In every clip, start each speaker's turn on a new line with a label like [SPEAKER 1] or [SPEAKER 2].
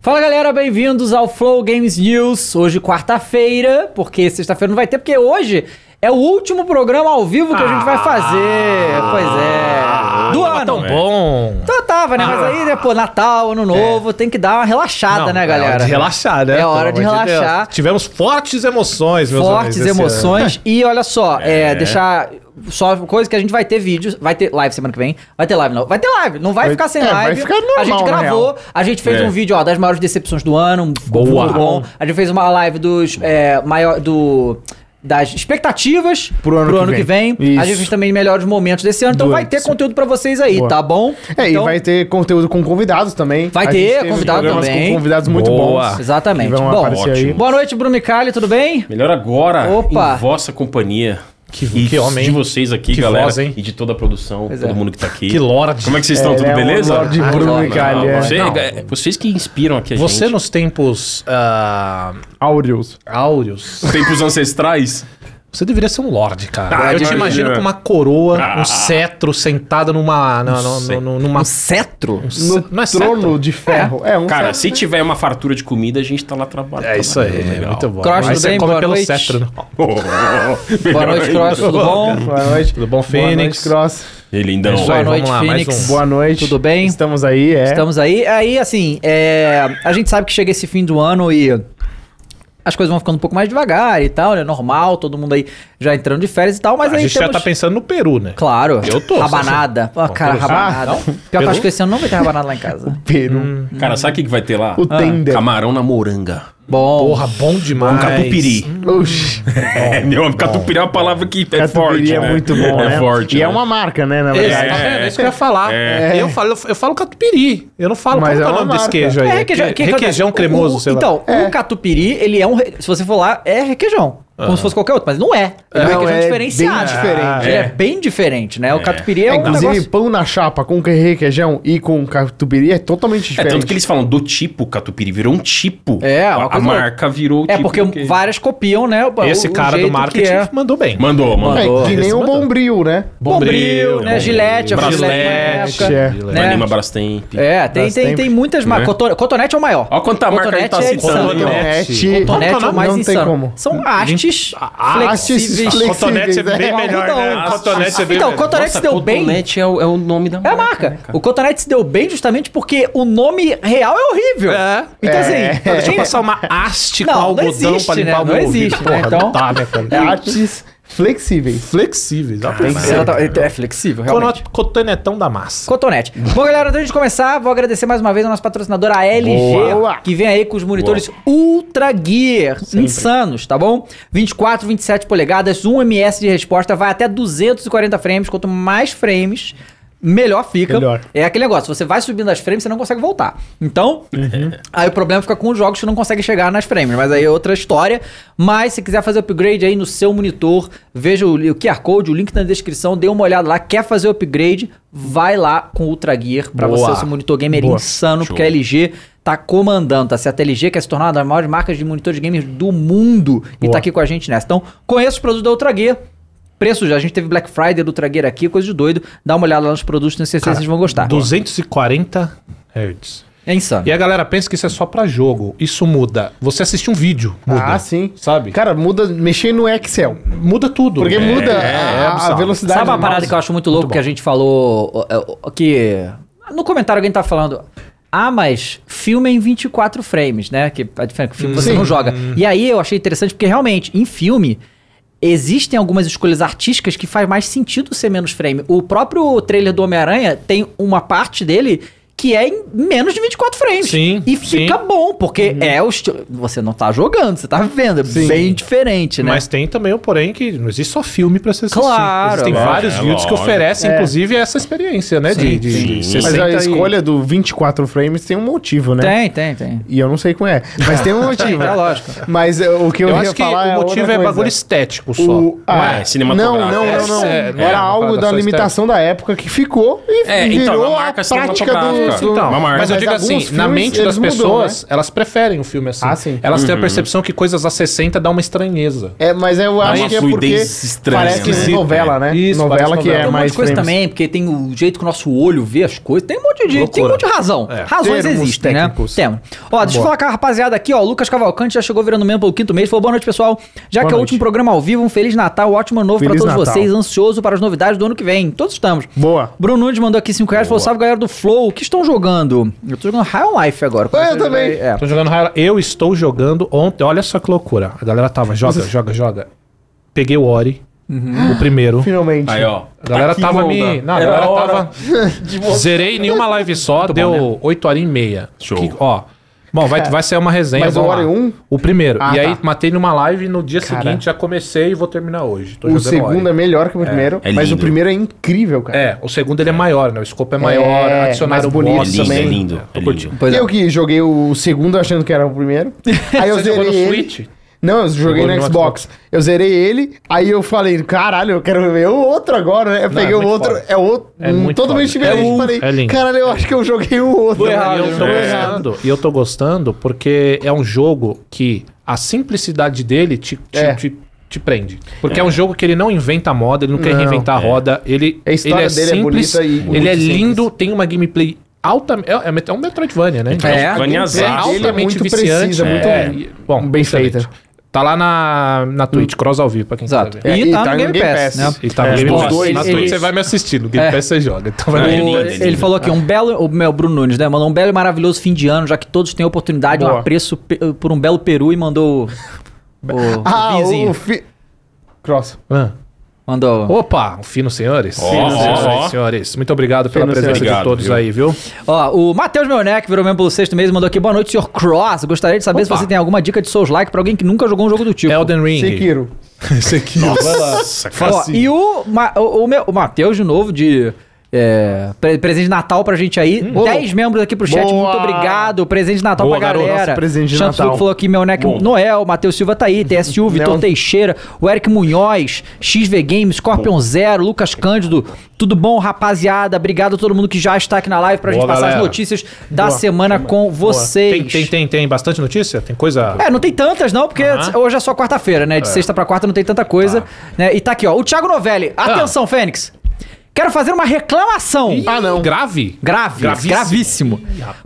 [SPEAKER 1] Fala galera, bem-vindos ao Flow Games News. Hoje, quarta-feira, porque sexta-feira não vai ter, porque hoje é o último programa ao vivo que a gente vai fazer. Pois é. Do ano.
[SPEAKER 2] Ah, Tava Ah, tão bom. É.
[SPEAKER 1] Então tava, né? Mas aí, né, pô, Natal, Ano Novo, tem que dar uma relaxada,
[SPEAKER 2] Não,
[SPEAKER 1] né,
[SPEAKER 2] É hora
[SPEAKER 1] galera?
[SPEAKER 2] de relaxar, né?
[SPEAKER 1] É hora de
[SPEAKER 2] Pelo amor Deus.
[SPEAKER 1] relaxar.
[SPEAKER 2] Tivemos fortes emoções, meus
[SPEAKER 1] Fortes
[SPEAKER 2] amigos, esse ano.
[SPEAKER 1] emoções. E olha só, é,
[SPEAKER 2] É.
[SPEAKER 1] deixar. Só coisa que a gente vai ter vídeos. Vai ter live semana que vem. Vai ter live, não. Vai ter live. Não vai, ficar sem
[SPEAKER 3] é, vai
[SPEAKER 1] live.
[SPEAKER 3] ficar normal,
[SPEAKER 1] a gente
[SPEAKER 3] na
[SPEAKER 1] gravou.
[SPEAKER 3] real.
[SPEAKER 1] A gente fez
[SPEAKER 2] É.
[SPEAKER 1] um vídeo, ó, das maiores decepções do ano. um- ficou
[SPEAKER 2] Boa.
[SPEAKER 1] Muito bom. A gente fez uma live dos. É, maior, do. Das expectativas
[SPEAKER 3] Pro ano que
[SPEAKER 1] que vem.
[SPEAKER 3] vem.
[SPEAKER 1] A gente
[SPEAKER 3] Isso.
[SPEAKER 1] fez também melhores momentos desse ano. Então
[SPEAKER 3] Do
[SPEAKER 1] vai
[SPEAKER 3] ano,
[SPEAKER 1] ter
[SPEAKER 3] sim.
[SPEAKER 1] conteúdo pra vocês aí,
[SPEAKER 3] Boa.
[SPEAKER 1] tá bom?
[SPEAKER 3] É,
[SPEAKER 1] então,
[SPEAKER 3] e vai ter conteúdo com convidados também.
[SPEAKER 1] Vai
[SPEAKER 3] A
[SPEAKER 1] ter
[SPEAKER 3] gente teve
[SPEAKER 1] convidado
[SPEAKER 3] programas
[SPEAKER 1] também.
[SPEAKER 3] Com convidados muito
[SPEAKER 2] Boa.
[SPEAKER 3] bons.
[SPEAKER 1] Exatamente.
[SPEAKER 3] Que vão
[SPEAKER 1] Bom,
[SPEAKER 3] aparecer aí.
[SPEAKER 1] boa noite, Bruno Micali, tudo bem?
[SPEAKER 4] Melhor agora
[SPEAKER 1] Opa.
[SPEAKER 4] em vossa companhia.
[SPEAKER 2] Que-
[SPEAKER 4] e
[SPEAKER 2] que homem,
[SPEAKER 4] de
[SPEAKER 2] hein?
[SPEAKER 4] vocês aqui,
[SPEAKER 2] Que
[SPEAKER 4] galera.
[SPEAKER 2] voz, hein?
[SPEAKER 4] E de toda a produção,
[SPEAKER 1] Pois
[SPEAKER 4] todo
[SPEAKER 1] é.
[SPEAKER 4] mundo que tá aqui.
[SPEAKER 2] Que lorde.
[SPEAKER 4] Como é que vocês estão?
[SPEAKER 3] É,
[SPEAKER 4] Tudo
[SPEAKER 3] ele é um
[SPEAKER 4] beleza?
[SPEAKER 3] lorde
[SPEAKER 4] Ah,
[SPEAKER 3] Bruno
[SPEAKER 4] não,
[SPEAKER 3] Micali,
[SPEAKER 4] não,
[SPEAKER 3] é.
[SPEAKER 4] você-
[SPEAKER 2] Não.
[SPEAKER 4] é, Vocês que inspiram aqui a
[SPEAKER 2] Você
[SPEAKER 4] gente.
[SPEAKER 2] nos tempos ah,
[SPEAKER 3] Áureos.
[SPEAKER 2] áureos,
[SPEAKER 4] Você Tempos ancestrais?
[SPEAKER 2] você deveria ser um lorde, cara.
[SPEAKER 4] Ah,
[SPEAKER 2] eu te
[SPEAKER 4] imagina. Ah.
[SPEAKER 2] imagino com uma coroa, um cetro, sentado numa... na- no-
[SPEAKER 4] sei.
[SPEAKER 2] no- numa
[SPEAKER 1] Um cetro?
[SPEAKER 2] um ce-
[SPEAKER 3] No
[SPEAKER 2] não é cetro?
[SPEAKER 3] trono de ferro. É, um
[SPEAKER 4] Cara,
[SPEAKER 3] cetro.
[SPEAKER 4] se tiver uma fartura de comida, a gente tá lá trabalhando.
[SPEAKER 2] É isso aí,
[SPEAKER 4] Legal.
[SPEAKER 2] muito bom.
[SPEAKER 1] Cross,
[SPEAKER 2] Aí
[SPEAKER 1] tudo bem?
[SPEAKER 2] come
[SPEAKER 1] Boa
[SPEAKER 2] pelo
[SPEAKER 1] noite.
[SPEAKER 2] cetro. né?
[SPEAKER 4] Oh, oh, oh.
[SPEAKER 1] Boa
[SPEAKER 4] Melhor
[SPEAKER 1] noite,
[SPEAKER 4] ainda.
[SPEAKER 1] Cross, tudo bom?
[SPEAKER 3] Boa noite.
[SPEAKER 2] Tudo bom,
[SPEAKER 3] Boa
[SPEAKER 2] Fênix?
[SPEAKER 3] noite, Cross.
[SPEAKER 4] Ele ainda
[SPEAKER 2] É
[SPEAKER 4] não.
[SPEAKER 2] isso
[SPEAKER 4] vai.
[SPEAKER 1] Boa
[SPEAKER 2] aí,
[SPEAKER 1] noite,
[SPEAKER 2] vamos lá, mais
[SPEAKER 1] Phoenix.
[SPEAKER 2] um.
[SPEAKER 3] Boa noite.
[SPEAKER 1] Tudo bem?
[SPEAKER 3] Estamos aí, é.
[SPEAKER 1] Estamos aí. Aí, assim, é, a gente sabe que chega esse fim do ano e as coisas vão ficando um pouco mais devagar e tal, né? Normal, todo mundo aí já entrando de férias e tal, mas
[SPEAKER 2] A
[SPEAKER 1] aí
[SPEAKER 2] gente já tá pensando no Peru, né?
[SPEAKER 1] Claro.
[SPEAKER 2] Eu tô,
[SPEAKER 1] Rabanada. Ó, cara,
[SPEAKER 2] Peru.
[SPEAKER 1] rabanada.
[SPEAKER 2] Ah, não?
[SPEAKER 1] Pior que eu
[SPEAKER 2] Peru?
[SPEAKER 1] acho que esse ano não vai ter rabanada lá em casa.
[SPEAKER 3] Peru.
[SPEAKER 1] Hum.
[SPEAKER 4] Cara, sabe o que que vai ter lá?
[SPEAKER 3] O
[SPEAKER 1] Ah,
[SPEAKER 3] Tender.
[SPEAKER 4] Camarão na moranga. É um
[SPEAKER 1] Bom.
[SPEAKER 2] Porra, bom demais.
[SPEAKER 4] Catupiry.
[SPEAKER 3] Oxi.
[SPEAKER 4] É, meu, catupiry é uma palavra que é forte.
[SPEAKER 3] Catupiry é
[SPEAKER 4] né?
[SPEAKER 3] muito bom,
[SPEAKER 4] É
[SPEAKER 3] né?
[SPEAKER 4] forte.
[SPEAKER 3] E é
[SPEAKER 4] né?
[SPEAKER 3] uma marca, né, na
[SPEAKER 2] Esse,
[SPEAKER 3] verdade.
[SPEAKER 2] tá
[SPEAKER 4] É.
[SPEAKER 2] vendo? É isso que eu ia falar.
[SPEAKER 4] É.
[SPEAKER 2] Eu, falo, eu, eu falo catupiry. Eu não falo.
[SPEAKER 3] Mas
[SPEAKER 2] Mas
[SPEAKER 3] é
[SPEAKER 2] qual é o
[SPEAKER 3] uma
[SPEAKER 2] nome desse
[SPEAKER 3] marca.
[SPEAKER 2] queijo aí?
[SPEAKER 1] É requeijão, que-
[SPEAKER 2] requeijão
[SPEAKER 1] o-
[SPEAKER 2] cremoso,
[SPEAKER 1] o-
[SPEAKER 2] sei lá.
[SPEAKER 1] Então, o catupiry, ele é um. re- Se você for lá, é requeijão. Como se fosse qualquer outro, mas não é. Ele é um
[SPEAKER 3] Não,
[SPEAKER 1] requeijão
[SPEAKER 3] é
[SPEAKER 1] diferenciado.
[SPEAKER 3] bem diferente.
[SPEAKER 1] Ele é.
[SPEAKER 4] É.
[SPEAKER 1] bem diferente, né? O
[SPEAKER 4] É.
[SPEAKER 1] catupiry é, um
[SPEAKER 3] Inclusive,
[SPEAKER 1] negócio...
[SPEAKER 3] pão na chapa com requeijão e com catupiry é totalmente
[SPEAKER 4] É,
[SPEAKER 3] diferente.
[SPEAKER 4] tanto que eles falam do tipo catupiry, virou um tipo.
[SPEAKER 1] É, uma
[SPEAKER 4] a, a
[SPEAKER 1] coisa louca.
[SPEAKER 4] marca virou o
[SPEAKER 1] É
[SPEAKER 4] tipo
[SPEAKER 1] porque
[SPEAKER 4] do queijo.
[SPEAKER 1] várias copiam, né? o-
[SPEAKER 2] Esse
[SPEAKER 1] o
[SPEAKER 2] cara
[SPEAKER 1] jeito
[SPEAKER 2] do
[SPEAKER 1] que
[SPEAKER 2] marketing
[SPEAKER 1] é.
[SPEAKER 2] mandou bem.
[SPEAKER 4] Mandou, mandou.
[SPEAKER 1] né?
[SPEAKER 3] É, que nem
[SPEAKER 2] Esse
[SPEAKER 3] o
[SPEAKER 2] mandou.
[SPEAKER 3] bombril, né?
[SPEAKER 1] Bombril, né?
[SPEAKER 2] Bombril,
[SPEAKER 1] Gilete, a
[SPEAKER 4] Brasilete,
[SPEAKER 1] Brasilete,
[SPEAKER 3] é.
[SPEAKER 1] né?
[SPEAKER 4] Anima Brastemp.
[SPEAKER 1] É, tem,
[SPEAKER 3] Mas
[SPEAKER 1] tem,
[SPEAKER 3] tem-
[SPEAKER 1] tem muitas
[SPEAKER 4] né?
[SPEAKER 1] marcas. Cotone- Cotonete é o maior.
[SPEAKER 4] Ó quanta marca ele tá
[SPEAKER 1] Cotonete é
[SPEAKER 4] citando,
[SPEAKER 1] insano.
[SPEAKER 4] né?
[SPEAKER 3] Cotonete.
[SPEAKER 1] Cotonete é o
[SPEAKER 3] Não
[SPEAKER 1] mais
[SPEAKER 3] tem
[SPEAKER 1] insano.
[SPEAKER 3] como.
[SPEAKER 1] São hastes
[SPEAKER 2] Ah,
[SPEAKER 3] hastes
[SPEAKER 1] flexíveis.
[SPEAKER 3] flexíveis.
[SPEAKER 2] Cotonete é
[SPEAKER 3] Flexíveis,
[SPEAKER 2] bem
[SPEAKER 3] é.
[SPEAKER 2] melhor, né?
[SPEAKER 1] Algodão.
[SPEAKER 2] Cotonete é bem
[SPEAKER 1] Então,
[SPEAKER 2] melhor.
[SPEAKER 1] Cotonete se deu bem.
[SPEAKER 4] Cotonete é o, é o nome
[SPEAKER 2] um
[SPEAKER 4] da
[SPEAKER 1] É a marca. O Cotonete se deu bem justamente porque o nome real é horrível.
[SPEAKER 2] É.
[SPEAKER 1] Então,
[SPEAKER 3] É.
[SPEAKER 1] assim...
[SPEAKER 3] É.
[SPEAKER 1] tem-
[SPEAKER 2] Deixa eu passar uma haste com
[SPEAKER 1] Não, não
[SPEAKER 2] algodão
[SPEAKER 1] existe,
[SPEAKER 2] pra
[SPEAKER 1] né?
[SPEAKER 2] limpar o
[SPEAKER 1] Não
[SPEAKER 2] meu ouvido.
[SPEAKER 1] existe, né?
[SPEAKER 2] Porra,
[SPEAKER 1] Então-
[SPEAKER 2] não tá, né, cara?
[SPEAKER 3] É artes flexíveis.
[SPEAKER 2] Flexíveis. ó,
[SPEAKER 1] Tem que ser-
[SPEAKER 2] cara.
[SPEAKER 1] É flexível, realmente.
[SPEAKER 2] Cono- Cotonetão da massa.
[SPEAKER 1] Cotonete. Bom, galera, antes de começar, vou agradecer mais uma vez a nossa patrocinadora a LG,
[SPEAKER 3] Boa.
[SPEAKER 1] que vem aí com os monitores Ultra Gear, insanos, tá bom? 24, 27 polegadas, 1 ms de resposta, vai até 240 frames, quanto mais frames, melhor fica.
[SPEAKER 3] Melhor.
[SPEAKER 1] É aquele negócio, você vai subindo as frames, você não consegue voltar. Então, aí o problema fica com os jogos que não conseguem chegar nas frames, mas aí é outra história. Mas se quiser fazer upgrade aí no seu monitor, veja o, li- o QR Code, o link na descrição, dê uma olhada lá. Quer fazer upgrade? Vai lá com o Ultra Gear pra
[SPEAKER 2] Boa.
[SPEAKER 1] você, o seu monitor gamer
[SPEAKER 2] Boa.
[SPEAKER 1] insano,
[SPEAKER 4] Show.
[SPEAKER 1] porque a LG tá comandando, tá certo? A LG quer se tornar uma das maiores marcas de monitores gamers do mundo e
[SPEAKER 2] Boa.
[SPEAKER 1] tá aqui com a gente nessa. Então, conheça os produtos da Ultra Gear. Preço já, a gente teve Black Friday do Ultra Gear aqui, coisa de doido. Dá uma olhada lá nos produtos, tenho certeza que vocês vão
[SPEAKER 4] Tá.
[SPEAKER 1] gostar.
[SPEAKER 2] 240 hertz.
[SPEAKER 1] É insano.
[SPEAKER 2] E a galera pensa que isso é só pra jogo. Isso muda. Você assiste um vídeo, muda.
[SPEAKER 3] Ah, sim.
[SPEAKER 2] Sabe?
[SPEAKER 3] Cara, muda, mexer no Excel.
[SPEAKER 2] muda tudo. É,
[SPEAKER 3] Porque muda a- a,
[SPEAKER 2] bizarro.
[SPEAKER 3] velocidade.
[SPEAKER 1] Sabe uma
[SPEAKER 3] do
[SPEAKER 1] parada
[SPEAKER 3] mouse?
[SPEAKER 1] que eu acho muito louco que a gente falou? ó, ó, ó, Que. No comentário alguém tá falando. Ah, mas filme é em 24 frames, né? Que a diferença é que filme você
[SPEAKER 3] Sim.
[SPEAKER 1] não joga. E aí eu achei interessante porque realmente, em filme, existem algumas escolhas artísticas que faz mais sentido ser menos frame. O próprio trailer do Homem-Aranha tem uma parte dele que é em menos de 24 frames.
[SPEAKER 2] Sim,
[SPEAKER 1] E
[SPEAKER 2] sim.
[SPEAKER 1] fica bom, porque é o estilo. Você não tá jogando, você tá vendo. É
[SPEAKER 3] Sim.
[SPEAKER 1] bem diferente, né?
[SPEAKER 2] Mas tem também o porém que não existe só filme pra você assistir.
[SPEAKER 1] Claro,
[SPEAKER 2] Existem
[SPEAKER 1] lógico.
[SPEAKER 2] vários
[SPEAKER 4] É,
[SPEAKER 2] vídeos que
[SPEAKER 4] lógico.
[SPEAKER 2] oferecem,
[SPEAKER 3] É.
[SPEAKER 2] inclusive, essa experiência, né? de, de,
[SPEAKER 4] sim.
[SPEAKER 2] de
[SPEAKER 4] Mas
[SPEAKER 3] Mas
[SPEAKER 2] 60
[SPEAKER 3] a
[SPEAKER 2] e-
[SPEAKER 3] escolha do 24 frames tem um motivo, né?
[SPEAKER 1] Tem, tem, tem.
[SPEAKER 3] E eu não sei qual é. Mas tem um motivo.
[SPEAKER 1] É lógico.
[SPEAKER 3] Mas eh, o que eu,
[SPEAKER 2] Eu
[SPEAKER 3] ia
[SPEAKER 2] acho que
[SPEAKER 3] falar
[SPEAKER 2] o
[SPEAKER 3] outra
[SPEAKER 2] motivo é
[SPEAKER 3] coisa.
[SPEAKER 2] bagulho estético só.
[SPEAKER 3] O, ah,
[SPEAKER 4] Ué, cinematográfico.
[SPEAKER 3] Não, não, não. não.
[SPEAKER 2] É, é,
[SPEAKER 3] Era
[SPEAKER 2] uma
[SPEAKER 3] algo
[SPEAKER 2] parada
[SPEAKER 3] da
[SPEAKER 2] só
[SPEAKER 3] limitação da época que ficou e
[SPEAKER 4] É, então,
[SPEAKER 3] virou
[SPEAKER 4] a
[SPEAKER 3] a
[SPEAKER 4] marca
[SPEAKER 3] prática do,
[SPEAKER 2] marca.
[SPEAKER 3] Isso, então.
[SPEAKER 2] Uma marca. Mas, eu
[SPEAKER 3] Mas
[SPEAKER 2] digo assim,
[SPEAKER 3] alguns
[SPEAKER 2] na
[SPEAKER 3] filmes,
[SPEAKER 2] mente das
[SPEAKER 3] eles né? mudam,
[SPEAKER 2] pessoas, elas preferem o filme assim.
[SPEAKER 3] Ah, sim.
[SPEAKER 2] Elas têm a percepção que coisas a 60 dá uma estranheza.
[SPEAKER 3] É, mas eu
[SPEAKER 4] Dá
[SPEAKER 3] acho
[SPEAKER 4] uma
[SPEAKER 3] que é porque
[SPEAKER 4] fluidez estranha,
[SPEAKER 3] parece
[SPEAKER 4] né?
[SPEAKER 3] novela, né?
[SPEAKER 2] Isso,
[SPEAKER 3] novela
[SPEAKER 2] parece
[SPEAKER 3] que
[SPEAKER 1] tem
[SPEAKER 2] novela.
[SPEAKER 3] é
[SPEAKER 1] um monte
[SPEAKER 3] mais
[SPEAKER 1] de coisa
[SPEAKER 3] frames.
[SPEAKER 1] também, porque tem o jeito que o nosso olho vê as coisas. Tem um monte de jeito, tem um monte de razão. Razões
[SPEAKER 3] É. Termos
[SPEAKER 1] existem,
[SPEAKER 3] técnicos.
[SPEAKER 1] né? Temos. Ó, deixa eu falar com a rapaziada aqui, ó. O Lucas Cavalcante já chegou virando membro pelo quinto mês. Falou, boa noite, pessoal. Já
[SPEAKER 3] Boa
[SPEAKER 1] que é o
[SPEAKER 3] noite.
[SPEAKER 1] último programa ao vivo, um Feliz Natal, um ótimo ano novo pra
[SPEAKER 3] Feliz
[SPEAKER 1] todos
[SPEAKER 3] Natal.
[SPEAKER 1] vocês. Ansioso para as novidades do ano que vem. Todos estamos.
[SPEAKER 3] Boa.
[SPEAKER 1] Bruno Nunes mandou aqui 5 reais falou: salve galera do Flow, o que estão jogando? Eu tô jogando High on Life agora.
[SPEAKER 3] Eu também.
[SPEAKER 1] É.
[SPEAKER 2] Tô jogando Hyrule. Eu estou jogando ontem. Olha só que loucura. A galera tava, joga, joga, joga. Peguei o Ori,
[SPEAKER 3] Uhum.
[SPEAKER 2] o primeiro.
[SPEAKER 3] Finalmente.
[SPEAKER 4] Aí, ó.
[SPEAKER 2] A galera
[SPEAKER 4] Aqui
[SPEAKER 2] tava
[SPEAKER 4] não
[SPEAKER 2] me.
[SPEAKER 4] dá.
[SPEAKER 2] Não, a
[SPEAKER 4] Era
[SPEAKER 2] galera
[SPEAKER 4] hora.
[SPEAKER 2] tava. Zerei em uma live só, deu
[SPEAKER 3] né?
[SPEAKER 2] 8 horas e meia.
[SPEAKER 4] Show.
[SPEAKER 2] Que- ó. Bom, vai, vai sair uma resenha.
[SPEAKER 3] Mas
[SPEAKER 2] vamos
[SPEAKER 3] o Ori
[SPEAKER 2] lá.
[SPEAKER 3] um?
[SPEAKER 2] O primeiro.
[SPEAKER 3] Ah,
[SPEAKER 2] e aí
[SPEAKER 3] tá.
[SPEAKER 2] matei numa live e no dia
[SPEAKER 3] Cara.
[SPEAKER 2] seguinte já comecei e vou terminar hoje. Tô
[SPEAKER 3] O
[SPEAKER 2] jogando
[SPEAKER 3] segundo é
[SPEAKER 2] Ori.
[SPEAKER 3] melhor que o primeiro,
[SPEAKER 4] é
[SPEAKER 3] mas o
[SPEAKER 4] lindo.
[SPEAKER 3] primeiro é incrível, cara.
[SPEAKER 2] é. o segundo ele é maior, né? O escopo é maior,
[SPEAKER 3] É,
[SPEAKER 2] adicionaram
[SPEAKER 3] mais bonito
[SPEAKER 2] boss
[SPEAKER 4] É lindo, é
[SPEAKER 3] também.
[SPEAKER 4] lindo.
[SPEAKER 2] Tô
[SPEAKER 4] é
[SPEAKER 2] curtindo.
[SPEAKER 4] lindo.
[SPEAKER 1] Pois é.
[SPEAKER 3] eu que joguei o segundo achando que era o primeiro. Aí eu
[SPEAKER 2] Você jogou
[SPEAKER 3] zerei
[SPEAKER 2] no
[SPEAKER 3] ele.
[SPEAKER 2] Switch?
[SPEAKER 3] Não, eu joguei
[SPEAKER 2] Jogou
[SPEAKER 3] no
[SPEAKER 2] no
[SPEAKER 3] Xbox. Eu zerei ele, aí eu falei, caralho, eu quero ver o outro agora, né? Eu peguei o
[SPEAKER 2] muito
[SPEAKER 3] outro,
[SPEAKER 2] foda.
[SPEAKER 3] é outro,
[SPEAKER 2] É
[SPEAKER 3] um,
[SPEAKER 2] muito
[SPEAKER 3] totalmente
[SPEAKER 2] foda.
[SPEAKER 3] diferente.
[SPEAKER 2] É um-
[SPEAKER 3] falei,
[SPEAKER 2] é lindo.
[SPEAKER 3] caralho, eu acho que eu joguei o outro.
[SPEAKER 2] E eu tô
[SPEAKER 3] É.
[SPEAKER 2] gostando, e eu tô gostando porque é um jogo que a simplicidade dele te, te,
[SPEAKER 3] É.
[SPEAKER 2] te, te prende. Porque é. um jogo que ele não inventa moda, ele não, quer
[SPEAKER 3] Não.
[SPEAKER 2] reinventar
[SPEAKER 4] É.
[SPEAKER 2] a roda, ele,
[SPEAKER 3] A história
[SPEAKER 2] ele é
[SPEAKER 3] dele é
[SPEAKER 2] simples,
[SPEAKER 3] bonita e muito
[SPEAKER 2] ele é
[SPEAKER 3] simples.
[SPEAKER 2] lindo, tem uma gameplay alta, é, é um Metroidvania, né? Então,
[SPEAKER 1] É,
[SPEAKER 3] Ele é
[SPEAKER 4] Vaniazaço.
[SPEAKER 3] alto. muito precisa, muito-
[SPEAKER 2] é, e- bom,
[SPEAKER 3] bem
[SPEAKER 2] excelente.
[SPEAKER 3] feita.
[SPEAKER 2] Tá lá na, na Twitch, cross ao vivo, pra quem
[SPEAKER 1] Exato.
[SPEAKER 2] quiser ver.
[SPEAKER 3] É,
[SPEAKER 1] E, tá, no Game, Pass, né?
[SPEAKER 2] E tá
[SPEAKER 4] É,
[SPEAKER 2] no Game
[SPEAKER 4] os
[SPEAKER 2] Pass.
[SPEAKER 4] dois,
[SPEAKER 2] na
[SPEAKER 1] ele-
[SPEAKER 2] Twitch você vai me assistindo, Game
[SPEAKER 1] É.
[SPEAKER 2] Pass você joga. Então vai
[SPEAKER 4] Ah,
[SPEAKER 2] no
[SPEAKER 4] é
[SPEAKER 2] Game
[SPEAKER 4] lindo,
[SPEAKER 2] Pass.
[SPEAKER 4] é lindo.
[SPEAKER 1] Ele falou aqui, um belo, o meu Bruno Nunes, né? Mandou um belo e maravilhoso fim de ano, já que todos têm oportunidade, um
[SPEAKER 3] Boa.
[SPEAKER 1] apreço pe- por um belo peru e mandou o, o
[SPEAKER 3] Ah,
[SPEAKER 1] vizinho.
[SPEAKER 3] o fi... Cross.
[SPEAKER 2] Ah.
[SPEAKER 1] Mandou.
[SPEAKER 2] Opa, um fino, senhores.
[SPEAKER 4] Ó,
[SPEAKER 2] Fino,
[SPEAKER 4] ó,
[SPEAKER 2] senhoras
[SPEAKER 4] ó.
[SPEAKER 2] e senhores. Muito obrigado pela
[SPEAKER 3] Fino,
[SPEAKER 2] presença
[SPEAKER 4] senhores.
[SPEAKER 2] de todos
[SPEAKER 4] Obrigado,
[SPEAKER 2] aí, viu?
[SPEAKER 1] Ó, o Matheus Meonec virou membro pelo sexto mês, mandou aqui, boa noite, senhor Cross. Gostaria de saber
[SPEAKER 2] Opa. É
[SPEAKER 1] se você tem alguma dica de Souls Like pra alguém que nunca jogou um jogo do tipo.
[SPEAKER 2] Elden Ring.
[SPEAKER 3] Sekiro.
[SPEAKER 2] Sekiro, vai lá.
[SPEAKER 1] Ó, e o, Ma- o, o meu- o Matheus, de novo, de. é, pre- presente de Natal pra gente aí. 10 membros aqui pro chat,
[SPEAKER 3] Boa.
[SPEAKER 1] muito obrigado. Presente de Natal
[SPEAKER 2] Hum, Boa,
[SPEAKER 1] pra
[SPEAKER 2] garoto.
[SPEAKER 1] galera.
[SPEAKER 3] Nossa, presente de
[SPEAKER 1] Santos
[SPEAKER 3] Natal.
[SPEAKER 1] Luco falou aqui, meu neck Noel, Matheus Silva tá aí, TSU, Vitor
[SPEAKER 3] Não.
[SPEAKER 1] Teixeira, o Eric Munhoz, XV Games, Scorpion Zero, Lucas Cândido. Tudo bom, rapaziada? Obrigado a todo mundo que já está aqui na live pra
[SPEAKER 2] Boa,
[SPEAKER 1] gente passar as
[SPEAKER 2] galera.
[SPEAKER 1] notícias da semana com vocês.
[SPEAKER 2] Tem, tem, tem, tem bastante notícia? Tem coisa.
[SPEAKER 1] É, não tem tantas não, porque
[SPEAKER 2] Aham.
[SPEAKER 1] hoje é só quarta-feira, né? De sexta pra quarta não tem tanta coisa. Né? E tá aqui, ó. O Thiago Novelli. Atenção, Fênix. Quero fazer uma reclamação.
[SPEAKER 3] Ah, não.
[SPEAKER 2] Grave?
[SPEAKER 1] É, Grave, gravíssimo.
[SPEAKER 2] Gravíssimo.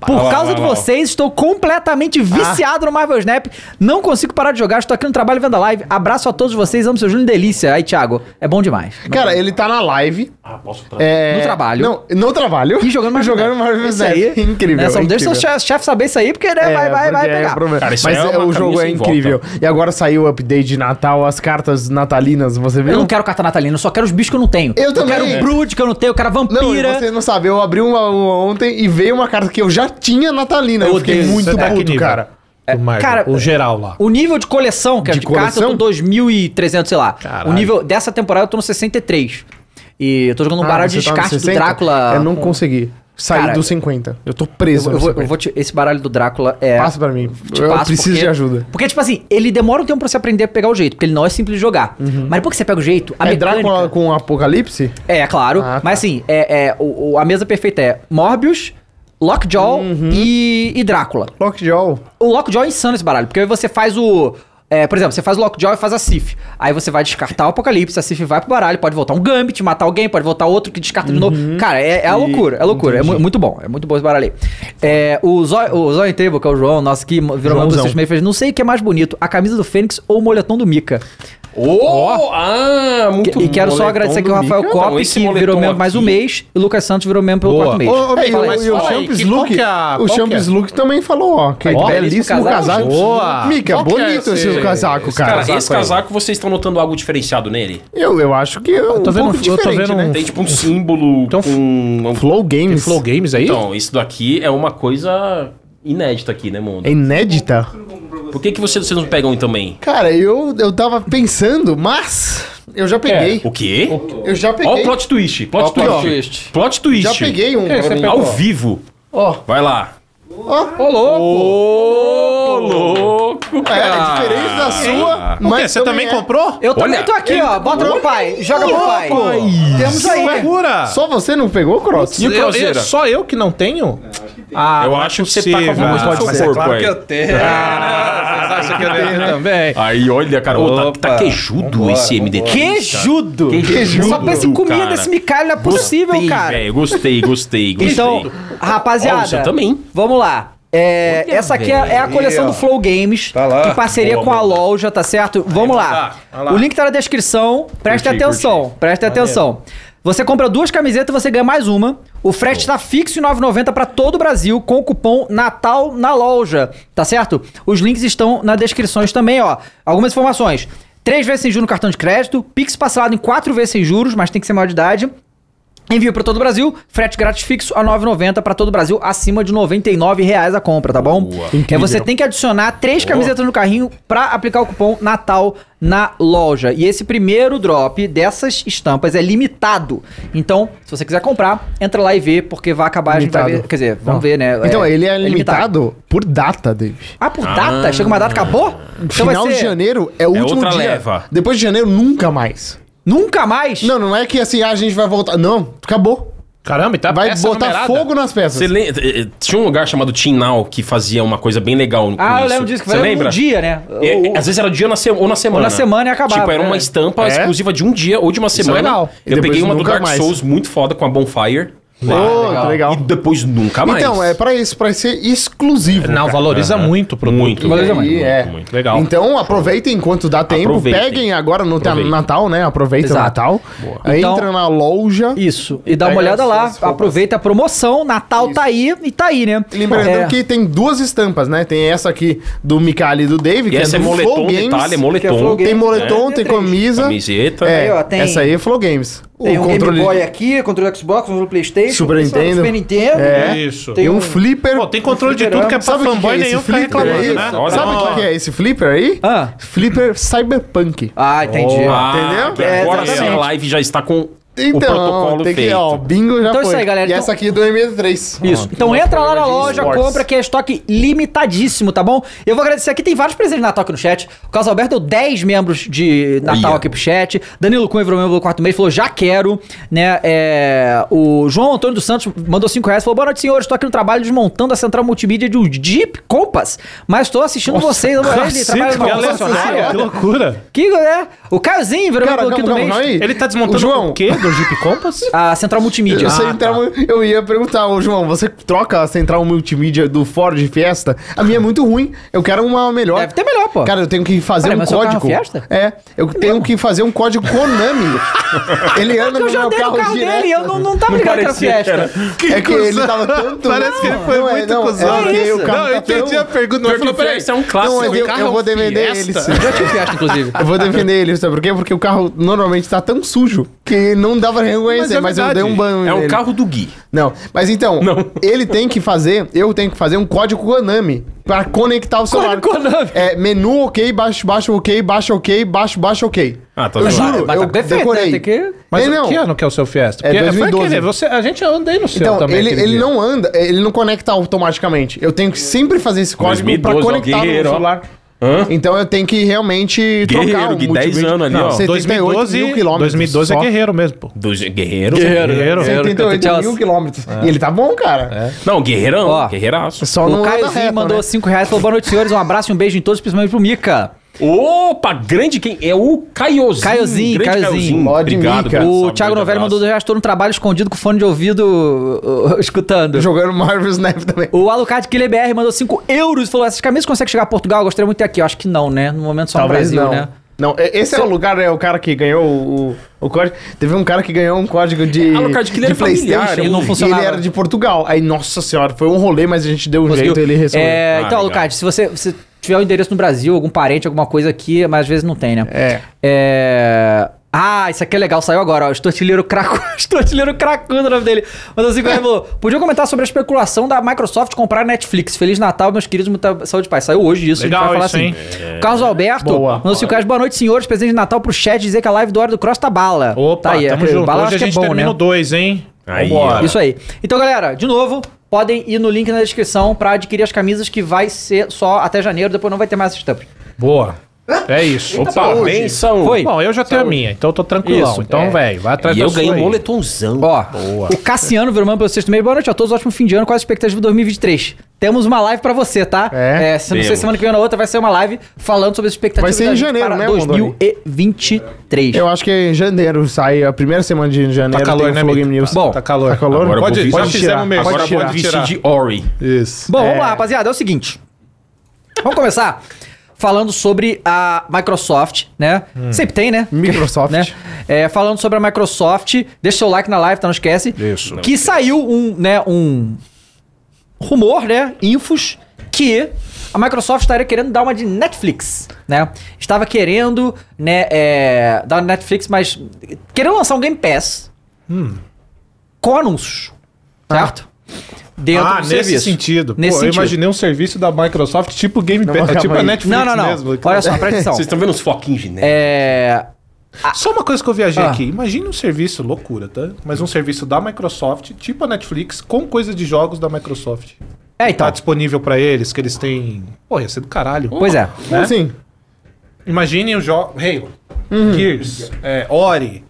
[SPEAKER 1] Por
[SPEAKER 4] Olha lá,
[SPEAKER 1] causa
[SPEAKER 4] olha
[SPEAKER 1] de
[SPEAKER 4] lá, ó.
[SPEAKER 1] vocês, estou completamente viciado no Marvel Snap. Não consigo parar de jogar, estou aqui no trabalho vendo a live. Abraço a todos vocês, amo seu Júnior Delícia. Aí, Thiago, é bom demais.
[SPEAKER 3] Cara, ele tá na live.
[SPEAKER 4] Ah, posso trazer?
[SPEAKER 3] é-
[SPEAKER 1] No trabalho.
[SPEAKER 3] Não, no trabalho.
[SPEAKER 1] E jogando Marvel
[SPEAKER 3] jogando Marvel
[SPEAKER 1] Isso
[SPEAKER 3] Snap.
[SPEAKER 1] aí.
[SPEAKER 3] Incrível.
[SPEAKER 1] Né? Só não deixa
[SPEAKER 3] incrível.
[SPEAKER 1] o chefe chefe saber isso aí, porque né, vai,
[SPEAKER 3] É,
[SPEAKER 1] vai, vai
[SPEAKER 3] porque é
[SPEAKER 1] pegar.
[SPEAKER 3] problema.
[SPEAKER 4] Cara, isso
[SPEAKER 3] Mas
[SPEAKER 4] aí é
[SPEAKER 3] é,
[SPEAKER 4] uma
[SPEAKER 3] o jogo
[SPEAKER 4] camisa
[SPEAKER 3] é
[SPEAKER 4] em volta.
[SPEAKER 3] incrível. E agora saiu o update de Natal, as cartas natalinas, você viu?
[SPEAKER 1] Eu não quero carta natalina, eu só quero os bichos que eu não tenho.
[SPEAKER 3] Eu também.
[SPEAKER 1] quero o Brood que eu não tenho, eu quero a
[SPEAKER 3] Não,
[SPEAKER 1] Vampira.
[SPEAKER 3] e você não sabe, eu abri uma, uma ontem e veio uma carta que eu já tinha natalina. Eu,
[SPEAKER 1] Meu
[SPEAKER 3] fiquei
[SPEAKER 1] Deus,
[SPEAKER 3] muito
[SPEAKER 2] Você tá que
[SPEAKER 3] puto,
[SPEAKER 2] nível?
[SPEAKER 3] cara.
[SPEAKER 2] Do Marvel,
[SPEAKER 1] cara,
[SPEAKER 2] o geral lá.
[SPEAKER 1] O nível de coleção, que é de,
[SPEAKER 3] De
[SPEAKER 1] carta, eu tô
[SPEAKER 3] coleção?
[SPEAKER 1] 2.300, sei lá.
[SPEAKER 2] Caralho.
[SPEAKER 1] O nível dessa temporada eu tô no 63. E eu tô jogando um baralho de
[SPEAKER 3] você tá no
[SPEAKER 1] descarte do
[SPEAKER 3] 60?
[SPEAKER 1] Drácula.
[SPEAKER 3] Eu não consegui. Saí
[SPEAKER 1] Cara,
[SPEAKER 3] dos 50. Eu tô
[SPEAKER 1] Eu,
[SPEAKER 3] preso.
[SPEAKER 1] vou- eu
[SPEAKER 3] nos
[SPEAKER 1] vou, eu
[SPEAKER 3] 50.
[SPEAKER 1] vou te- esse baralho do Drácula é.
[SPEAKER 3] Passa pra mim.
[SPEAKER 1] te
[SPEAKER 3] Eu
[SPEAKER 1] passo
[SPEAKER 3] preciso
[SPEAKER 1] porque-
[SPEAKER 3] de ajuda.
[SPEAKER 1] Porque, tipo assim, ele demora um tempo pra você aprender a pegar o jeito, porque ele não é simples de jogar. Mas depois que você pega o jeito, a
[SPEAKER 3] Uhum. É
[SPEAKER 1] mecânica...
[SPEAKER 3] Drácula com Apocalipse?
[SPEAKER 1] É, é claro.
[SPEAKER 3] Ah, tá.
[SPEAKER 1] Mas assim, é, é, o, o- a mesa perfeita é Morbius, Lockjaw
[SPEAKER 3] Uhum.
[SPEAKER 1] e, e Drácula.
[SPEAKER 3] Lockjaw.
[SPEAKER 1] O Lockjaw é insano esse baralho, porque aí você faz o. é, por exemplo, você faz o Lockjaw e faz a Sif. Aí você vai descartar o Apocalipse, a Sif vai pro baralho, pode voltar um Gambit, matar alguém, pode voltar outro que descarta de novo. Cara, é, é a loucura, é a loucura. É mu- muito bom, é muito bom esse baralho aí. É, o Zoy- o Zoy Table, que é o João, nosso que virou uma
[SPEAKER 3] Joãozão.
[SPEAKER 1] dos meio fez, não sei o que é mais bonito, a camisa do Fênix ou o moletom do Mika.
[SPEAKER 4] Oh, ah, muito
[SPEAKER 1] e quero só agradecer aqui o Rafael
[SPEAKER 4] Mica. Então,
[SPEAKER 1] Cop,
[SPEAKER 4] esse
[SPEAKER 1] que virou
[SPEAKER 4] moletom
[SPEAKER 1] membro mais um
[SPEAKER 4] aqui-
[SPEAKER 1] mês, e o Lucas Santos virou membro pelo
[SPEAKER 2] Boa.
[SPEAKER 1] quarto mês.
[SPEAKER 3] Ô, ô,
[SPEAKER 2] Ei,
[SPEAKER 3] meu,
[SPEAKER 2] mas
[SPEAKER 3] É, e o
[SPEAKER 2] fala aí,
[SPEAKER 3] Champs
[SPEAKER 2] que- qual
[SPEAKER 3] Luke.
[SPEAKER 2] que é a-
[SPEAKER 3] O
[SPEAKER 2] qual
[SPEAKER 3] Champs
[SPEAKER 2] que é?
[SPEAKER 3] Luke também falou, ó. Que é
[SPEAKER 1] Ó,
[SPEAKER 3] belíssimo
[SPEAKER 1] belíssimo casaco.
[SPEAKER 3] casaco.
[SPEAKER 2] Boa.
[SPEAKER 3] Mica,
[SPEAKER 2] Qual que é
[SPEAKER 3] bonito
[SPEAKER 2] esse-
[SPEAKER 3] esse, casaco,
[SPEAKER 2] esse
[SPEAKER 3] cara.
[SPEAKER 4] Cara, esse casaco vocês estão notando algo diferenciado nele?
[SPEAKER 3] Eu, eu acho que é um
[SPEAKER 2] tô vendo-
[SPEAKER 3] pouco
[SPEAKER 2] eu tô
[SPEAKER 3] diferente,
[SPEAKER 2] vendo
[SPEAKER 3] né?
[SPEAKER 2] um-
[SPEAKER 4] Tem tipo um símbolo
[SPEAKER 2] Então,
[SPEAKER 4] com... um
[SPEAKER 3] Flow Games.
[SPEAKER 2] Flow Games aí?
[SPEAKER 4] Então, isso daqui é uma coisa inédita aqui, né, mundo?
[SPEAKER 3] É inédita?
[SPEAKER 4] Por que, que vocês, vocês não pegam também?
[SPEAKER 3] Cara, eu, eu tava pensando, mas eu já
[SPEAKER 2] É,
[SPEAKER 3] peguei.
[SPEAKER 4] O quê?
[SPEAKER 3] Eu já
[SPEAKER 4] Ó o
[SPEAKER 3] peguei.
[SPEAKER 4] plot twist, plot
[SPEAKER 3] Ó o plot
[SPEAKER 4] twist. Plot twist.
[SPEAKER 3] Já peguei um. pra
[SPEAKER 5] é
[SPEAKER 3] mim.
[SPEAKER 4] Ao vivo.
[SPEAKER 3] Ó,
[SPEAKER 4] Vai lá.
[SPEAKER 3] ó.
[SPEAKER 2] Ô, louco!
[SPEAKER 4] Ô, louco,
[SPEAKER 3] É, diferente da sua,
[SPEAKER 2] O quê?
[SPEAKER 3] mas
[SPEAKER 2] Você também
[SPEAKER 3] é.
[SPEAKER 2] comprou?
[SPEAKER 1] Eu também
[SPEAKER 4] Olha,
[SPEAKER 1] tô aqui, ó. Bota no pai. Joga pro pai.
[SPEAKER 2] Pai.
[SPEAKER 1] Temos
[SPEAKER 2] Que
[SPEAKER 1] aí.
[SPEAKER 2] loucura!
[SPEAKER 3] Só você não pegou, Cross?
[SPEAKER 4] E o
[SPEAKER 2] Eu- eu-
[SPEAKER 4] Cruzeiro?
[SPEAKER 2] só eu que não tenho? Ah,
[SPEAKER 5] Eu
[SPEAKER 2] não é
[SPEAKER 5] acho que você tá com
[SPEAKER 2] possível.
[SPEAKER 5] alguma coisa no
[SPEAKER 2] Ah,
[SPEAKER 5] seu
[SPEAKER 2] mas é
[SPEAKER 5] corpo
[SPEAKER 2] claro
[SPEAKER 5] aí.
[SPEAKER 2] que eu-
[SPEAKER 6] tenho. Ah, vocês acham que eu tenho também?
[SPEAKER 5] Aí, olha, cara, ô, tá, tá
[SPEAKER 6] Opa.
[SPEAKER 5] queijudo
[SPEAKER 6] Vambora,
[SPEAKER 5] esse MDT.
[SPEAKER 1] Queijudo!
[SPEAKER 5] Queijudo,
[SPEAKER 1] Só pensa em comida
[SPEAKER 5] cara.
[SPEAKER 1] desse micalho, não é possível,
[SPEAKER 5] Gostei,
[SPEAKER 1] cara.
[SPEAKER 5] velho, Gostei, gostei, gostei.
[SPEAKER 1] Então,
[SPEAKER 5] Ó, o
[SPEAKER 1] rapaziada,
[SPEAKER 5] seu também.
[SPEAKER 1] vamos lá. É,
[SPEAKER 5] Olha,
[SPEAKER 1] essa aqui é, é a coleção do Flow Games,
[SPEAKER 6] Tá lá.
[SPEAKER 1] em parceria
[SPEAKER 5] Boa,
[SPEAKER 1] com a
[SPEAKER 5] mano.
[SPEAKER 1] loja, tá certo? Vamos lá. O link tá na descrição, preste
[SPEAKER 5] Curti,
[SPEAKER 1] atenção,
[SPEAKER 5] curti.
[SPEAKER 1] preste atenção. Você compra duas camisetas, você ganha mais uma. O frete tá fixo em 9,90 pra todo o Brasil com o cupom Natal na loja, tá certo? Os links estão nas descrições também, ó. Algumas informações. Três vezes sem juros no cartão de crédito, Pix parcelado em quatro vezes sem juros, mas tem que ser maior de idade. Envio para todo o Brasil, frete grátis fixo a 9,90 para todo o Brasil, acima de R$ 99 reais a compra, tá bom? É você tem que adicionar três camisetas no carrinho para aplicar o cupom Natal na loja. E esse primeiro drop dessas estampas é limitado. Então, se você quiser comprar, entra lá e vê, porque vai acabar, a gente vai
[SPEAKER 2] Limitado.
[SPEAKER 1] ver. Quer dizer, vamos ver, né?
[SPEAKER 3] Então, ele é limitado por data, David.
[SPEAKER 1] Ah, por data? Chega uma data, acabou? Então vai
[SPEAKER 3] Final
[SPEAKER 1] ser
[SPEAKER 3] de janeiro é o último
[SPEAKER 5] outra
[SPEAKER 3] dia.
[SPEAKER 5] leva.
[SPEAKER 3] Depois de janeiro, nunca mais.
[SPEAKER 1] nunca mais?
[SPEAKER 3] Não, não é que assim, ah, a gente vai voltar. Não, acabou.
[SPEAKER 2] Caramba, e tá
[SPEAKER 3] Vai
[SPEAKER 2] peça
[SPEAKER 3] botar
[SPEAKER 2] numerada.
[SPEAKER 3] fogo nas peças.
[SPEAKER 5] Você lem- eh, eh, Tinha um lugar chamado Tinal que fazia uma coisa bem legal com
[SPEAKER 1] Ah, eu
[SPEAKER 5] isso.
[SPEAKER 1] lembro disso, que
[SPEAKER 5] Você
[SPEAKER 1] foi
[SPEAKER 5] lembra?
[SPEAKER 1] um dia, né?
[SPEAKER 5] É,
[SPEAKER 1] O-
[SPEAKER 5] é, às vezes era dia na se- ou na semana.
[SPEAKER 1] na semana e acabava,
[SPEAKER 5] Tipo, era uma
[SPEAKER 1] é.
[SPEAKER 5] estampa
[SPEAKER 2] É.
[SPEAKER 5] exclusiva de um dia ou de uma
[SPEAKER 3] é
[SPEAKER 5] semana.
[SPEAKER 3] legal. E
[SPEAKER 5] Eu
[SPEAKER 3] depois
[SPEAKER 5] peguei uma do
[SPEAKER 3] nunca
[SPEAKER 5] Dark
[SPEAKER 3] mais.
[SPEAKER 5] Souls muito foda com a Bonfire. Ah,
[SPEAKER 3] Pô, tá legal.
[SPEAKER 5] E depois nunca mais.
[SPEAKER 3] Então, é pra isso, pra ser exclusivo.
[SPEAKER 2] Não, valoriza muito o produto.
[SPEAKER 5] Muito.
[SPEAKER 2] Valoriza
[SPEAKER 3] Aí,
[SPEAKER 2] muito.
[SPEAKER 3] é.
[SPEAKER 5] muito.
[SPEAKER 2] Legal.
[SPEAKER 3] Então aproveitem enquanto dá tempo,
[SPEAKER 5] Aproveitem.
[SPEAKER 3] peguem agora no
[SPEAKER 5] Aproveitem.
[SPEAKER 3] Natal, né? Aproveita
[SPEAKER 1] Exato.
[SPEAKER 3] o Natal.
[SPEAKER 1] Então-
[SPEAKER 3] entra na loja.
[SPEAKER 1] Isso. E dá uma
[SPEAKER 3] Pega
[SPEAKER 1] olhada lá,
[SPEAKER 3] essas roupas.
[SPEAKER 1] aproveita a promoção, Natal tá aí e tá aí, né?
[SPEAKER 3] E Lembrando
[SPEAKER 1] É.
[SPEAKER 3] que tem duas estampas, né? Tem essa aqui do Micali e do David,
[SPEAKER 5] E essa é
[SPEAKER 3] do
[SPEAKER 5] moletom, detalhe,
[SPEAKER 1] que é
[SPEAKER 5] é
[SPEAKER 1] Flow
[SPEAKER 5] moletom.
[SPEAKER 1] Games.
[SPEAKER 3] Tem moletom,
[SPEAKER 1] É.
[SPEAKER 3] tem camisa.
[SPEAKER 5] Camiseta.
[SPEAKER 3] É,
[SPEAKER 1] Aí, Tá ó, tem-
[SPEAKER 3] essa aí é Flow Games.
[SPEAKER 1] Tem um Game Boy
[SPEAKER 3] de-
[SPEAKER 1] aqui, controle do Xbox, controle do Playstation,
[SPEAKER 3] Super Nintendo.
[SPEAKER 1] Super Nintendo.
[SPEAKER 3] É.
[SPEAKER 2] Isso.
[SPEAKER 1] Tem
[SPEAKER 3] Tem
[SPEAKER 1] um-
[SPEAKER 3] um flipper.
[SPEAKER 2] Pô, tem controle de tudo que é pra
[SPEAKER 3] Sabe o que que
[SPEAKER 2] fanboy
[SPEAKER 3] é esse
[SPEAKER 2] nenhum ficar
[SPEAKER 3] flipper
[SPEAKER 2] reclamando,
[SPEAKER 3] aí?
[SPEAKER 2] né?
[SPEAKER 5] Olha
[SPEAKER 3] Sabe o
[SPEAKER 5] só.
[SPEAKER 3] que que é esse flipper aí?
[SPEAKER 1] Ah.
[SPEAKER 3] Flipper Cyberpunk.
[SPEAKER 1] Ah, entendi.
[SPEAKER 5] Ah,
[SPEAKER 3] Entendeu?
[SPEAKER 5] que
[SPEAKER 1] É,
[SPEAKER 5] agora sim a
[SPEAKER 1] exatamente.
[SPEAKER 5] live já está com o
[SPEAKER 3] Então,
[SPEAKER 5] protocolo
[SPEAKER 3] tem que,
[SPEAKER 5] feito.
[SPEAKER 3] ó, bingo já
[SPEAKER 1] Então é
[SPEAKER 3] foi.
[SPEAKER 1] isso aí, galera,
[SPEAKER 3] E
[SPEAKER 1] então-
[SPEAKER 3] essa aqui é do MD3.
[SPEAKER 1] Isso. Então entra lá na loja,
[SPEAKER 3] esportes.
[SPEAKER 1] compra, que é estoque limitadíssimo, tá bom? Eu vou agradecer aqui, tem vários presentes de Natal aqui no chat. O Carlos Alberto deu 10 membros de Natal
[SPEAKER 5] Ia.
[SPEAKER 1] aqui pro chat. Danilo Cunha virou membro do quarto mês, falou, já quero, né? É, o João Antônio dos Santos mandou 5 reais, falou, boa noite, senhores, estou aqui no trabalho desmontando a central multimídia de um Jeep Compass, mas estou assistindo vocês. Eu- Ele trabalha numa
[SPEAKER 2] Cacete,
[SPEAKER 1] concessionária?
[SPEAKER 2] que loucura.
[SPEAKER 1] Que, né? O Caiozinho virou
[SPEAKER 3] Cara,
[SPEAKER 1] membro do
[SPEAKER 3] calma,
[SPEAKER 1] quinto
[SPEAKER 3] calma,
[SPEAKER 1] mês.
[SPEAKER 3] calma aí.
[SPEAKER 2] Ele tá desmontando
[SPEAKER 3] O João,
[SPEAKER 2] o quê do Jeep Compass?
[SPEAKER 1] A central multimídia.
[SPEAKER 3] Eu, sei,
[SPEAKER 2] Ah,
[SPEAKER 3] então, eu ia perguntar, ô João, você troca a central multimídia do Ford Fiesta? A minha é muito ruim. Eu quero uma melhor.
[SPEAKER 1] Deve ter melhor, pô.
[SPEAKER 3] Cara, eu tenho que fazer
[SPEAKER 1] Olha,
[SPEAKER 3] um
[SPEAKER 1] mas seu carro
[SPEAKER 3] código.
[SPEAKER 1] é Fiesta?
[SPEAKER 3] É, eu tenho que fazer um código Konami. ele anda
[SPEAKER 1] eu
[SPEAKER 3] no
[SPEAKER 1] já
[SPEAKER 3] meu
[SPEAKER 1] dei no
[SPEAKER 3] carro, é.
[SPEAKER 1] carro
[SPEAKER 3] direto.
[SPEAKER 1] dele, eu não, não tava ligado que era
[SPEAKER 5] parecia que
[SPEAKER 1] festa.
[SPEAKER 5] era.
[SPEAKER 3] é que ele tava tanto.
[SPEAKER 2] Parece que ele foi muito cuzão.
[SPEAKER 3] É, porque
[SPEAKER 1] Isso.
[SPEAKER 3] o carro
[SPEAKER 2] Não,
[SPEAKER 3] tá
[SPEAKER 2] eu entendi
[SPEAKER 3] tão-
[SPEAKER 2] a pergunta.
[SPEAKER 5] Pior
[SPEAKER 2] Mas
[SPEAKER 5] que
[SPEAKER 2] falou,
[SPEAKER 5] foi,
[SPEAKER 2] peraí,
[SPEAKER 5] isso é um
[SPEAKER 3] Não,
[SPEAKER 5] clássico.
[SPEAKER 3] eu,
[SPEAKER 2] carro
[SPEAKER 3] eu vou defender ele.
[SPEAKER 2] Fiesta?
[SPEAKER 3] sim.
[SPEAKER 1] Já tive festa, inclusive.
[SPEAKER 3] Eu vou defender ele, sabe por quê? Porque o carro normalmente tá tão sujo que não dá pra
[SPEAKER 2] Mas
[SPEAKER 3] reconhecer,
[SPEAKER 2] é
[SPEAKER 3] mas, eu
[SPEAKER 2] verdade.
[SPEAKER 3] dei um banho
[SPEAKER 5] É um
[SPEAKER 3] nele.
[SPEAKER 5] carro do Gui.
[SPEAKER 3] Não, mas então,
[SPEAKER 5] Não.
[SPEAKER 3] ele tem que fazer, eu tenho que fazer um código Konami pra conectar o celular.
[SPEAKER 1] Código Konami?
[SPEAKER 3] É menu ok, baixo, baixo ok, baixo ok, baixo, baixo ok.
[SPEAKER 5] Ah, tá
[SPEAKER 3] Eu
[SPEAKER 5] zoando.
[SPEAKER 3] juro,
[SPEAKER 1] Mas tá
[SPEAKER 3] eu
[SPEAKER 1] perfeito, né?
[SPEAKER 3] decorei.
[SPEAKER 1] Tem que-
[SPEAKER 2] Mas
[SPEAKER 3] É,
[SPEAKER 2] o
[SPEAKER 3] não.
[SPEAKER 2] que ano que é o seu Fiesta?
[SPEAKER 3] É
[SPEAKER 2] Porque
[SPEAKER 3] 2012.
[SPEAKER 2] aquele, você, a gente anda aí no seu
[SPEAKER 3] Então,
[SPEAKER 2] também.
[SPEAKER 3] ele,
[SPEAKER 2] aquele
[SPEAKER 3] ele
[SPEAKER 2] dia.
[SPEAKER 3] não anda, ele não conecta automaticamente. Eu tenho que sempre fazer esse código
[SPEAKER 5] 2012,
[SPEAKER 3] pra
[SPEAKER 5] ó,
[SPEAKER 3] conectar no
[SPEAKER 5] guerreiro, ó.
[SPEAKER 3] celular. Então eu tenho que realmente
[SPEAKER 5] Guerreiro,
[SPEAKER 3] trocar um
[SPEAKER 5] Gui, 10
[SPEAKER 3] multimídia.
[SPEAKER 5] anos ali, ó.
[SPEAKER 3] 78 mil
[SPEAKER 2] 2012,
[SPEAKER 3] quilômetros
[SPEAKER 2] 2012 é
[SPEAKER 3] só.
[SPEAKER 2] guerreiro mesmo, pô.
[SPEAKER 5] Dos
[SPEAKER 2] Guerreiro.
[SPEAKER 5] guerreiros.
[SPEAKER 1] Guerreiro. Guerreiro,
[SPEAKER 3] 78 mil
[SPEAKER 1] Chelsea.
[SPEAKER 3] quilômetros. E ele tá bom, cara.
[SPEAKER 5] Não, guerreirão.
[SPEAKER 1] Ó.
[SPEAKER 5] Guerreiraço.
[SPEAKER 3] É. Só
[SPEAKER 1] É. O
[SPEAKER 3] não anda
[SPEAKER 1] Caiozinho
[SPEAKER 3] reto,
[SPEAKER 1] mandou
[SPEAKER 3] né?
[SPEAKER 1] 5 reais, falou boa noite, senhores. Um abraço e um beijo em todos, principalmente pro Mika.
[SPEAKER 5] Opa, grande quem? É o Caiozinho.
[SPEAKER 1] Caiozinho,
[SPEAKER 5] grande
[SPEAKER 1] Caiozinho.
[SPEAKER 3] Ó, de
[SPEAKER 5] Obrigado,
[SPEAKER 3] mica.
[SPEAKER 5] cara.
[SPEAKER 1] O Thiago
[SPEAKER 5] Salve, grande
[SPEAKER 1] Novelli
[SPEAKER 5] abraço.
[SPEAKER 1] mandou 2 reais, tô no trabalho escondido com fone de ouvido uh, uh, escutando.
[SPEAKER 3] Jogando Marvel Snap também.
[SPEAKER 1] O Alucard Killer BR mandou 5 euros e falou: essas camisas conseguem chegar a Portugal? Eu gostaria muito de ter aqui. Eu acho que não, né? No momento só
[SPEAKER 3] Talvez
[SPEAKER 1] no Brasil,
[SPEAKER 3] não.
[SPEAKER 1] né?
[SPEAKER 3] Não, e- esse é o lugar, é o cara que ganhou o, o, o código. Teve um cara que ganhou um código
[SPEAKER 1] É,
[SPEAKER 3] de,
[SPEAKER 5] Alucard que ele
[SPEAKER 3] de um,
[SPEAKER 5] era familiar,
[SPEAKER 1] ele não funcionava.
[SPEAKER 3] Ele era de Portugal. Aí, nossa senhora, foi um rolê, mas a gente deu um jeito ele resolveu.
[SPEAKER 1] É,
[SPEAKER 5] Ah,
[SPEAKER 1] então,
[SPEAKER 5] legal.
[SPEAKER 1] Alucard, se você, se tiver um endereço no Brasil, algum parente, alguma coisa aqui, mas às vezes não tem, né?
[SPEAKER 3] É.
[SPEAKER 1] É. Ah, isso aqui é legal, saiu agora, ó. Estortilheiro Cracudo, Estortilheiro Cracudo, o nome dele. Mandou cinco reais, falou, Podia comentar sobre a especulação da Microsoft comprar a Netflix. Feliz Natal, meus queridos, muita saúde e paz. Saiu hoje isso,
[SPEAKER 2] Legal
[SPEAKER 1] falar
[SPEAKER 2] isso,
[SPEAKER 1] assim.
[SPEAKER 2] hein?
[SPEAKER 1] Carlos Alberto,
[SPEAKER 3] Boa.
[SPEAKER 1] mandou cinco reais, boa noite, senhores. Presente de Natal pro chat dizer que a live do Hora do Cross tá bala.
[SPEAKER 2] Opa,
[SPEAKER 1] tá aí,
[SPEAKER 2] tamo
[SPEAKER 1] é,
[SPEAKER 2] junto.
[SPEAKER 1] Bala
[SPEAKER 2] Hoje
[SPEAKER 1] acho
[SPEAKER 2] a
[SPEAKER 1] que é
[SPEAKER 2] gente
[SPEAKER 1] bom, né?
[SPEAKER 2] termina o 2, hein?
[SPEAKER 5] Aí,
[SPEAKER 2] Vambora.
[SPEAKER 5] ó.
[SPEAKER 1] Isso aí. Então, galera, de novo, podem ir no link na descrição pra adquirir as camisas que vai ser só até janeiro, depois não vai ter mais estampas.
[SPEAKER 2] Boa. É isso.
[SPEAKER 5] Opa,
[SPEAKER 3] saúde.
[SPEAKER 5] benção.
[SPEAKER 1] Foi.
[SPEAKER 2] Bom, eu já tenho a minha, então eu tô tranquilão.
[SPEAKER 1] Isso,
[SPEAKER 2] então,
[SPEAKER 1] é.
[SPEAKER 2] velho, vai atrás
[SPEAKER 5] E
[SPEAKER 2] da
[SPEAKER 5] eu
[SPEAKER 2] sua
[SPEAKER 5] ganhei um
[SPEAKER 2] aí.
[SPEAKER 5] moletomzão.
[SPEAKER 1] Ó,
[SPEAKER 2] Boa.
[SPEAKER 1] o Cassiano Vermão pelo sexto meio. Boa noite a todos. Ótimo fim de ano. Qual a expectativa de 2023? Temos uma live pra você, tá?
[SPEAKER 3] É?
[SPEAKER 1] se não sei
[SPEAKER 5] Temos.
[SPEAKER 1] semana que vem ou na outra vai ser uma live falando sobre as expectativas
[SPEAKER 3] Vai ser em
[SPEAKER 1] da gente
[SPEAKER 3] janeiro,
[SPEAKER 1] para
[SPEAKER 3] né, Mondoni?
[SPEAKER 1] 2023.
[SPEAKER 3] Eu acho que é em janeiro sai, a primeira semana de janeiro
[SPEAKER 2] Tá calor,
[SPEAKER 3] tem o
[SPEAKER 2] né,
[SPEAKER 3] Flow
[SPEAKER 2] Mito?
[SPEAKER 3] Game News.
[SPEAKER 1] Bom,
[SPEAKER 2] Tá calor.
[SPEAKER 3] Tá calor?
[SPEAKER 5] Agora eu
[SPEAKER 2] pode
[SPEAKER 5] vou
[SPEAKER 2] ir.
[SPEAKER 5] vestir-
[SPEAKER 2] Nós fizemos mesmo.
[SPEAKER 5] Agora eu
[SPEAKER 2] Pode tirar,
[SPEAKER 5] vou vestir
[SPEAKER 2] tirar.
[SPEAKER 5] de Ori.
[SPEAKER 2] Isso.
[SPEAKER 1] Bom,
[SPEAKER 3] É.
[SPEAKER 1] vamos lá, rapaziada. É o seguinte. Vamos começar falando sobre a Microsoft, né? Sempre tem, né?
[SPEAKER 3] Hum. Microsoft.
[SPEAKER 1] Né? É, falando sobre a Microsoft, deixa seu like na live, tá? Não esquece.
[SPEAKER 2] Isso.
[SPEAKER 1] Que saiu um, né, um rumor, né? Infos que a Microsoft estaria querendo dar uma de Netflix, né? Estava querendo, né, é, dar uma Netflix, mas querendo lançar um Game Pass
[SPEAKER 2] Hum.
[SPEAKER 1] com anúncios, certo? Dentro
[SPEAKER 2] Ah,
[SPEAKER 1] do
[SPEAKER 2] nesse
[SPEAKER 1] serviço.
[SPEAKER 2] sentido.
[SPEAKER 1] Nesse
[SPEAKER 2] Pô,
[SPEAKER 1] sentido.
[SPEAKER 2] Eu imaginei um serviço da Microsoft tipo Game
[SPEAKER 3] Não,
[SPEAKER 2] Pass,
[SPEAKER 3] calma
[SPEAKER 2] tipo a
[SPEAKER 3] aí.
[SPEAKER 2] Netflix
[SPEAKER 1] Não, não, não.
[SPEAKER 2] mesmo.
[SPEAKER 1] Olha só, presta atenção.
[SPEAKER 5] Vocês estão vendo os foquinhos de neve?
[SPEAKER 1] É,
[SPEAKER 2] Só uma coisa que eu viajei
[SPEAKER 1] Ah.
[SPEAKER 2] aqui. Imagina um serviço, loucura, tá? Mas um serviço da Microsoft, tipo a Netflix, com coisa de jogos da Microsoft.
[SPEAKER 1] é,
[SPEAKER 2] Tá
[SPEAKER 1] então.
[SPEAKER 2] disponível pra eles, que eles têm... Pô, ia ser do caralho.
[SPEAKER 1] Pois é.
[SPEAKER 3] Como assim?
[SPEAKER 2] Imaginem o jogo. Halo,
[SPEAKER 1] Uhum.
[SPEAKER 2] Gears, é, Ori.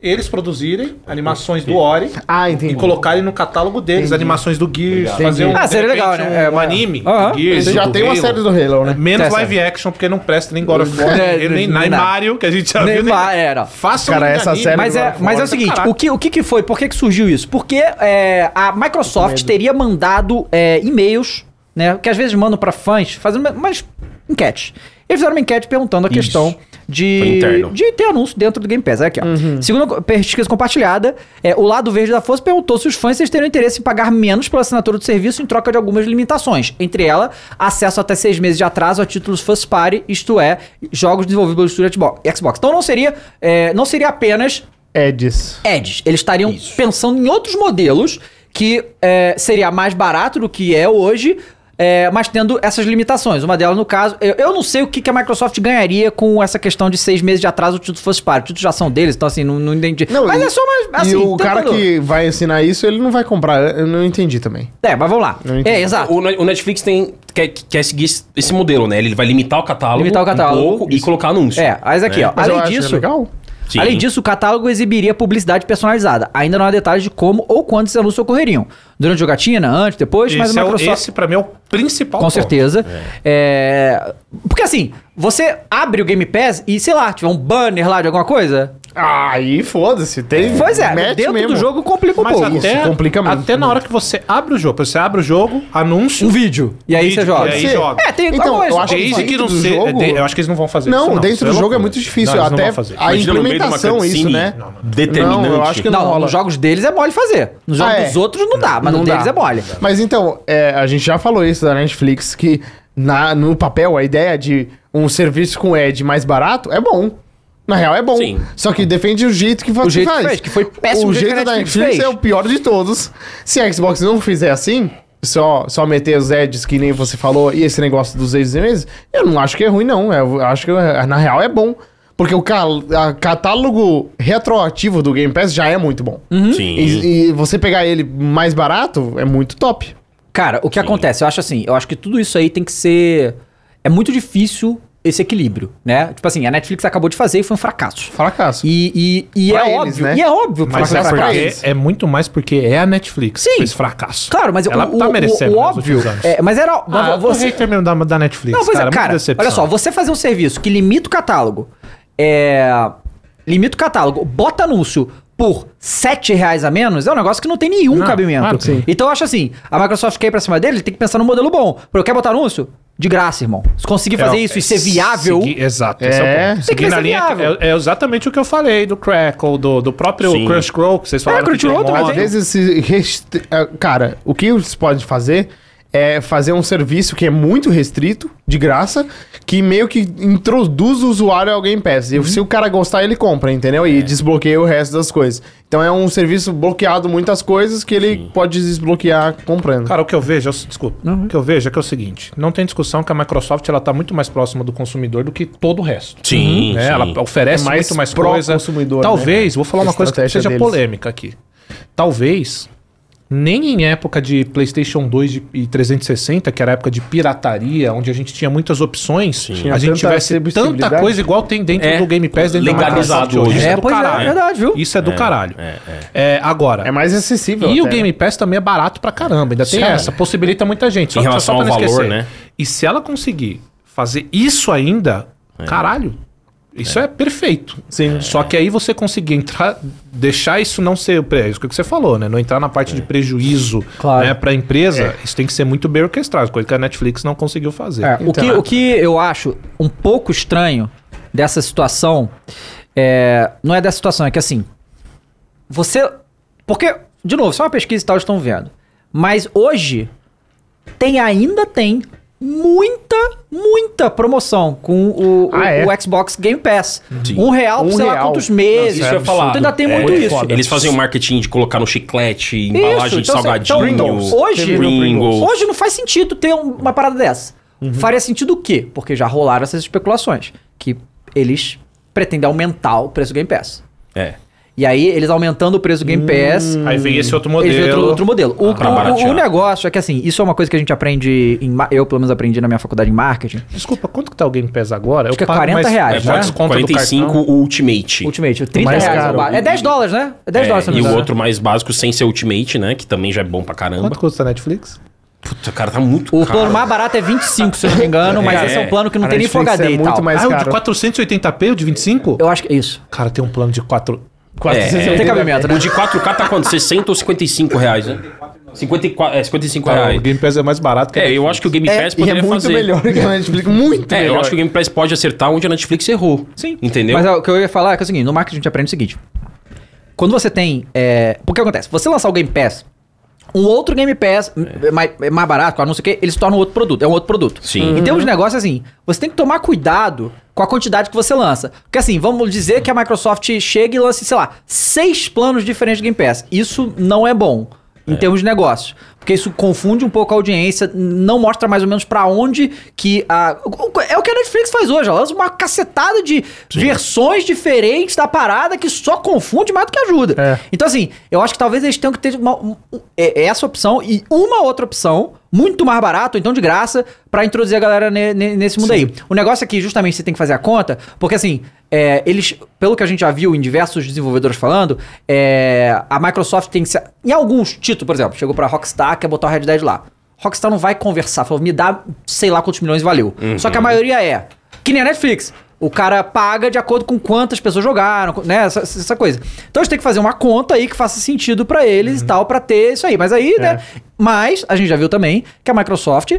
[SPEAKER 2] Eles produzirem animações do Ori
[SPEAKER 3] Ah, entendi.
[SPEAKER 2] e colocarem no catálogo deles animações do Gears. Fazer um,
[SPEAKER 1] Ah, seria
[SPEAKER 2] de repente,
[SPEAKER 1] legal, né?
[SPEAKER 2] Um,
[SPEAKER 1] É, uma-
[SPEAKER 2] anime.
[SPEAKER 1] Aham.
[SPEAKER 2] do Gears,
[SPEAKER 3] Você já
[SPEAKER 2] do
[SPEAKER 3] tem uma
[SPEAKER 2] Halo.
[SPEAKER 3] série do Halo, né?
[SPEAKER 2] Então, Menos
[SPEAKER 1] Essa.
[SPEAKER 2] live action, porque não presta nem God of War,
[SPEAKER 1] É,
[SPEAKER 2] nem, nem,
[SPEAKER 1] nem nada.
[SPEAKER 2] Mario, que a gente já
[SPEAKER 1] Nem
[SPEAKER 2] viu. nem-
[SPEAKER 1] Mario, é, não.
[SPEAKER 2] Faça um
[SPEAKER 3] Cara, essa
[SPEAKER 2] anime.
[SPEAKER 3] série
[SPEAKER 1] Mas
[SPEAKER 3] do
[SPEAKER 1] é,
[SPEAKER 3] God of
[SPEAKER 1] mas é
[SPEAKER 2] War.
[SPEAKER 1] o seguinte,
[SPEAKER 2] Caraca.
[SPEAKER 1] o que, o que que foi? Por que que surgiu isso? Porque é, a Microsoft teria mandado é, e-mails, né, que às vezes mandam pra fãs, fazendo uma- umas enquetes. Eles fizeram uma enquete perguntando a
[SPEAKER 5] Isso.
[SPEAKER 1] questão
[SPEAKER 5] Foi
[SPEAKER 1] de,
[SPEAKER 5] interno. Uhum.
[SPEAKER 1] de ter anúncio dentro do Game Pass. É aqui, ó. Segundo a pesquisa compartilhada, é, o lado verde da força perguntou se os fãs teriam interesse em pagar menos pela assinatura do serviço em troca de algumas limitações. Entre ela, acesso até seis meses de atraso a títulos first party, isto é, jogos desenvolvidos pelo estúdio Xbox- Xbox. Então não seria, é, não seria apenas
[SPEAKER 3] Edis.
[SPEAKER 1] Eds. Eles estariam pensando em outros modelos que é, seria mais barato do que é hoje, é, mas tendo essas limitações. Uma delas, no caso, eu, eu não sei o que, que a Microsoft ganharia com essa questão de seis meses de atraso o título fosse para. O título já são deles, então assim, não, não entendi.
[SPEAKER 3] Não,
[SPEAKER 1] mas
[SPEAKER 3] e-
[SPEAKER 1] é só mais. Assim,
[SPEAKER 3] e o cara
[SPEAKER 1] tentando-
[SPEAKER 3] que vai ensinar isso, ele não vai comprar. Eu não entendi também.
[SPEAKER 1] É, mas vamos lá.
[SPEAKER 3] Não entendi.
[SPEAKER 1] É, exato.
[SPEAKER 5] O, Ne- o Netflix tem, quer, quer seguir esse, esse modelo, né? Ele vai limitar o catálogo,
[SPEAKER 1] Limitar o catálogo.
[SPEAKER 5] um pouco e colocar anúncio.
[SPEAKER 1] É, mas aqui, ó.
[SPEAKER 3] né? Mas eu
[SPEAKER 1] Além
[SPEAKER 3] acho
[SPEAKER 1] disso,
[SPEAKER 3] legal.
[SPEAKER 5] Sim.
[SPEAKER 1] Além disso, o catálogo exibiria publicidade personalizada. Ainda não há detalhes de como ou quando esses anúncios ocorreriam. Durante a jogatina, antes, depois, mas
[SPEAKER 2] Esse,
[SPEAKER 1] a
[SPEAKER 2] é o-
[SPEAKER 1] Microsoft.
[SPEAKER 2] esse pra mim é o principal
[SPEAKER 1] Com
[SPEAKER 2] ponto.
[SPEAKER 1] certeza. É. Porque assim, você abre o Game Pass e, sei lá, tiver um banner lá de alguma coisa.
[SPEAKER 3] Aí foda-se. Tem.
[SPEAKER 1] Pois é,
[SPEAKER 3] mete
[SPEAKER 1] dentro do jogo complica né? um
[SPEAKER 2] Mas
[SPEAKER 1] pouco.
[SPEAKER 2] até,
[SPEAKER 3] Isso complica muito.
[SPEAKER 2] até na hora que você abre o jogo, você abre o jogo, anúncio...
[SPEAKER 1] Um vídeo. E aí
[SPEAKER 2] vídeo,
[SPEAKER 1] você joga.
[SPEAKER 2] e aí
[SPEAKER 3] Sim.
[SPEAKER 2] joga.
[SPEAKER 1] É, tem
[SPEAKER 3] Então,
[SPEAKER 1] algumas-
[SPEAKER 3] eu acho
[SPEAKER 2] Desde
[SPEAKER 3] dentro
[SPEAKER 2] que não
[SPEAKER 3] do
[SPEAKER 2] seja...
[SPEAKER 3] jogo-
[SPEAKER 2] de- eu acho que eles não vão fazer
[SPEAKER 3] Não,
[SPEAKER 2] isso,
[SPEAKER 3] dentro do
[SPEAKER 2] Isso
[SPEAKER 3] jogo é
[SPEAKER 2] loucura.
[SPEAKER 3] muito difícil.
[SPEAKER 2] Não, eles não
[SPEAKER 3] até
[SPEAKER 2] vão fazer.
[SPEAKER 3] a
[SPEAKER 5] Imagina no meio de uma
[SPEAKER 3] implementação, isso,
[SPEAKER 5] cutscene
[SPEAKER 3] né?
[SPEAKER 5] Determinante.
[SPEAKER 3] Não, eu acho que
[SPEAKER 1] Não,
[SPEAKER 3] não rola.
[SPEAKER 1] nos jogos deles é mole fazer. Nos
[SPEAKER 3] Ah,
[SPEAKER 1] jogos
[SPEAKER 3] é.
[SPEAKER 1] dos outros não dá, mas
[SPEAKER 3] Não
[SPEAKER 1] no deles
[SPEAKER 3] dá.
[SPEAKER 1] é mole.
[SPEAKER 3] Mas então, é, a gente já falou isso da Netflix, que na, no papel a ideia de um serviço com ad mais barato é bom. Na real é bom.
[SPEAKER 5] Sim.
[SPEAKER 3] Só que depende do jeito que você
[SPEAKER 1] O jeito que
[SPEAKER 3] faz.
[SPEAKER 1] fez, que foi péssimo
[SPEAKER 3] O
[SPEAKER 1] jeito que
[SPEAKER 3] jeito
[SPEAKER 1] a
[SPEAKER 3] da
[SPEAKER 1] Netflix
[SPEAKER 3] Netflix
[SPEAKER 1] fez.
[SPEAKER 3] é o pior de todos. Se a Xbox não fizer assim, só, só meter os ads que nem você falou e esse negócio dos seis meses, eu não acho que é ruim, não. Eu acho que é, na real é bom. Porque o ca- a- catálogo retroativo do Game Pass já é muito bom.
[SPEAKER 1] Uhum.
[SPEAKER 5] Sim.
[SPEAKER 3] E, e você pegar ele mais barato é muito top.
[SPEAKER 1] Cara, o que acontece? Eu acho assim, eu acho que tudo isso aí tem que ser. É muito difícil esse equilíbrio, né? Tipo assim, a Netflix acabou de fazer e foi um fracasso.
[SPEAKER 3] Fracasso.
[SPEAKER 1] E, e, e é
[SPEAKER 3] Pra eles,
[SPEAKER 1] óbvio,
[SPEAKER 3] né?
[SPEAKER 1] e é óbvio que
[SPEAKER 2] Mas
[SPEAKER 1] foi
[SPEAKER 2] é,
[SPEAKER 1] um fracasso.
[SPEAKER 2] porque-
[SPEAKER 3] eles.
[SPEAKER 2] é muito mais porque é a Netflix
[SPEAKER 1] Sim.
[SPEAKER 2] esse fracasso.
[SPEAKER 1] Claro, mas
[SPEAKER 2] Ela
[SPEAKER 1] o,
[SPEAKER 2] tá
[SPEAKER 1] o-
[SPEAKER 2] merecendo
[SPEAKER 1] o,
[SPEAKER 2] nos
[SPEAKER 1] óbvio.
[SPEAKER 2] últimos anos.
[SPEAKER 1] É, mas era.
[SPEAKER 2] Ah, eu tô
[SPEAKER 1] você,
[SPEAKER 2] hater mesmo da, da Netflix,
[SPEAKER 1] não, pois
[SPEAKER 2] cara.
[SPEAKER 1] é,
[SPEAKER 2] muita
[SPEAKER 1] cara,
[SPEAKER 2] decepção.
[SPEAKER 1] olha só, você fazer um serviço que limita o catálogo, é, limita o catálogo, bota anúncio por R$ 7 reais a menos, é um negócio que não tem nenhum
[SPEAKER 2] Não,
[SPEAKER 1] cabimento.
[SPEAKER 2] claro que sim.
[SPEAKER 1] Então eu acho assim, a Microsoft quer ir pra cima dele, tem que pensar num modelo bom. Porque eu quero botar anúncio? De graça, irmão. Se
[SPEAKER 2] É,
[SPEAKER 1] conseguir fazer isso e ser viável...
[SPEAKER 2] Segui- exato.
[SPEAKER 3] É.
[SPEAKER 2] esse o
[SPEAKER 3] Tem
[SPEAKER 2] ponto.
[SPEAKER 3] que
[SPEAKER 2] Seguindo
[SPEAKER 1] ser
[SPEAKER 2] a linha,
[SPEAKER 1] viável.
[SPEAKER 2] é, é exatamente o que eu falei do Crackle, do, do próprio
[SPEAKER 5] Sim.
[SPEAKER 2] Crush Crow, que vocês falaram. que
[SPEAKER 1] É, Crunchyroll
[SPEAKER 2] tem
[SPEAKER 1] também
[SPEAKER 2] moda.
[SPEAKER 3] Às vezes, se restri- ah, cara, o que você pode fazer é fazer um serviço que é muito restrito, de graça, que meio que introduz o usuário ao Game Pass. E se o cara gostar, ele compra, entendeu?
[SPEAKER 5] É.
[SPEAKER 3] E desbloqueia o resto das coisas. Então é um serviço bloqueado muitas coisas que ele pode desbloquear comprando.
[SPEAKER 2] Cara, o que eu vejo, é o- desculpa,
[SPEAKER 1] Uhum.
[SPEAKER 2] o que eu vejo é que é o seguinte, não tem discussão que a Microsoft ela tá muito mais próxima do consumidor do que todo o resto.
[SPEAKER 5] Sim,
[SPEAKER 2] Né?
[SPEAKER 5] sim.
[SPEAKER 2] Ela oferece
[SPEAKER 3] É mais
[SPEAKER 2] muito mais
[SPEAKER 3] pró
[SPEAKER 2] coisa.
[SPEAKER 1] né?
[SPEAKER 3] consumidor,
[SPEAKER 2] Talvez, vou falar uma
[SPEAKER 3] A
[SPEAKER 2] coisa que
[SPEAKER 3] estratégia
[SPEAKER 2] seja
[SPEAKER 3] deles.
[SPEAKER 2] polêmica aqui. Talvez nem em época de PlayStation 2 de- e 360, que era a época de pirataria, onde a gente tinha muitas opções,
[SPEAKER 3] Tinha
[SPEAKER 2] a gente
[SPEAKER 3] tanta
[SPEAKER 2] tivesse tanta
[SPEAKER 3] possibilidade.
[SPEAKER 2] coisa igual tem dentro
[SPEAKER 5] É.
[SPEAKER 2] do Game Pass, dentro
[SPEAKER 5] Legalizado
[SPEAKER 2] da Microsoft
[SPEAKER 5] hoje.
[SPEAKER 2] Isso é,
[SPEAKER 1] É,
[SPEAKER 2] do
[SPEAKER 1] pois é,
[SPEAKER 2] caralho.
[SPEAKER 1] é verdade, viu?
[SPEAKER 2] Isso é do caralho.
[SPEAKER 5] É, é.
[SPEAKER 2] É, agora,
[SPEAKER 3] É mais acessível.
[SPEAKER 2] e o
[SPEAKER 3] até.
[SPEAKER 2] Game Pass também é barato pra caramba, ainda tem
[SPEAKER 5] Sim,
[SPEAKER 2] essa, possibilita muita gente.
[SPEAKER 5] Em relação
[SPEAKER 2] pra
[SPEAKER 5] ao
[SPEAKER 2] não
[SPEAKER 5] valor, né?
[SPEAKER 2] E se ela conseguir fazer isso ainda,
[SPEAKER 5] É.
[SPEAKER 2] caralho, isso é, perfeito.
[SPEAKER 3] Sim.
[SPEAKER 2] Só que aí você conseguir entrar, deixar isso não ser o preço, que você falou, né? Não entrar na parte de
[SPEAKER 5] É.
[SPEAKER 2] prejuízo
[SPEAKER 1] Claro.
[SPEAKER 2] né, pra empresa, isso tem que ser muito bem orquestrado, coisa que a Netflix não conseguiu fazer. Então,
[SPEAKER 1] É, o, que,
[SPEAKER 5] Então,
[SPEAKER 1] o que eu acho um pouco estranho dessa situação é, não é dessa situação, é que assim. Você. Porque, de novo, só uma pesquisa e tal estão vendo. Mas hoje tem, ainda tem muita, muita promoção com o, o-
[SPEAKER 3] Ah, é?
[SPEAKER 1] o Xbox Game Pass.
[SPEAKER 5] Sim.
[SPEAKER 1] Um real por
[SPEAKER 3] Um
[SPEAKER 1] sei lá
[SPEAKER 3] real.
[SPEAKER 1] quantos meses.
[SPEAKER 5] Isso eu ia falar.
[SPEAKER 1] Então ainda tem
[SPEAKER 5] É,
[SPEAKER 1] muito isso.
[SPEAKER 5] Eles fazem o marketing de colocar no chiclete,
[SPEAKER 1] Isso,
[SPEAKER 5] embalagem de
[SPEAKER 1] então, assim,
[SPEAKER 5] salgadinho.
[SPEAKER 1] então, hoje-
[SPEAKER 5] Pringles.
[SPEAKER 1] Hoje não faz sentido ter um- uma parada dessa. Faria sentido o quê? Porque já rolaram essas especulações. Que eles pretendem aumentar o preço do Game Pass.
[SPEAKER 5] É.
[SPEAKER 1] E aí, eles aumentando o preço do Game Pass,
[SPEAKER 2] Hum. Aí vem esse outro modelo.
[SPEAKER 1] eles vêm outro, outro modelo. O,
[SPEAKER 5] pra
[SPEAKER 1] o- o-
[SPEAKER 5] baratear.
[SPEAKER 1] o negócio é que, assim, isso é uma coisa que a gente aprende, em ma- eu pelo menos aprendi na minha faculdade em marketing.
[SPEAKER 2] Desculpa, quanto que tá o Game Pass agora?
[SPEAKER 1] Acho que é 40 reais,
[SPEAKER 5] É,
[SPEAKER 1] né?
[SPEAKER 5] pode- 45 o Ultimate.
[SPEAKER 1] Ultimate, 30
[SPEAKER 3] Mais
[SPEAKER 1] reais.
[SPEAKER 3] caro.
[SPEAKER 1] o ba- É 10 dólares, né? É 10
[SPEAKER 5] É,
[SPEAKER 1] dólares, se eu não
[SPEAKER 5] e
[SPEAKER 1] me
[SPEAKER 5] o
[SPEAKER 1] engano.
[SPEAKER 5] outro mais básico sem ser Ultimate, né? Que também já é bom pra caramba.
[SPEAKER 2] Quanto custa a Netflix?
[SPEAKER 5] Puta, cara, tá muito
[SPEAKER 1] O
[SPEAKER 5] caro.
[SPEAKER 1] plano mais barato é 25, se eu não me engano, mas
[SPEAKER 5] É,
[SPEAKER 1] esse é um
[SPEAKER 5] é.
[SPEAKER 1] plano que não
[SPEAKER 3] A
[SPEAKER 1] tem nem Full
[SPEAKER 3] Netflix
[SPEAKER 1] HD
[SPEAKER 3] é
[SPEAKER 1] e
[SPEAKER 3] muito
[SPEAKER 1] tal.
[SPEAKER 3] mais
[SPEAKER 2] ah,
[SPEAKER 3] caro.
[SPEAKER 2] o de 480p, o de 25?
[SPEAKER 1] Eu acho que é isso.
[SPEAKER 2] Cara, tem um plano de 4...
[SPEAKER 5] É,
[SPEAKER 1] Não tem
[SPEAKER 3] é
[SPEAKER 1] cabimento, né?
[SPEAKER 5] O de 4K tá quanto? 60 ou 55 reais, né? 54, é, 55
[SPEAKER 2] Tá,
[SPEAKER 5] reais.
[SPEAKER 2] o Game Pass é mais barato que a
[SPEAKER 5] É, eu acho que o Game
[SPEAKER 3] É,
[SPEAKER 5] Pass
[SPEAKER 3] e é
[SPEAKER 5] poderia
[SPEAKER 3] muito
[SPEAKER 5] fazer.
[SPEAKER 3] melhor que a Netflix. Muito
[SPEAKER 5] É,
[SPEAKER 3] melhor.
[SPEAKER 5] eu acho que o Game Pass pode acertar onde a Netflix errou.
[SPEAKER 2] Sim.
[SPEAKER 5] Entendeu?
[SPEAKER 1] Mas é, o que eu ia falar é, que é o seguinte, no marketing a gente aprende o seguinte. Quando você tem... É, porque acontece, você lançar o Game Pass, um outro Game Pass, m- mais, é mais barato, com anúncio que, ele se torna um outro produto, é um outro produto.
[SPEAKER 5] Sim.
[SPEAKER 1] Em termos de negócio, assim, você tem que tomar cuidado com a quantidade que você lança. Porque assim, vamos dizer que a Microsoft chega e lance, sei lá, seis planos diferentes de Game Pass. Isso não é bom. Em termos de negócio. Porque isso confunde um pouco a audiência, não mostra mais ou menos pra onde que a. É o que a Netflix faz hoje, ela lança uma cacetada de versões diferentes da parada que só confunde mais do que ajuda.
[SPEAKER 3] É.
[SPEAKER 1] Então, assim, eu acho que talvez eles tenham que ter uma- um- um- é- é essa opção e uma outra opção, muito mais barato, ou então de graça, pra introduzir a galera ne- ne- nesse mundo aí. O negócio é que justamente você tem que fazer a conta, porque assim, é, eles, pelo que a gente já viu em diversos desenvolvedores falando, é, a Microsoft tem que ser. Em alguns títulos, por exemplo, chegou pra Rockstar, quer botar o Red Dead lá. Rockstar não vai conversar, falou, me dá sei lá quantos milhões e valeu. Só que a maioria é. Que nem a Netflix. O cara paga de acordo com quantas pessoas jogaram, né? Essa, essa coisa. Então a gente tem que fazer uma conta aí que faça sentido pra eles
[SPEAKER 3] Uhum.
[SPEAKER 1] e tal, pra ter isso aí. Mas aí, né?
[SPEAKER 3] É.
[SPEAKER 1] Mas a gente já viu também que a Microsoft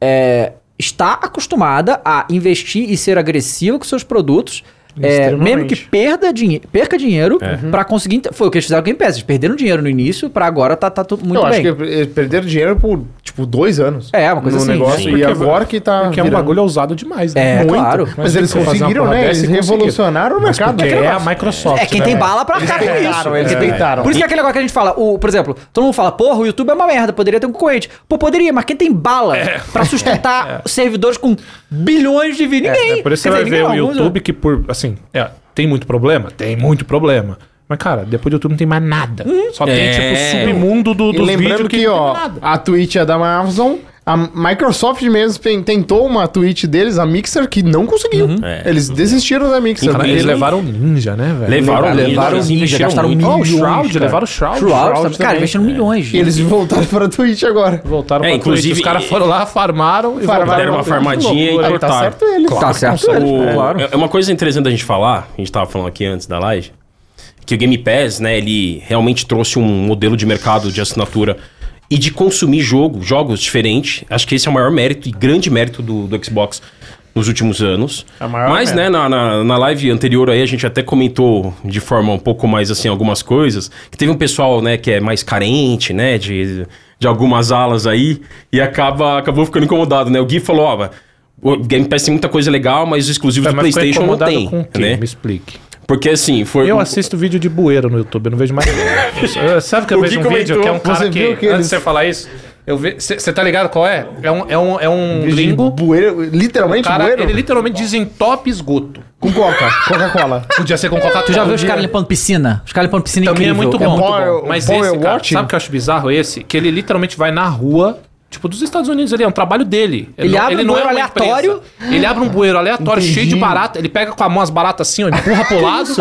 [SPEAKER 1] é, está acostumada a investir e ser agressiva com seus produtos. é,
[SPEAKER 3] Extremamente. É. Uhum.
[SPEAKER 1] mesmo que perda dinhe perca dinheiro pra conseguir. Foi o que eles fizeram com o Game Pass. Eles perderam dinheiro no início, pra agora tá, tá tudo muito
[SPEAKER 3] eu
[SPEAKER 1] bem.
[SPEAKER 3] acho que eles perderam dinheiro por, tipo, dois anos.
[SPEAKER 1] É, uma coisa
[SPEAKER 3] no
[SPEAKER 1] assim,
[SPEAKER 3] Negócio,
[SPEAKER 1] sim.
[SPEAKER 3] E agora que tá.
[SPEAKER 2] Porque é um
[SPEAKER 3] virando.
[SPEAKER 2] bagulho ousado demais,
[SPEAKER 1] É,
[SPEAKER 2] né?
[SPEAKER 1] claro.
[SPEAKER 3] Mas, eles conseguiram, né? Eles revolucionaram o
[SPEAKER 2] Mas
[SPEAKER 3] mercado.
[SPEAKER 2] porque é a Microsoft.
[SPEAKER 1] É, quem
[SPEAKER 2] né,
[SPEAKER 1] tem
[SPEAKER 2] velho?
[SPEAKER 1] bala pra arcar com isso.
[SPEAKER 3] tentaram, eles
[SPEAKER 1] Quem tem-
[SPEAKER 3] tentaram.
[SPEAKER 1] Por isso que é aquele negócio que a gente fala, o, por exemplo, todo mundo fala, porra, o YouTube é uma merda, poderia ter um concorrente. Pô, poderia, mas quem tem bala
[SPEAKER 2] É.
[SPEAKER 1] pra sustentar servidores com bilhões de vídeos? Ninguém.
[SPEAKER 2] É, por isso
[SPEAKER 1] Quer
[SPEAKER 2] você vai
[SPEAKER 1] dizer,
[SPEAKER 2] ver o
[SPEAKER 1] ninguém não, alguns- né?
[SPEAKER 2] YouTube que por, assim, é, tem muito problema? Tem muito problema. Mas, cara, depois do YouTube não tem mais nada.
[SPEAKER 1] Hum.
[SPEAKER 2] Só tem,
[SPEAKER 5] É.
[SPEAKER 2] tipo, o submundo do,
[SPEAKER 3] E
[SPEAKER 2] dos
[SPEAKER 3] lembrando
[SPEAKER 2] vídeos
[SPEAKER 3] que, ó, a Twitch é da Amazon. A Microsoft mesmo pen- tentou uma Twitch deles, a Mixer, que não conseguiu.
[SPEAKER 2] Uhum.
[SPEAKER 5] É.
[SPEAKER 3] Eles desistiram da Mixer.
[SPEAKER 5] Cara,
[SPEAKER 3] Porque
[SPEAKER 2] Eles
[SPEAKER 5] Ele-
[SPEAKER 2] levaram o Ninja, né, velho?
[SPEAKER 5] Levaram, um
[SPEAKER 3] Levaram-
[SPEAKER 5] levaram,
[SPEAKER 3] levaram
[SPEAKER 5] eles
[SPEAKER 1] o um Ninja,
[SPEAKER 5] investiram
[SPEAKER 1] gastaram
[SPEAKER 5] muito.
[SPEAKER 2] Ó, o
[SPEAKER 1] milhões,
[SPEAKER 2] Shroud,
[SPEAKER 1] cara.
[SPEAKER 2] levaram o Shroud.
[SPEAKER 1] Shroud,
[SPEAKER 3] Shroud
[SPEAKER 1] É. cara,
[SPEAKER 3] também.
[SPEAKER 1] investindo milhões.
[SPEAKER 3] E
[SPEAKER 1] gente.
[SPEAKER 3] eles voltaram para a Twitch agora.
[SPEAKER 2] Voltaram
[SPEAKER 5] É,
[SPEAKER 2] pra
[SPEAKER 5] inclusive-
[SPEAKER 2] Twitch, Os caras foram lá, farmaram e é
[SPEAKER 3] Farmaram,
[SPEAKER 5] Deram uma farmadinha e
[SPEAKER 3] Aí tá
[SPEAKER 5] cortaram.
[SPEAKER 3] certo eles.
[SPEAKER 1] tá certo.
[SPEAKER 5] O-
[SPEAKER 1] eles, claro.
[SPEAKER 5] é- É uma coisa interessante da gente falar, a gente tava falando aqui antes da live, que o Game Pass, né, ele realmente trouxe um modelo de mercado de assinatura e de consumir jogo, jogos diferentes. Acho que esse é o maior mérito e grande mérito do, do Xbox nos últimos anos.
[SPEAKER 3] É o maior
[SPEAKER 5] Mas, né, na, na, na live anterior aí a gente até comentou de forma um pouco mais assim algumas coisas, que teve um pessoal, né, que é mais carente, né, de, de algumas alas aí e acaba acabou ficando incomodado, né? O Gui falou, ó, o Game Pass tem muita coisa legal, mas os exclusivos
[SPEAKER 2] Tá,
[SPEAKER 5] do
[SPEAKER 2] mas ficou
[SPEAKER 5] PlayStation não
[SPEAKER 2] incomodado
[SPEAKER 5] tem,
[SPEAKER 2] com o quê?
[SPEAKER 5] né?
[SPEAKER 2] Me explique.
[SPEAKER 5] Porque assim, foi
[SPEAKER 2] Eu
[SPEAKER 5] um-
[SPEAKER 2] assisto vídeo de bueiro no YouTube, eu não vejo mais nada. Eu- Sabe que eu
[SPEAKER 5] O
[SPEAKER 2] vejo
[SPEAKER 5] Gui
[SPEAKER 2] um vídeo
[SPEAKER 5] comentou,
[SPEAKER 2] que é um cara
[SPEAKER 3] você
[SPEAKER 2] que,
[SPEAKER 3] viu que
[SPEAKER 2] antes de
[SPEAKER 3] eles-
[SPEAKER 2] você falar isso, Eu vi. Você tá ligado qual é? É um, é um, é um gringo.
[SPEAKER 3] Bueiro, literalmente
[SPEAKER 2] Cara,
[SPEAKER 3] bueiro?
[SPEAKER 2] ele literalmente desentopa esgoto.
[SPEAKER 3] Com coca, Coca-Cola.
[SPEAKER 2] Podia ser com coca
[SPEAKER 1] Tu já viu os caras limpando piscina? Os caras limpando piscina
[SPEAKER 2] Também é
[SPEAKER 1] incrível.
[SPEAKER 2] muito bom. muito
[SPEAKER 3] Power-
[SPEAKER 2] bom. Mas
[SPEAKER 3] Power
[SPEAKER 2] esse, cara,
[SPEAKER 3] Watching?
[SPEAKER 2] sabe o que eu acho bizarro esse? Que ele literalmente vai na rua, tipo, dos Estados Unidos, ele é um trabalho dele.
[SPEAKER 1] Ele abre um bueiro
[SPEAKER 2] é uma
[SPEAKER 1] aleatório.
[SPEAKER 2] empresa. Ele abre um bueiro aleatório,
[SPEAKER 3] Entendi.
[SPEAKER 2] cheio de barata. Ele pega com a mão as baratas assim, ó, empurra pro lado.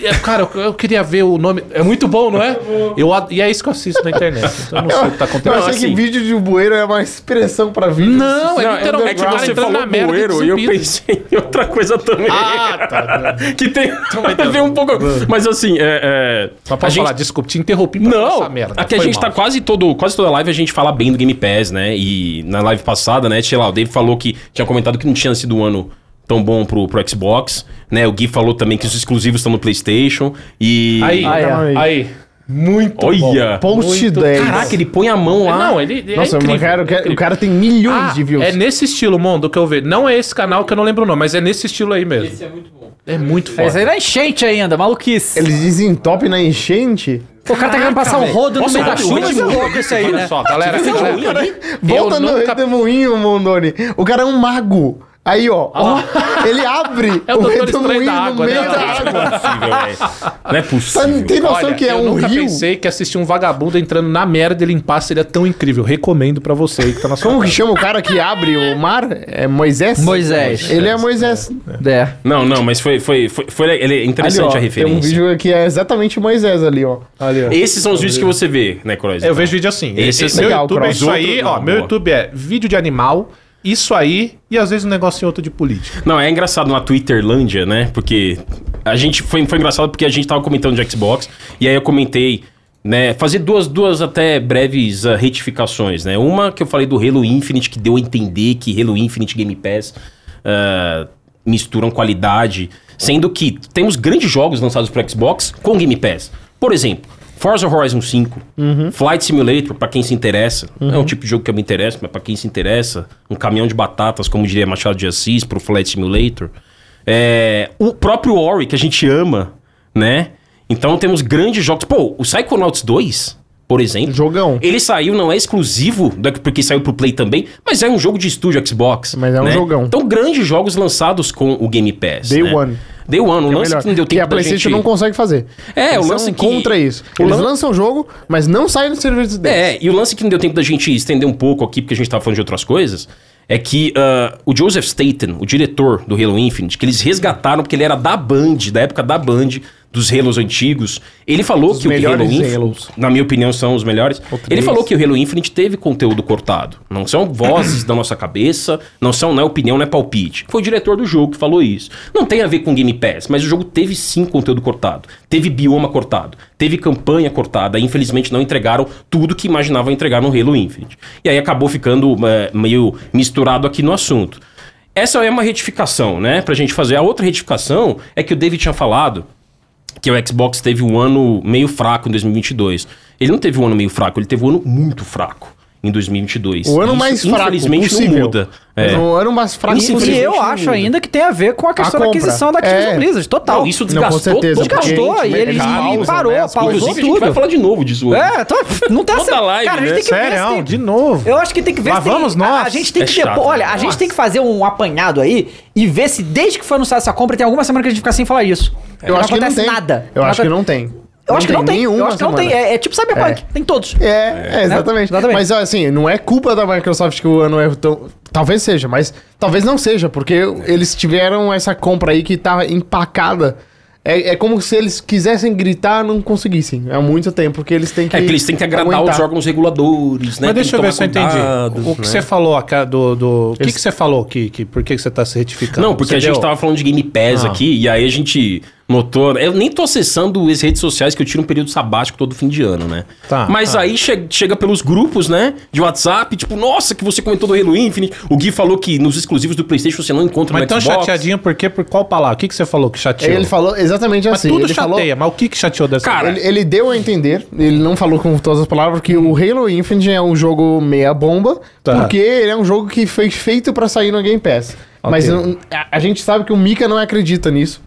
[SPEAKER 2] É, cara, eu, eu queria ver o nome. É muito bom, não é? Eu, ad- e é isso que eu assisto na internet. Então eu não sei o que tá
[SPEAKER 3] Eu
[SPEAKER 2] acontecendo.
[SPEAKER 3] achei que
[SPEAKER 5] assim-
[SPEAKER 3] vídeo de bueiro é uma expressão pra vídeo.
[SPEAKER 2] Não, é
[SPEAKER 5] Não,
[SPEAKER 2] literalmente
[SPEAKER 5] é
[SPEAKER 2] o
[SPEAKER 5] que
[SPEAKER 2] cara
[SPEAKER 5] você
[SPEAKER 2] entrando
[SPEAKER 5] falou
[SPEAKER 2] na merda.
[SPEAKER 5] bueiro e eu
[SPEAKER 2] desentupido.
[SPEAKER 5] pensei em outra coisa também.
[SPEAKER 2] Ah, tá.
[SPEAKER 5] que tem a ver um pouco. Mas assim, é. é
[SPEAKER 2] Mas pode
[SPEAKER 5] a gente-
[SPEAKER 2] falar, desculpa, te interrompi pra falar
[SPEAKER 5] Não,
[SPEAKER 2] essa merda.
[SPEAKER 5] aqui a
[SPEAKER 2] Foi
[SPEAKER 5] gente tá
[SPEAKER 2] mal.
[SPEAKER 5] quase todo, quase toda live a gente fala bem do Game Pass, né? E na live passada, né, sei lá, o Dave falou que tinha comentado que não tinha sido um ano tão bom pro, pro Xbox, né? O Gui falou também que os exclusivos estão no PlayStation e
[SPEAKER 2] Aí,
[SPEAKER 1] Ah, é.
[SPEAKER 2] aí. Muito bom.
[SPEAKER 5] olha,
[SPEAKER 3] Post
[SPEAKER 2] Muito-
[SPEAKER 3] 10.
[SPEAKER 5] caraca, ele põe a mão lá.
[SPEAKER 2] Não, ele é
[SPEAKER 3] Nossa,
[SPEAKER 2] incrível,
[SPEAKER 3] mas cara, o cara-
[SPEAKER 2] incrível.
[SPEAKER 3] o cara tem milhões
[SPEAKER 2] Ah,
[SPEAKER 3] de views.
[SPEAKER 2] É nesse estilo, Mondo, que eu vejo. Não é esse canal que eu não lembro o nome, mas é nesse estilo aí mesmo. Esse é muito bom. É muito
[SPEAKER 1] É, Isso
[SPEAKER 2] foda.
[SPEAKER 1] aí não é enchente ainda, maluquice.
[SPEAKER 3] Eles desentope na enchente?
[SPEAKER 1] Pô, o cara tá querendo passar um rodo no
[SPEAKER 5] Nossa,
[SPEAKER 1] meio da
[SPEAKER 5] olha o
[SPEAKER 1] chuva.
[SPEAKER 5] olho
[SPEAKER 1] Isso é
[SPEAKER 5] do-
[SPEAKER 1] louco isso aí, né?
[SPEAKER 2] Olha só, galera. galera,
[SPEAKER 3] Volta
[SPEAKER 2] eu
[SPEAKER 3] no
[SPEAKER 2] nunca-
[SPEAKER 3] redemoinho, Mondoni. O cara é um mago. Aí, ó. ó, ele abre
[SPEAKER 2] Ah. É o Doutor Estranho da água, né?
[SPEAKER 3] da água.
[SPEAKER 5] Não é possível, velho. Não é
[SPEAKER 3] Tá-
[SPEAKER 5] possível.
[SPEAKER 3] tem noção
[SPEAKER 2] Olha,
[SPEAKER 3] que é
[SPEAKER 2] eu
[SPEAKER 3] um
[SPEAKER 2] nunca
[SPEAKER 3] rio?
[SPEAKER 2] pensei que assistir um vagabundo entrando na merda e limpar seria tão incrível. Recomendo pra você aí que tá na sua
[SPEAKER 3] Como que
[SPEAKER 2] casa.
[SPEAKER 3] chama o cara que abre o mar? É Moisés?
[SPEAKER 1] Moisés.
[SPEAKER 3] Ele é Moisés.
[SPEAKER 1] É.
[SPEAKER 5] Não, não, mas foi, foi, foi, foi ele é interessante
[SPEAKER 3] Ali, ó,
[SPEAKER 5] a
[SPEAKER 3] Tem
[SPEAKER 5] referência.
[SPEAKER 3] um vídeo que é exatamente Moisés ali, ó.
[SPEAKER 2] Ali, ó.
[SPEAKER 5] Esses são os vídeos que você vê, né, Croix?
[SPEAKER 2] Eu vejo vídeo assim.
[SPEAKER 5] Esse é
[SPEAKER 2] meu
[SPEAKER 3] legal,
[SPEAKER 2] YouTube é
[SPEAKER 3] Cross.
[SPEAKER 2] isso aí,
[SPEAKER 5] Outro-
[SPEAKER 2] ó.
[SPEAKER 5] não,
[SPEAKER 2] Meu
[SPEAKER 5] boa.
[SPEAKER 2] YouTube é vídeo de animal, isso aí, e às vezes um negocinho outro de política.
[SPEAKER 5] Não, é engraçado na Twitterlândia, né? Porque a gente foi, foi engraçado porque a gente tava comentando de Xbox e aí eu comentei, né, fazer duas duas até breves ah, retificações, né? Uma que eu falei do Halo Infinite que deu a entender que Halo Infinite Game Pass ah, misturam qualidade, sendo que temos grandes jogos lançados pro Xbox com Game Pass. Por exemplo, Forza Horizon 5,
[SPEAKER 3] Uhum.
[SPEAKER 5] Flight Simulator, pra quem se interessa. É um tipo de jogo que eu me interesso, mas pra quem se interessa, um caminhão de batatas, como diria Machado de Assis, pro Flight Simulator. É, o próprio Ori, que a gente ama, né? Então temos grandes jogos. Pô, o Psychonauts 2, por exemplo.
[SPEAKER 3] Jogão.
[SPEAKER 5] Ele saiu, não é exclusivo, da- porque saiu pro Play também, mas é um jogo de estúdio Xbox.
[SPEAKER 3] Mas é um
[SPEAKER 5] né?
[SPEAKER 3] jogão.
[SPEAKER 5] Então, grandes jogos lançados com o Game Pass.
[SPEAKER 3] Day
[SPEAKER 5] né?
[SPEAKER 3] One. é
[SPEAKER 5] Day One, o lance
[SPEAKER 3] Melhor.
[SPEAKER 5] que não deu
[SPEAKER 3] e
[SPEAKER 5] tempo
[SPEAKER 3] a
[SPEAKER 5] da
[SPEAKER 3] PlayStation
[SPEAKER 5] gente...
[SPEAKER 3] não consegue fazer.
[SPEAKER 5] É,
[SPEAKER 3] Eles
[SPEAKER 5] o lance
[SPEAKER 3] são
[SPEAKER 5] que-
[SPEAKER 3] contra isso.
[SPEAKER 5] o
[SPEAKER 3] Eles
[SPEAKER 5] lan-
[SPEAKER 3] lançam o jogo, mas não saem do serviço deles.
[SPEAKER 5] É, e o lance que não deu tempo da gente estender um pouco aqui, porque a gente tava falando de outras coisas, é que ah, o Joseph Staten, o diretor do Halo Infinite, que eles resgataram porque ele era da Band, da época da Band, dos Halos antigos, ele falou que o
[SPEAKER 3] melhores
[SPEAKER 5] Halo Infinite,
[SPEAKER 3] Halos.
[SPEAKER 5] na minha opinião, são os melhores. Ele falou que o Halo Infinite teve conteúdo cortado. Não são vozes da nossa cabeça, não são, não é opinião, não é palpite. Foi o diretor do jogo que falou isso. Não tem a ver com Game Pass, mas o jogo teve sim conteúdo cortado. Teve bioma cortado, teve campanha cortada. E, infelizmente não entregaram tudo que imaginavam entregar no Halo Infinite. E aí acabou ficando eh, meio misturado aqui no assunto. Essa é uma retificação, né? Pra gente fazer. A outra retificação é que o David tinha falado que o Xbox teve um ano meio fraco em 2022. Ele não teve um ano meio fraco, ele teve um ano muito fraco em 2022.
[SPEAKER 3] O ano
[SPEAKER 5] Isso,
[SPEAKER 3] mais fraco
[SPEAKER 5] Infelizmente não
[SPEAKER 3] possível.
[SPEAKER 5] muda.
[SPEAKER 3] Mas
[SPEAKER 5] É.
[SPEAKER 3] O ano mais fraco
[SPEAKER 1] E,
[SPEAKER 3] possível.
[SPEAKER 1] e eu acho ainda que tem a ver com a questão da
[SPEAKER 3] compra.
[SPEAKER 1] aquisição da Activision
[SPEAKER 3] É.
[SPEAKER 1] Blizzard, total.
[SPEAKER 5] Não, isso
[SPEAKER 3] Não, com
[SPEAKER 5] desgastou
[SPEAKER 3] certeza,
[SPEAKER 5] toda a
[SPEAKER 3] porque-
[SPEAKER 5] gente.
[SPEAKER 1] Desgastou e ele
[SPEAKER 3] mercado,
[SPEAKER 1] ele parou,
[SPEAKER 3] né, as
[SPEAKER 1] pausou
[SPEAKER 5] Inclusive, a gente
[SPEAKER 1] tudo.
[SPEAKER 5] vai falar de novo disso né? hoje.
[SPEAKER 1] É, tô- não tem
[SPEAKER 5] Toda
[SPEAKER 1] essa.
[SPEAKER 5] live,
[SPEAKER 1] cara, a gente
[SPEAKER 5] né?
[SPEAKER 1] tem que ver se tem-
[SPEAKER 2] É de novo.
[SPEAKER 1] Eu acho que tem que ver
[SPEAKER 2] Lá
[SPEAKER 1] se tem-
[SPEAKER 2] vamos
[SPEAKER 1] a-
[SPEAKER 2] nós.
[SPEAKER 1] A, gente tem
[SPEAKER 5] É
[SPEAKER 1] que
[SPEAKER 5] chato,
[SPEAKER 1] depo- Olha, a
[SPEAKER 5] né?
[SPEAKER 1] gente tem que fazer um apanhado aí e ver se desde que foi anunciada essa compra tem alguma semana que a gente fica sem falar isso.
[SPEAKER 3] Eu acho que não
[SPEAKER 1] acontece
[SPEAKER 3] tem.
[SPEAKER 1] nada.
[SPEAKER 3] Eu acho que
[SPEAKER 1] aconte-
[SPEAKER 3] não tem.
[SPEAKER 1] Eu acho que não tem. Eu
[SPEAKER 3] nenhuma
[SPEAKER 1] acho que não tem.
[SPEAKER 3] semana.
[SPEAKER 1] É, é tipo Cyberpunk, tem todos.
[SPEAKER 3] É, é, exatamente.
[SPEAKER 1] Exatamente.
[SPEAKER 3] Mas assim, não é culpa da Microsoft que o ano é tão. Talvez seja, mas talvez não seja, porque eles tiveram essa compra aí que tá empacada. É, é como se eles quisessem gritar não conseguissem. Há muito tempo que eles têm que.
[SPEAKER 5] É que eles têm que agradar
[SPEAKER 3] aguentar.
[SPEAKER 5] os órgãos reguladores, né?
[SPEAKER 2] Mas deixa eu ver
[SPEAKER 5] Tem que
[SPEAKER 2] se eu
[SPEAKER 5] tomar
[SPEAKER 2] entendi.
[SPEAKER 5] cuidado,
[SPEAKER 2] O que
[SPEAKER 5] né?
[SPEAKER 2] você falou, cara, do. do o que, que você falou, que, que Por que, que você tá se retificando?
[SPEAKER 5] Não, porque
[SPEAKER 2] Você
[SPEAKER 5] a gente
[SPEAKER 2] deu-
[SPEAKER 5] tava falando de Game
[SPEAKER 3] Ah.
[SPEAKER 5] Pass aqui, e aí a gente notou. Eu nem tô acessando as redes sociais que eu tiro um período sabático todo fim de ano, né?
[SPEAKER 2] Tá,
[SPEAKER 5] Mas
[SPEAKER 2] tá.
[SPEAKER 5] aí che- chega pelos grupos, né? De WhatsApp, tipo, nossa, que você comentou do Halo Infinite. O Gui falou que nos exclusivos do PlayStation você não encontra
[SPEAKER 2] Mas
[SPEAKER 5] no
[SPEAKER 2] então
[SPEAKER 5] Xbox.
[SPEAKER 2] chateadinho, por quê? Por qual palavra? O que, que você falou que chateou?
[SPEAKER 3] Ele falou exatamente
[SPEAKER 2] mas
[SPEAKER 3] assim.
[SPEAKER 2] tudo
[SPEAKER 3] ele falou-
[SPEAKER 2] chateia, mas o que, que chateou dessa
[SPEAKER 5] Cara,
[SPEAKER 3] Ele, ele deu a entender, ele não falou com todas as palavras, que o Halo Infinite é um jogo meia bomba,
[SPEAKER 2] Tá.
[SPEAKER 3] porque ele é um jogo que foi feito pra sair no Game Pass. Mas não- a, a gente sabe que o Mika não acredita nisso.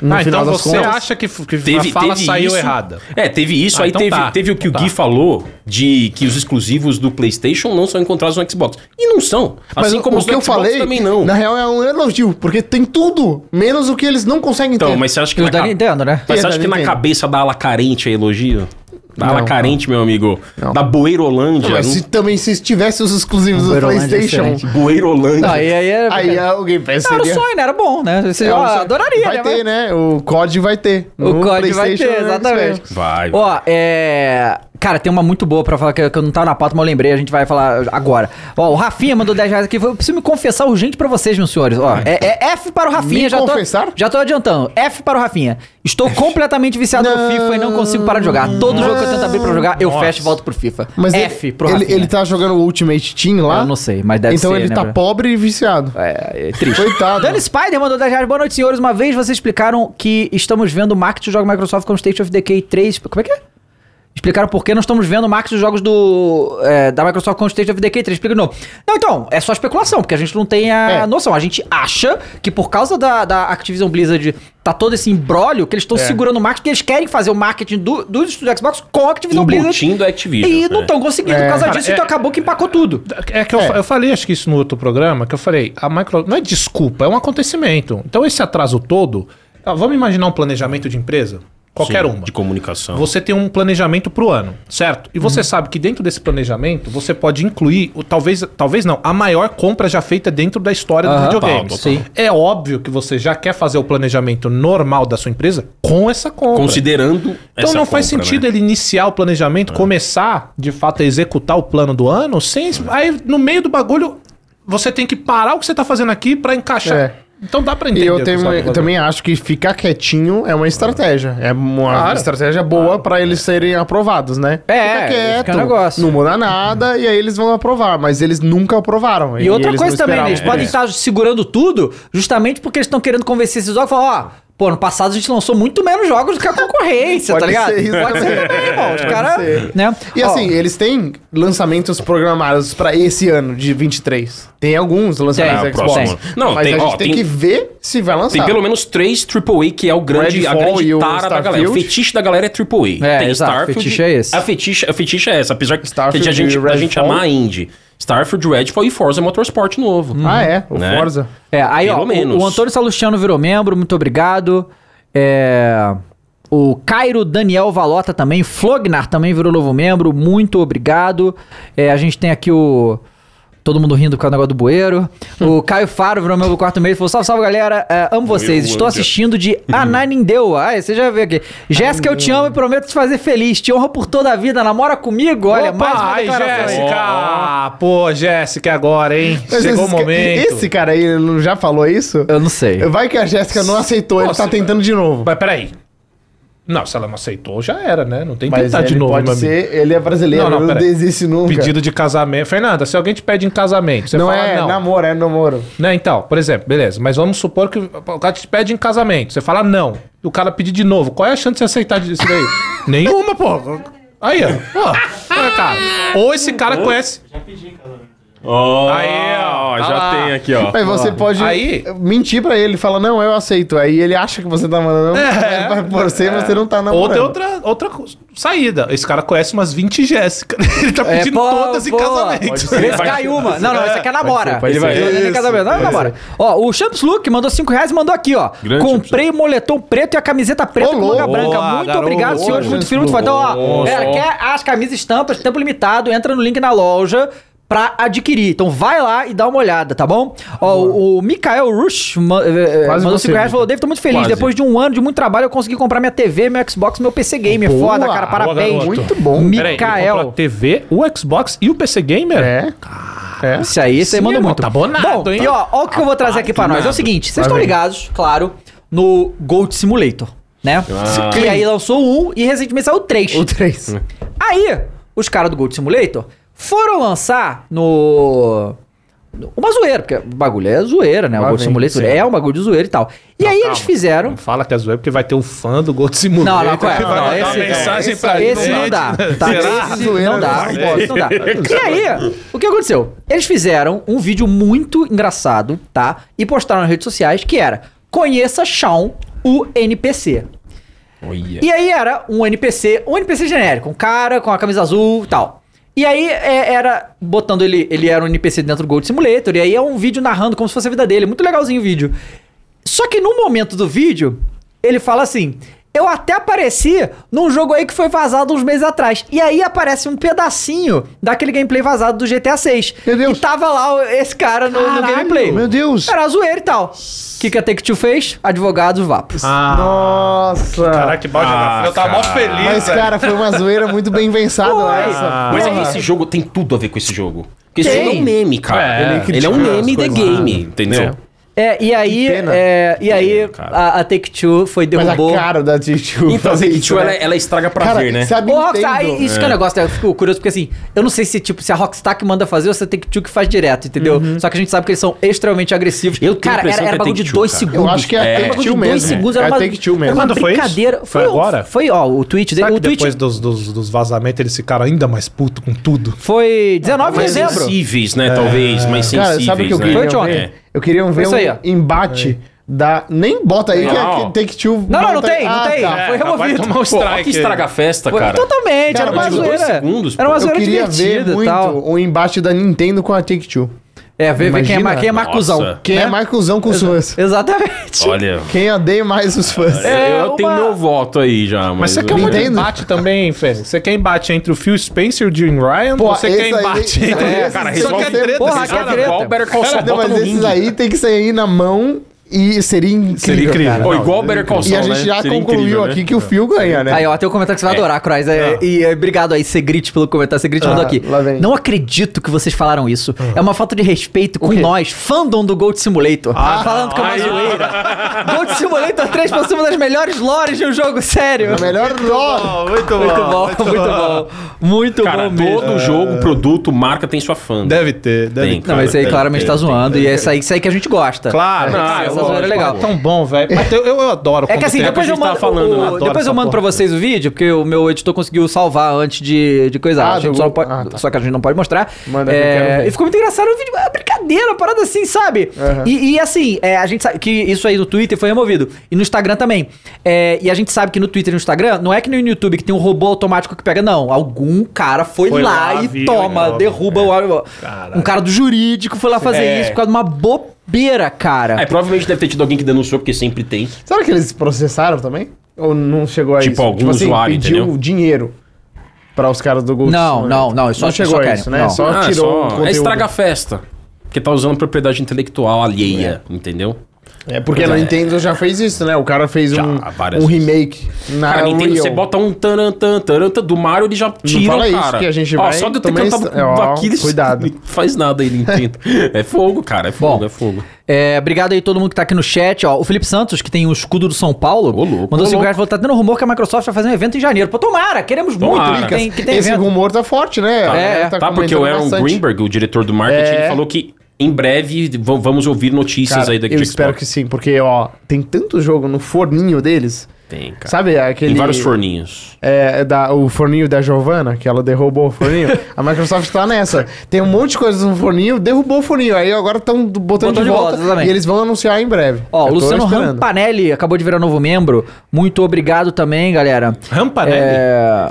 [SPEAKER 3] No
[SPEAKER 2] ah,
[SPEAKER 3] final
[SPEAKER 2] então
[SPEAKER 3] das
[SPEAKER 2] você
[SPEAKER 3] contas-
[SPEAKER 2] acha que, que
[SPEAKER 5] Teve,
[SPEAKER 2] a fala
[SPEAKER 5] teve
[SPEAKER 2] saiu
[SPEAKER 5] isso.
[SPEAKER 2] errada.
[SPEAKER 5] É, teve isso.
[SPEAKER 2] Ah,
[SPEAKER 5] aí
[SPEAKER 2] então
[SPEAKER 5] teve,
[SPEAKER 2] tá.
[SPEAKER 5] teve o que
[SPEAKER 2] Então
[SPEAKER 5] o Gui
[SPEAKER 2] tá.
[SPEAKER 5] falou de que os exclusivos do PlayStation não são encontrados no Xbox. E não são.
[SPEAKER 3] Mas
[SPEAKER 5] assim
[SPEAKER 3] o-
[SPEAKER 5] como
[SPEAKER 3] o
[SPEAKER 5] os
[SPEAKER 3] que
[SPEAKER 5] do
[SPEAKER 3] eu
[SPEAKER 5] Xbox
[SPEAKER 3] falei,
[SPEAKER 5] também não.
[SPEAKER 3] na real é um elogio, porque tem tudo, menos o que eles não conseguem
[SPEAKER 5] Então,
[SPEAKER 3] ter.
[SPEAKER 5] mas você acha que,
[SPEAKER 1] E
[SPEAKER 5] na,
[SPEAKER 1] o da
[SPEAKER 5] ca-
[SPEAKER 1] Nintendo, né?
[SPEAKER 5] mas você acha
[SPEAKER 3] É,
[SPEAKER 5] que na
[SPEAKER 3] Nintendo.
[SPEAKER 5] cabeça da ala carente é elogio? Da
[SPEAKER 3] Não,
[SPEAKER 5] ala
[SPEAKER 3] não.
[SPEAKER 5] carente, meu amigo.
[SPEAKER 3] Não.
[SPEAKER 5] Da Boeirolândia.
[SPEAKER 3] Não, mas se, também se estivesse os exclusivos do
[SPEAKER 1] Uberlândia é
[SPEAKER 3] PlayStation,
[SPEAKER 1] excelente.
[SPEAKER 5] não- Boeirolândia.
[SPEAKER 1] Não, aí, é aí, era-
[SPEAKER 3] aí ah, alguém pensa
[SPEAKER 1] Era um
[SPEAKER 3] seria...
[SPEAKER 1] sonho, né? Era bom, né? Você
[SPEAKER 3] É,
[SPEAKER 1] eu
[SPEAKER 3] não sei.
[SPEAKER 1] adoraria,
[SPEAKER 3] Vai
[SPEAKER 1] né?
[SPEAKER 3] ter, né? O COD vai ter.
[SPEAKER 1] O
[SPEAKER 3] No
[SPEAKER 1] código vai
[SPEAKER 3] PlayStation é
[SPEAKER 1] ter,
[SPEAKER 3] e no
[SPEAKER 1] exatamente.
[SPEAKER 3] Xbox.
[SPEAKER 5] Vai.
[SPEAKER 1] Ó, é. Cara, tem uma muito boa pra falar que, que eu não tava na pauta, mas eu lembrei, a gente vai falar agora. Ó, o Rafinha mandou 10 reais aqui. falou, Eu preciso me confessar urgente pra vocês, meus senhores. Ó, é, é F para o Rafinha.
[SPEAKER 3] Me
[SPEAKER 1] já
[SPEAKER 3] confessar?
[SPEAKER 1] Tô, já tô adiantando. F para o Rafinha. Estou completamente viciado no FIFA e não consigo parar de jogar. Todo jogo que eu tento abrir pra jogar, eu fecho e volto pro FIFA.
[SPEAKER 3] Mas
[SPEAKER 1] F
[SPEAKER 3] ele,
[SPEAKER 1] pro
[SPEAKER 3] ele-
[SPEAKER 1] Rafinha.
[SPEAKER 3] ele tá jogando o Ultimate Team lá.
[SPEAKER 1] Eu não sei, mas deve
[SPEAKER 3] então
[SPEAKER 1] ser,
[SPEAKER 3] ele
[SPEAKER 1] né,
[SPEAKER 3] tá
[SPEAKER 1] bro?
[SPEAKER 3] pobre e viciado.
[SPEAKER 1] É, é triste.
[SPEAKER 3] Coitado.
[SPEAKER 1] Dani Spider mandou 10 reais. Boa noite, senhores. Uma vez vocês explicaram que estamos vendo o marketing do jogo Microsoft com o State of Decay 3. Como é que é? Explicaram por que não estamos vendo o marketing dos jogos do, é, da Microsoft com o State of Decay 3. Explica de novo. Não, então, é só especulação, porque a gente não tem a
[SPEAKER 3] É.
[SPEAKER 1] noção. A gente acha que por causa da, da Activision Blizzard tá todo esse imbróglio, que eles estão segurando o marketing, que eles querem fazer o marketing do, dos estúdios Xbox com a Activision Blizzard.
[SPEAKER 5] Embutindo a Activision.
[SPEAKER 1] E não
[SPEAKER 5] é.
[SPEAKER 1] estão conseguindo por causa disso,
[SPEAKER 2] é-
[SPEAKER 1] então acabou que empacou tudo.
[SPEAKER 2] É que eu, fa- eu falei, acho que isso no outro programa, que eu falei, a Microsoft não é desculpa, é um acontecimento. Então esse atraso todo, ó, vamos imaginar um planejamento de empresa, qualquer
[SPEAKER 5] Sim,
[SPEAKER 2] uma.
[SPEAKER 5] De comunicação.
[SPEAKER 2] Você tem um planejamento pro ano, certo? E
[SPEAKER 3] Uhum.
[SPEAKER 2] você sabe que dentro desse planejamento você pode incluir, o- talvez, talvez não, a maior compra já feita dentro da história do
[SPEAKER 1] Aham,
[SPEAKER 2] videogame.
[SPEAKER 5] total,
[SPEAKER 1] total. Sim.
[SPEAKER 2] É óbvio que você já quer fazer o planejamento normal da sua empresa com essa compra.
[SPEAKER 5] Considerando
[SPEAKER 2] Então
[SPEAKER 5] essa
[SPEAKER 2] não faz
[SPEAKER 5] compra,
[SPEAKER 2] sentido
[SPEAKER 5] né?
[SPEAKER 2] ele iniciar o
[SPEAKER 3] É.
[SPEAKER 2] planejamento, começar de fato a executar o plano do ano, sem aí no meio do bagulho você tem que parar o que você tá fazendo aqui pra encaixar.
[SPEAKER 3] É.
[SPEAKER 2] Então dá pra
[SPEAKER 3] E
[SPEAKER 2] entender. o
[SPEAKER 3] eu,
[SPEAKER 2] que
[SPEAKER 3] tenho- um-
[SPEAKER 2] você tá
[SPEAKER 3] eu
[SPEAKER 2] fazendo.
[SPEAKER 3] também acho que ficar quietinho é uma estratégia. É uma
[SPEAKER 2] Claro.
[SPEAKER 3] estratégia boa pra eles serem aprovados, né?
[SPEAKER 1] É, fica um negócio.
[SPEAKER 3] não muda nada e aí eles vão aprovar, mas eles nunca aprovaram.
[SPEAKER 1] E outra
[SPEAKER 3] eles
[SPEAKER 1] coisa
[SPEAKER 3] não
[SPEAKER 1] também, né?
[SPEAKER 3] esperavam.
[SPEAKER 1] eles podem estar segurando tudo justamente porque eles estão querendo convencer esses jogos e falar, ó, pô, no passado a gente lançou muito menos jogos do que a concorrência, tá
[SPEAKER 3] Pode
[SPEAKER 1] ligado?
[SPEAKER 3] ser isso
[SPEAKER 1] Pode ser
[SPEAKER 3] também.
[SPEAKER 1] também, irmão. Os
[SPEAKER 3] Pode
[SPEAKER 1] caras,
[SPEAKER 3] ser.
[SPEAKER 1] né?
[SPEAKER 3] E
[SPEAKER 1] Ó,
[SPEAKER 3] assim, eles têm lançamentos programados pra esse ano de 23. Tem alguns lançamentos
[SPEAKER 1] Tem,
[SPEAKER 3] do
[SPEAKER 5] o
[SPEAKER 3] Xbox.
[SPEAKER 5] próximo. Não,
[SPEAKER 3] mas
[SPEAKER 5] tem-
[SPEAKER 3] a gente
[SPEAKER 5] ó,
[SPEAKER 3] tem,
[SPEAKER 5] tem-
[SPEAKER 3] que ver se vai lançar.
[SPEAKER 5] Tem pelo menos três AAA, que é o grande, a
[SPEAKER 3] Redfall e
[SPEAKER 5] grande
[SPEAKER 3] o
[SPEAKER 5] tara da galera. O
[SPEAKER 3] Starfield.
[SPEAKER 5] fetiche da galera é AAA.
[SPEAKER 1] É, exato, o fetiche é esse.
[SPEAKER 5] A fetiche, a fetiche é essa, apesar que
[SPEAKER 3] Starfield
[SPEAKER 5] que a gente,
[SPEAKER 3] e
[SPEAKER 5] a gente
[SPEAKER 3] Redfall.
[SPEAKER 5] ama a indie. Starfield, Redfall e Forza Motorsport novo.
[SPEAKER 3] Ah, é. O
[SPEAKER 5] Né?
[SPEAKER 3] Forza.
[SPEAKER 1] É, aí,
[SPEAKER 5] Pelo
[SPEAKER 1] ó, o-
[SPEAKER 5] menos.
[SPEAKER 1] O, Antônio Salustiano virou membro, muito obrigado. É, o Cairo Daniel Valota também, Flognar também virou novo membro, muito obrigado. É, a gente tem aqui o. Todo mundo rindo com o negócio do bueiro.
[SPEAKER 2] Hum.
[SPEAKER 1] O Caio Faro virou membro do quarto mês e falou: salve, salve, galera. É, amo vocês. Estou assistindo de Ananindeua. Ah, você já veio aqui. Jéssica, eu te amo e prometo te fazer feliz. Te honro por toda a vida. Namora comigo. Olha,
[SPEAKER 2] Opa,
[SPEAKER 1] mais uma
[SPEAKER 2] ai,
[SPEAKER 1] declaração aí.
[SPEAKER 2] Jéssica! Pô, Jéssica, agora, hein?
[SPEAKER 3] Mas
[SPEAKER 2] Chegou o
[SPEAKER 3] esse ca-
[SPEAKER 2] momento.
[SPEAKER 3] Esse cara aí ele não já falou isso?
[SPEAKER 1] Eu não sei.
[SPEAKER 3] Vai que a Jéssica não aceitou, ele
[SPEAKER 2] Nossa,
[SPEAKER 3] tá tentando de novo.
[SPEAKER 2] Mas peraí. Não, se ela não aceitou, já era, né? Não tem que
[SPEAKER 3] Mas
[SPEAKER 2] tentar de
[SPEAKER 3] ele
[SPEAKER 2] novo, meu
[SPEAKER 3] pode
[SPEAKER 2] amigo.
[SPEAKER 3] ser, ele é brasileiro,
[SPEAKER 2] Não, não,
[SPEAKER 3] ele não
[SPEAKER 2] peraí.
[SPEAKER 3] desiste nunca.
[SPEAKER 2] Pedido de casamento. Fernanda, se alguém te pede em casamento, você
[SPEAKER 3] não
[SPEAKER 2] fala
[SPEAKER 3] é
[SPEAKER 2] não.
[SPEAKER 3] namoro, é namoro.
[SPEAKER 2] Né, então, por exemplo, beleza, mas vamos supor que o cara te pede em casamento, você fala não, e o cara pedir de novo, qual é a chance de você aceitar disso daí? Nenhuma, pô. Aí, ó. ó qual é, cara? Ou esse cara conhece.
[SPEAKER 5] Ó,
[SPEAKER 2] Aí, ó,
[SPEAKER 5] já
[SPEAKER 2] tá lá.
[SPEAKER 5] tem aqui, ó.
[SPEAKER 3] Mas você pode
[SPEAKER 2] Aí-
[SPEAKER 3] mentir pra ele, fala, não, eu aceito. Aí ele acha que você tá mandando,
[SPEAKER 2] É.
[SPEAKER 3] mas por você, você não tá
[SPEAKER 2] Ou
[SPEAKER 3] namorando.
[SPEAKER 2] tem outra, outra co- saída. Esse cara conhece umas 20 Jéssica. Ele tá
[SPEAKER 1] É,
[SPEAKER 2] pedindo
[SPEAKER 1] boa,
[SPEAKER 2] todas em
[SPEAKER 1] boa.
[SPEAKER 2] casamento.
[SPEAKER 1] Vê se cai uma. Não, não, essa aqui é namora.
[SPEAKER 3] pode ser, pode
[SPEAKER 1] Esse
[SPEAKER 3] ser.
[SPEAKER 1] aqui é
[SPEAKER 3] Isso,
[SPEAKER 1] casamento, não é
[SPEAKER 3] pode
[SPEAKER 1] namora. Ó, o Champs Luke mandou 5 reais e mandou aqui, ó.
[SPEAKER 5] Grande
[SPEAKER 1] Comprei o moletom preto e a camiseta preta
[SPEAKER 3] Ô,
[SPEAKER 1] com manga
[SPEAKER 2] louco.
[SPEAKER 1] branca.
[SPEAKER 2] Boa,
[SPEAKER 1] muito
[SPEAKER 2] garoto.
[SPEAKER 1] obrigado,
[SPEAKER 2] Boa,
[SPEAKER 1] senhores. Muito
[SPEAKER 3] Champs
[SPEAKER 1] frio, muito foda. Então, ó,
[SPEAKER 5] Boa.
[SPEAKER 1] galera, quer as camisas estampas, tempo limitado, entra no link na loja pra adquirir. Então vai lá e dá uma olhada, tá bom? Ó, o, o Mikael Rush ma- eh, eh,
[SPEAKER 3] Quase
[SPEAKER 1] mandou
[SPEAKER 3] você,
[SPEAKER 1] 5 reais
[SPEAKER 3] Mikael.
[SPEAKER 1] e falou, Dave, tô muito feliz.
[SPEAKER 5] Quase.
[SPEAKER 1] Depois de um ano de muito trabalho, eu consegui comprar minha TV, meu Xbox, meu PC Game.
[SPEAKER 3] Boa,
[SPEAKER 1] Foda, cara. Parabéns.
[SPEAKER 2] garoto.
[SPEAKER 3] Muito bom.
[SPEAKER 1] Mi-
[SPEAKER 2] Peraí, ele
[SPEAKER 1] Mikael.
[SPEAKER 2] comprou a TV, o Xbox e o PC Gamer?
[SPEAKER 3] É. É.
[SPEAKER 1] Isso aí, você
[SPEAKER 2] Sim,
[SPEAKER 1] manda
[SPEAKER 2] irmão,
[SPEAKER 1] muito.
[SPEAKER 2] tá bonado,
[SPEAKER 1] Bom,
[SPEAKER 2] hein?
[SPEAKER 1] E ó, ó o que eu vou trazer aqui pra nós. É o seguinte, vocês estão ligados, claro, no Gold Simulator, né? Que aí lançou o 1 e recentemente saiu o 3.
[SPEAKER 3] Ah. O três.
[SPEAKER 1] Aí, os caras do Gold Simulator foram lançar no... Uma zoeira, porque o bagulho é zoeira, né? O
[SPEAKER 3] Lá
[SPEAKER 1] Gold
[SPEAKER 3] vem,
[SPEAKER 1] Simulator
[SPEAKER 3] sim.
[SPEAKER 1] é um bagulho de zoeira e tal. E aí eles fizeram...
[SPEAKER 2] Não fala que é zoeira, porque vai ter um fã do Gold Simulator.
[SPEAKER 1] Não, não, qual é?
[SPEAKER 2] que vai
[SPEAKER 1] Não,
[SPEAKER 2] mandar
[SPEAKER 1] esse-
[SPEAKER 2] mensagem pra ele.
[SPEAKER 1] Esse não dá. Tá?
[SPEAKER 2] Será?
[SPEAKER 1] Esse
[SPEAKER 3] Zoeira
[SPEAKER 1] não dá.
[SPEAKER 3] não
[SPEAKER 1] Esse não dá. E aí, o que aconteceu? Eles fizeram um vídeo muito engraçado, tá? E postaram nas redes sociais que era Conheça Shawn o NPC. E aí era um NPC, um NPC genérico, um cara com a camisa azul e tal. E aí é, era, botando ele, ele era um NPC dentro do Gold Simulator, e aí é um vídeo narrando como se fosse a vida dele, muito legalzinho o vídeo. Só que no momento do vídeo, ele fala assim: Eu até apareci num jogo aí que foi vazado uns meses atrás. E aí aparece um pedacinho daquele gameplay vazado do GTA 6.
[SPEAKER 3] Meu Deus.
[SPEAKER 1] E tava lá esse cara no, no
[SPEAKER 3] Caralho,
[SPEAKER 1] gameplay.
[SPEAKER 3] meu Deus.
[SPEAKER 1] Era zoeira e tal. O que, que a Take-Two fez? Advogados Vapos.
[SPEAKER 2] Ah.
[SPEAKER 3] Nossa.
[SPEAKER 6] Caraca, que balde
[SPEAKER 5] Ah,
[SPEAKER 6] ah, Eu tava mó
[SPEAKER 5] cara.
[SPEAKER 6] feliz,
[SPEAKER 3] Mas,
[SPEAKER 6] velho.
[SPEAKER 3] cara, foi uma zoeira muito bem pensada
[SPEAKER 1] Foi.
[SPEAKER 3] essa.
[SPEAKER 2] Ah.
[SPEAKER 5] Mas é que
[SPEAKER 3] porra.
[SPEAKER 5] esse jogo tem tudo a ver com esse jogo. Porque esse
[SPEAKER 1] Tem.
[SPEAKER 5] jogo é um meme, cara.
[SPEAKER 2] É,
[SPEAKER 5] ele, é um
[SPEAKER 3] criticar
[SPEAKER 5] meme
[SPEAKER 3] as
[SPEAKER 5] de
[SPEAKER 3] coisas.
[SPEAKER 5] game, entendeu?
[SPEAKER 1] É, e aí,
[SPEAKER 3] pena.
[SPEAKER 1] é, e aí
[SPEAKER 5] cara.
[SPEAKER 1] a, a Take-Two foi
[SPEAKER 3] Mas a
[SPEAKER 1] derrubou.
[SPEAKER 3] cara da Titio.
[SPEAKER 5] Então, Take Two, ela,
[SPEAKER 2] é-
[SPEAKER 5] ela estraga pra
[SPEAKER 3] Cara,
[SPEAKER 5] ver, né?
[SPEAKER 3] se a
[SPEAKER 1] Porra,
[SPEAKER 3] Nintendo-
[SPEAKER 1] tá, isso que é um negócio, né? eu fico curioso, porque assim, eu não sei se tipo, se a Rockstar que manda fazer ou se a Take-Two que faz direto, entendeu?
[SPEAKER 3] Uhum.
[SPEAKER 1] Só que a gente sabe que eles são extremamente agressivos.
[SPEAKER 5] Eu tenho a
[SPEAKER 1] cara,
[SPEAKER 5] impressão
[SPEAKER 1] era,
[SPEAKER 5] que
[SPEAKER 1] era
[SPEAKER 5] é
[SPEAKER 1] bagulho de
[SPEAKER 5] Take-Two,
[SPEAKER 1] dois
[SPEAKER 5] cara.
[SPEAKER 1] segundos.
[SPEAKER 3] Eu acho que é
[SPEAKER 1] Era
[SPEAKER 3] Take
[SPEAKER 1] bagulho
[SPEAKER 3] Two
[SPEAKER 1] de dois
[SPEAKER 3] mesmo.
[SPEAKER 1] segundos,
[SPEAKER 3] É
[SPEAKER 1] era uma,
[SPEAKER 3] Take-Two mesmo.
[SPEAKER 1] era uma
[SPEAKER 6] Quando foi isso?
[SPEAKER 1] brincadeira.
[SPEAKER 6] Foi agora?
[SPEAKER 1] Foi, ó, o tweet dele,
[SPEAKER 2] Será
[SPEAKER 1] o
[SPEAKER 2] que
[SPEAKER 1] tweet
[SPEAKER 2] depois dos, dos, dos vazamentos eles ficaram ainda mais puto com tudo?
[SPEAKER 1] foi 19 de
[SPEAKER 5] Mais
[SPEAKER 1] dezembro.
[SPEAKER 5] sensíveis, né? Talvez, mais sensíveis,
[SPEAKER 3] Cara, sabe o que eu
[SPEAKER 5] né? É.
[SPEAKER 1] Foi de
[SPEAKER 3] queria
[SPEAKER 1] ontem.
[SPEAKER 3] ver? Eu queria ver
[SPEAKER 1] Isso aí, ó.
[SPEAKER 3] um embate da... Nem bota aí que
[SPEAKER 5] Não.
[SPEAKER 3] é Take Two...
[SPEAKER 1] Não, não, não tem,
[SPEAKER 3] Ah,
[SPEAKER 1] não
[SPEAKER 3] tá.
[SPEAKER 1] tem.
[SPEAKER 3] É,
[SPEAKER 1] É. Foi
[SPEAKER 2] Vai
[SPEAKER 1] removido.
[SPEAKER 2] tomar um
[SPEAKER 5] Pô, olha
[SPEAKER 2] strike.
[SPEAKER 5] que estraga a festa,
[SPEAKER 1] Foi-
[SPEAKER 5] cara.
[SPEAKER 1] Totalmente,
[SPEAKER 3] Cara,
[SPEAKER 1] era uma
[SPEAKER 3] eu digo, dois
[SPEAKER 1] zoeira.
[SPEAKER 5] segundos,
[SPEAKER 1] era uma
[SPEAKER 5] pô.
[SPEAKER 3] Eu
[SPEAKER 1] zoeira
[SPEAKER 3] queria ver
[SPEAKER 1] divertida e
[SPEAKER 3] muito
[SPEAKER 1] tal.
[SPEAKER 3] o embate da Nintendo com a Take Two.
[SPEAKER 1] É, ver, ver quem é, ma-
[SPEAKER 3] Imagina.
[SPEAKER 1] quem é Marcuzão.
[SPEAKER 5] Nossa.
[SPEAKER 3] Quem é mais cuzão com os fãs.
[SPEAKER 1] Exatamente.
[SPEAKER 5] Olha,
[SPEAKER 3] Quem odeia mais os fãs.
[SPEAKER 1] É
[SPEAKER 5] eu
[SPEAKER 1] uma-
[SPEAKER 5] tenho meu voto aí já, mas...
[SPEAKER 2] Mas você quer um
[SPEAKER 3] Nintendo.
[SPEAKER 2] embate também, Fênix? Você quer embate entre o Phil Spencer e o Jim Ryan?
[SPEAKER 3] Pô,
[SPEAKER 2] ou você quer
[SPEAKER 3] esse aí-
[SPEAKER 2] embate?
[SPEAKER 3] esse aí-
[SPEAKER 2] entre-
[SPEAKER 3] É, cara,
[SPEAKER 2] Só
[SPEAKER 3] resolve-
[SPEAKER 2] quer treta,
[SPEAKER 1] Porra,
[SPEAKER 2] esses
[SPEAKER 1] quer
[SPEAKER 2] caras-
[SPEAKER 1] então, treta.
[SPEAKER 5] Igual o Better Call Saul,
[SPEAKER 3] Não,
[SPEAKER 5] bota
[SPEAKER 3] mas
[SPEAKER 5] no
[SPEAKER 3] esses
[SPEAKER 5] ringue.
[SPEAKER 3] aí tem que sair na mão e seria incrível.
[SPEAKER 2] Seria incrível.
[SPEAKER 3] cara.
[SPEAKER 5] Pô,
[SPEAKER 2] Não,
[SPEAKER 5] igual o Better Call Saul,
[SPEAKER 3] E a gente
[SPEAKER 5] né?
[SPEAKER 3] já
[SPEAKER 5] Seria
[SPEAKER 3] concluiu
[SPEAKER 5] incrível, né?
[SPEAKER 3] aqui que o Phil ganha, né?
[SPEAKER 1] Aí, ó, tem um comentário que você vai adorar, Crois. É, e é, obrigado aí, Segrit, pelo comentário. Segrit mandou
[SPEAKER 3] Ah,
[SPEAKER 1] aqui.
[SPEAKER 3] lá vem. Ah.
[SPEAKER 1] Não acredito que vocês falaram isso. É uma falta de respeito com nós, fandom do Gold Simulator.
[SPEAKER 5] Ah,
[SPEAKER 1] falando que é uma zoeira. Gold Simulator 3 possui uma das melhores lores de um jogo sério.
[SPEAKER 3] É melhor nó.
[SPEAKER 6] muito
[SPEAKER 1] Muito bom, muito bom. Muito
[SPEAKER 5] Cara,
[SPEAKER 1] bom mesmo.
[SPEAKER 5] todo jogo, produto, marca tem sua fã.
[SPEAKER 6] Deve ter, deve
[SPEAKER 5] Tem,
[SPEAKER 6] ter.
[SPEAKER 1] Não,
[SPEAKER 5] cara,
[SPEAKER 1] mas isso aí
[SPEAKER 5] tem,
[SPEAKER 1] claramente
[SPEAKER 5] tem,
[SPEAKER 1] tá
[SPEAKER 5] tem,
[SPEAKER 1] zoando. e é isso aí, isso aí que a gente gosta.
[SPEAKER 2] Claro,
[SPEAKER 5] Não,
[SPEAKER 2] cara,
[SPEAKER 5] eu
[SPEAKER 1] essa
[SPEAKER 2] lógico,
[SPEAKER 1] zoeira é legal.
[SPEAKER 2] é tão bom, velho. Mas Eu, eu
[SPEAKER 1] É
[SPEAKER 2] adoro
[SPEAKER 1] que
[SPEAKER 2] quando
[SPEAKER 1] assim,
[SPEAKER 2] tem-
[SPEAKER 1] depois
[SPEAKER 5] que a
[SPEAKER 1] eu
[SPEAKER 5] gente tava
[SPEAKER 1] mando, o-
[SPEAKER 5] falando, né? Eu
[SPEAKER 2] tá adoro
[SPEAKER 1] depois eu
[SPEAKER 2] essa
[SPEAKER 1] mando pra
[SPEAKER 2] porra.
[SPEAKER 1] vocês o vídeo, porque o meu editor conseguiu salvar antes de, de coisar.
[SPEAKER 3] Ah,
[SPEAKER 1] a gente
[SPEAKER 3] do
[SPEAKER 1] só,
[SPEAKER 3] Google.
[SPEAKER 1] pode-
[SPEAKER 3] Ah, tá.
[SPEAKER 1] só que a gente não pode mostrar.
[SPEAKER 3] Manda que eu
[SPEAKER 1] É,
[SPEAKER 3] quero ver.
[SPEAKER 1] e ficou muito engraçado o vídeo. É uma brincadeira, uma parada assim, sabe? E, e, assim, é, a gente sabe que isso aí no Twitter foi removido. E no Instagram também. É, e a gente sabe que no Twitter e no Instagram, não é que nem no YouTube que tem um robô automático que pega, não. Algum cara foi,
[SPEAKER 6] Foi
[SPEAKER 1] lá,
[SPEAKER 6] lá,
[SPEAKER 1] e
[SPEAKER 6] viu,
[SPEAKER 1] toma,
[SPEAKER 6] e toma.
[SPEAKER 1] derruba o. Um cara do jurídico foi lá fazer isso por causa de uma bobeira, cara.
[SPEAKER 5] É, provavelmente deve ter tido alguém que denunciou, porque sempre tem.
[SPEAKER 3] Será que eles processaram também? Ou não chegou a
[SPEAKER 5] Tipo,
[SPEAKER 3] isso? assim,
[SPEAKER 5] algum usuário,
[SPEAKER 3] pediu
[SPEAKER 5] entendeu?
[SPEAKER 3] dinheiro pra os caras do Gold
[SPEAKER 1] Não,
[SPEAKER 3] Simulator.
[SPEAKER 1] não, não, isso
[SPEAKER 3] não
[SPEAKER 1] só-
[SPEAKER 3] chegou
[SPEAKER 1] só
[SPEAKER 3] a
[SPEAKER 1] querem,
[SPEAKER 3] isso, né?
[SPEAKER 1] não.
[SPEAKER 3] Só
[SPEAKER 5] Ah,
[SPEAKER 3] tirou o
[SPEAKER 5] só...
[SPEAKER 3] conteúdo.
[SPEAKER 5] É estraga a festa. Porque tá usando propriedade intelectual alheia, entendeu?
[SPEAKER 3] É porque a Nintendo já fez isso, né? O cara fez um,
[SPEAKER 5] várias
[SPEAKER 3] um
[SPEAKER 5] vezes.
[SPEAKER 3] remake na
[SPEAKER 5] Cara, Nintendo,
[SPEAKER 3] Unreal.
[SPEAKER 5] você bota um tarantan, taranta do Mario, ele já tira,
[SPEAKER 3] fala isso
[SPEAKER 5] cara.
[SPEAKER 3] que a gente
[SPEAKER 5] Ó,
[SPEAKER 3] vai
[SPEAKER 5] só de eu ter
[SPEAKER 3] tomar
[SPEAKER 5] cantado
[SPEAKER 3] esse- é, ó,
[SPEAKER 5] aqui, eles-
[SPEAKER 3] cuidado.
[SPEAKER 5] não faz nada aí, Nintendo. é fogo, cara, é fogo,
[SPEAKER 1] Bom.
[SPEAKER 5] é fogo.
[SPEAKER 1] É, obrigado aí todo mundo que tá aqui no chat, ó. O Felipe Santos, que tem o escudo do São Paulo,
[SPEAKER 5] Ô, louco.
[SPEAKER 1] mandou
[SPEAKER 5] Ô,
[SPEAKER 1] 5 reais e falou: tá tendo rumor que a Microsoft vai fazer um evento em janeiro. Pô, tomara, queremos
[SPEAKER 5] Tomara.
[SPEAKER 1] muito que tem, que tem
[SPEAKER 3] Esse
[SPEAKER 1] evento. É.
[SPEAKER 3] rumor tá forte, né? A galera
[SPEAKER 5] Tá, porque o
[SPEAKER 3] comentando
[SPEAKER 5] Aaron
[SPEAKER 3] bastante.
[SPEAKER 5] Greenberg, o diretor do marketing,
[SPEAKER 3] É.
[SPEAKER 5] ele falou que em breve v- vamos ouvir notícias
[SPEAKER 3] Cara,
[SPEAKER 5] aí da
[SPEAKER 3] eu espero que sim, porque, ó, tem tanto jogo no forninho deles.
[SPEAKER 5] Tem, cara.
[SPEAKER 3] Sabe é aquele...
[SPEAKER 5] Tem vários forninhos.
[SPEAKER 3] É, da, o forninho da Giovanna, que ela derrubou o forninho. a Microsoft tá nessa. Tem um monte de coisas no forninho, derrubou o forninho. Aí agora estão botando de volta.
[SPEAKER 1] exatamente.
[SPEAKER 3] e eles vão anunciar em breve.
[SPEAKER 1] Ó, o
[SPEAKER 3] Eu tô
[SPEAKER 1] Luciano
[SPEAKER 3] esperando.
[SPEAKER 1] Rampanelli acabou de virar novo membro. Muito obrigado também, galera.
[SPEAKER 2] Rampa, né?
[SPEAKER 1] É,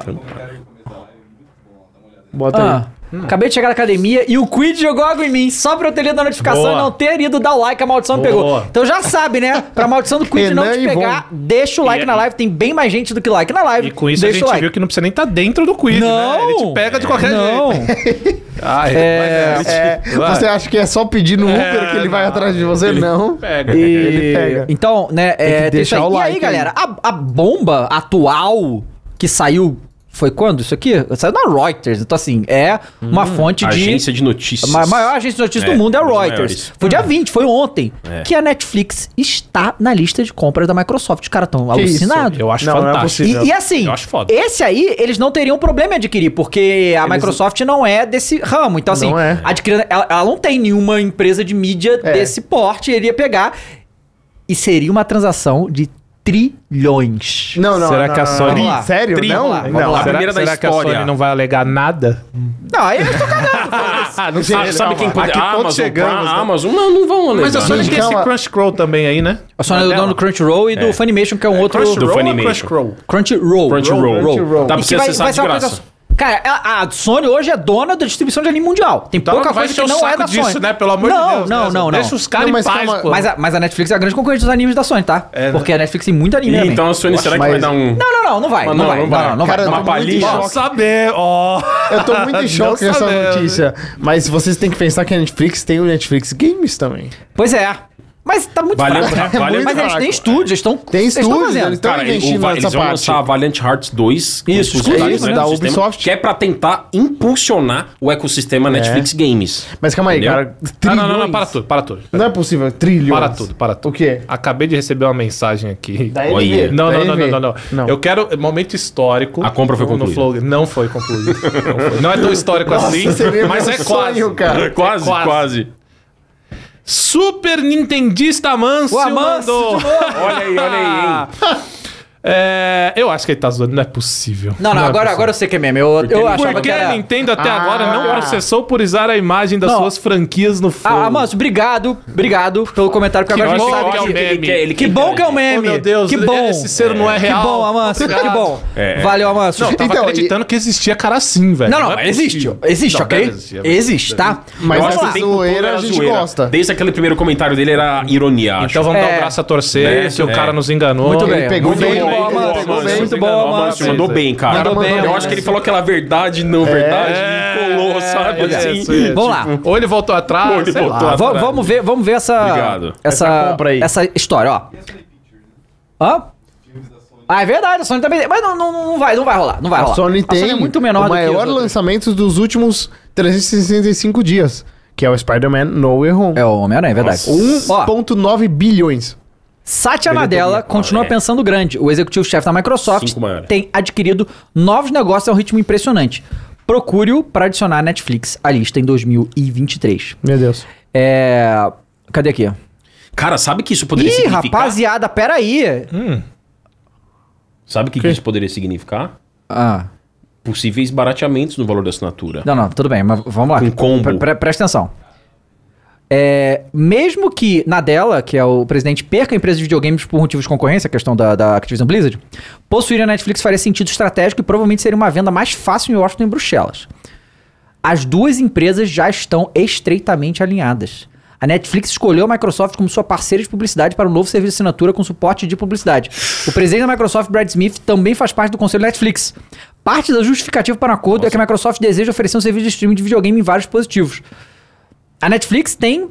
[SPEAKER 3] Bota
[SPEAKER 1] ah, Acabei de chegar na academia e o Quid jogou água em mim só pra eu ter lido a notificação
[SPEAKER 2] Boa.
[SPEAKER 1] e não ter ido dar o like, a maldição me
[SPEAKER 2] Boa.
[SPEAKER 1] pegou. Então já sabe, né? Pra maldição do Quid não
[SPEAKER 3] Renan
[SPEAKER 1] te
[SPEAKER 3] e
[SPEAKER 1] pegar, deixa o like
[SPEAKER 6] E-
[SPEAKER 1] na live. Tem bem mais gente do que like na live.
[SPEAKER 2] E com isso
[SPEAKER 1] deixa o
[SPEAKER 2] a gente
[SPEAKER 1] like.
[SPEAKER 2] viu que não precisa nem estar dentro do quiz, né? Ele te pega de qualquer
[SPEAKER 1] não.
[SPEAKER 2] jeito.
[SPEAKER 1] É,
[SPEAKER 3] aí. É, você acha que é só pedir no Uber que ele vai atrás de você? Não.
[SPEAKER 2] Pega.
[SPEAKER 1] E-
[SPEAKER 3] Ele pega.
[SPEAKER 1] Então, né, é, tem
[SPEAKER 3] deixar
[SPEAKER 1] isso aí.
[SPEAKER 3] o
[SPEAKER 1] E aí,
[SPEAKER 3] like
[SPEAKER 1] galera, a, a bomba atual que saiu foi quando isso aqui? Saiu na Reuters. Então, assim, é uma fonte de.
[SPEAKER 5] Agência de notícias.
[SPEAKER 1] A ma- maior agência de notícias
[SPEAKER 5] É,
[SPEAKER 1] do mundo é a
[SPEAKER 5] uma das
[SPEAKER 1] Reuters.
[SPEAKER 5] maiores.
[SPEAKER 1] Foi dia 20, foi ontem,
[SPEAKER 5] É.
[SPEAKER 1] que a Netflix está na lista de compras da Microsoft. Os caras estão alucinados.
[SPEAKER 2] Eu acho
[SPEAKER 3] Não, não é
[SPEAKER 2] fantástico.
[SPEAKER 1] E, e assim,
[SPEAKER 2] Eu acho foda.
[SPEAKER 1] esse aí, eles não teriam problema em adquirir, porque a Microsoft não é desse ramo. Então, assim,
[SPEAKER 3] Não é.
[SPEAKER 1] adquirindo, ela, ela não tem nenhuma empresa de mídia
[SPEAKER 3] É.
[SPEAKER 1] desse porte, iria pegar. E seria uma transação de trilhões.
[SPEAKER 3] Não, não.
[SPEAKER 2] Será
[SPEAKER 3] não,
[SPEAKER 2] que a
[SPEAKER 3] não,
[SPEAKER 2] Sony-
[SPEAKER 3] não, não.
[SPEAKER 1] Tri.
[SPEAKER 3] Sério?
[SPEAKER 1] Tri.
[SPEAKER 3] Não,
[SPEAKER 1] Vamos lá, vamos
[SPEAKER 3] não.
[SPEAKER 1] lá.
[SPEAKER 2] será
[SPEAKER 5] primeira da
[SPEAKER 2] será que a
[SPEAKER 5] história.
[SPEAKER 2] Sony não vai alegar nada?
[SPEAKER 1] Não, aí eu tô cagado.
[SPEAKER 5] Ah, não
[SPEAKER 3] sei,
[SPEAKER 5] sabe,
[SPEAKER 3] calma.
[SPEAKER 5] sabe quem
[SPEAKER 3] A
[SPEAKER 5] pode...
[SPEAKER 3] que é
[SPEAKER 5] A
[SPEAKER 3] ponto
[SPEAKER 5] Amazon,
[SPEAKER 3] chegamos,
[SPEAKER 5] chegamos,
[SPEAKER 3] né?
[SPEAKER 5] Amazon, não, não vão alegar.
[SPEAKER 2] Mas a Sony
[SPEAKER 5] Não.
[SPEAKER 2] tem esse
[SPEAKER 3] calma.
[SPEAKER 2] Crunchyroll também aí, né?
[SPEAKER 1] A Sony é do
[SPEAKER 2] Dela.
[SPEAKER 1] dono do Crunchyroll e do Funimation, que é um outro...
[SPEAKER 5] Crunchyroll.
[SPEAKER 2] Crunchyroll ou
[SPEAKER 5] Funimation.
[SPEAKER 2] Crunchyroll?
[SPEAKER 1] Crunchyroll.
[SPEAKER 5] Crunchyroll.
[SPEAKER 1] Crunchyroll.
[SPEAKER 5] Dá pra
[SPEAKER 1] E
[SPEAKER 5] você
[SPEAKER 1] que vai-
[SPEAKER 5] acessar
[SPEAKER 1] vai ser
[SPEAKER 5] de
[SPEAKER 1] uma
[SPEAKER 5] graça.
[SPEAKER 1] Cara, a, a Sony hoje é dona da distribuição de anime mundial. Tem
[SPEAKER 2] Então
[SPEAKER 1] pouca
[SPEAKER 2] não vai
[SPEAKER 1] coisa que
[SPEAKER 2] encher o
[SPEAKER 1] não é
[SPEAKER 2] saco
[SPEAKER 1] da Sony.
[SPEAKER 2] disso, né? Pelo amor
[SPEAKER 1] não,
[SPEAKER 2] de Deus.
[SPEAKER 1] Não, não,
[SPEAKER 2] né?
[SPEAKER 1] não.
[SPEAKER 2] Deixa os caras
[SPEAKER 3] Não,
[SPEAKER 2] em
[SPEAKER 3] mas
[SPEAKER 2] paz,
[SPEAKER 3] calma.
[SPEAKER 2] pô.
[SPEAKER 1] Mas, a, mas a Netflix é a grande concorrente dos animes da Sony, tá? Porque a Netflix tem muito anime
[SPEAKER 5] Ih,
[SPEAKER 1] também.
[SPEAKER 5] Então a Sony, será que
[SPEAKER 3] mas-
[SPEAKER 5] vai dar um...
[SPEAKER 1] Não, não, não, não vai. Não,
[SPEAKER 5] Mas não,
[SPEAKER 1] vai,
[SPEAKER 5] não
[SPEAKER 1] não,
[SPEAKER 5] vai.
[SPEAKER 1] não, não vai.
[SPEAKER 3] Cara,
[SPEAKER 1] não
[SPEAKER 3] eu
[SPEAKER 5] uma
[SPEAKER 3] tô
[SPEAKER 1] vai.
[SPEAKER 5] palhinha.
[SPEAKER 3] muito em
[SPEAKER 2] Bom
[SPEAKER 3] choque.
[SPEAKER 2] saber, ó.
[SPEAKER 3] Eu tô muito em choque
[SPEAKER 2] Não
[SPEAKER 3] nessa
[SPEAKER 2] sabemos.
[SPEAKER 3] notícia. Mas vocês têm que pensar que a Netflix tem o Netflix Games também.
[SPEAKER 1] Pois é. Mas tá muito
[SPEAKER 5] Valeu,
[SPEAKER 1] fraco, né?
[SPEAKER 5] né? Valeu.
[SPEAKER 1] Mas eles
[SPEAKER 3] fraco.
[SPEAKER 1] têm estúdios, estão
[SPEAKER 3] Tem
[SPEAKER 1] eles tão
[SPEAKER 3] estúdios,
[SPEAKER 1] fazendo.
[SPEAKER 3] eles tão
[SPEAKER 5] Cara, ele,
[SPEAKER 3] investindo
[SPEAKER 5] o, Va-
[SPEAKER 3] nessa
[SPEAKER 5] eles vão
[SPEAKER 3] parte.
[SPEAKER 5] lançar Valiant Hearts 2 com
[SPEAKER 3] Isso,
[SPEAKER 5] exclusividade
[SPEAKER 3] isso, né,
[SPEAKER 5] do
[SPEAKER 3] da
[SPEAKER 5] ecossistema,
[SPEAKER 3] Ubisoft. É.
[SPEAKER 5] Que é pra tentar impulsionar o ecossistema Netflix Games.
[SPEAKER 3] Mas calma aí,
[SPEAKER 5] Entendeu?
[SPEAKER 3] cara.
[SPEAKER 2] Ah, não,
[SPEAKER 3] Trilhões.
[SPEAKER 2] não, não, para tudo, para tudo.
[SPEAKER 3] Não é possível, trilhões.
[SPEAKER 2] Para tudo, para tudo.
[SPEAKER 3] O quê?
[SPEAKER 2] Acabei de receber uma mensagem aqui.
[SPEAKER 3] Da
[SPEAKER 5] Olha.
[SPEAKER 3] NV,
[SPEAKER 2] Não,
[SPEAKER 3] da
[SPEAKER 2] não, não,
[SPEAKER 3] NV.
[SPEAKER 2] não, não, não. Eu quero momento histórico.
[SPEAKER 5] A compra foi
[SPEAKER 2] No
[SPEAKER 5] concluída.
[SPEAKER 2] Flow. Não foi concluída. Não, foi. Não é tão histórico assim,
[SPEAKER 3] seria
[SPEAKER 2] mas
[SPEAKER 3] meu
[SPEAKER 2] é quase.
[SPEAKER 3] sonho, cara.
[SPEAKER 5] quase,
[SPEAKER 2] quase.
[SPEAKER 5] quase.
[SPEAKER 2] Super Nintendista Amâncio
[SPEAKER 1] O Amâncio
[SPEAKER 2] mandou.
[SPEAKER 1] de novo.
[SPEAKER 5] Olha aí, olha aí, hein?
[SPEAKER 2] É, eu acho que ele tá zoando, não é possível.
[SPEAKER 1] Não, não,
[SPEAKER 2] é
[SPEAKER 1] agora,
[SPEAKER 2] possível.
[SPEAKER 1] agora eu sei que é meme. Eu, eu achava que
[SPEAKER 2] Porque
[SPEAKER 1] era...
[SPEAKER 2] a Nintendo até agora não
[SPEAKER 3] Ah.
[SPEAKER 2] processou por usar a imagem das
[SPEAKER 1] Não.
[SPEAKER 2] suas franquias no Flow.
[SPEAKER 1] Ah, Amâncio, obrigado, obrigado pelo comentário, porque
[SPEAKER 2] Que
[SPEAKER 1] agora a gente
[SPEAKER 2] bom
[SPEAKER 1] sabe
[SPEAKER 2] que é o
[SPEAKER 1] que...
[SPEAKER 2] meme.
[SPEAKER 1] Que bom que é o meme.
[SPEAKER 2] Oh, meu Deus,
[SPEAKER 1] que bom.
[SPEAKER 2] esse ser não é real.
[SPEAKER 1] Que bom, Amâncio, que bom.
[SPEAKER 5] É.
[SPEAKER 1] Valeu, Amâncio.
[SPEAKER 2] Não, eu tava
[SPEAKER 3] Então,
[SPEAKER 2] acreditando que existia cara assim, velho.
[SPEAKER 1] Não, não,
[SPEAKER 2] é
[SPEAKER 1] existe.
[SPEAKER 2] possível.
[SPEAKER 1] Existe,
[SPEAKER 2] Não,
[SPEAKER 1] ok?
[SPEAKER 2] deve existir, é verdade.
[SPEAKER 1] Existe, tá?
[SPEAKER 3] Mas
[SPEAKER 1] Vamos
[SPEAKER 5] Eu acho que
[SPEAKER 1] lá.
[SPEAKER 5] o tempo
[SPEAKER 3] zoeira
[SPEAKER 5] todo era
[SPEAKER 3] a gente gosta.
[SPEAKER 5] Desde aquele primeiro comentário dele era ironia, acho.
[SPEAKER 2] Então vamos dar
[SPEAKER 1] É.
[SPEAKER 2] o braço a torcer,
[SPEAKER 5] Né?
[SPEAKER 2] que o
[SPEAKER 5] É.
[SPEAKER 2] cara nos enganou.
[SPEAKER 1] Muito bem.
[SPEAKER 3] Ele pegou
[SPEAKER 1] muito
[SPEAKER 3] bem,
[SPEAKER 1] bom,
[SPEAKER 3] ele pegou
[SPEAKER 1] Amâncio,
[SPEAKER 3] bom,
[SPEAKER 1] muito
[SPEAKER 3] Amâncio,
[SPEAKER 1] bom,
[SPEAKER 5] Amâncio,
[SPEAKER 1] Amâncio.
[SPEAKER 5] mandou bem, cara.
[SPEAKER 3] Cara, mandou
[SPEAKER 5] eu
[SPEAKER 3] bem,
[SPEAKER 5] acho que ele
[SPEAKER 3] né? É.
[SPEAKER 5] falou aquela verdade, não verdade, e colou, sabe?
[SPEAKER 1] olha
[SPEAKER 5] assim.
[SPEAKER 1] É, isso, isso. Vamos lá.
[SPEAKER 2] Ou ele voltou atrás,
[SPEAKER 5] Ou ele
[SPEAKER 2] sei lá.
[SPEAKER 5] voltou
[SPEAKER 1] Ah, va- vamos ver, vamos ver essa
[SPEAKER 5] Obrigado.
[SPEAKER 1] essa
[SPEAKER 3] Essa compra aí.
[SPEAKER 1] essa história, ó. Hã? Ah, é verdade, a Sony também, mas não, não, não vai, não vai rolar, não vai
[SPEAKER 3] A
[SPEAKER 1] rolar.
[SPEAKER 3] Sony tem
[SPEAKER 1] é muito menor
[SPEAKER 3] o
[SPEAKER 1] do que os
[SPEAKER 3] maior
[SPEAKER 1] outros.
[SPEAKER 3] lançamento dos últimos 365 dias, que é o Spider-Man No Way Home.
[SPEAKER 1] É o Homem-Aranha, é verdade. Ó,
[SPEAKER 3] 1.9 bilhões.
[SPEAKER 1] Satya Nadella continua
[SPEAKER 5] é.
[SPEAKER 1] pensando grande. O executivo-chefe da Microsoft
[SPEAKER 5] Cinco maiores.
[SPEAKER 1] tem adquirido novos negócios a um ritmo impressionante. Procure-o para adicionar a Netflix à lista em 2023.
[SPEAKER 3] Meu Deus.
[SPEAKER 1] É... Cadê aqui?
[SPEAKER 5] Cara, sabe que isso poderia
[SPEAKER 1] Ih,
[SPEAKER 5] significar?
[SPEAKER 1] rapaziada, peraí.
[SPEAKER 3] Hum?
[SPEAKER 5] Sabe o que, que isso poderia significar?
[SPEAKER 1] Ah...
[SPEAKER 5] Possíveis barateamentos no valor da assinatura.
[SPEAKER 1] Não, não, tudo bem, mas vamos lá.
[SPEAKER 5] Com combo.
[SPEAKER 1] Pre- pre- presta atenção. É, mesmo que Nadella, que é o presidente, perca a empresa de videogames por motivos de concorrência, a questão da, da Activision Blizzard, possuir a Netflix faria sentido estratégico e provavelmente seria uma venda mais fácil em Washington e Bruxelas. As duas empresas já estão estreitamente alinhadas. A Netflix escolheu a Microsoft como sua parceira de publicidade para um novo serviço de assinatura com suporte de publicidade. O presidente da Microsoft, Brad Smith, também faz parte do conselho Netflix. Parte da justificativa para o acordo é que a Microsoft deseja oferecer um serviço de streaming de videogame em vários dispositivos. A Netflix tem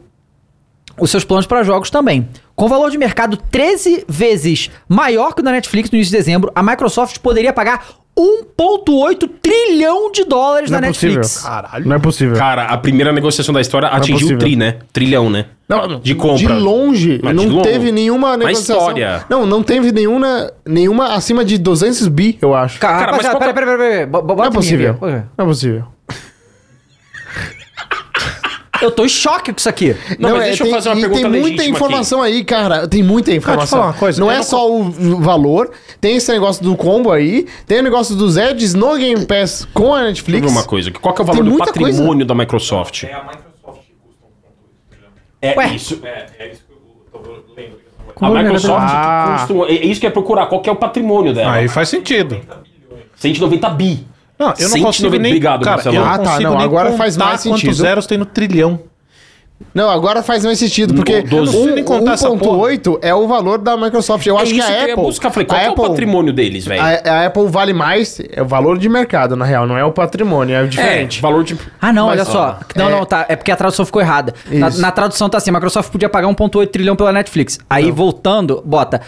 [SPEAKER 1] os seus planos para jogos também. Com valor de mercado 13 vezes maior que o da Netflix no início de dezembro, a Microsoft poderia pagar 1,8 trilhão de dólares
[SPEAKER 3] Não
[SPEAKER 1] na
[SPEAKER 3] é
[SPEAKER 1] Netflix.
[SPEAKER 3] possível. Não é possível.
[SPEAKER 5] Cara, a primeira negociação da história atingiu
[SPEAKER 3] possível.
[SPEAKER 5] o tri, né? Trilhão, né? de compra.
[SPEAKER 3] De longe,
[SPEAKER 5] Mas
[SPEAKER 3] não
[SPEAKER 5] de longe.
[SPEAKER 3] teve nenhuma
[SPEAKER 5] Na
[SPEAKER 3] negociação.
[SPEAKER 5] história.
[SPEAKER 3] Não, não teve nenhuma, nenhuma acima de 200 bi, eu acho.
[SPEAKER 1] Cara,
[SPEAKER 5] Cara, mas
[SPEAKER 1] rapaziada, peraí,
[SPEAKER 5] qual que-
[SPEAKER 1] peraí, peraí, peraí. bo- bo-
[SPEAKER 3] não é
[SPEAKER 1] bota em mim
[SPEAKER 3] possível.
[SPEAKER 1] aqui, ó.
[SPEAKER 3] Não é possível.
[SPEAKER 1] Eu tô em choque com isso aqui.
[SPEAKER 5] Não, mas deixa eu
[SPEAKER 3] é, tem,
[SPEAKER 5] fazer uma
[SPEAKER 3] e
[SPEAKER 5] pergunta
[SPEAKER 3] Tem muita
[SPEAKER 5] legítima
[SPEAKER 3] informação aí, cara. Tem muita informação.
[SPEAKER 2] falar uma coisa,
[SPEAKER 3] Não
[SPEAKER 2] eu
[SPEAKER 3] é
[SPEAKER 2] não
[SPEAKER 3] só o valor, tem esse negócio do combo aí, tem o negócio dos ads no Game Pass com a
[SPEAKER 5] Deixa eu ver
[SPEAKER 3] Netflix.
[SPEAKER 5] uma coisa. Qual que é o valor
[SPEAKER 3] Tem
[SPEAKER 5] do
[SPEAKER 3] muita
[SPEAKER 5] patrimônio da Microsoft? É a Microsoft que custa um ponto. É
[SPEAKER 1] Ué.
[SPEAKER 5] isso. É, isso que eu tô lendo. A
[SPEAKER 1] Como é que era?
[SPEAKER 5] Microsoft
[SPEAKER 3] Ah.
[SPEAKER 5] que custa. É isso que é procurar. Qual que é o patrimônio dela?
[SPEAKER 2] Aí faz sentido.
[SPEAKER 5] 190 bi.
[SPEAKER 2] Não, eu não
[SPEAKER 5] 190
[SPEAKER 2] consigo nem...
[SPEAKER 5] Obrigado,
[SPEAKER 2] cara,
[SPEAKER 5] Marcelo.
[SPEAKER 2] eu não
[SPEAKER 3] Ah, tá,
[SPEAKER 2] consigo
[SPEAKER 3] não,
[SPEAKER 2] nem
[SPEAKER 3] agora faz
[SPEAKER 2] contar
[SPEAKER 3] mais
[SPEAKER 2] quantos
[SPEAKER 3] sentido.
[SPEAKER 2] zeros tem no trilhão.
[SPEAKER 3] Não, agora faz mais sentido, porque
[SPEAKER 5] Hum, Eu não sei
[SPEAKER 3] um-
[SPEAKER 2] nem contar essa porra.
[SPEAKER 3] 1.8 é o valor da Microsoft. Eu acho que a
[SPEAKER 5] eu
[SPEAKER 3] Apple.
[SPEAKER 5] ia buscar. Falei, qual
[SPEAKER 3] a
[SPEAKER 5] É que é
[SPEAKER 3] Apple,
[SPEAKER 5] o patrimônio deles, velho?
[SPEAKER 3] a, a Apple vale mais, é o valor de mercado, na real, não é o patrimônio, é
[SPEAKER 5] É,
[SPEAKER 3] diferente.
[SPEAKER 5] valor de.
[SPEAKER 1] Ah, não,
[SPEAKER 3] Mas,
[SPEAKER 1] olha só.
[SPEAKER 3] ó,
[SPEAKER 1] Não,
[SPEAKER 3] é-
[SPEAKER 1] não, tá. É porque a tradução ficou errada. Na,
[SPEAKER 3] Isso.
[SPEAKER 1] na tradução tá assim: Microsoft podia pagar 1,8 trilhão pela Netflix. Aí voltando, bota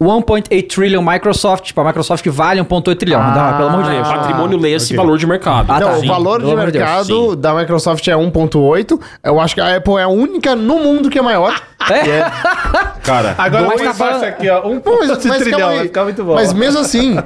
[SPEAKER 1] 1,8 trilhão Microsoft. Tipo, a Microsoft vale 1,8 trilhão. Não
[SPEAKER 3] Ah,
[SPEAKER 1] dá, pelo amor de Deus.
[SPEAKER 5] patrimônio leia-se valor de mercado.
[SPEAKER 1] Ah, tá.
[SPEAKER 3] Não,
[SPEAKER 1] Sim,
[SPEAKER 3] o valor de
[SPEAKER 1] pelo amor de Deus,
[SPEAKER 3] mercado da Microsoft é 1.8. Eu acho que a Apple é a única no mundo que é maior.
[SPEAKER 5] Cara,
[SPEAKER 2] Agora
[SPEAKER 1] Mas
[SPEAKER 2] eu
[SPEAKER 1] tá
[SPEAKER 2] vou tá
[SPEAKER 1] falando-
[SPEAKER 2] aqui, ó. Um
[SPEAKER 3] Pô,
[SPEAKER 2] ponto de
[SPEAKER 3] calma
[SPEAKER 2] trilhão,
[SPEAKER 3] aí.
[SPEAKER 2] vai ficar muito bom.
[SPEAKER 3] Mas mesmo assim,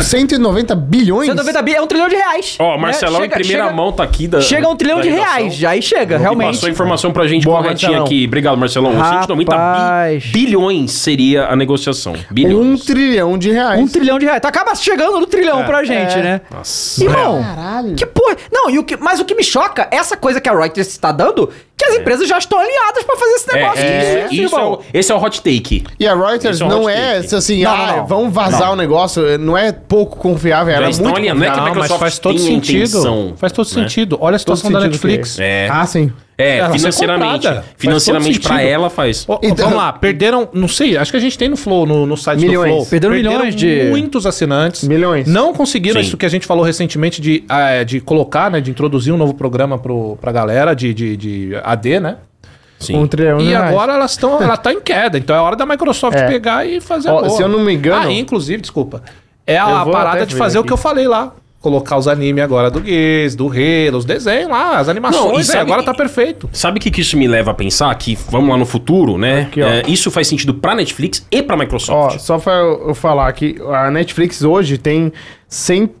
[SPEAKER 3] 190 bilhões?
[SPEAKER 1] 190 bi é um trilhão de reais.
[SPEAKER 5] Ó,
[SPEAKER 1] né?
[SPEAKER 5] o Marcelão
[SPEAKER 1] Chega-
[SPEAKER 5] em primeira
[SPEAKER 1] chega-
[SPEAKER 5] mão tá aqui da.
[SPEAKER 1] Chega a um trilhão
[SPEAKER 5] da
[SPEAKER 1] de
[SPEAKER 5] redação.
[SPEAKER 1] reais, já aí chega,
[SPEAKER 5] Ele
[SPEAKER 1] realmente.
[SPEAKER 5] Passou a informação pra gente
[SPEAKER 3] Boa,
[SPEAKER 5] corretinha
[SPEAKER 3] Marcelão.
[SPEAKER 5] aqui. Obrigado, Marcelão.
[SPEAKER 1] Rapaz.
[SPEAKER 5] 190 bi- bilhões seria a negociação.
[SPEAKER 3] Um
[SPEAKER 5] Bilhões.
[SPEAKER 3] trilhão de reais.
[SPEAKER 1] Um trilhão de reais. Tá acaba chegando no trilhão
[SPEAKER 3] É.
[SPEAKER 1] pra gente, né?
[SPEAKER 5] É. Nossa.
[SPEAKER 1] Irmão,
[SPEAKER 3] Caralho.
[SPEAKER 1] que porra. Não, e o que, mas o que me choca é essa coisa que a Reuters está dando, que as empresas já estão aliadas pra fazer esse
[SPEAKER 5] É,
[SPEAKER 1] negócio.
[SPEAKER 5] é,
[SPEAKER 1] Que
[SPEAKER 5] isso é o- esse é o hot take.
[SPEAKER 3] E a Reuters
[SPEAKER 5] Isso é um
[SPEAKER 3] não
[SPEAKER 5] hot
[SPEAKER 3] é
[SPEAKER 5] take.
[SPEAKER 3] assim,
[SPEAKER 1] Não,
[SPEAKER 3] ah,
[SPEAKER 1] não, não.
[SPEAKER 3] vamos vazar o negócio. Não é pouco confiável. Era
[SPEAKER 5] estão
[SPEAKER 3] muito
[SPEAKER 5] aliando, né? que a
[SPEAKER 2] Não, mas
[SPEAKER 5] Microsoft
[SPEAKER 2] faz todo
[SPEAKER 5] tem a
[SPEAKER 2] sentido.
[SPEAKER 5] intenção,
[SPEAKER 2] faz todo
[SPEAKER 5] né?
[SPEAKER 2] sentido. Olha a situação da
[SPEAKER 3] sentido que
[SPEAKER 2] Netflix.
[SPEAKER 5] É,
[SPEAKER 3] Ah, sim.
[SPEAKER 5] é,
[SPEAKER 2] Ela foi
[SPEAKER 5] financeiramente.
[SPEAKER 2] comprada. Faz
[SPEAKER 5] Financeiramente
[SPEAKER 2] todo
[SPEAKER 5] pra
[SPEAKER 2] sentido.
[SPEAKER 5] ela faz.
[SPEAKER 2] Ó, ó,
[SPEAKER 3] Então-
[SPEAKER 2] vamos lá, perderam, não sei, acho que a gente tem no Flow, no, no site
[SPEAKER 3] Milhões.
[SPEAKER 2] do Flow.
[SPEAKER 1] Perderam milhões de-
[SPEAKER 2] muitos assinantes.
[SPEAKER 3] Milhões.
[SPEAKER 2] Não conseguiram
[SPEAKER 5] Sim.
[SPEAKER 2] isso que a gente falou recentemente de, ah, é, de colocar, né, de introduzir um novo programa pro, pra galera de, de, de AD, né?
[SPEAKER 5] Sim.
[SPEAKER 3] Um trilhão de
[SPEAKER 2] E
[SPEAKER 3] reais.
[SPEAKER 2] agora elas estão, ela tá em queda, então é hora da Microsoft
[SPEAKER 3] É.
[SPEAKER 2] pegar e fazer
[SPEAKER 3] Ó,
[SPEAKER 2] a boa.
[SPEAKER 3] se eu não me engano-
[SPEAKER 2] Ah, e inclusive, desculpa. É
[SPEAKER 3] Eu
[SPEAKER 2] a,
[SPEAKER 3] vou até
[SPEAKER 2] parada de
[SPEAKER 3] ver
[SPEAKER 2] fazer o
[SPEAKER 3] aqui.
[SPEAKER 2] que eu falei lá. Colocar os animes agora do Guiz, do Halo, os desenhos lá, as animações,
[SPEAKER 5] Não, e
[SPEAKER 2] é,
[SPEAKER 5] sabe-
[SPEAKER 2] agora tá perfeito.
[SPEAKER 5] Sabe o que, que isso me leva a pensar? Que vamos lá no futuro, né?
[SPEAKER 3] ó.
[SPEAKER 5] É, isso faz sentido pra Netflix e pra Microsoft.
[SPEAKER 3] Ó, só pra eu eu falar que a Netflix hoje tem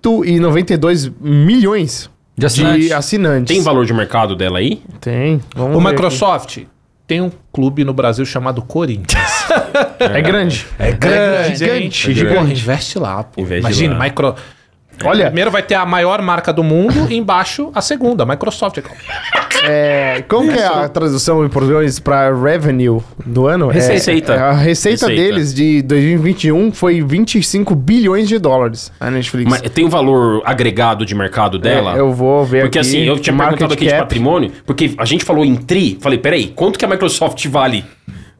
[SPEAKER 3] 192 milhões de
[SPEAKER 1] assinantes.
[SPEAKER 3] assinantes.
[SPEAKER 5] Tem valor de mercado dela aí?
[SPEAKER 3] Tem. Vamos
[SPEAKER 2] O
[SPEAKER 3] ver
[SPEAKER 2] Microsoft tem um clube no Brasil chamado Corinthians.
[SPEAKER 3] aqui. É grande. É
[SPEAKER 2] grande,
[SPEAKER 3] Gigante.
[SPEAKER 2] hein?
[SPEAKER 3] gigante.
[SPEAKER 2] Porra, investe lá, pô.
[SPEAKER 5] Investe
[SPEAKER 2] Imagina,
[SPEAKER 5] lá.
[SPEAKER 2] micro...
[SPEAKER 3] Olha,
[SPEAKER 2] Primeiro vai ter a maior marca do mundo e embaixo a segunda, a Microsoft.
[SPEAKER 3] é, como que é a tradução em português pra revenue do ano? É-
[SPEAKER 5] Receita.
[SPEAKER 3] é a receita,
[SPEAKER 5] Receita.
[SPEAKER 3] deles de 2021 foi 25 bilhões de dólares. A Netflix.
[SPEAKER 5] Mas tem um valor agregado de mercado dela?
[SPEAKER 3] É, eu vou ver
[SPEAKER 5] Porque
[SPEAKER 3] aqui.
[SPEAKER 5] assim, eu tinha
[SPEAKER 3] Market
[SPEAKER 5] perguntado aqui de
[SPEAKER 3] cap.
[SPEAKER 5] patrimônio, porque a gente falou em tri, falei, peraí, quanto que a Microsoft vale?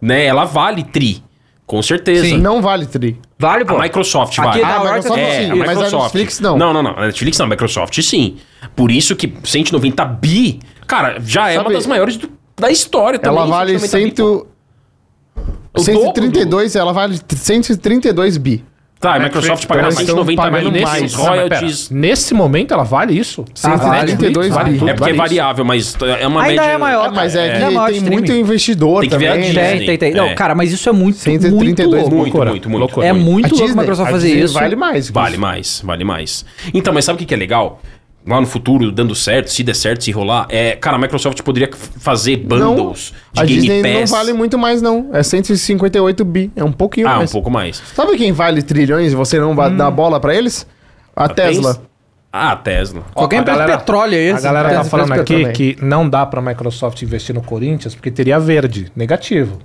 [SPEAKER 5] Né? Ela vale tri, com certeza.
[SPEAKER 3] Não vale tri.
[SPEAKER 1] Vale,
[SPEAKER 5] A
[SPEAKER 1] pô.
[SPEAKER 5] Microsoft
[SPEAKER 1] Aqui
[SPEAKER 5] vale.
[SPEAKER 1] da
[SPEAKER 3] Ah, a
[SPEAKER 1] Reuters
[SPEAKER 3] Microsoft
[SPEAKER 1] não.
[SPEAKER 5] É,
[SPEAKER 3] sim,
[SPEAKER 5] a
[SPEAKER 3] mas a
[SPEAKER 5] Microsoft.
[SPEAKER 3] Netflix não.
[SPEAKER 5] Não, não, não. A Netflix não, a Microsoft sim. Por isso que 190 bi, cara, já é uma
[SPEAKER 3] Sabe-
[SPEAKER 5] das maiores do- da história então também.
[SPEAKER 3] Ela vale
[SPEAKER 5] 190 bi,
[SPEAKER 3] 100...
[SPEAKER 5] pô. O
[SPEAKER 3] 132, ela vale 132 bi.
[SPEAKER 5] Tá, a Microsoft pagará
[SPEAKER 3] então eles estão
[SPEAKER 5] 190 bi
[SPEAKER 3] pagando mais. né?
[SPEAKER 5] nesses
[SPEAKER 3] Não,
[SPEAKER 5] royalties.
[SPEAKER 2] Nesse momento ela vale isso?
[SPEAKER 1] Ah, vale.
[SPEAKER 3] 132
[SPEAKER 2] Vale
[SPEAKER 3] bi.
[SPEAKER 2] tudo,
[SPEAKER 5] É porque
[SPEAKER 2] vale
[SPEAKER 5] é
[SPEAKER 2] isso.
[SPEAKER 5] variável, mas é uma
[SPEAKER 1] Ainda
[SPEAKER 5] média...
[SPEAKER 1] é maior.
[SPEAKER 3] É, mas é,
[SPEAKER 1] cara.
[SPEAKER 3] que
[SPEAKER 1] Ainda maior
[SPEAKER 3] tem
[SPEAKER 1] streaming.
[SPEAKER 3] muito investidor
[SPEAKER 5] Tem que ver a
[SPEAKER 3] também.
[SPEAKER 5] Disney.
[SPEAKER 3] né?
[SPEAKER 1] Tem, tem, tem. Não,
[SPEAKER 5] É.
[SPEAKER 1] cara, mas isso é muito,
[SPEAKER 3] 132
[SPEAKER 1] muito louco.
[SPEAKER 5] Muito,
[SPEAKER 2] Loucura.
[SPEAKER 5] muito, muito.
[SPEAKER 2] Loucura.
[SPEAKER 1] É muito
[SPEAKER 3] A
[SPEAKER 1] louco
[SPEAKER 3] Disney-
[SPEAKER 1] a Microsoft
[SPEAKER 3] a
[SPEAKER 1] fazer
[SPEAKER 3] Disney
[SPEAKER 1] isso.
[SPEAKER 3] Vale mais.
[SPEAKER 5] Vale mais, vale mais. Então, mas sabe o que que é legal? Lá no futuro, dando certo, se der certo, se rolar, é, cara, a Microsoft poderia f- fazer bundles
[SPEAKER 3] Não, a
[SPEAKER 5] de Game
[SPEAKER 3] Disney
[SPEAKER 5] Pass.
[SPEAKER 3] não vale muito mais, não. É 158 bi. É um pouquinho
[SPEAKER 5] ah, um
[SPEAKER 3] mais.
[SPEAKER 5] pouco mais.
[SPEAKER 3] Sabe quem vale trilhões e você não vai
[SPEAKER 2] Hum.
[SPEAKER 3] dar bola pra eles? A Tesla.
[SPEAKER 5] Tem- Ah, a Tesla.
[SPEAKER 1] Qualquer
[SPEAKER 2] A
[SPEAKER 1] empresa
[SPEAKER 2] galera-
[SPEAKER 1] petróleo aí.
[SPEAKER 2] A galera tá
[SPEAKER 1] empresa-
[SPEAKER 2] falando
[SPEAKER 1] empresa
[SPEAKER 2] aqui
[SPEAKER 1] petróleo.
[SPEAKER 2] que não dá pra Microsoft investir no Corinthians porque teria verde, negativo.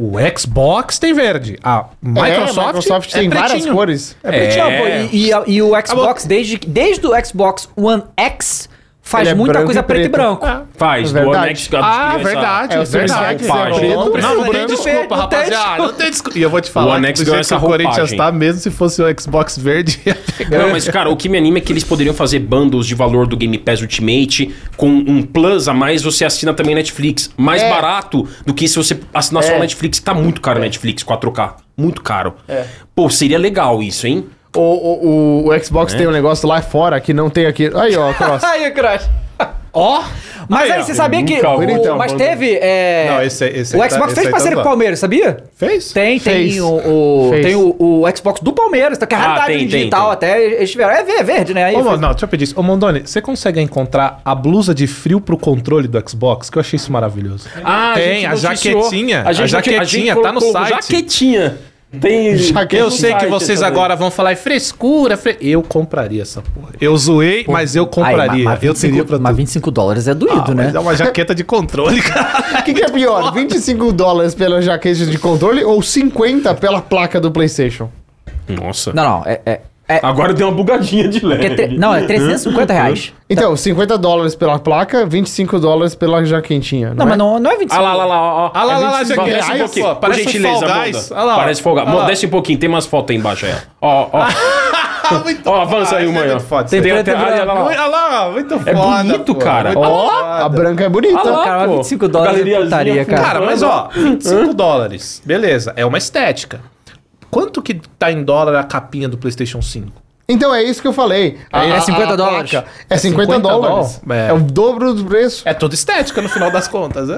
[SPEAKER 2] O Xbox tem verde. A Microsoft,
[SPEAKER 3] É, a Microsoft tem várias
[SPEAKER 2] pretinho.
[SPEAKER 3] cores.
[SPEAKER 2] É pretinho.
[SPEAKER 1] Não, pô, e, e- e o Xbox, desde, desde o Xbox One X, faz
[SPEAKER 3] Ele é
[SPEAKER 1] muita
[SPEAKER 3] branco
[SPEAKER 1] coisa
[SPEAKER 3] e
[SPEAKER 1] preto e
[SPEAKER 3] preto.
[SPEAKER 1] branco.
[SPEAKER 5] Faz,
[SPEAKER 3] É Verdade.
[SPEAKER 5] Onex-
[SPEAKER 2] Ah,
[SPEAKER 5] essa-
[SPEAKER 2] verdade.
[SPEAKER 3] É, o seu
[SPEAKER 2] verdade.
[SPEAKER 3] Isaac é preto,
[SPEAKER 2] Não precisa
[SPEAKER 1] o
[SPEAKER 2] nem
[SPEAKER 1] branco é
[SPEAKER 2] desculpa,
[SPEAKER 1] preto.
[SPEAKER 2] rapaziada. Não tem desculpa. E eu vou te
[SPEAKER 5] O
[SPEAKER 2] falar
[SPEAKER 5] Anex
[SPEAKER 2] que do
[SPEAKER 5] ganhou
[SPEAKER 2] jeito que
[SPEAKER 5] essa
[SPEAKER 2] o Corinthians
[SPEAKER 5] roupagem.
[SPEAKER 2] tá, mesmo se fosse o Xbox verde. ia pegar.
[SPEAKER 5] Não, mas cara, o que me anima é que eles poderiam fazer bundles de valor do Game Pass Ultimate com um plus a mais, você assina também Netflix. Mais
[SPEAKER 3] É.
[SPEAKER 5] barato do que se você assinar só
[SPEAKER 3] É.
[SPEAKER 5] Netflix. Tá muito caro Netflix, 4K. Muito caro. Pô, seria legal isso, hein?
[SPEAKER 3] O, o, o- o Xbox tem um negócio lá fora que não tem aqui. Aí, ó, cross.
[SPEAKER 1] Aí, Crush.
[SPEAKER 2] Ó!
[SPEAKER 1] Mas aí,
[SPEAKER 2] ó.
[SPEAKER 1] você sabia que.
[SPEAKER 2] Nunca
[SPEAKER 1] o-
[SPEAKER 2] ouvi, então,
[SPEAKER 1] mas
[SPEAKER 2] quando-
[SPEAKER 1] teve.
[SPEAKER 5] assim.
[SPEAKER 1] é,
[SPEAKER 2] Não, esse- esse
[SPEAKER 1] o
[SPEAKER 2] aí tá-
[SPEAKER 1] Xbox
[SPEAKER 2] esse
[SPEAKER 1] fez
[SPEAKER 2] aí tá
[SPEAKER 1] parceiro com
[SPEAKER 2] zoado.
[SPEAKER 1] o Palmeiras, sabia?
[SPEAKER 2] Fez?
[SPEAKER 1] Tem,
[SPEAKER 3] Fez.
[SPEAKER 1] tem, o, o-
[SPEAKER 3] Fez.
[SPEAKER 1] tem o, o Xbox do Palmeiras, tá, que é a
[SPEAKER 5] Ah,
[SPEAKER 1] realidade
[SPEAKER 5] tem, tem,
[SPEAKER 1] digital
[SPEAKER 5] tem.
[SPEAKER 1] até eles tiveram. É ver- é verde, né? Aí
[SPEAKER 2] Ô,
[SPEAKER 1] fez-
[SPEAKER 2] Mondoni, deixa eu pedir isso. Ô, Mondoni, você consegue encontrar a blusa de frio pro controle do Xbox? Que eu achei isso maravilhoso.
[SPEAKER 5] Ah,
[SPEAKER 2] Tem, a
[SPEAKER 5] noticiou.
[SPEAKER 2] jaquetinha. A
[SPEAKER 5] gente-
[SPEAKER 2] jaquetinha
[SPEAKER 5] gente
[SPEAKER 2] tá no
[SPEAKER 5] colocou
[SPEAKER 2] site.
[SPEAKER 5] Jaquetinha. Tem.
[SPEAKER 3] Jaquetinha.
[SPEAKER 2] Eu sei que
[SPEAKER 5] site
[SPEAKER 2] vocês
[SPEAKER 5] também.
[SPEAKER 2] agora vão falar, é frescura, fre... Eu compraria essa porra. Eu zoei, mas eu compraria.
[SPEAKER 1] Aí, mas, mas
[SPEAKER 2] eu
[SPEAKER 1] 25,
[SPEAKER 2] teria pra
[SPEAKER 1] mas
[SPEAKER 2] tudo.
[SPEAKER 1] 25 dólares é doído,
[SPEAKER 2] Ah,
[SPEAKER 1] né?
[SPEAKER 2] mas é uma jaqueta de controle, cara.
[SPEAKER 3] O que, que é pior? 25 dólares pela jaqueta de controle ou 50 pela placa do PlayStation?
[SPEAKER 5] Nossa.
[SPEAKER 1] Não, não. É, é, é-
[SPEAKER 3] Ah,
[SPEAKER 5] Agora deu uma bugadinha de
[SPEAKER 1] porque é tre-
[SPEAKER 5] leve.
[SPEAKER 1] não, é 350 reais.
[SPEAKER 3] Então, 50 dólares pela placa, 25 dólares pela jaquentinha.
[SPEAKER 1] Não,
[SPEAKER 3] é?
[SPEAKER 1] mas não, não é 25.
[SPEAKER 5] Ah lá, lá, lá, ó. ó.
[SPEAKER 2] Ah lá, lá, lá,
[SPEAKER 5] É 25
[SPEAKER 2] Jaqueline.
[SPEAKER 5] Desce
[SPEAKER 2] Aí,
[SPEAKER 5] um pouquinho.
[SPEAKER 2] pô,
[SPEAKER 5] Por
[SPEAKER 2] parece um
[SPEAKER 5] gentileza,
[SPEAKER 2] Fall
[SPEAKER 5] Monda.
[SPEAKER 2] Guys. Ah lá, ó.
[SPEAKER 5] Parece folgar.
[SPEAKER 2] Ah lá.
[SPEAKER 5] Mão, desce um pouquinho, tem umas fotos aí embaixo aí, ó. Ó, ó. Ó, avança
[SPEAKER 2] Ah, é
[SPEAKER 5] aí uma aí, ó.
[SPEAKER 1] Tem preto e
[SPEAKER 5] ah,
[SPEAKER 1] branco.
[SPEAKER 5] olha lá,
[SPEAKER 1] Tá
[SPEAKER 5] ó.
[SPEAKER 2] um- Olha lá, muito foda.
[SPEAKER 5] É bonito,
[SPEAKER 2] pô.
[SPEAKER 5] cara.
[SPEAKER 2] Muito
[SPEAKER 3] Ó,
[SPEAKER 2] foda.
[SPEAKER 3] a branca é bonita.
[SPEAKER 5] Ah lá.
[SPEAKER 1] Cara,
[SPEAKER 5] pô.
[SPEAKER 1] 25 dólares é
[SPEAKER 5] Galeriazinha
[SPEAKER 1] putaria,
[SPEAKER 5] com-
[SPEAKER 1] cara.
[SPEAKER 2] Cara, mas ó, 25 dólares. Beleza, é uma estética. Quanto que tá em dólar a capinha do PlayStation 5?
[SPEAKER 3] Então é isso que eu falei.
[SPEAKER 1] É 50 dólares.
[SPEAKER 3] placa É 50,
[SPEAKER 2] 50
[SPEAKER 3] dólares.
[SPEAKER 2] dólar. É.
[SPEAKER 3] É. o dobro do preço.
[SPEAKER 2] É toda estética no final das contas, né?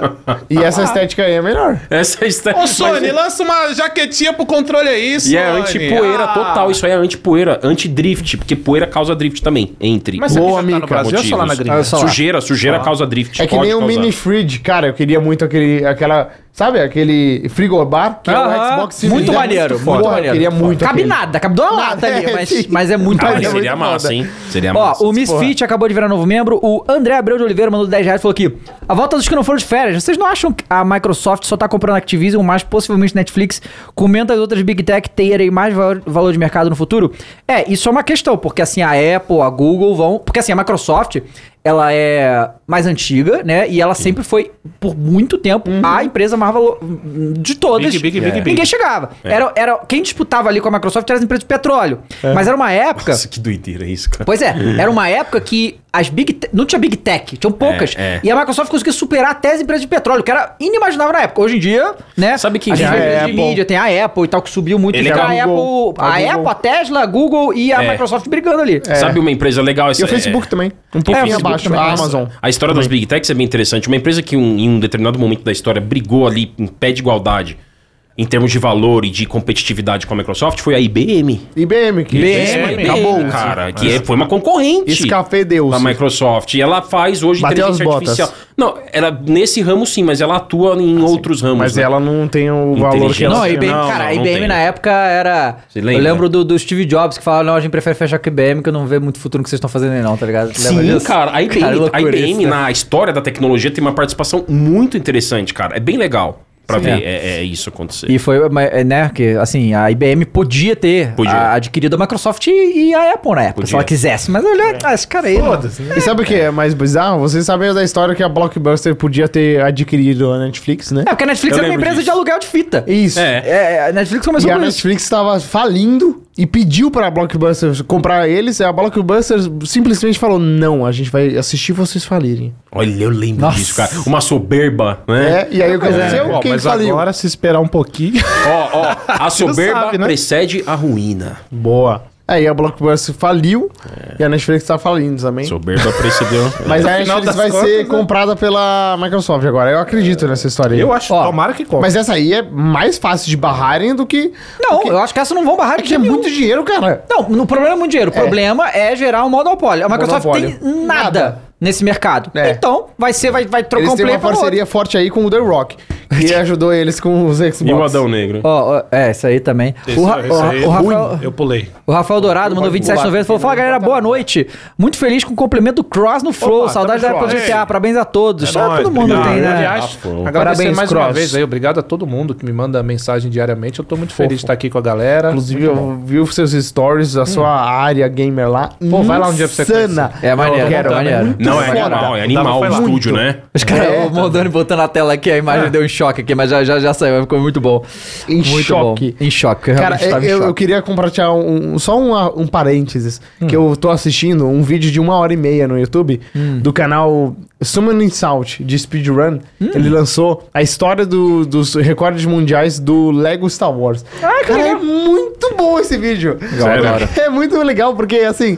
[SPEAKER 3] E
[SPEAKER 1] Ah.
[SPEAKER 3] essa estética aí é melhor.
[SPEAKER 5] Essa é a
[SPEAKER 2] Ô,
[SPEAKER 5] estética.
[SPEAKER 2] Sony, lança uma jaquetinha pro controle aí, Sony.
[SPEAKER 5] E é antipoeira
[SPEAKER 2] Ah.
[SPEAKER 5] total. Isso aí é antipoeira, anti-drift, porque poeira causa drift também. Entre.
[SPEAKER 2] Mas você
[SPEAKER 3] Boa,
[SPEAKER 2] já tá no
[SPEAKER 3] Mica.
[SPEAKER 2] Brasil ou só lá na
[SPEAKER 5] motivos.
[SPEAKER 2] gringa?
[SPEAKER 1] Ah, só lá.
[SPEAKER 5] Sujeira, sujeira causa drift.
[SPEAKER 3] É que
[SPEAKER 5] pode
[SPEAKER 3] nem o
[SPEAKER 5] causar.
[SPEAKER 3] mini fridge, cara. Eu queria muito aquele, aquela, sabe, aquele frigobar que é
[SPEAKER 1] Aham.
[SPEAKER 3] o Xbox Series
[SPEAKER 1] Muito
[SPEAKER 3] X.
[SPEAKER 1] maneiro, muito
[SPEAKER 3] Porra,
[SPEAKER 1] maneiro.
[SPEAKER 3] Eu queria muito.
[SPEAKER 1] Cabe
[SPEAKER 3] aquele.
[SPEAKER 1] nada, cabe duas
[SPEAKER 3] Nada,
[SPEAKER 1] latas ali,
[SPEAKER 3] é,
[SPEAKER 1] mas,
[SPEAKER 3] sim.
[SPEAKER 1] mas é muito
[SPEAKER 5] Ah,
[SPEAKER 3] Olha,
[SPEAKER 5] mas
[SPEAKER 1] maneiro.
[SPEAKER 5] seria
[SPEAKER 3] muito foda.
[SPEAKER 5] massa, hein? Seria massa.
[SPEAKER 1] Ó, o Misfit acabou de virar novo membro. O André Abreu de Oliveira mandou 10 reais e falou aqui: a volta dos que não foram de férias. Vocês não acham que a Microsoft só tá comprando Activision, mas possivelmente Netflix? Comenta as outras Big Tech terem mais valor, valor de mercado no futuro? É, isso é uma questão, porque assim, a Apple, a Google vão. Porque assim, a Microsoft, ela é mais antiga, né? E ela sempre foi, por muito tempo, a empresa mais valor de todas.
[SPEAKER 2] Uhum. Big, big, big,
[SPEAKER 5] É.
[SPEAKER 2] big.
[SPEAKER 1] Ninguém chegava. Era, era, quem disputava ali com a Microsoft era as empresas de petróleo.
[SPEAKER 2] É.
[SPEAKER 1] Mas era uma época.
[SPEAKER 5] Nossa, que doideira isso, cara.
[SPEAKER 1] Pois é, era uma época que as Big Te- não tinha Big Tech, tinham poucas.
[SPEAKER 5] é.
[SPEAKER 1] E a Microsoft conseguiu superar até as empresas de petróleo, que era inimaginável na época. Hoje em dia, né?
[SPEAKER 5] Sabe quem
[SPEAKER 1] a gente
[SPEAKER 5] já
[SPEAKER 1] vê
[SPEAKER 5] é
[SPEAKER 1] empresas de
[SPEAKER 3] Apple?
[SPEAKER 1] mídia, tem a Apple e tal, que subiu muito.
[SPEAKER 5] Ele
[SPEAKER 1] Fica
[SPEAKER 5] é
[SPEAKER 1] a,
[SPEAKER 3] a Google,
[SPEAKER 1] Apple, a,
[SPEAKER 3] a Google.
[SPEAKER 1] Apple, a Tesla, a Google e a
[SPEAKER 5] É.
[SPEAKER 1] Microsoft brigando ali.
[SPEAKER 5] Sabe uma empresa legal essa?
[SPEAKER 3] E o Facebook também. Um
[SPEAKER 5] É, o
[SPEAKER 3] pouquinho
[SPEAKER 5] Facebook
[SPEAKER 3] abaixo,
[SPEAKER 5] também.
[SPEAKER 3] a Amazon.
[SPEAKER 5] A história das Big Techs é bem interessante. Uma empresa que um- em um determinado momento da história brigou ali em pé de igualdade em termos de valor e de competitividade com a Microsoft foi a IBM.
[SPEAKER 3] IBM, que
[SPEAKER 5] IBM,
[SPEAKER 3] acabou.
[SPEAKER 5] cara, que é- foi uma concorrente.
[SPEAKER 3] Escafedeu-se.
[SPEAKER 5] Da Microsoft. E ela faz hoje
[SPEAKER 3] Bateu as botas.
[SPEAKER 5] Não, ela nesse ramo sim, mas ela atua em outros ramos.
[SPEAKER 3] Mas
[SPEAKER 5] né?
[SPEAKER 3] ela não tem o valor que
[SPEAKER 5] Inteligência.
[SPEAKER 3] ela...
[SPEAKER 1] Não, a IBM,
[SPEAKER 5] Não,
[SPEAKER 1] cara, a
[SPEAKER 5] não, não
[SPEAKER 1] IBM
[SPEAKER 5] tem.
[SPEAKER 1] na época era.
[SPEAKER 5] Você lembra?
[SPEAKER 1] Eu lembro do, do Steve Jobs que falava: não, a gente prefere fechar com a IBM, que eu não vejo muito futuro no que vocês estão fazendo aí, não, tá ligado? Você lembra
[SPEAKER 5] Sim,
[SPEAKER 1] disso?
[SPEAKER 5] cara, a IBM, a
[SPEAKER 1] loucura
[SPEAKER 5] IBM
[SPEAKER 1] isso, né?
[SPEAKER 5] na história da tecnologia tem uma participação muito interessante, cara. É bem legal pra ver é, é isso acontecer.
[SPEAKER 1] E foi, mas, é, né, que assim, a IBM podia ter
[SPEAKER 5] Podia.
[SPEAKER 1] a- adquirido a Microsoft e, e a Apple na época, se
[SPEAKER 5] Podia. É.
[SPEAKER 1] ela quisesse. Mas olha, ah, esse cara aí... Foda-se.
[SPEAKER 3] E sabe o que é mais bizarro? Vocês sabem da história que a Blockbuster podia ter adquirido a Netflix, né?
[SPEAKER 1] É, porque a Netflix
[SPEAKER 5] Eu
[SPEAKER 1] era uma
[SPEAKER 5] lembro
[SPEAKER 1] empresa
[SPEAKER 5] disso.
[SPEAKER 1] de aluguel de fita.
[SPEAKER 3] Isso.
[SPEAKER 5] É.
[SPEAKER 1] É, a Netflix começou
[SPEAKER 3] E a
[SPEAKER 1] com isso.
[SPEAKER 3] Netflix estava falindo e pediu pra Blockbuster comprar eles. E a Blockbuster simplesmente falou: não, a gente vai assistir vocês falirem.
[SPEAKER 5] Olha, eu lembro
[SPEAKER 1] Nossa.
[SPEAKER 5] disso, cara. Uma soberba,
[SPEAKER 3] É,
[SPEAKER 5] né?
[SPEAKER 3] e aí o que aconteceu?
[SPEAKER 2] Ó,
[SPEAKER 3] Quem
[SPEAKER 2] mas
[SPEAKER 3] faliu?
[SPEAKER 2] agora, se esperar um pouquinho...
[SPEAKER 5] Ó, ó, a soberba
[SPEAKER 2] sabe, né?
[SPEAKER 5] precede a ruína.
[SPEAKER 3] Boa. Aí a Blockbuster faliu e a Netflix tá falindo também.
[SPEAKER 5] Soberba precedeu. É.
[SPEAKER 3] Mas a
[SPEAKER 2] final
[SPEAKER 3] Netflix
[SPEAKER 2] das
[SPEAKER 3] vai
[SPEAKER 2] contas,
[SPEAKER 3] ser
[SPEAKER 2] né?
[SPEAKER 3] comprada pela Microsoft agora. Eu acredito nessa história aí.
[SPEAKER 2] Eu acho,
[SPEAKER 1] Ó,
[SPEAKER 2] tomara que compre.
[SPEAKER 3] Mas essa aí é mais fácil de barrarem do que.
[SPEAKER 1] Não, eu acho que essa não vão barrar
[SPEAKER 3] É
[SPEAKER 1] de
[SPEAKER 3] que é
[SPEAKER 1] jeito
[SPEAKER 3] muito
[SPEAKER 1] nenhum.
[SPEAKER 3] dinheiro, cara.
[SPEAKER 1] Não, o problema é muito dinheiro. O problema é gerar um monopólio. A Microsoft
[SPEAKER 3] Monopólio.
[SPEAKER 1] tem nada,
[SPEAKER 3] Nada.
[SPEAKER 1] nesse mercado.
[SPEAKER 3] É.
[SPEAKER 1] Então, vai ser, vai, vai trocar
[SPEAKER 3] Eles
[SPEAKER 1] um
[SPEAKER 3] têm
[SPEAKER 1] play
[SPEAKER 3] uma
[SPEAKER 1] pra outro.
[SPEAKER 3] parceria forte aí com o The Rock, que ajudou eles com os Xbox.
[SPEAKER 5] E o Adão Negro.
[SPEAKER 1] Ó, ó, é, isso aí também. o, Ra-
[SPEAKER 2] Esse-
[SPEAKER 1] o Ra-
[SPEAKER 2] esse aí
[SPEAKER 1] o
[SPEAKER 2] é ruim,
[SPEAKER 1] Rafael,
[SPEAKER 2] Eu pulei.
[SPEAKER 1] O Rafael Dourado mandou 27,90 falou:
[SPEAKER 3] né?
[SPEAKER 1] Fala galera, boa noite. Muito feliz com o complemento do Cross no Flow.
[SPEAKER 2] Opa,
[SPEAKER 1] Saudade da
[SPEAKER 2] tamo
[SPEAKER 1] época do
[SPEAKER 2] junto.
[SPEAKER 1] GTA. Parabéns a todos.
[SPEAKER 3] É
[SPEAKER 1] Só
[SPEAKER 2] nóis,
[SPEAKER 1] todo mundo
[SPEAKER 2] obrigado.
[SPEAKER 1] tem, né?
[SPEAKER 2] Aliás,
[SPEAKER 5] Rafa.
[SPEAKER 2] agradecer
[SPEAKER 1] Parabéns,
[SPEAKER 2] mais uma
[SPEAKER 1] Cross.
[SPEAKER 2] vez aí. Obrigado a todo mundo que me manda mensagem diariamente. Eu tô muito feliz de estar aqui com a galera.
[SPEAKER 3] Inclusive, eu vi os seus stories, a sua área gamer lá.
[SPEAKER 2] Hum. Pô, vai lá um dia pra você
[SPEAKER 3] Insana.
[SPEAKER 1] É maneiro,
[SPEAKER 3] Eu quero,
[SPEAKER 1] é maneiro.
[SPEAKER 3] muito
[SPEAKER 5] Não, é
[SPEAKER 3] foda.
[SPEAKER 5] animal, é animal
[SPEAKER 2] Tava,
[SPEAKER 5] o
[SPEAKER 2] foi lá.
[SPEAKER 5] estúdio, né?
[SPEAKER 1] Os caras,
[SPEAKER 3] É,
[SPEAKER 1] o Mondoni botando na tela aqui, a imagem deu um choque aqui, mas já, já, já saiu, ficou muito bom.
[SPEAKER 3] Em
[SPEAKER 1] muito
[SPEAKER 3] choque.
[SPEAKER 1] Bom. Em choque, porque eu
[SPEAKER 3] Cara,
[SPEAKER 1] realmente tá tava em
[SPEAKER 3] eu, eu
[SPEAKER 1] choque.
[SPEAKER 3] queria compartilhar um, um- só um, um parênteses, que eu tô assistindo um vídeo de uma hora e meia no YouTube do canal Summoning Salt, de Speedrun. Ele lançou a história do- dos recordes mundiais do Lego Star Wars. Ah, cara, é muito bom esse vídeo.
[SPEAKER 1] Sério? adoro.
[SPEAKER 3] É muito legal, porque assim,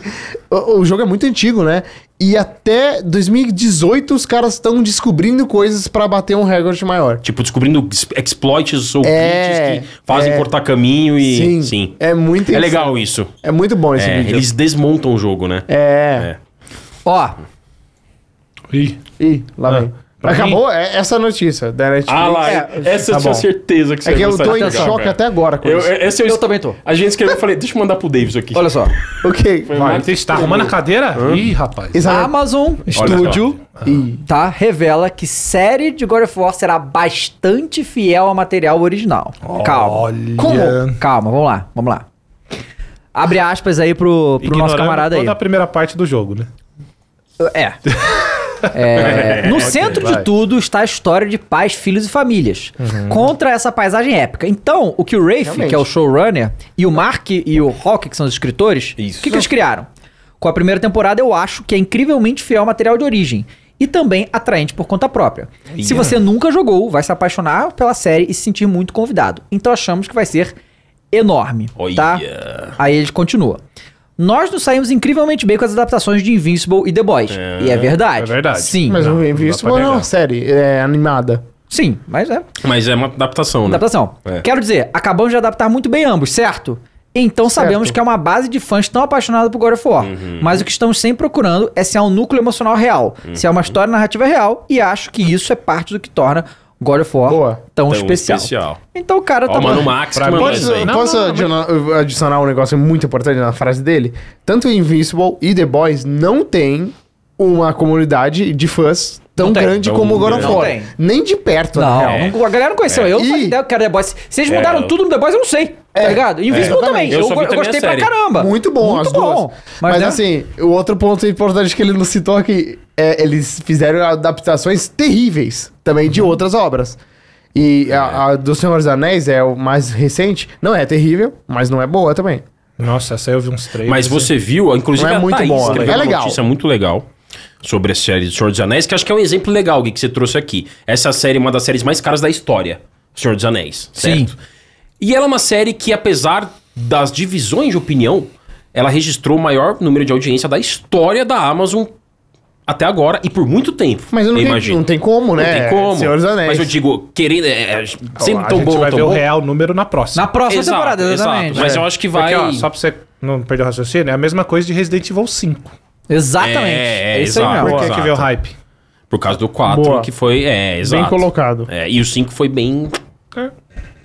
[SPEAKER 3] o, o jogo é muito antigo, né? E até 2018 os caras estão descobrindo coisas pra bater um recorde maior.
[SPEAKER 5] Tipo, descobrindo ex- exploits ou
[SPEAKER 3] É,
[SPEAKER 5] glitches que fazem
[SPEAKER 3] é.
[SPEAKER 5] cortar caminho e. Sim.
[SPEAKER 3] É muito
[SPEAKER 5] É
[SPEAKER 3] interessante.
[SPEAKER 5] legal isso.
[SPEAKER 3] É muito bom esse
[SPEAKER 5] É,
[SPEAKER 3] vídeo.
[SPEAKER 5] eles desmontam o jogo, né?
[SPEAKER 3] É.
[SPEAKER 1] Ó,
[SPEAKER 2] Ih,
[SPEAKER 5] É.
[SPEAKER 3] Ih, lá vem.
[SPEAKER 2] pra
[SPEAKER 3] Acabou é, essa notícia da Netflix.
[SPEAKER 5] Ah lá,
[SPEAKER 3] é,
[SPEAKER 5] essa
[SPEAKER 3] tá
[SPEAKER 5] eu tinha
[SPEAKER 3] bom.
[SPEAKER 5] certeza que
[SPEAKER 3] É que
[SPEAKER 5] ia
[SPEAKER 3] eu
[SPEAKER 5] gostar
[SPEAKER 3] tô
[SPEAKER 5] de
[SPEAKER 3] em
[SPEAKER 5] jogar,
[SPEAKER 3] choque
[SPEAKER 5] cara.
[SPEAKER 3] até agora com
[SPEAKER 5] Eu,
[SPEAKER 3] isso.
[SPEAKER 5] essa eu,
[SPEAKER 1] Eu também tô.
[SPEAKER 5] A gente escreveu, eu falei, deixa eu mandar pro Davis aqui.
[SPEAKER 1] olha só.
[SPEAKER 3] Ok.
[SPEAKER 2] vai. Você tá arrumando a cadeira? Ih, rapaz.
[SPEAKER 1] A
[SPEAKER 3] Exato.
[SPEAKER 1] Amazon Studio, tá, revela que série de God of War será bastante fiel ao material original. Calma. Como? Calma, vamos lá, vamos lá. Abre aspas aí pro, pro nosso camarada aí.
[SPEAKER 2] toda a primeira parte do jogo, né?
[SPEAKER 1] É. É, no centro de tudo está a história de pais, filhos e famílias contra essa paisagem épica. Então, o que o Rafe,
[SPEAKER 3] Realmente.
[SPEAKER 1] que é o showrunner, e o Mark e o Rock, que são os escritores, o que, que eles criaram? Com a primeira temporada, eu acho que é incrivelmente fiel ao material de origem e também atraente por conta própria. Se você nunca jogou, vai se apaixonar pela série e se sentir muito convidado. Então, achamos que vai ser enorme,
[SPEAKER 5] Olha.
[SPEAKER 1] tá? Aí ele continua. Nós nos saímos incrivelmente bem com as adaptações de Invincible e The Boys. e é verdade.
[SPEAKER 2] é verdade.
[SPEAKER 1] Sim.
[SPEAKER 3] Mas
[SPEAKER 2] Não,
[SPEAKER 3] o
[SPEAKER 2] não
[SPEAKER 3] Invincible
[SPEAKER 2] dá pra
[SPEAKER 3] não é uma
[SPEAKER 2] negar.
[SPEAKER 3] série é, animada.
[SPEAKER 1] Sim, mas é.
[SPEAKER 5] Mas é uma adaptação, né?
[SPEAKER 1] Adaptação.
[SPEAKER 5] É.
[SPEAKER 1] Quero dizer, acabamos de adaptar muito bem ambos, certo? Então sabemos que é uma base de fãs tão apaixonada por God of War. Mas o que estamos sempre procurando é se há um núcleo emocional real, se há uma história narrativa real, e acho que isso é parte do que torna God of War
[SPEAKER 3] Boa.
[SPEAKER 1] tão,
[SPEAKER 5] Então,
[SPEAKER 1] especial.
[SPEAKER 5] especial.
[SPEAKER 1] Então o cara
[SPEAKER 5] Ó, o Mano Max,
[SPEAKER 2] Pra
[SPEAKER 5] que mandou
[SPEAKER 2] mim-
[SPEAKER 5] isso aí.
[SPEAKER 2] Não,
[SPEAKER 3] Posso
[SPEAKER 2] não, não,
[SPEAKER 3] adicionar, adicionar um negócio muito importante na frase dele? Tanto Invincible e The Boys não tem uma comunidade de fãs tão
[SPEAKER 1] Não tem.
[SPEAKER 3] grande
[SPEAKER 5] Tão
[SPEAKER 3] como o God of
[SPEAKER 5] grande.
[SPEAKER 3] War.
[SPEAKER 1] Não tem.
[SPEAKER 3] Nem de perto, na
[SPEAKER 1] Não,
[SPEAKER 3] real.
[SPEAKER 5] É.
[SPEAKER 1] não- a galera não conheceu. Eu não
[SPEAKER 3] É. E- É.
[SPEAKER 1] faço ideia do que era The Boys. Vocês mudaram
[SPEAKER 5] eu-
[SPEAKER 1] tudo no The Boys, eu não sei. tá ligado? Invincible também.
[SPEAKER 5] É. Eu
[SPEAKER 1] Eu,
[SPEAKER 5] só vi
[SPEAKER 1] go- eu
[SPEAKER 5] também a
[SPEAKER 1] gostei pra
[SPEAKER 5] série.
[SPEAKER 1] caramba.
[SPEAKER 3] Muito bom, as duas.
[SPEAKER 1] Mas,
[SPEAKER 3] Mas,
[SPEAKER 1] né,
[SPEAKER 3] assim, o outro ponto importante que ele não citou é que é, eles fizeram adaptações terríveis também de outras obras. E a, a do Senhor dos Anéis é o mais recente. Não é terrível, mas não é boa também.
[SPEAKER 2] Nossa, essa aí eu vi uns três.
[SPEAKER 5] Mas você viu, inclusive
[SPEAKER 3] Não é
[SPEAKER 5] a
[SPEAKER 3] muito
[SPEAKER 5] Thaís
[SPEAKER 3] bom,
[SPEAKER 5] escreveu
[SPEAKER 3] é
[SPEAKER 5] uma
[SPEAKER 3] legal.
[SPEAKER 5] notícia muito legal sobre a série do Senhor dos Anéis, que acho que é um exemplo legal, Gui, que você trouxe aqui. Essa série é uma das séries mais caras da história, Senhor dos Anéis,
[SPEAKER 1] Sim.
[SPEAKER 5] certo? E ela é uma série que, apesar das divisões de opinião, ela registrou o maior número de audiência da história da Amazon até agora e por muito tempo.
[SPEAKER 3] Mas eu não, tem,
[SPEAKER 5] imagino.
[SPEAKER 3] não tem como, né?
[SPEAKER 5] Não tem como.
[SPEAKER 3] Senhor dos Anéis.
[SPEAKER 5] Mas eu digo, querendo. É, é, sempre
[SPEAKER 2] a
[SPEAKER 5] tão
[SPEAKER 2] gente
[SPEAKER 5] bom,
[SPEAKER 2] vai
[SPEAKER 5] tão
[SPEAKER 2] ver o
[SPEAKER 5] bom.
[SPEAKER 2] real número na próxima.
[SPEAKER 1] na próxima
[SPEAKER 5] Exato,
[SPEAKER 1] temporada,
[SPEAKER 5] exato.
[SPEAKER 1] exatamente.
[SPEAKER 5] Mas é eu acho que vai.
[SPEAKER 2] Porque, ó, só pra você não perder o raciocínio, é a mesma coisa de Resident Evil 5.
[SPEAKER 1] Exatamente.
[SPEAKER 5] É,
[SPEAKER 1] É, isso aí
[SPEAKER 5] exato.
[SPEAKER 1] mesmo.
[SPEAKER 2] Por que,
[SPEAKER 5] Exato.
[SPEAKER 2] que veio o hype?
[SPEAKER 5] Por causa do 4,
[SPEAKER 3] Boa.
[SPEAKER 5] que foi. É, exato.
[SPEAKER 3] Bem colocado.
[SPEAKER 5] É, e o 5 foi bem.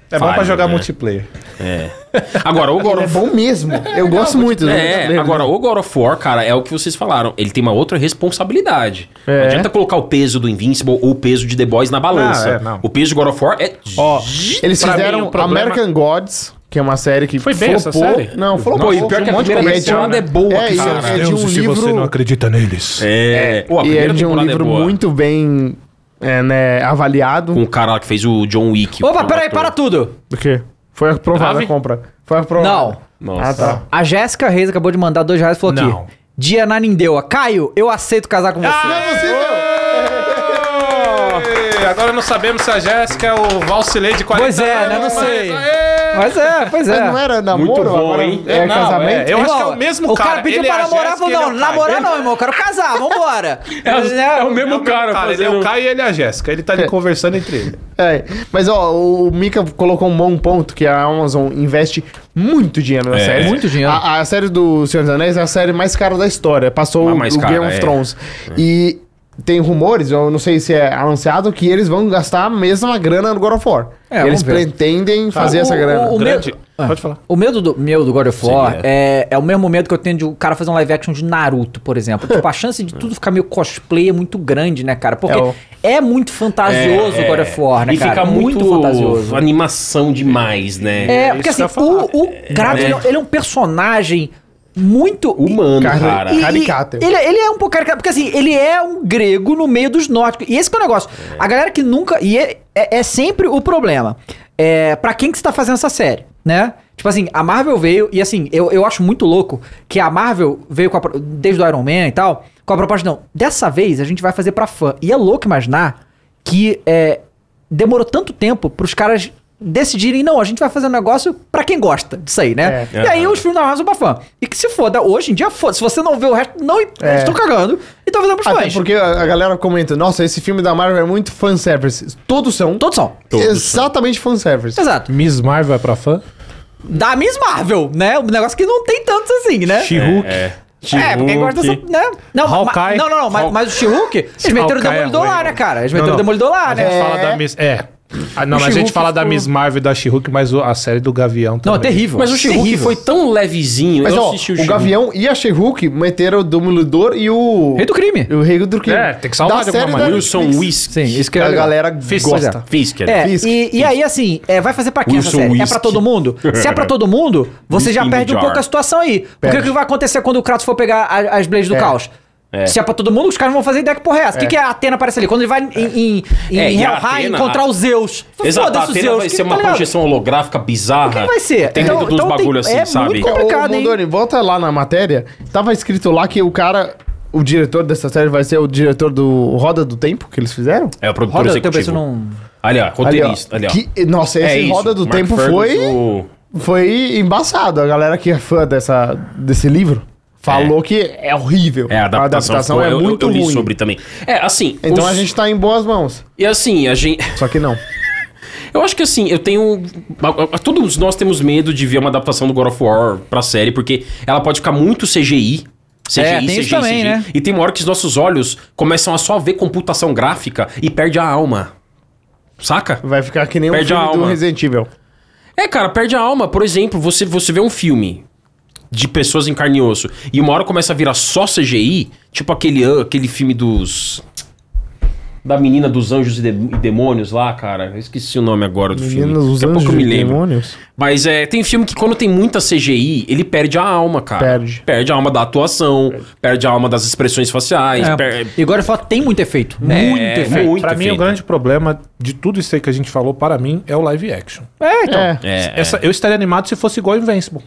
[SPEAKER 2] É bom
[SPEAKER 5] Falha,
[SPEAKER 2] pra jogar
[SPEAKER 5] né?
[SPEAKER 2] multiplayer.
[SPEAKER 5] Agora, o God
[SPEAKER 3] Ele é
[SPEAKER 5] of
[SPEAKER 3] bom mesmo. Eu gosto muito. do
[SPEAKER 5] É,
[SPEAKER 3] multiplayer,
[SPEAKER 5] agora,
[SPEAKER 3] né?
[SPEAKER 5] o God of War, cara, é o que vocês falaram. Ele tem uma outra responsabilidade.
[SPEAKER 3] É.
[SPEAKER 5] Não adianta colocar o peso do Invincible ou o peso de The Boys na balança.
[SPEAKER 2] Ah, é, não.
[SPEAKER 5] O peso de God of War é.
[SPEAKER 2] Ó,
[SPEAKER 3] Eles
[SPEAKER 2] pra mim,
[SPEAKER 3] fizeram
[SPEAKER 2] o problema-
[SPEAKER 3] American Gods, que é uma série que
[SPEAKER 2] Foi bem essa série?
[SPEAKER 3] Não,
[SPEAKER 5] Pô,
[SPEAKER 3] flopou.
[SPEAKER 5] e pior que a
[SPEAKER 2] um monte de
[SPEAKER 5] primeira
[SPEAKER 2] coisa
[SPEAKER 5] temporada
[SPEAKER 2] legal, né?
[SPEAKER 5] é boa,
[SPEAKER 3] É, isso
[SPEAKER 5] cara.
[SPEAKER 3] é de um livro...
[SPEAKER 2] acredita neles.
[SPEAKER 5] É, Pô, a
[SPEAKER 3] E é
[SPEAKER 5] primeira
[SPEAKER 3] de um
[SPEAKER 5] temporada é
[SPEAKER 3] livro
[SPEAKER 5] boa.
[SPEAKER 3] muito bem é, né, avaliado.
[SPEAKER 5] Com o cara lá que fez o John Wick.
[SPEAKER 1] Opa,
[SPEAKER 5] o
[SPEAKER 1] peraí,
[SPEAKER 5] ator.
[SPEAKER 1] para tudo.
[SPEAKER 3] Do quê? Foi aprovada
[SPEAKER 2] Grave?
[SPEAKER 3] a compra. Foi aprovada.
[SPEAKER 1] Não.
[SPEAKER 5] Nossa.
[SPEAKER 3] Ah, tá.
[SPEAKER 1] A Jéssica Reis acabou de mandar dois reais e falou
[SPEAKER 2] Não.
[SPEAKER 1] aqui. Dia Nanindeua. Caio, eu aceito casar com você.
[SPEAKER 3] Ah,
[SPEAKER 5] Ah!
[SPEAKER 3] é
[SPEAKER 2] Ei, Agora não sabemos se a Jéssica é o Valsilei de 40
[SPEAKER 1] Pois é, né? Não
[SPEAKER 2] anos,
[SPEAKER 1] sei.
[SPEAKER 2] mas- Aê!
[SPEAKER 1] Mas é, pois é.
[SPEAKER 3] Mas não era namoro?
[SPEAKER 5] Muito bom,
[SPEAKER 3] agora
[SPEAKER 5] hein?
[SPEAKER 3] É,
[SPEAKER 2] Não,
[SPEAKER 3] casamento?
[SPEAKER 2] é, eu acho que é
[SPEAKER 1] Irmão,
[SPEAKER 2] o mesmo
[SPEAKER 1] O cara pediu
[SPEAKER 2] Ele é
[SPEAKER 1] pra
[SPEAKER 2] a
[SPEAKER 1] namorar,
[SPEAKER 2] Jéssica,
[SPEAKER 1] falou,
[SPEAKER 2] ele é o
[SPEAKER 1] não,
[SPEAKER 2] Caio.
[SPEAKER 1] namorar não, irmão, eu quero casar, vambora.
[SPEAKER 5] um É, o mesmo cara,
[SPEAKER 2] Ele
[SPEAKER 1] um-
[SPEAKER 2] é o Caio e ele é a Jéssica. Ele tá ali conversando entre ele.
[SPEAKER 3] É. Mas, ó, o Mika colocou um bom ponto, que a Amazon investe muito dinheiro na
[SPEAKER 5] É.
[SPEAKER 3] série.
[SPEAKER 1] Muito dinheiro.
[SPEAKER 3] A, a série do Senhor dos Anéis é a série mais cara da história. Passou
[SPEAKER 5] A
[SPEAKER 3] o,
[SPEAKER 5] mais
[SPEAKER 3] o
[SPEAKER 5] cara,
[SPEAKER 3] Game of
[SPEAKER 5] é.
[SPEAKER 3] Thrones. E tem rumores, eu não sei se é anunciado, que eles vão gastar a mesma grana no God of War.
[SPEAKER 1] É,
[SPEAKER 3] eles
[SPEAKER 1] vamos ver. Tá.
[SPEAKER 3] pretendem fazer
[SPEAKER 1] O-
[SPEAKER 3] essa
[SPEAKER 1] o-
[SPEAKER 3] grana.
[SPEAKER 1] o-
[SPEAKER 2] Grande.
[SPEAKER 1] meu- Ah.
[SPEAKER 2] Pode falar.
[SPEAKER 1] O medo do, meu do God of War
[SPEAKER 5] Seria.
[SPEAKER 1] é, é o mesmo medo que eu tenho de o cara fazer um live action de Naruto, por exemplo. Tipo, a chance de tudo ficar meio cosplay é muito grande, né, cara? Porque
[SPEAKER 3] É o-
[SPEAKER 1] é, muito fantasioso o God of War, né,
[SPEAKER 5] É, e
[SPEAKER 1] cara?
[SPEAKER 5] fica muito,
[SPEAKER 1] fantasioso.
[SPEAKER 5] animação demais, né?
[SPEAKER 1] É,
[SPEAKER 2] isso
[SPEAKER 1] porque
[SPEAKER 2] que
[SPEAKER 1] assim,
[SPEAKER 2] eu ia falar.
[SPEAKER 1] o, o Grado,
[SPEAKER 5] né?
[SPEAKER 1] ele, é- ele é um personagem muito...
[SPEAKER 5] Humano,
[SPEAKER 3] Cara,
[SPEAKER 5] cara.
[SPEAKER 1] E- e-
[SPEAKER 3] Caricato.
[SPEAKER 1] Ele, ele é um pouco caricato, porque assim, ele é um grego no meio dos nórdicos. E esse que é o negócio. A galera que nunca. E é, é, é sempre o problema. É, para quem que você tá fazendo essa série, né? Tipo assim, a Marvel veio, e assim, eu, eu acho muito louco que a Marvel veio com a, pro- desde o Iron Man e tal, com a proposta, não, dessa vez a gente vai fazer pra fã. E é louco imaginar que é, demorou tanto tempo pros caras decidirem, não, a gente vai fazer um negócio pra quem gosta disso aí, né?
[SPEAKER 5] É.
[SPEAKER 1] E aí os filmes da Marvel são pra fã. E que se foda, hoje em dia, foda. Se você não vê o resto, não
[SPEAKER 3] É.
[SPEAKER 1] estou cagando. E tá fazendo pros
[SPEAKER 3] Até
[SPEAKER 1] fãs.
[SPEAKER 3] porque a a galera comenta, nossa, esse filme da Marvel é muito fanservice. Todos são.
[SPEAKER 1] Todos são.
[SPEAKER 3] exatamente fanservice.
[SPEAKER 1] Exato.
[SPEAKER 2] Miss Marvel é pra fã?
[SPEAKER 1] Da Miss Marvel, né? Um negócio que não tem tantos assim, né?
[SPEAKER 2] She-Hulk.
[SPEAKER 1] É, porque gosta dessa. Né? Não, ma-
[SPEAKER 2] Hawkeye.
[SPEAKER 1] não, não, não. Mas,
[SPEAKER 2] Hawk-
[SPEAKER 1] mas o She-Hulk, eles
[SPEAKER 2] Esse
[SPEAKER 1] meteram o
[SPEAKER 2] Hawkeye é
[SPEAKER 1] Demolidor
[SPEAKER 2] ruim,
[SPEAKER 1] lá,
[SPEAKER 2] mano.
[SPEAKER 1] né, cara? Eles
[SPEAKER 2] Não,
[SPEAKER 1] meteram o
[SPEAKER 2] não.
[SPEAKER 1] Demolidor lá,
[SPEAKER 2] A gente
[SPEAKER 1] né?
[SPEAKER 2] fala da Miss. É. Ah, não,
[SPEAKER 3] O
[SPEAKER 2] mas a gente
[SPEAKER 3] She-Hulk
[SPEAKER 2] fala da
[SPEAKER 3] ficou-
[SPEAKER 2] Miss Marvel e da She-Hulk, mas o- a série do Gavião
[SPEAKER 1] Não,
[SPEAKER 2] também.
[SPEAKER 1] é terrível.
[SPEAKER 5] Mas o She-Hulk
[SPEAKER 1] Terrível.
[SPEAKER 5] foi tão levezinho.
[SPEAKER 3] Mas
[SPEAKER 5] eu
[SPEAKER 3] ó,
[SPEAKER 5] assisti
[SPEAKER 3] o,
[SPEAKER 5] She-Hulk.
[SPEAKER 3] Gavião e a She-Hulk meteram o Demolidor e o...
[SPEAKER 1] Rei do crime.
[SPEAKER 3] O Rei do Crime.
[SPEAKER 2] É, tem que salvar
[SPEAKER 3] da
[SPEAKER 2] de alguma
[SPEAKER 3] série
[SPEAKER 2] maneira.
[SPEAKER 3] da
[SPEAKER 5] Wilson
[SPEAKER 3] Netflix,
[SPEAKER 5] Whisk.
[SPEAKER 1] Sim, isso que
[SPEAKER 3] que
[SPEAKER 1] é
[SPEAKER 3] a
[SPEAKER 1] legal.
[SPEAKER 3] galera
[SPEAKER 2] Fiz-
[SPEAKER 3] gosta.
[SPEAKER 5] Fisk, né?
[SPEAKER 1] É,
[SPEAKER 3] Fisk,
[SPEAKER 1] e, e aí, assim, é, vai fazer pra quem essa
[SPEAKER 5] Wilson
[SPEAKER 1] série? É
[SPEAKER 5] Whisky.
[SPEAKER 1] pra todo mundo? Se é pra todo mundo, você
[SPEAKER 5] Whisky
[SPEAKER 1] já
[SPEAKER 5] in
[SPEAKER 1] perde
[SPEAKER 5] the
[SPEAKER 1] um
[SPEAKER 5] jar.
[SPEAKER 1] pouco a situação aí. Porque o que vai acontecer quando o Kratos for pegar a- as Blades do Caos? Se é pra todo mundo, os caras vão fazer ideia que porra é essa. O que, que a Atena aparece ali? Quando ele vai em, em,
[SPEAKER 5] É,
[SPEAKER 1] em
[SPEAKER 5] e a
[SPEAKER 1] Helheim
[SPEAKER 5] Atena-
[SPEAKER 1] encontrar os Zeus.
[SPEAKER 5] Exato, a
[SPEAKER 1] Então os
[SPEAKER 5] Atena vai
[SPEAKER 1] que-
[SPEAKER 5] ser
[SPEAKER 1] tá
[SPEAKER 5] uma
[SPEAKER 1] ligado?
[SPEAKER 5] projeção holográfica bizarra. O
[SPEAKER 1] que vai ser?
[SPEAKER 5] Tem
[SPEAKER 1] Então-
[SPEAKER 5] então, uns
[SPEAKER 1] então tem-
[SPEAKER 5] bagulho assim,
[SPEAKER 1] é
[SPEAKER 5] sabe?
[SPEAKER 1] muito- Complicado,
[SPEAKER 3] Ô,
[SPEAKER 1] hein?
[SPEAKER 3] Mondoni, volta lá na matéria. Tava escrito lá que o cara... O diretor dessa série vai ser o diretor do Roda do Tempo que eles fizeram?
[SPEAKER 5] É o produtor
[SPEAKER 1] Roda, eu
[SPEAKER 5] executivo.
[SPEAKER 1] penso num.
[SPEAKER 5] Ali, ó,
[SPEAKER 3] Ali, ó.
[SPEAKER 5] roteirista. Ali, ó. É
[SPEAKER 3] Que- nossa, esse
[SPEAKER 5] isso,
[SPEAKER 3] Roda do
[SPEAKER 5] Mark
[SPEAKER 3] Tempo
[SPEAKER 5] Ferguson,
[SPEAKER 3] foi...
[SPEAKER 5] o-
[SPEAKER 3] foi embaçado. A galera que é fã dessa, desse livro falou que é horrível.
[SPEAKER 5] É, a adaptação, ficou-
[SPEAKER 3] é
[SPEAKER 5] eu- eu-
[SPEAKER 3] muito
[SPEAKER 5] eu, li
[SPEAKER 3] ruim.
[SPEAKER 5] sobre também. É, assim.
[SPEAKER 3] Então
[SPEAKER 5] os-
[SPEAKER 3] a gente tá em boas mãos.
[SPEAKER 5] E assim, a gente.
[SPEAKER 3] Só que não.
[SPEAKER 5] Eu acho que assim, eu tenho. a- a- Todos nós temos medo de ver uma adaptação do God of War pra série, porque ela pode ficar muito CGI. CGI,
[SPEAKER 1] É, tem isso também, né?
[SPEAKER 5] E tem uma hora que os nossos olhos começam a só ver computação gráfica e perde a alma. Saca?
[SPEAKER 3] Vai ficar que nem o
[SPEAKER 5] Perde a
[SPEAKER 3] filme do
[SPEAKER 5] alma.
[SPEAKER 3] Resident Evil.
[SPEAKER 5] É, cara, perde a alma. Por exemplo, você, você vê um filme de pessoas em carne e osso e uma hora começa a virar só CGI, tipo aquele, ah, aquele filme dos. Da menina dos anjos e, de- e demônios lá, cara. Eu esqueci o nome agora do filme.
[SPEAKER 3] Meninas, os
[SPEAKER 5] Daqui a
[SPEAKER 3] anjos
[SPEAKER 5] pouco eu me
[SPEAKER 3] e
[SPEAKER 5] lembro.
[SPEAKER 3] demônios.
[SPEAKER 5] Mas é, tem filme que quando tem muita CGI, ele perde a alma, cara.
[SPEAKER 3] Perde.
[SPEAKER 5] Perde a alma da atuação, perde, a alma das expressões faciais.
[SPEAKER 1] É.
[SPEAKER 5] per-
[SPEAKER 1] E agora fala tem muito efeito. muito
[SPEAKER 5] é,
[SPEAKER 1] efeito.
[SPEAKER 5] muito
[SPEAKER 2] pra mim, o
[SPEAKER 5] efeito.
[SPEAKER 2] grande problema de tudo isso aí que a gente falou, para mim, é o live action.
[SPEAKER 1] então.
[SPEAKER 3] É.
[SPEAKER 5] É,
[SPEAKER 2] Essa- eu estaria animado se fosse igual Invincible.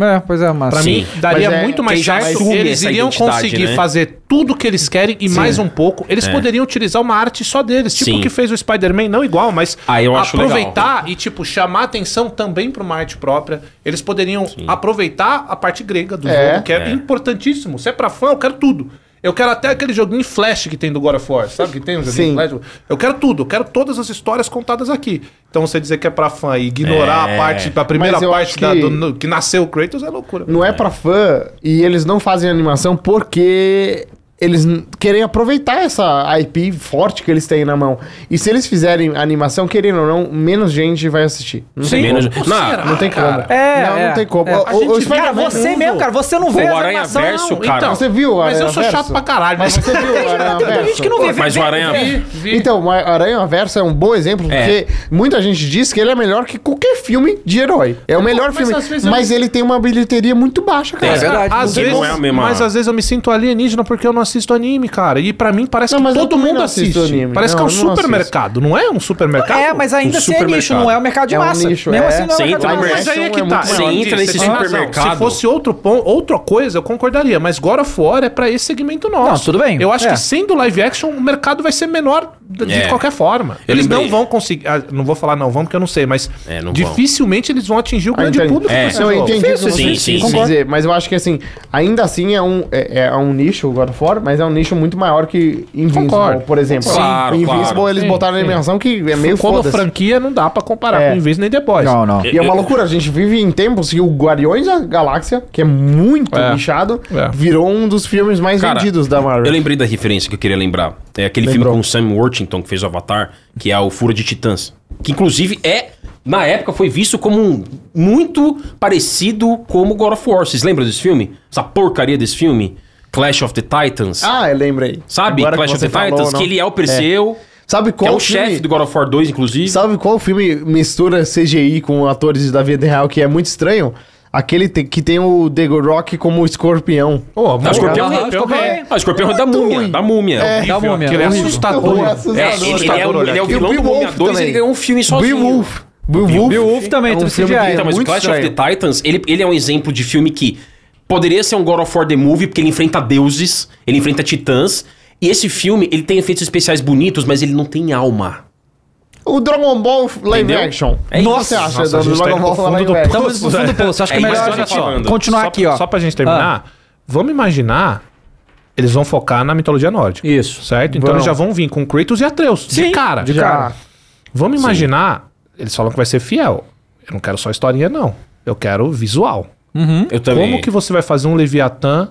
[SPEAKER 1] É, pois é, mas.
[SPEAKER 2] Pra
[SPEAKER 5] Sim.
[SPEAKER 2] mim, daria
[SPEAKER 3] Mas é-
[SPEAKER 2] muito mais
[SPEAKER 5] quem já
[SPEAKER 2] certo.
[SPEAKER 5] assume
[SPEAKER 2] Eles
[SPEAKER 5] essa
[SPEAKER 2] iriam
[SPEAKER 5] identidade,
[SPEAKER 2] conseguir
[SPEAKER 5] né? É.
[SPEAKER 2] fazer tudo o que eles querem e mais um pouco. Eles poderiam utilizar uma arte só deles, tipo
[SPEAKER 5] Sim.
[SPEAKER 2] o que fez o Spider-Man, não igual, mas
[SPEAKER 5] Ah, eu acho
[SPEAKER 2] aproveitar e, tipo, chamar atenção também pra uma arte própria. Eles poderiam aproveitar a parte grega do
[SPEAKER 3] É.
[SPEAKER 2] jogo, que é,
[SPEAKER 5] É.
[SPEAKER 2] importantíssimo. Se é pra fã, eu quero tudo. Eu quero até aquele joguinho Flash que tem do God of War, sabe? Que tem um joguinho
[SPEAKER 3] Sim.
[SPEAKER 2] Flash. Eu quero tudo, eu quero todas as histórias contadas aqui. Então você dizer que é pra fã e
[SPEAKER 5] É.
[SPEAKER 2] ignorar a parte, a primeira
[SPEAKER 3] Mas eu
[SPEAKER 2] parte
[SPEAKER 3] acho
[SPEAKER 2] da-
[SPEAKER 3] que-
[SPEAKER 2] do- no- que nasceu o Kratos é loucura.
[SPEAKER 3] Não é pra fã e eles não fazem animação porque eles n- querem aproveitar essa IP forte que eles têm na mão. E se eles fizerem animação, querendo ou não, menos gente vai assistir. Não tem
[SPEAKER 5] menos-
[SPEAKER 3] como.
[SPEAKER 5] Não,
[SPEAKER 3] Não tem como.
[SPEAKER 1] É,
[SPEAKER 3] não,
[SPEAKER 1] é,
[SPEAKER 3] não tem como.
[SPEAKER 1] é.
[SPEAKER 3] O-
[SPEAKER 1] A
[SPEAKER 3] o-
[SPEAKER 2] gente
[SPEAKER 3] o
[SPEAKER 2] vê,
[SPEAKER 3] Spider-Man-
[SPEAKER 1] Cara, você mesmo, cara, você não vê
[SPEAKER 5] Pô,
[SPEAKER 1] as
[SPEAKER 5] o Aranha
[SPEAKER 1] animação,
[SPEAKER 5] Verso,
[SPEAKER 1] não.
[SPEAKER 5] cara.
[SPEAKER 2] Então,
[SPEAKER 3] Você viu o
[SPEAKER 2] Mas eu
[SPEAKER 3] Aranha
[SPEAKER 2] sou chato
[SPEAKER 3] Verso?
[SPEAKER 2] pra caralho.
[SPEAKER 3] Mas você viu né, o Aranha
[SPEAKER 1] Tem gente que
[SPEAKER 3] Verso?
[SPEAKER 1] não vê.
[SPEAKER 5] Mas
[SPEAKER 1] vê-
[SPEAKER 5] o Aranha-
[SPEAKER 1] vê-
[SPEAKER 2] Vi, vi.
[SPEAKER 3] Então, o Aranha Verso é um bom exemplo,
[SPEAKER 5] É.
[SPEAKER 3] porque muita gente diz que ele é melhor que qualquer filme de herói. É o melhor
[SPEAKER 2] mas
[SPEAKER 3] filme.
[SPEAKER 2] às vezes
[SPEAKER 3] Mas,
[SPEAKER 2] eu me-
[SPEAKER 3] ele tem uma bilheteria muito baixa, cara.
[SPEAKER 1] É verdade.
[SPEAKER 2] Às
[SPEAKER 5] não
[SPEAKER 2] vezes,
[SPEAKER 5] é a mesma-
[SPEAKER 2] Mas às vezes eu me sinto alienígena porque eu não assisto anime, cara. E pra mim parece
[SPEAKER 3] Não,
[SPEAKER 2] que
[SPEAKER 3] mas eu
[SPEAKER 2] todo
[SPEAKER 3] também
[SPEAKER 2] mundo
[SPEAKER 3] não
[SPEAKER 2] assiste.
[SPEAKER 3] assisto anime.
[SPEAKER 2] Parece
[SPEAKER 3] Não,
[SPEAKER 2] que é um
[SPEAKER 3] eu não assisto.
[SPEAKER 2] supermercado, não é um supermercado?
[SPEAKER 1] É, mas ainda
[SPEAKER 5] Um
[SPEAKER 1] assim é nicho,
[SPEAKER 5] supermercado.
[SPEAKER 1] não é o mercado de
[SPEAKER 3] É um
[SPEAKER 1] massa.
[SPEAKER 3] nicho,
[SPEAKER 1] Mesmo
[SPEAKER 3] é.
[SPEAKER 1] assim, não
[SPEAKER 5] Você
[SPEAKER 1] é o mercado
[SPEAKER 5] entra
[SPEAKER 1] de
[SPEAKER 5] no
[SPEAKER 1] massa.
[SPEAKER 2] Mas aí é que
[SPEAKER 3] é
[SPEAKER 2] tá.
[SPEAKER 3] muito
[SPEAKER 5] maior.
[SPEAKER 2] entendi,
[SPEAKER 5] Você entra nesse
[SPEAKER 2] tem razão.
[SPEAKER 5] supermercado.
[SPEAKER 2] Se fosse outro pon- outra coisa, eu concordaria. Mas God of War é pra esse segmento nosso.
[SPEAKER 1] Não, tudo bem.
[SPEAKER 2] Eu acho
[SPEAKER 1] É.
[SPEAKER 2] que sendo live action, o mercado vai ser menor de de
[SPEAKER 5] É.
[SPEAKER 2] qualquer forma.
[SPEAKER 5] Eu
[SPEAKER 2] Eles
[SPEAKER 5] lembrei.
[SPEAKER 2] não vão conseguir... ah, não vou falar não vão porque eu não sei, mas
[SPEAKER 5] É, não vão.
[SPEAKER 2] dificilmente eles vão atingir o
[SPEAKER 3] Ah,
[SPEAKER 2] grande
[SPEAKER 3] entendi.
[SPEAKER 2] público.
[SPEAKER 5] É.
[SPEAKER 2] com esse
[SPEAKER 3] Não, eu
[SPEAKER 2] jogo.
[SPEAKER 3] entendi o que
[SPEAKER 5] Sim,
[SPEAKER 3] você
[SPEAKER 5] sim,
[SPEAKER 3] quis
[SPEAKER 5] sim.
[SPEAKER 3] dizer, mas eu acho que assim, ainda assim é um, é, é um nicho, o God of War, mas é um nicho muito maior que Invincible,
[SPEAKER 2] Concordo.
[SPEAKER 3] por exemplo.
[SPEAKER 5] Sim, claro,
[SPEAKER 3] Invincible
[SPEAKER 5] claro.
[SPEAKER 3] eles
[SPEAKER 2] Sim,
[SPEAKER 3] botaram
[SPEAKER 2] sim.
[SPEAKER 3] na animação que é meio
[SPEAKER 2] Como
[SPEAKER 3] foda
[SPEAKER 2] franquia não dá pra comparar
[SPEAKER 3] É.
[SPEAKER 2] com Invis nem The Boys.
[SPEAKER 1] Não, não.
[SPEAKER 3] E é uma loucura, a gente vive em tempos que o Guardiões da Galáxia, que é muito
[SPEAKER 2] É.
[SPEAKER 3] nichado,
[SPEAKER 2] É.
[SPEAKER 3] virou um dos filmes mais
[SPEAKER 5] Cara,
[SPEAKER 3] vendidos da
[SPEAKER 5] Eu
[SPEAKER 3] Marvel.
[SPEAKER 5] lembrei da referência que eu queria lembrar. É aquele filme
[SPEAKER 3] Lembrou.
[SPEAKER 5] com o Sam Worthington, que fez o Avatar, que é o Fura de Titãs. Que, inclusive, é... Na época foi visto como um, muito parecido como God of War. Vocês lembram desse filme? Essa porcaria desse filme? Clash of the Titans.
[SPEAKER 3] Ah, eu lembrei.
[SPEAKER 5] sabe?
[SPEAKER 3] Agora
[SPEAKER 5] Clash
[SPEAKER 3] que
[SPEAKER 5] of the
[SPEAKER 3] você falou,
[SPEAKER 5] Titans,
[SPEAKER 3] não.
[SPEAKER 5] que ele é o Perseu,
[SPEAKER 3] Sabe
[SPEAKER 5] que
[SPEAKER 3] qual
[SPEAKER 5] é o
[SPEAKER 3] filme-
[SPEAKER 5] chefe do God of War 2, inclusive.
[SPEAKER 3] Sabe qual filme mistura CGI com atores da vida real que é muito estranho? Aquele te- que tem o The Rock como escorpião.
[SPEAKER 2] Pô,
[SPEAKER 5] Não,
[SPEAKER 2] mano,
[SPEAKER 5] o escorpião,
[SPEAKER 2] cara,
[SPEAKER 5] é,
[SPEAKER 2] o escorpião é-
[SPEAKER 5] Ah, o escorpião é da múmia, da múmia. É,
[SPEAKER 1] Dá um uma
[SPEAKER 2] que ele é
[SPEAKER 1] olhada.
[SPEAKER 2] assustador.
[SPEAKER 3] É
[SPEAKER 5] é,
[SPEAKER 3] assustador.
[SPEAKER 5] ele, ele é, o- ele é o
[SPEAKER 3] E o
[SPEAKER 5] vilão do
[SPEAKER 3] Beowulf
[SPEAKER 5] Múmia 2, ele
[SPEAKER 3] também.
[SPEAKER 5] ganhou um filme sozinho.
[SPEAKER 3] Beowulf. Beowulf.
[SPEAKER 1] Beowulf também,
[SPEAKER 3] é um
[SPEAKER 1] tudo
[SPEAKER 3] filme
[SPEAKER 1] CGI.
[SPEAKER 3] que
[SPEAKER 5] Então,
[SPEAKER 3] é
[SPEAKER 5] mas o
[SPEAKER 3] muito
[SPEAKER 5] Clash
[SPEAKER 3] estranho.
[SPEAKER 5] of the Titans, ele, ele é um exemplo de filme que poderia ser um God of War The Movie, porque ele enfrenta deuses, ele enfrenta titãs. E esse filme, ele tem efeitos especiais bonitos, mas ele não tem alma.
[SPEAKER 3] O Dragon Ball live
[SPEAKER 5] Entendeu?
[SPEAKER 3] action.
[SPEAKER 5] É isso.
[SPEAKER 3] Nossa, você acha
[SPEAKER 2] Nossa, a
[SPEAKER 3] do
[SPEAKER 2] gente tá
[SPEAKER 3] Dragon
[SPEAKER 2] indo pro
[SPEAKER 3] Ball
[SPEAKER 2] fundo
[SPEAKER 3] live
[SPEAKER 2] do
[SPEAKER 3] action?
[SPEAKER 2] poço.
[SPEAKER 1] Estamos no fundo do poço. Acho que é
[SPEAKER 5] É, mas
[SPEAKER 1] melhor a
[SPEAKER 5] olha
[SPEAKER 1] gente
[SPEAKER 5] só.
[SPEAKER 1] continuar
[SPEAKER 2] só,
[SPEAKER 1] aqui, ó.
[SPEAKER 2] Só pra gente terminar, vamos imaginar. Eles vão focar na mitologia nórdica.
[SPEAKER 1] Isso.
[SPEAKER 2] Certo? Então
[SPEAKER 3] Vão.
[SPEAKER 2] eles já vão vir com Kratos e Atreus.
[SPEAKER 1] Sim,
[SPEAKER 2] de cara.
[SPEAKER 1] de
[SPEAKER 3] Já.
[SPEAKER 2] Vamos imaginar. Eles falam que vai ser fiel. Eu não quero só historinha, não. Eu quero visual.
[SPEAKER 3] Hum?
[SPEAKER 5] Eu também.
[SPEAKER 2] Como que você vai fazer um Leviatã,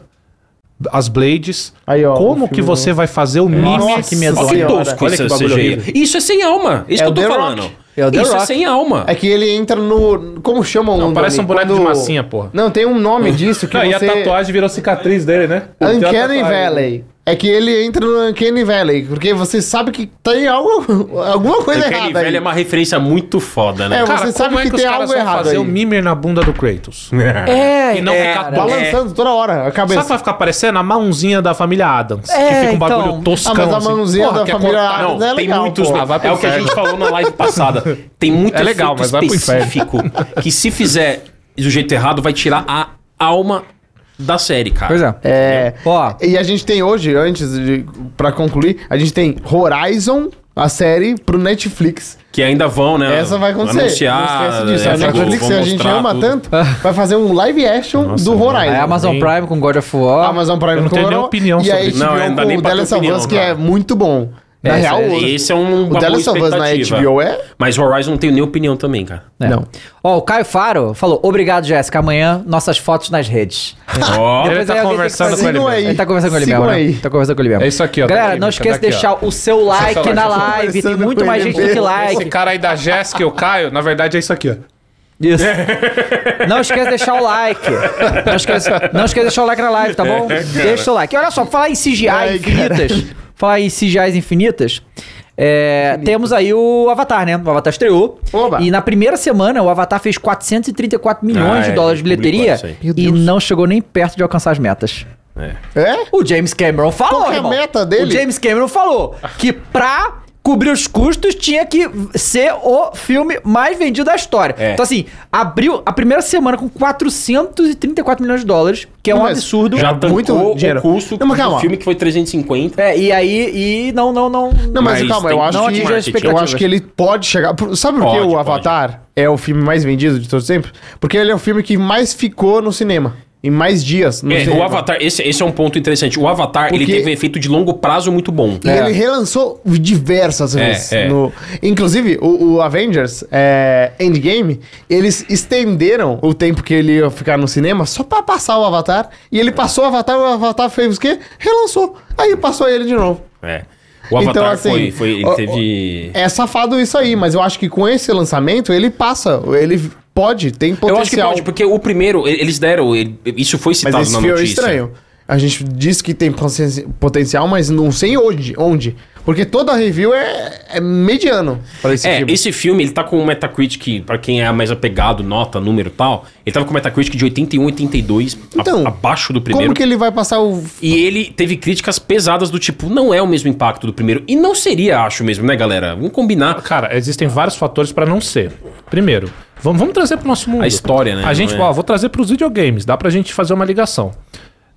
[SPEAKER 2] as Blades?
[SPEAKER 3] Aí, ó, o
[SPEAKER 2] como
[SPEAKER 3] filme
[SPEAKER 2] que
[SPEAKER 3] do-
[SPEAKER 2] você vai fazer o Mimic?
[SPEAKER 3] Nossa, que medo.
[SPEAKER 5] Olha que
[SPEAKER 3] Senhora.
[SPEAKER 5] tosco
[SPEAKER 3] Olha
[SPEAKER 5] esse
[SPEAKER 3] que bagulho
[SPEAKER 5] CGI.
[SPEAKER 3] horrível.
[SPEAKER 5] Isso é sem alma. Isso
[SPEAKER 3] É
[SPEAKER 5] que eu
[SPEAKER 3] o
[SPEAKER 5] tô
[SPEAKER 3] The
[SPEAKER 5] falando.
[SPEAKER 3] Rock. É o The
[SPEAKER 5] Isso é
[SPEAKER 3] Rock.
[SPEAKER 5] sem alma.
[SPEAKER 3] É que ele entra no... Como chamam
[SPEAKER 2] Não,
[SPEAKER 3] o
[SPEAKER 2] parece
[SPEAKER 3] nome?
[SPEAKER 2] um boneco de massinha, porra.
[SPEAKER 3] Não, tem um nome disso que
[SPEAKER 2] Não,
[SPEAKER 3] você...
[SPEAKER 2] E a tatuagem virou cicatriz dele, né? Tem a
[SPEAKER 3] Uncanny
[SPEAKER 2] tatuagem.
[SPEAKER 1] né?
[SPEAKER 3] Valley. É que ele entra no Uncanny Valley, porque você sabe que tem algo, alguma coisa
[SPEAKER 5] Aquele
[SPEAKER 3] errada aí.
[SPEAKER 5] velho é uma referência muito foda, né?
[SPEAKER 3] É,
[SPEAKER 2] Cara,
[SPEAKER 3] Você
[SPEAKER 2] como
[SPEAKER 3] sabe
[SPEAKER 2] é
[SPEAKER 3] que
[SPEAKER 2] que os
[SPEAKER 3] tem
[SPEAKER 2] caras
[SPEAKER 3] algo
[SPEAKER 2] vão
[SPEAKER 3] errado
[SPEAKER 2] fazer
[SPEAKER 3] aí.
[SPEAKER 2] o Mimir na bunda do Kratos?
[SPEAKER 1] É,
[SPEAKER 2] E não
[SPEAKER 1] é,
[SPEAKER 2] ficar
[SPEAKER 1] cara.
[SPEAKER 3] Balançando toda hora a
[SPEAKER 2] Sabe o que
[SPEAKER 3] cabeça.
[SPEAKER 2] vai ficar parecendo? A mãozinha da família Adams.
[SPEAKER 1] É,
[SPEAKER 2] que fica um bagulho
[SPEAKER 1] então.
[SPEAKER 2] toscão.
[SPEAKER 3] Ah, mas a mãozinha
[SPEAKER 2] Porra,
[SPEAKER 3] da
[SPEAKER 2] quer
[SPEAKER 3] família
[SPEAKER 2] cortar.
[SPEAKER 3] Adams é
[SPEAKER 5] Não, tem
[SPEAKER 3] legal,
[SPEAKER 5] muitos.
[SPEAKER 3] pô.
[SPEAKER 5] me-
[SPEAKER 3] Ah,
[SPEAKER 2] vai pro
[SPEAKER 5] é o que a
[SPEAKER 2] inferno.
[SPEAKER 5] gente falou na live passada. Tem muito
[SPEAKER 2] É legal,
[SPEAKER 5] efeito
[SPEAKER 2] mas vai pro inferno.
[SPEAKER 5] específico que se fizer do jeito errado, vai tirar a alma da série, cara.
[SPEAKER 1] Pois é.
[SPEAKER 3] É.
[SPEAKER 1] Ó.
[SPEAKER 3] E a gente tem hoje, antes de, pra concluir, a gente tem Horizon a série pro Netflix.
[SPEAKER 5] Que ainda vão, né?
[SPEAKER 3] Essa vai acontecer.
[SPEAKER 5] Anunciar.
[SPEAKER 3] não esquece disso.
[SPEAKER 5] é,
[SPEAKER 3] a
[SPEAKER 5] tipo,
[SPEAKER 3] Netflix,
[SPEAKER 5] vão
[SPEAKER 3] a gente
[SPEAKER 5] mostrar
[SPEAKER 3] ama
[SPEAKER 5] tudo.
[SPEAKER 3] tanto, vai fazer um live action
[SPEAKER 5] Nossa,
[SPEAKER 3] do
[SPEAKER 1] Aí
[SPEAKER 3] Horizon.
[SPEAKER 1] a é, Amazon Prime com God of War.
[SPEAKER 3] Amazon Prime
[SPEAKER 2] Eu não tenho
[SPEAKER 3] Coral,
[SPEAKER 2] nem opinião
[SPEAKER 3] e a
[SPEAKER 2] sobre
[SPEAKER 5] isso. Não, é,
[SPEAKER 3] HBO
[SPEAKER 5] não dá
[SPEAKER 3] com
[SPEAKER 5] nem
[SPEAKER 3] o
[SPEAKER 5] pra
[SPEAKER 3] The
[SPEAKER 5] ter
[SPEAKER 3] Last of
[SPEAKER 5] opinião,
[SPEAKER 3] Us, que
[SPEAKER 5] cara.
[SPEAKER 3] é muito bom. Na
[SPEAKER 1] É,
[SPEAKER 3] real,
[SPEAKER 1] sério.
[SPEAKER 5] Esse é um
[SPEAKER 3] o The Last of Us na HBO é...
[SPEAKER 5] Mas Horizon não tem nem opinião também, cara.
[SPEAKER 1] É.
[SPEAKER 3] Não.
[SPEAKER 1] Ó, o Caio Faro falou: Obrigado, Jéssica. Amanhã, nossas fotos nas redes.
[SPEAKER 5] Ó,
[SPEAKER 2] Ele tá
[SPEAKER 1] aí alguém
[SPEAKER 2] conversando
[SPEAKER 1] tem que
[SPEAKER 2] com ele
[SPEAKER 1] fazer-
[SPEAKER 3] mesmo.
[SPEAKER 1] Ele tá conversando com ele
[SPEAKER 3] Sigam
[SPEAKER 1] mesmo.
[SPEAKER 3] aí.
[SPEAKER 1] né? Tá conversando com ele mesmo.
[SPEAKER 2] É isso aqui, ó.
[SPEAKER 1] Galera,
[SPEAKER 2] Tá aqui,
[SPEAKER 1] não
[SPEAKER 2] tá
[SPEAKER 1] esqueça de
[SPEAKER 2] aqui,
[SPEAKER 1] deixar o seu like
[SPEAKER 2] like,
[SPEAKER 1] na
[SPEAKER 2] eu tô
[SPEAKER 1] live. Tem
[SPEAKER 3] conversando
[SPEAKER 1] muito
[SPEAKER 3] com
[SPEAKER 1] mais
[SPEAKER 3] ele
[SPEAKER 1] gente do que
[SPEAKER 3] mesmo.
[SPEAKER 2] Esse
[SPEAKER 1] like.
[SPEAKER 2] cara aí da Jéssica e o Caio, na verdade é isso aqui, ó.
[SPEAKER 1] Isso.
[SPEAKER 5] É.
[SPEAKER 1] Não esqueça de deixar o like. Não esqueça, não esqueça de deixar o like na live, tá bom?
[SPEAKER 5] É,
[SPEAKER 1] Deixa o seu like. E olha só, falar em CGI
[SPEAKER 3] Ai,
[SPEAKER 1] infinitas. Falar em CGIs infinitas. é, temos aí o Avatar, né? O Avatar estreou.
[SPEAKER 3] Oba.
[SPEAKER 1] E na primeira semana, o Avatar fez 434 milhões
[SPEAKER 5] Ah,
[SPEAKER 1] de
[SPEAKER 5] é,
[SPEAKER 1] dólares de
[SPEAKER 5] publicou
[SPEAKER 1] bilheteria
[SPEAKER 5] isso aí.
[SPEAKER 3] Meu
[SPEAKER 1] e
[SPEAKER 3] Deus.
[SPEAKER 1] não chegou nem perto de alcançar as metas.
[SPEAKER 3] É?
[SPEAKER 1] O James Cameron falou,
[SPEAKER 3] Qual que é a
[SPEAKER 1] irmão.
[SPEAKER 3] meta dele?
[SPEAKER 1] O James Cameron falou que pra cobrir os custos tinha que ser o filme mais vendido da história.
[SPEAKER 5] É.
[SPEAKER 1] Então assim, abriu a primeira semana com 434 milhões de dólares, que é um
[SPEAKER 3] Mas
[SPEAKER 1] absurdo.
[SPEAKER 5] já tancou
[SPEAKER 3] muito
[SPEAKER 5] o
[SPEAKER 3] dinheiro.
[SPEAKER 5] custo
[SPEAKER 3] Não, mas calma.
[SPEAKER 5] do filme que foi 350.
[SPEAKER 1] É, e aí e não não não
[SPEAKER 3] Não, mas,
[SPEAKER 5] Mas
[SPEAKER 3] calma, eu
[SPEAKER 5] tem
[SPEAKER 3] acho,
[SPEAKER 1] não
[SPEAKER 3] que,
[SPEAKER 1] atingiu as
[SPEAKER 3] eu
[SPEAKER 1] expectativas.
[SPEAKER 3] acho que ele pode chegar. por- Sabe por
[SPEAKER 5] Pode,
[SPEAKER 3] que o
[SPEAKER 5] pode.
[SPEAKER 3] Avatar é o filme mais vendido de todos os tempos? Porque ele é o filme que mais ficou no cinema. Em mais dias. No
[SPEAKER 5] É,
[SPEAKER 3] cinema.
[SPEAKER 5] o Avatar, esse, esse é um ponto interessante. O Avatar, ele
[SPEAKER 3] Porque-
[SPEAKER 5] teve um efeito de longo prazo muito bom.
[SPEAKER 1] É.
[SPEAKER 3] E ele relançou diversas vezes.
[SPEAKER 5] é.
[SPEAKER 3] no- Inclusive, o, o Avengers é, Endgame, eles estenderam o tempo que ele ia ficar no cinema só pra passar o Avatar. E ele passou o Avatar, o Avatar fez o quê? Relançou. Aí passou ele de novo.
[SPEAKER 5] É. O Avatar
[SPEAKER 3] Então, assim,
[SPEAKER 5] foi, foi. Ele
[SPEAKER 3] o-
[SPEAKER 5] teve.
[SPEAKER 3] É safado isso aí, mas eu acho que com esse lançamento ele passa. Ele pode, tem
[SPEAKER 5] Eu acho que
[SPEAKER 3] é potencial.
[SPEAKER 5] pode, porque o primeiro, e- eles deram. ele- isso foi
[SPEAKER 3] Mas
[SPEAKER 5] citado
[SPEAKER 3] esse
[SPEAKER 5] na
[SPEAKER 3] fio é
[SPEAKER 5] notícia.
[SPEAKER 3] estranho. A gente diz que tem consciência- potencial, mas não sei onde. onde. Porque toda review é, é mediano pra esse
[SPEAKER 5] é,
[SPEAKER 3] filme.
[SPEAKER 5] esse filme, ele tá com o Metacritic, pra quem é mais apegado, nota, número e tal, ele tava com o Metacritic de 81, 82, a-
[SPEAKER 3] Então,
[SPEAKER 5] abaixo do primeiro.
[SPEAKER 3] Como que ele vai passar o.
[SPEAKER 5] E ele teve críticas pesadas do tipo, não é o mesmo impacto do primeiro. E não seria, acho mesmo, né, galera? Vamos combinar.
[SPEAKER 2] Cara, existem vários fatores pra não ser. Primeiro, vamos, vamos trazer pro nosso mundo.
[SPEAKER 5] A história, né?
[SPEAKER 2] A gente,
[SPEAKER 5] Não é?
[SPEAKER 2] ó, vou trazer pros videogames, dá pra gente fazer uma ligação.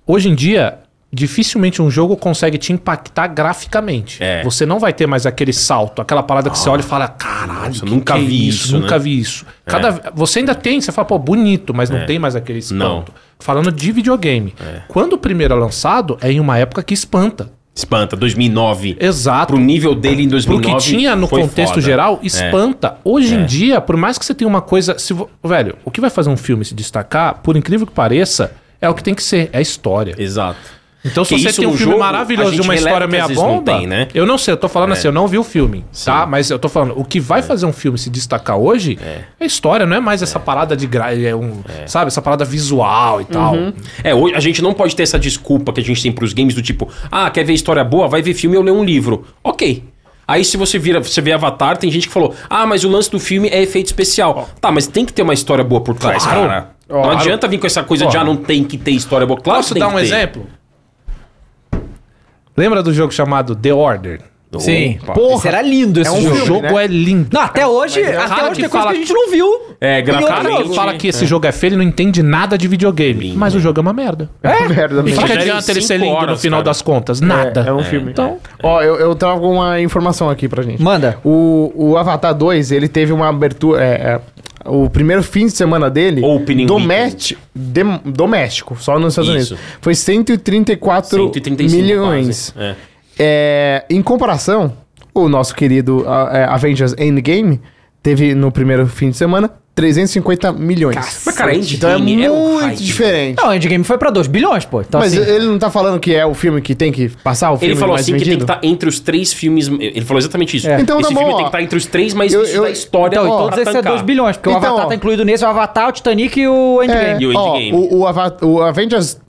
[SPEAKER 2] Hoje em dia, dificilmente um jogo consegue te impactar graficamente.
[SPEAKER 5] É. Ah.
[SPEAKER 2] Você não vai ter mais aquele salto, aquela parada que você olha e fala, caralho,
[SPEAKER 5] Nossa,
[SPEAKER 2] que
[SPEAKER 5] nunca
[SPEAKER 2] que é
[SPEAKER 5] vi isso,
[SPEAKER 2] nunca
[SPEAKER 5] né?"
[SPEAKER 2] vi isso. Cada, Você ainda tem, você fala, pô, bonito, mas não tem mais aquele
[SPEAKER 5] É. Não.
[SPEAKER 2] espanto. Falando de videogame. Quando o primeiro é lançado, é em uma época que espanta.
[SPEAKER 5] Espanta, 2009.
[SPEAKER 2] Exato.
[SPEAKER 5] Pro nível dele em
[SPEAKER 2] Pro
[SPEAKER 5] 2009.
[SPEAKER 2] que tinha no
[SPEAKER 5] Tipo, foi
[SPEAKER 2] contexto
[SPEAKER 5] foda.
[SPEAKER 2] geral,
[SPEAKER 5] É.
[SPEAKER 2] espanta. Hoje em dia, por mais que você tenha uma coisa. Se vo- Velho, o que vai fazer um filme se destacar, por incrível que pareça, é o que tem que ser, é a história.
[SPEAKER 5] Exato.
[SPEAKER 2] Então, se
[SPEAKER 5] Porque
[SPEAKER 2] você
[SPEAKER 5] isso
[SPEAKER 2] tem um
[SPEAKER 5] no
[SPEAKER 2] filme
[SPEAKER 5] jogo, a
[SPEAKER 2] maravilhoso de
[SPEAKER 5] gente
[SPEAKER 2] uma
[SPEAKER 5] releva
[SPEAKER 2] história
[SPEAKER 5] que
[SPEAKER 2] meia
[SPEAKER 5] às vezes não
[SPEAKER 2] bomba.
[SPEAKER 5] tem, né?
[SPEAKER 2] Eu não sei, eu tô falando assim, eu não vi o filme, tá? Mas eu tô falando, o que vai
[SPEAKER 5] É.
[SPEAKER 2] fazer um filme se destacar hoje é, a história, não é mais essa parada de gra... é um, sabe, essa parada visual e tal.
[SPEAKER 5] É, hoje a gente não pode ter essa desculpa que a gente tem pros games do tipo, ah, quer ver história boa? Vai ver filme ou lê um livro. Ok. Aí se você vira, você vê Avatar, tem gente que falou, ah, mas o lance do filme é efeito especial. Tá, mas tem que ter uma história boa por trás,
[SPEAKER 2] Claro.
[SPEAKER 5] cara. Não
[SPEAKER 2] Claro.
[SPEAKER 5] adianta vir com essa coisa de, ah, não tem que ter história boa. Claro
[SPEAKER 2] Posso
[SPEAKER 5] que tem
[SPEAKER 2] dar
[SPEAKER 5] que
[SPEAKER 2] um
[SPEAKER 5] ter.
[SPEAKER 2] exemplo? Lembra do jogo chamado The Order?
[SPEAKER 1] Sim.
[SPEAKER 5] Opa.
[SPEAKER 1] Porra, é será lindo esse
[SPEAKER 3] um
[SPEAKER 2] o
[SPEAKER 1] jogo.
[SPEAKER 3] filme,
[SPEAKER 2] jogo
[SPEAKER 3] né?
[SPEAKER 2] é lindo.
[SPEAKER 1] Não, até hoje, até
[SPEAKER 2] cara
[SPEAKER 1] hoje
[SPEAKER 2] que
[SPEAKER 1] tem coisa
[SPEAKER 2] fala-
[SPEAKER 1] que a gente não viu.
[SPEAKER 5] É,
[SPEAKER 1] em outro
[SPEAKER 5] graficamente-
[SPEAKER 1] jogo.
[SPEAKER 2] Cara, ele fala que esse jogo é feio, ele não entende nada de videogame. mas o jogo é uma merda.
[SPEAKER 3] Merda,
[SPEAKER 2] E o
[SPEAKER 3] mesmo.
[SPEAKER 2] que, que
[SPEAKER 5] Sugere
[SPEAKER 2] adianta ele
[SPEAKER 5] cinco
[SPEAKER 2] ser lindo no
[SPEAKER 5] horas,
[SPEAKER 2] final
[SPEAKER 5] cara.
[SPEAKER 2] das contas? Nada.
[SPEAKER 3] É, é um filme.
[SPEAKER 2] Então,
[SPEAKER 3] Ó, eu, eu trago uma informação aqui pra gente.
[SPEAKER 1] Manda.
[SPEAKER 3] O, o Avatar 2, ele teve uma abertura. é, é, o primeiro fim de semana dele.
[SPEAKER 5] Opening
[SPEAKER 3] domesti- dem- doméstico, só nos Estados
[SPEAKER 5] Isso.
[SPEAKER 3] Unidos. Foi 134
[SPEAKER 5] 135
[SPEAKER 3] milhões.
[SPEAKER 5] quase. É.
[SPEAKER 3] É, em comparação, o nosso querido ah, é, Avengers Endgame teve no primeiro fim de semana 350 milhões.
[SPEAKER 5] Mas, cara, Endgame
[SPEAKER 3] então é muito
[SPEAKER 5] é um hype.
[SPEAKER 3] diferente.
[SPEAKER 1] Não, o Endgame foi pra 2 bilhões, pô. Então,
[SPEAKER 3] Mas
[SPEAKER 1] assim,
[SPEAKER 3] ele não tá falando que é o filme que tem que passar o filme
[SPEAKER 5] Ele falou
[SPEAKER 3] mais
[SPEAKER 5] assim que tem que
[SPEAKER 3] vendido?
[SPEAKER 5] estar entre os três filmes. Ele falou exatamente isso.
[SPEAKER 1] É.
[SPEAKER 3] Então
[SPEAKER 5] Esse
[SPEAKER 3] tá bom,
[SPEAKER 5] filme tem
[SPEAKER 3] ó.
[SPEAKER 5] que estar entre os três, mas
[SPEAKER 3] Eu-
[SPEAKER 5] isso
[SPEAKER 3] eu-
[SPEAKER 5] da história.
[SPEAKER 1] Então, e
[SPEAKER 5] pra
[SPEAKER 1] todos esses é
[SPEAKER 5] tancar.
[SPEAKER 1] 2 bilhões, porque o
[SPEAKER 3] Então,
[SPEAKER 1] Avatar
[SPEAKER 3] ó.
[SPEAKER 1] tá incluído nesse, o Avatar, o Titanic e o Endgame.
[SPEAKER 5] E o
[SPEAKER 3] É, ó,
[SPEAKER 5] Endgame.
[SPEAKER 3] o, o, Ava- o Avengers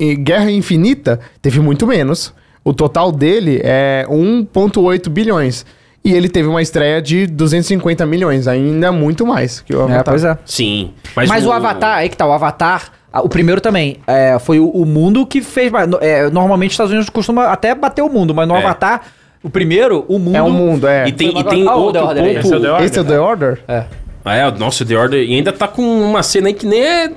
[SPEAKER 3] eh, Guerra Infinita teve muito menos. O total dele é 1,8 bilhões. E ele teve uma estreia de 250 milhões, ainda muito mais que o
[SPEAKER 1] É,
[SPEAKER 3] Avatar.
[SPEAKER 1] pois é.
[SPEAKER 5] Sim.
[SPEAKER 1] Mas, o... Avatar, aí que tá, o Avatar, a- o primeiro também, é, foi o, o mundo que fez. mais- no- é, normalmente os Estados Unidos costuma até bater o mundo, mas no
[SPEAKER 5] É.
[SPEAKER 1] Avatar, o primeiro, o mundo.
[SPEAKER 3] É o mundo, é.
[SPEAKER 5] E tem, e
[SPEAKER 1] Agora,
[SPEAKER 5] tem
[SPEAKER 1] qual o
[SPEAKER 5] outro
[SPEAKER 1] The Order aí?
[SPEAKER 2] Esse é o The
[SPEAKER 5] ponto.
[SPEAKER 2] Order?
[SPEAKER 3] Esse é o The Order? É,
[SPEAKER 5] Ah, é, nossa, The Order. E ainda tá com uma cena aí que nem é.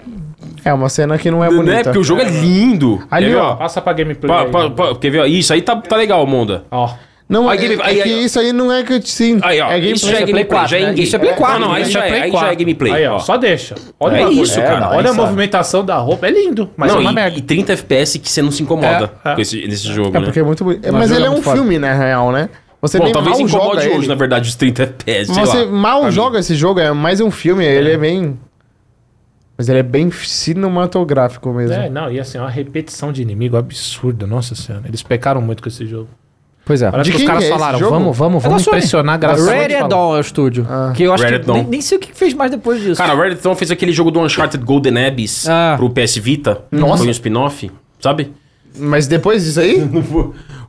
[SPEAKER 3] uma cena que não é
[SPEAKER 5] né?
[SPEAKER 3] bonita.
[SPEAKER 5] Porque o jogo é lindo.
[SPEAKER 3] Ali,
[SPEAKER 5] Quer ver,
[SPEAKER 3] ó.
[SPEAKER 2] passa pra gameplay.
[SPEAKER 5] Pá,
[SPEAKER 2] aí.
[SPEAKER 5] pá, pá, quer ver, ó? Isso aí tá, tá legal, Monda.
[SPEAKER 2] Ó.
[SPEAKER 3] Não,
[SPEAKER 5] Aí
[SPEAKER 3] é,
[SPEAKER 5] game-
[SPEAKER 3] é
[SPEAKER 5] aí-
[SPEAKER 3] que
[SPEAKER 5] aí-
[SPEAKER 3] isso aí não é cutscene.
[SPEAKER 5] Aí, ó.
[SPEAKER 3] é gameplay.
[SPEAKER 5] isso já é
[SPEAKER 1] Play
[SPEAKER 5] gameplay.
[SPEAKER 1] quatro,
[SPEAKER 5] já é
[SPEAKER 1] né?
[SPEAKER 5] game-
[SPEAKER 1] Isso é Play quatro,
[SPEAKER 5] Não, não,
[SPEAKER 1] né?
[SPEAKER 5] aí já é, aí já
[SPEAKER 2] quatro.
[SPEAKER 5] é gameplay.
[SPEAKER 2] Aí, ó, só deixa. Olha,
[SPEAKER 5] É
[SPEAKER 2] o bagulho.
[SPEAKER 5] isso, cara.
[SPEAKER 2] não,
[SPEAKER 5] Aí
[SPEAKER 2] olha a
[SPEAKER 5] sabe.
[SPEAKER 2] movimentação da roupa. É lindo, mas
[SPEAKER 5] não,
[SPEAKER 2] é uma
[SPEAKER 5] e,
[SPEAKER 2] merda.
[SPEAKER 5] e 30 FPS que você não se incomoda
[SPEAKER 2] É, é.
[SPEAKER 5] com esse- nesse jogo,
[SPEAKER 3] É
[SPEAKER 5] né?
[SPEAKER 3] porque é muito bonito. É, Mas,
[SPEAKER 2] Mas
[SPEAKER 3] ele
[SPEAKER 2] joga
[SPEAKER 3] é um
[SPEAKER 2] muito foda.
[SPEAKER 3] filme, na real, né? Você
[SPEAKER 5] Bom,
[SPEAKER 3] nem
[SPEAKER 5] talvez né?
[SPEAKER 3] mal joga
[SPEAKER 5] incomode
[SPEAKER 3] ele.
[SPEAKER 5] hoje, na verdade, os 30 FPS. sei
[SPEAKER 3] Você
[SPEAKER 5] lá.
[SPEAKER 3] mal
[SPEAKER 5] Pra mim.
[SPEAKER 3] joga esse jogo, é mais um filme, ele é bem... Mas ele é bem cinematográfico mesmo.
[SPEAKER 2] É, não, e assim, uma repetição de inimigo absurda, nossa senhora. Eles pecaram muito com esse jogo.
[SPEAKER 1] Pois é.
[SPEAKER 2] Parece
[SPEAKER 3] De
[SPEAKER 2] que os
[SPEAKER 3] quem
[SPEAKER 2] caras
[SPEAKER 3] que é esse
[SPEAKER 2] falaram,
[SPEAKER 3] jogo?
[SPEAKER 2] vamos, vamos,
[SPEAKER 1] É da
[SPEAKER 2] vamos
[SPEAKER 1] Sony.
[SPEAKER 2] impressionar a graça.
[SPEAKER 1] Red
[SPEAKER 2] Fala.
[SPEAKER 1] Dawn é o estúdio.
[SPEAKER 3] Ah.
[SPEAKER 1] Que eu acho
[SPEAKER 5] Red
[SPEAKER 1] que
[SPEAKER 5] Dawn.
[SPEAKER 1] nem, nem sei o que fez mais depois disso.
[SPEAKER 5] Cara, a Redstone fez aquele jogo do Uncharted Golden Abyss
[SPEAKER 1] Ah.
[SPEAKER 5] pro PS Vita.
[SPEAKER 3] Nossa.
[SPEAKER 5] Foi um spin-off, sabe?
[SPEAKER 3] Mas depois disso aí...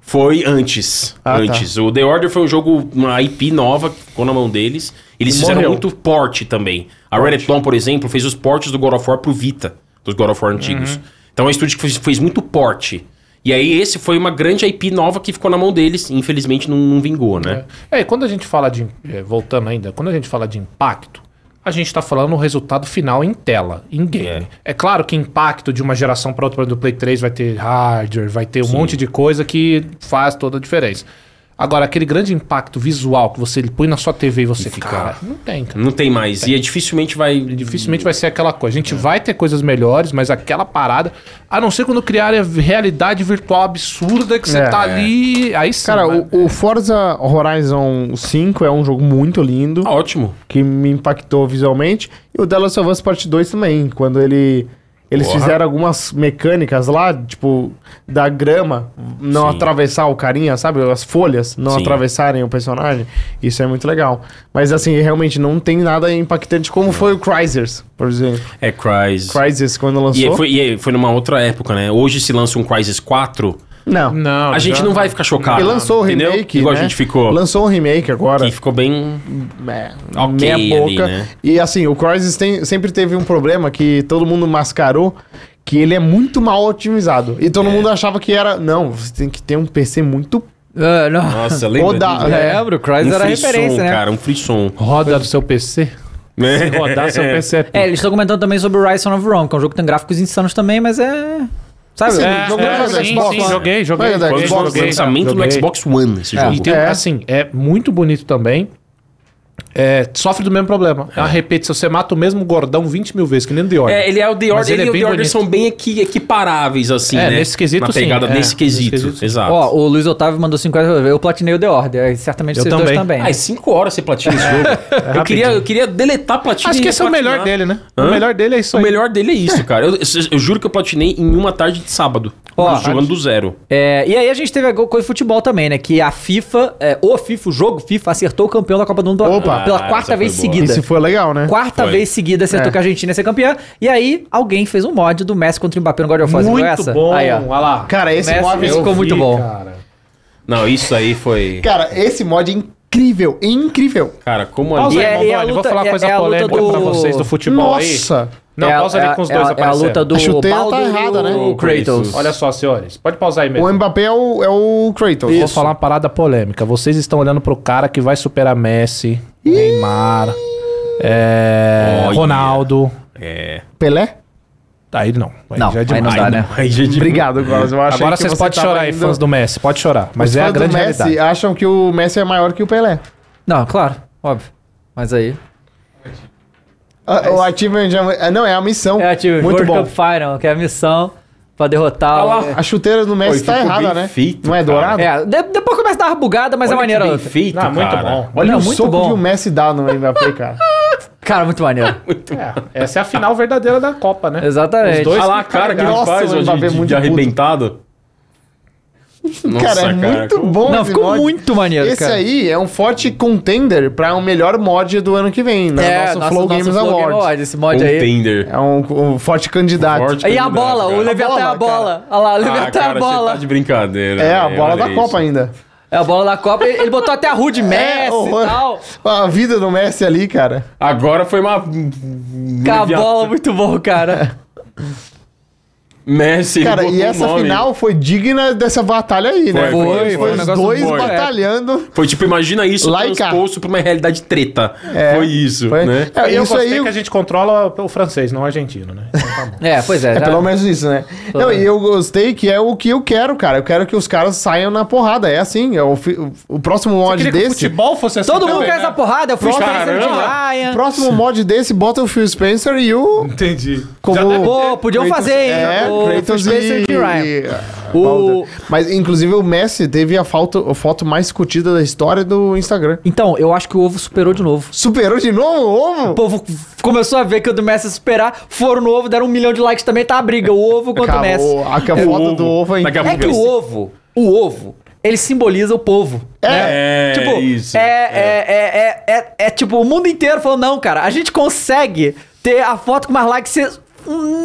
[SPEAKER 5] Foi antes.
[SPEAKER 3] Ah,
[SPEAKER 5] antes. O The Order foi um jogo, uma IP nova, ficou na mão deles. Eles fizeram
[SPEAKER 3] morreu.
[SPEAKER 5] muito porte também. A Reddit Dawn, por exemplo, fez os portes do God of War pro Vita, dos God of War antigos. Então é um estúdio que fez, fez muito porte. E aí esse foi uma grande IP nova que ficou na mão deles. Infelizmente não, não vingou, né?
[SPEAKER 2] É, e quando a gente fala de. é, voltando ainda, quando a gente fala de impacto, a gente tá falando o resultado final em tela, em game. É, claro que impacto de uma geração para outra do Play 3 vai ter hardware, vai ter um monte de coisa que faz toda a diferença. Agora, aquele grande impacto visual que você põe na sua TV e você fica. Cara, não tem, cara.
[SPEAKER 5] Não tem mais. E é, dificilmente vai...
[SPEAKER 2] Dificilmente vai ser aquela coisa. A gente vai ter coisas melhores, mas aquela parada, a não ser quando criarem a realidade virtual absurda que você
[SPEAKER 3] É.
[SPEAKER 2] tá ali. Aí sim.
[SPEAKER 3] Cara,
[SPEAKER 2] vai-
[SPEAKER 3] o, o Forza Horizon 5 é um jogo muito lindo,
[SPEAKER 5] Ah, ótimo.
[SPEAKER 3] que me impactou visualmente. E o The Last of Us Part 2 também, quando ele... Eles
[SPEAKER 5] Porra.
[SPEAKER 3] fizeram algumas mecânicas lá, tipo, da grama não
[SPEAKER 5] Sim.
[SPEAKER 3] atravessar o carinha, sabe? As folhas não
[SPEAKER 5] Sim.
[SPEAKER 3] atravessarem o personagem. Isso é muito legal. Mas assim, realmente não tem nada impactante como foi o Chrysers, por exemplo.
[SPEAKER 5] É Crysis.
[SPEAKER 3] Crysis quando lançou.
[SPEAKER 5] E foi, e foi numa outra época, né? Hoje se lança um Crysis 4,
[SPEAKER 3] Não.
[SPEAKER 2] Não,
[SPEAKER 5] a gente
[SPEAKER 2] já-
[SPEAKER 5] não vai ficar chocado.
[SPEAKER 3] E lançou o
[SPEAKER 5] Ah, entendeu?
[SPEAKER 3] remake.
[SPEAKER 5] Igual
[SPEAKER 3] né?
[SPEAKER 5] a gente ficou.
[SPEAKER 3] Lançou o remake agora.
[SPEAKER 5] Que ficou bem.
[SPEAKER 3] É,
[SPEAKER 5] Ok
[SPEAKER 3] meia
[SPEAKER 5] ali,
[SPEAKER 3] boca.
[SPEAKER 5] né?
[SPEAKER 3] E assim, o Crysis tem- sempre teve um problema que todo mundo mascarou, que ele é muito mal otimizado. E todo mundo achava que era. Não, você tem que ter um PC muito. é,
[SPEAKER 1] Ah, não.
[SPEAKER 5] Nossa, lembra?
[SPEAKER 3] Roda-
[SPEAKER 5] disso?
[SPEAKER 1] Lembro, o Crysis
[SPEAKER 5] Um
[SPEAKER 1] era a
[SPEAKER 5] frisson,
[SPEAKER 1] referência, né?
[SPEAKER 5] cara, um né? frisson.
[SPEAKER 2] Roda do seu PC. Se rodar seu PC é
[SPEAKER 1] É,
[SPEAKER 2] pica.
[SPEAKER 1] eles estão comentando também sobre o Rise of Rome, que é um jogo que tem gráficos insanos também, mas é. Sabe?
[SPEAKER 3] Assim,
[SPEAKER 2] É,
[SPEAKER 3] Jogou
[SPEAKER 2] é,
[SPEAKER 3] no
[SPEAKER 2] sim,
[SPEAKER 3] Xbox,
[SPEAKER 2] sim,
[SPEAKER 3] né?
[SPEAKER 2] joguei, joguei.
[SPEAKER 3] Foi no
[SPEAKER 2] joguei,
[SPEAKER 5] Xbox,
[SPEAKER 2] joguei.
[SPEAKER 5] lançamento
[SPEAKER 2] Joguei.
[SPEAKER 5] do Xbox One, esse
[SPEAKER 2] E
[SPEAKER 5] jogo.
[SPEAKER 2] tem,
[SPEAKER 3] É.
[SPEAKER 2] assim, é muito bonito também. É, sofre do mesmo problema. É uma repetição. Você mata o mesmo gordão 20 mil vezes, que nem o The Order.
[SPEAKER 5] É, ele é o The
[SPEAKER 2] Mas
[SPEAKER 5] Order,
[SPEAKER 2] ele
[SPEAKER 5] ele
[SPEAKER 2] é
[SPEAKER 5] e o
[SPEAKER 2] bem
[SPEAKER 5] The Order
[SPEAKER 2] bonito.
[SPEAKER 5] são bem equi- equiparáveis, assim,
[SPEAKER 2] É,
[SPEAKER 5] né?
[SPEAKER 2] nesse quesito,
[SPEAKER 5] Na
[SPEAKER 2] sim.
[SPEAKER 5] pegada
[SPEAKER 2] É,
[SPEAKER 5] nesse
[SPEAKER 2] nesse
[SPEAKER 5] quesito.
[SPEAKER 2] quesito, sim.
[SPEAKER 5] Exato.
[SPEAKER 1] Ó, o Luiz Otávio mandou 50 Eu platinei o The Order. aí Certamente
[SPEAKER 2] Eu
[SPEAKER 1] vocês dois
[SPEAKER 2] também.
[SPEAKER 1] também.
[SPEAKER 5] Ah, é cinco horas você platina esse jogo. eu, queria, eu queria deletar a
[SPEAKER 2] É,
[SPEAKER 5] platina.
[SPEAKER 2] Acho
[SPEAKER 5] e
[SPEAKER 2] que esse é o
[SPEAKER 5] platinar.
[SPEAKER 2] melhor dele, né?
[SPEAKER 5] Hã?
[SPEAKER 2] O melhor dele é isso
[SPEAKER 5] O
[SPEAKER 2] aí.
[SPEAKER 5] melhor dele é isso, cara. Eu, eu- eu juro que eu platinei em uma tarde de sábado.
[SPEAKER 1] Ó,
[SPEAKER 5] jogando do zero.
[SPEAKER 1] É, e aí a gente teve a go- coisa de futebol também, né? Que a FIFA, é, o FIFA, o jogo FIFA, acertou o campeão da Copa do Mundo pela,
[SPEAKER 3] Opa!
[SPEAKER 1] pela
[SPEAKER 5] Ah,
[SPEAKER 1] quarta
[SPEAKER 5] essa
[SPEAKER 1] vez
[SPEAKER 5] foi boa.
[SPEAKER 1] seguida.
[SPEAKER 3] Isso foi legal, né?
[SPEAKER 1] Quarta
[SPEAKER 5] Foi.
[SPEAKER 1] vez seguida acertou
[SPEAKER 3] É.
[SPEAKER 1] que a Argentina ia ser campeã. E aí alguém fez um mod do Messi contra o Mbappé no God of War. Você viu
[SPEAKER 2] Muito
[SPEAKER 1] essa?
[SPEAKER 2] bom.
[SPEAKER 1] Aí, ó.
[SPEAKER 2] Olha lá.
[SPEAKER 3] Cara, esse
[SPEAKER 1] Messi-
[SPEAKER 3] mod.
[SPEAKER 1] esse ficou muito
[SPEAKER 2] vi,
[SPEAKER 1] bom.
[SPEAKER 2] cara.
[SPEAKER 5] Não, isso aí foi.
[SPEAKER 3] Cara, esse mod é incrível, incrível.
[SPEAKER 5] Cara, como
[SPEAKER 2] Pausa
[SPEAKER 5] ali.
[SPEAKER 1] é-
[SPEAKER 2] aí,
[SPEAKER 1] e a
[SPEAKER 2] Mondoni, vou
[SPEAKER 1] luta-
[SPEAKER 2] falar
[SPEAKER 1] é-
[SPEAKER 2] coisa
[SPEAKER 1] é a luta
[SPEAKER 2] polêmica
[SPEAKER 1] do-
[SPEAKER 2] pra vocês do futebol aí.
[SPEAKER 3] Nossa!
[SPEAKER 2] Não,
[SPEAKER 1] É a-
[SPEAKER 2] pausa
[SPEAKER 1] é
[SPEAKER 2] ali
[SPEAKER 1] a-
[SPEAKER 2] com os
[SPEAKER 1] é
[SPEAKER 2] dois
[SPEAKER 1] a- É a
[SPEAKER 2] aparecendo.
[SPEAKER 1] luta do
[SPEAKER 3] A chuteira tá
[SPEAKER 1] Baldo e
[SPEAKER 3] errada, né?
[SPEAKER 1] do
[SPEAKER 5] O
[SPEAKER 1] Kratos.
[SPEAKER 5] Kratos.
[SPEAKER 2] Olha só, senhores. Pode pausar aí mesmo.
[SPEAKER 3] O Mbappé é o, é o Kratos.
[SPEAKER 2] Vou falar uma parada polêmica. Vocês estão olhando pro cara que vai superar Messi, Neymar, é,
[SPEAKER 5] Olha.
[SPEAKER 2] Ronaldo.
[SPEAKER 5] É.
[SPEAKER 3] Pelé?
[SPEAKER 2] Aí não. Aí
[SPEAKER 1] Não,
[SPEAKER 2] já é
[SPEAKER 1] aí não
[SPEAKER 2] demais.
[SPEAKER 1] dá, né?
[SPEAKER 5] Aí, gente,
[SPEAKER 3] Obrigado, Gomes. Eu achei
[SPEAKER 2] Agora
[SPEAKER 3] que
[SPEAKER 2] vocês
[SPEAKER 3] você
[SPEAKER 2] podem
[SPEAKER 3] tava
[SPEAKER 2] chorar aí,
[SPEAKER 3] indo-
[SPEAKER 2] fãs do Messi. Pode chorar. Mas
[SPEAKER 3] Os
[SPEAKER 2] é a
[SPEAKER 3] fãs do
[SPEAKER 2] grande
[SPEAKER 3] Messi
[SPEAKER 2] realidade.
[SPEAKER 3] acham que o Messi é maior que o Pelé.
[SPEAKER 1] Não, claro, óbvio. Mas aí.
[SPEAKER 3] Ah, o Achievement já- ah, Não, é a missão.
[SPEAKER 1] É, tipo,
[SPEAKER 3] Muito
[SPEAKER 1] World
[SPEAKER 3] bom.
[SPEAKER 1] Cup Final, que é a missão pra derrotar.
[SPEAKER 5] Olha
[SPEAKER 1] o-
[SPEAKER 5] lá.
[SPEAKER 3] A chuteira do
[SPEAKER 5] Pô,
[SPEAKER 3] Messi
[SPEAKER 5] e
[SPEAKER 3] tá
[SPEAKER 5] ficou
[SPEAKER 3] errada,
[SPEAKER 5] bem
[SPEAKER 3] né?
[SPEAKER 5] feito,
[SPEAKER 3] não é
[SPEAKER 5] cara.
[SPEAKER 3] dourado?
[SPEAKER 1] É, de- depois começa a dar uma bugada, mas é
[SPEAKER 5] Olha que
[SPEAKER 1] maneiro.
[SPEAKER 5] bem feito,
[SPEAKER 2] Não, muito
[SPEAKER 5] cara.
[SPEAKER 2] bom.
[SPEAKER 3] Olha
[SPEAKER 1] Não,
[SPEAKER 3] o
[SPEAKER 1] muito
[SPEAKER 3] soco um
[SPEAKER 1] bom.
[SPEAKER 3] que o Messi dá no Mbappé, cara.
[SPEAKER 1] Cara, muito maneiro.
[SPEAKER 2] É, essa é a final verdadeira da Copa, né?
[SPEAKER 1] Exatamente.
[SPEAKER 2] Os dois-
[SPEAKER 5] Olha lá a cara que ele
[SPEAKER 3] Nossa,
[SPEAKER 5] faz
[SPEAKER 3] o
[SPEAKER 5] hoje
[SPEAKER 3] Mbappé
[SPEAKER 5] de,
[SPEAKER 3] é muito
[SPEAKER 5] de arrebentado. Nossa,
[SPEAKER 3] cara, é muito
[SPEAKER 5] como-
[SPEAKER 3] bom
[SPEAKER 1] Não,
[SPEAKER 3] esse
[SPEAKER 1] ficou
[SPEAKER 3] mod.
[SPEAKER 1] muito maneiro,
[SPEAKER 3] Esse
[SPEAKER 1] cara.
[SPEAKER 3] aí é um forte contender pra o melhor mod do ano que vem, na
[SPEAKER 1] é,
[SPEAKER 3] nosso
[SPEAKER 1] nosso
[SPEAKER 3] Flow
[SPEAKER 1] nosso
[SPEAKER 3] Games
[SPEAKER 1] Flow Game
[SPEAKER 3] Awards.
[SPEAKER 1] Award, Esse mod aí.
[SPEAKER 5] Contender.
[SPEAKER 3] É um, um forte candidato.
[SPEAKER 5] Forte
[SPEAKER 1] E a
[SPEAKER 5] candidato,
[SPEAKER 1] bola,
[SPEAKER 5] tá cara.
[SPEAKER 1] o levantar é a
[SPEAKER 3] bola,
[SPEAKER 1] bola. Olha lá,
[SPEAKER 5] Ah,
[SPEAKER 1] levantar
[SPEAKER 5] cara,
[SPEAKER 1] a
[SPEAKER 5] você
[SPEAKER 1] bola.
[SPEAKER 5] tá de brincadeira.
[SPEAKER 3] É, a
[SPEAKER 5] velho,
[SPEAKER 3] bola
[SPEAKER 5] olha
[SPEAKER 3] da
[SPEAKER 5] isso.
[SPEAKER 3] Copa ainda.
[SPEAKER 1] É a bola da Copa. Ele ele botou até a Rude
[SPEAKER 3] É,
[SPEAKER 1] Messi
[SPEAKER 3] horror.
[SPEAKER 1] e tal.
[SPEAKER 3] A vida do Messi ali, cara.
[SPEAKER 5] Agora foi uma...
[SPEAKER 1] Cara, a bola muito bom, cara.
[SPEAKER 5] Messi. ele
[SPEAKER 3] Cara,
[SPEAKER 5] botou
[SPEAKER 3] e
[SPEAKER 5] o
[SPEAKER 3] essa
[SPEAKER 5] nome.
[SPEAKER 3] final foi digna dessa batalha aí, né?
[SPEAKER 5] Foi, foi,
[SPEAKER 3] Foi,
[SPEAKER 5] foi um
[SPEAKER 3] os
[SPEAKER 5] negócio
[SPEAKER 3] dois
[SPEAKER 5] bom.
[SPEAKER 3] batalhando.
[SPEAKER 5] Foi tipo, imagina isso
[SPEAKER 3] Lá e cá.
[SPEAKER 5] transposto pra uma realidade treta. Foi isso,
[SPEAKER 3] É. Foi-
[SPEAKER 5] né?
[SPEAKER 3] É,
[SPEAKER 2] E eu
[SPEAKER 3] isso
[SPEAKER 2] gostei
[SPEAKER 3] aí
[SPEAKER 2] que a gente controla o francês, não o argentino, né? Então tá bom.
[SPEAKER 1] É, pois é.
[SPEAKER 3] É
[SPEAKER 1] já-
[SPEAKER 3] pelo menos isso, né? Não,
[SPEAKER 1] bem.
[SPEAKER 3] e eu gostei que é o que eu quero, cara. Eu quero que os caras saiam na porrada. É assim, é o, fi- o- o próximo mod
[SPEAKER 2] Queria que o
[SPEAKER 3] desse.
[SPEAKER 2] futebol fosse assim
[SPEAKER 1] Todo
[SPEAKER 2] também,
[SPEAKER 1] mundo quer
[SPEAKER 2] né?
[SPEAKER 1] essa porrada, é eu fui Spencer de Ryan.
[SPEAKER 3] O próximo mod desse bota o Phil Spencer e o.
[SPEAKER 2] Entendi.
[SPEAKER 3] Como
[SPEAKER 1] Pô, podiam fazer, hein?
[SPEAKER 3] É,
[SPEAKER 1] o
[SPEAKER 3] Kratos
[SPEAKER 1] Spencer
[SPEAKER 3] e,
[SPEAKER 1] de Ryan.
[SPEAKER 3] e-
[SPEAKER 1] O-
[SPEAKER 3] Mas, inclusive, o Messi teve a foto, a foto mais curtida da história do Instagram.
[SPEAKER 1] Então, eu acho que o ovo superou de novo.
[SPEAKER 3] Superou de novo o ovo?
[SPEAKER 1] O povo f- começou a ver que o do Messi ia superar, foram no ovo, deram um milhão de likes também, tá a briga. O ovo contra o
[SPEAKER 3] Cara,
[SPEAKER 1] Messi.
[SPEAKER 3] o- a, a foto do ovo é
[SPEAKER 5] Daqui a
[SPEAKER 1] É que o ovo, o ovo, ele simboliza o povo. né?
[SPEAKER 5] É,
[SPEAKER 1] tipo,
[SPEAKER 5] isso.
[SPEAKER 1] É, é, é, é, é, é tipo, o mundo inteiro falou, não, cara, a gente consegue ter a foto com mais likes ser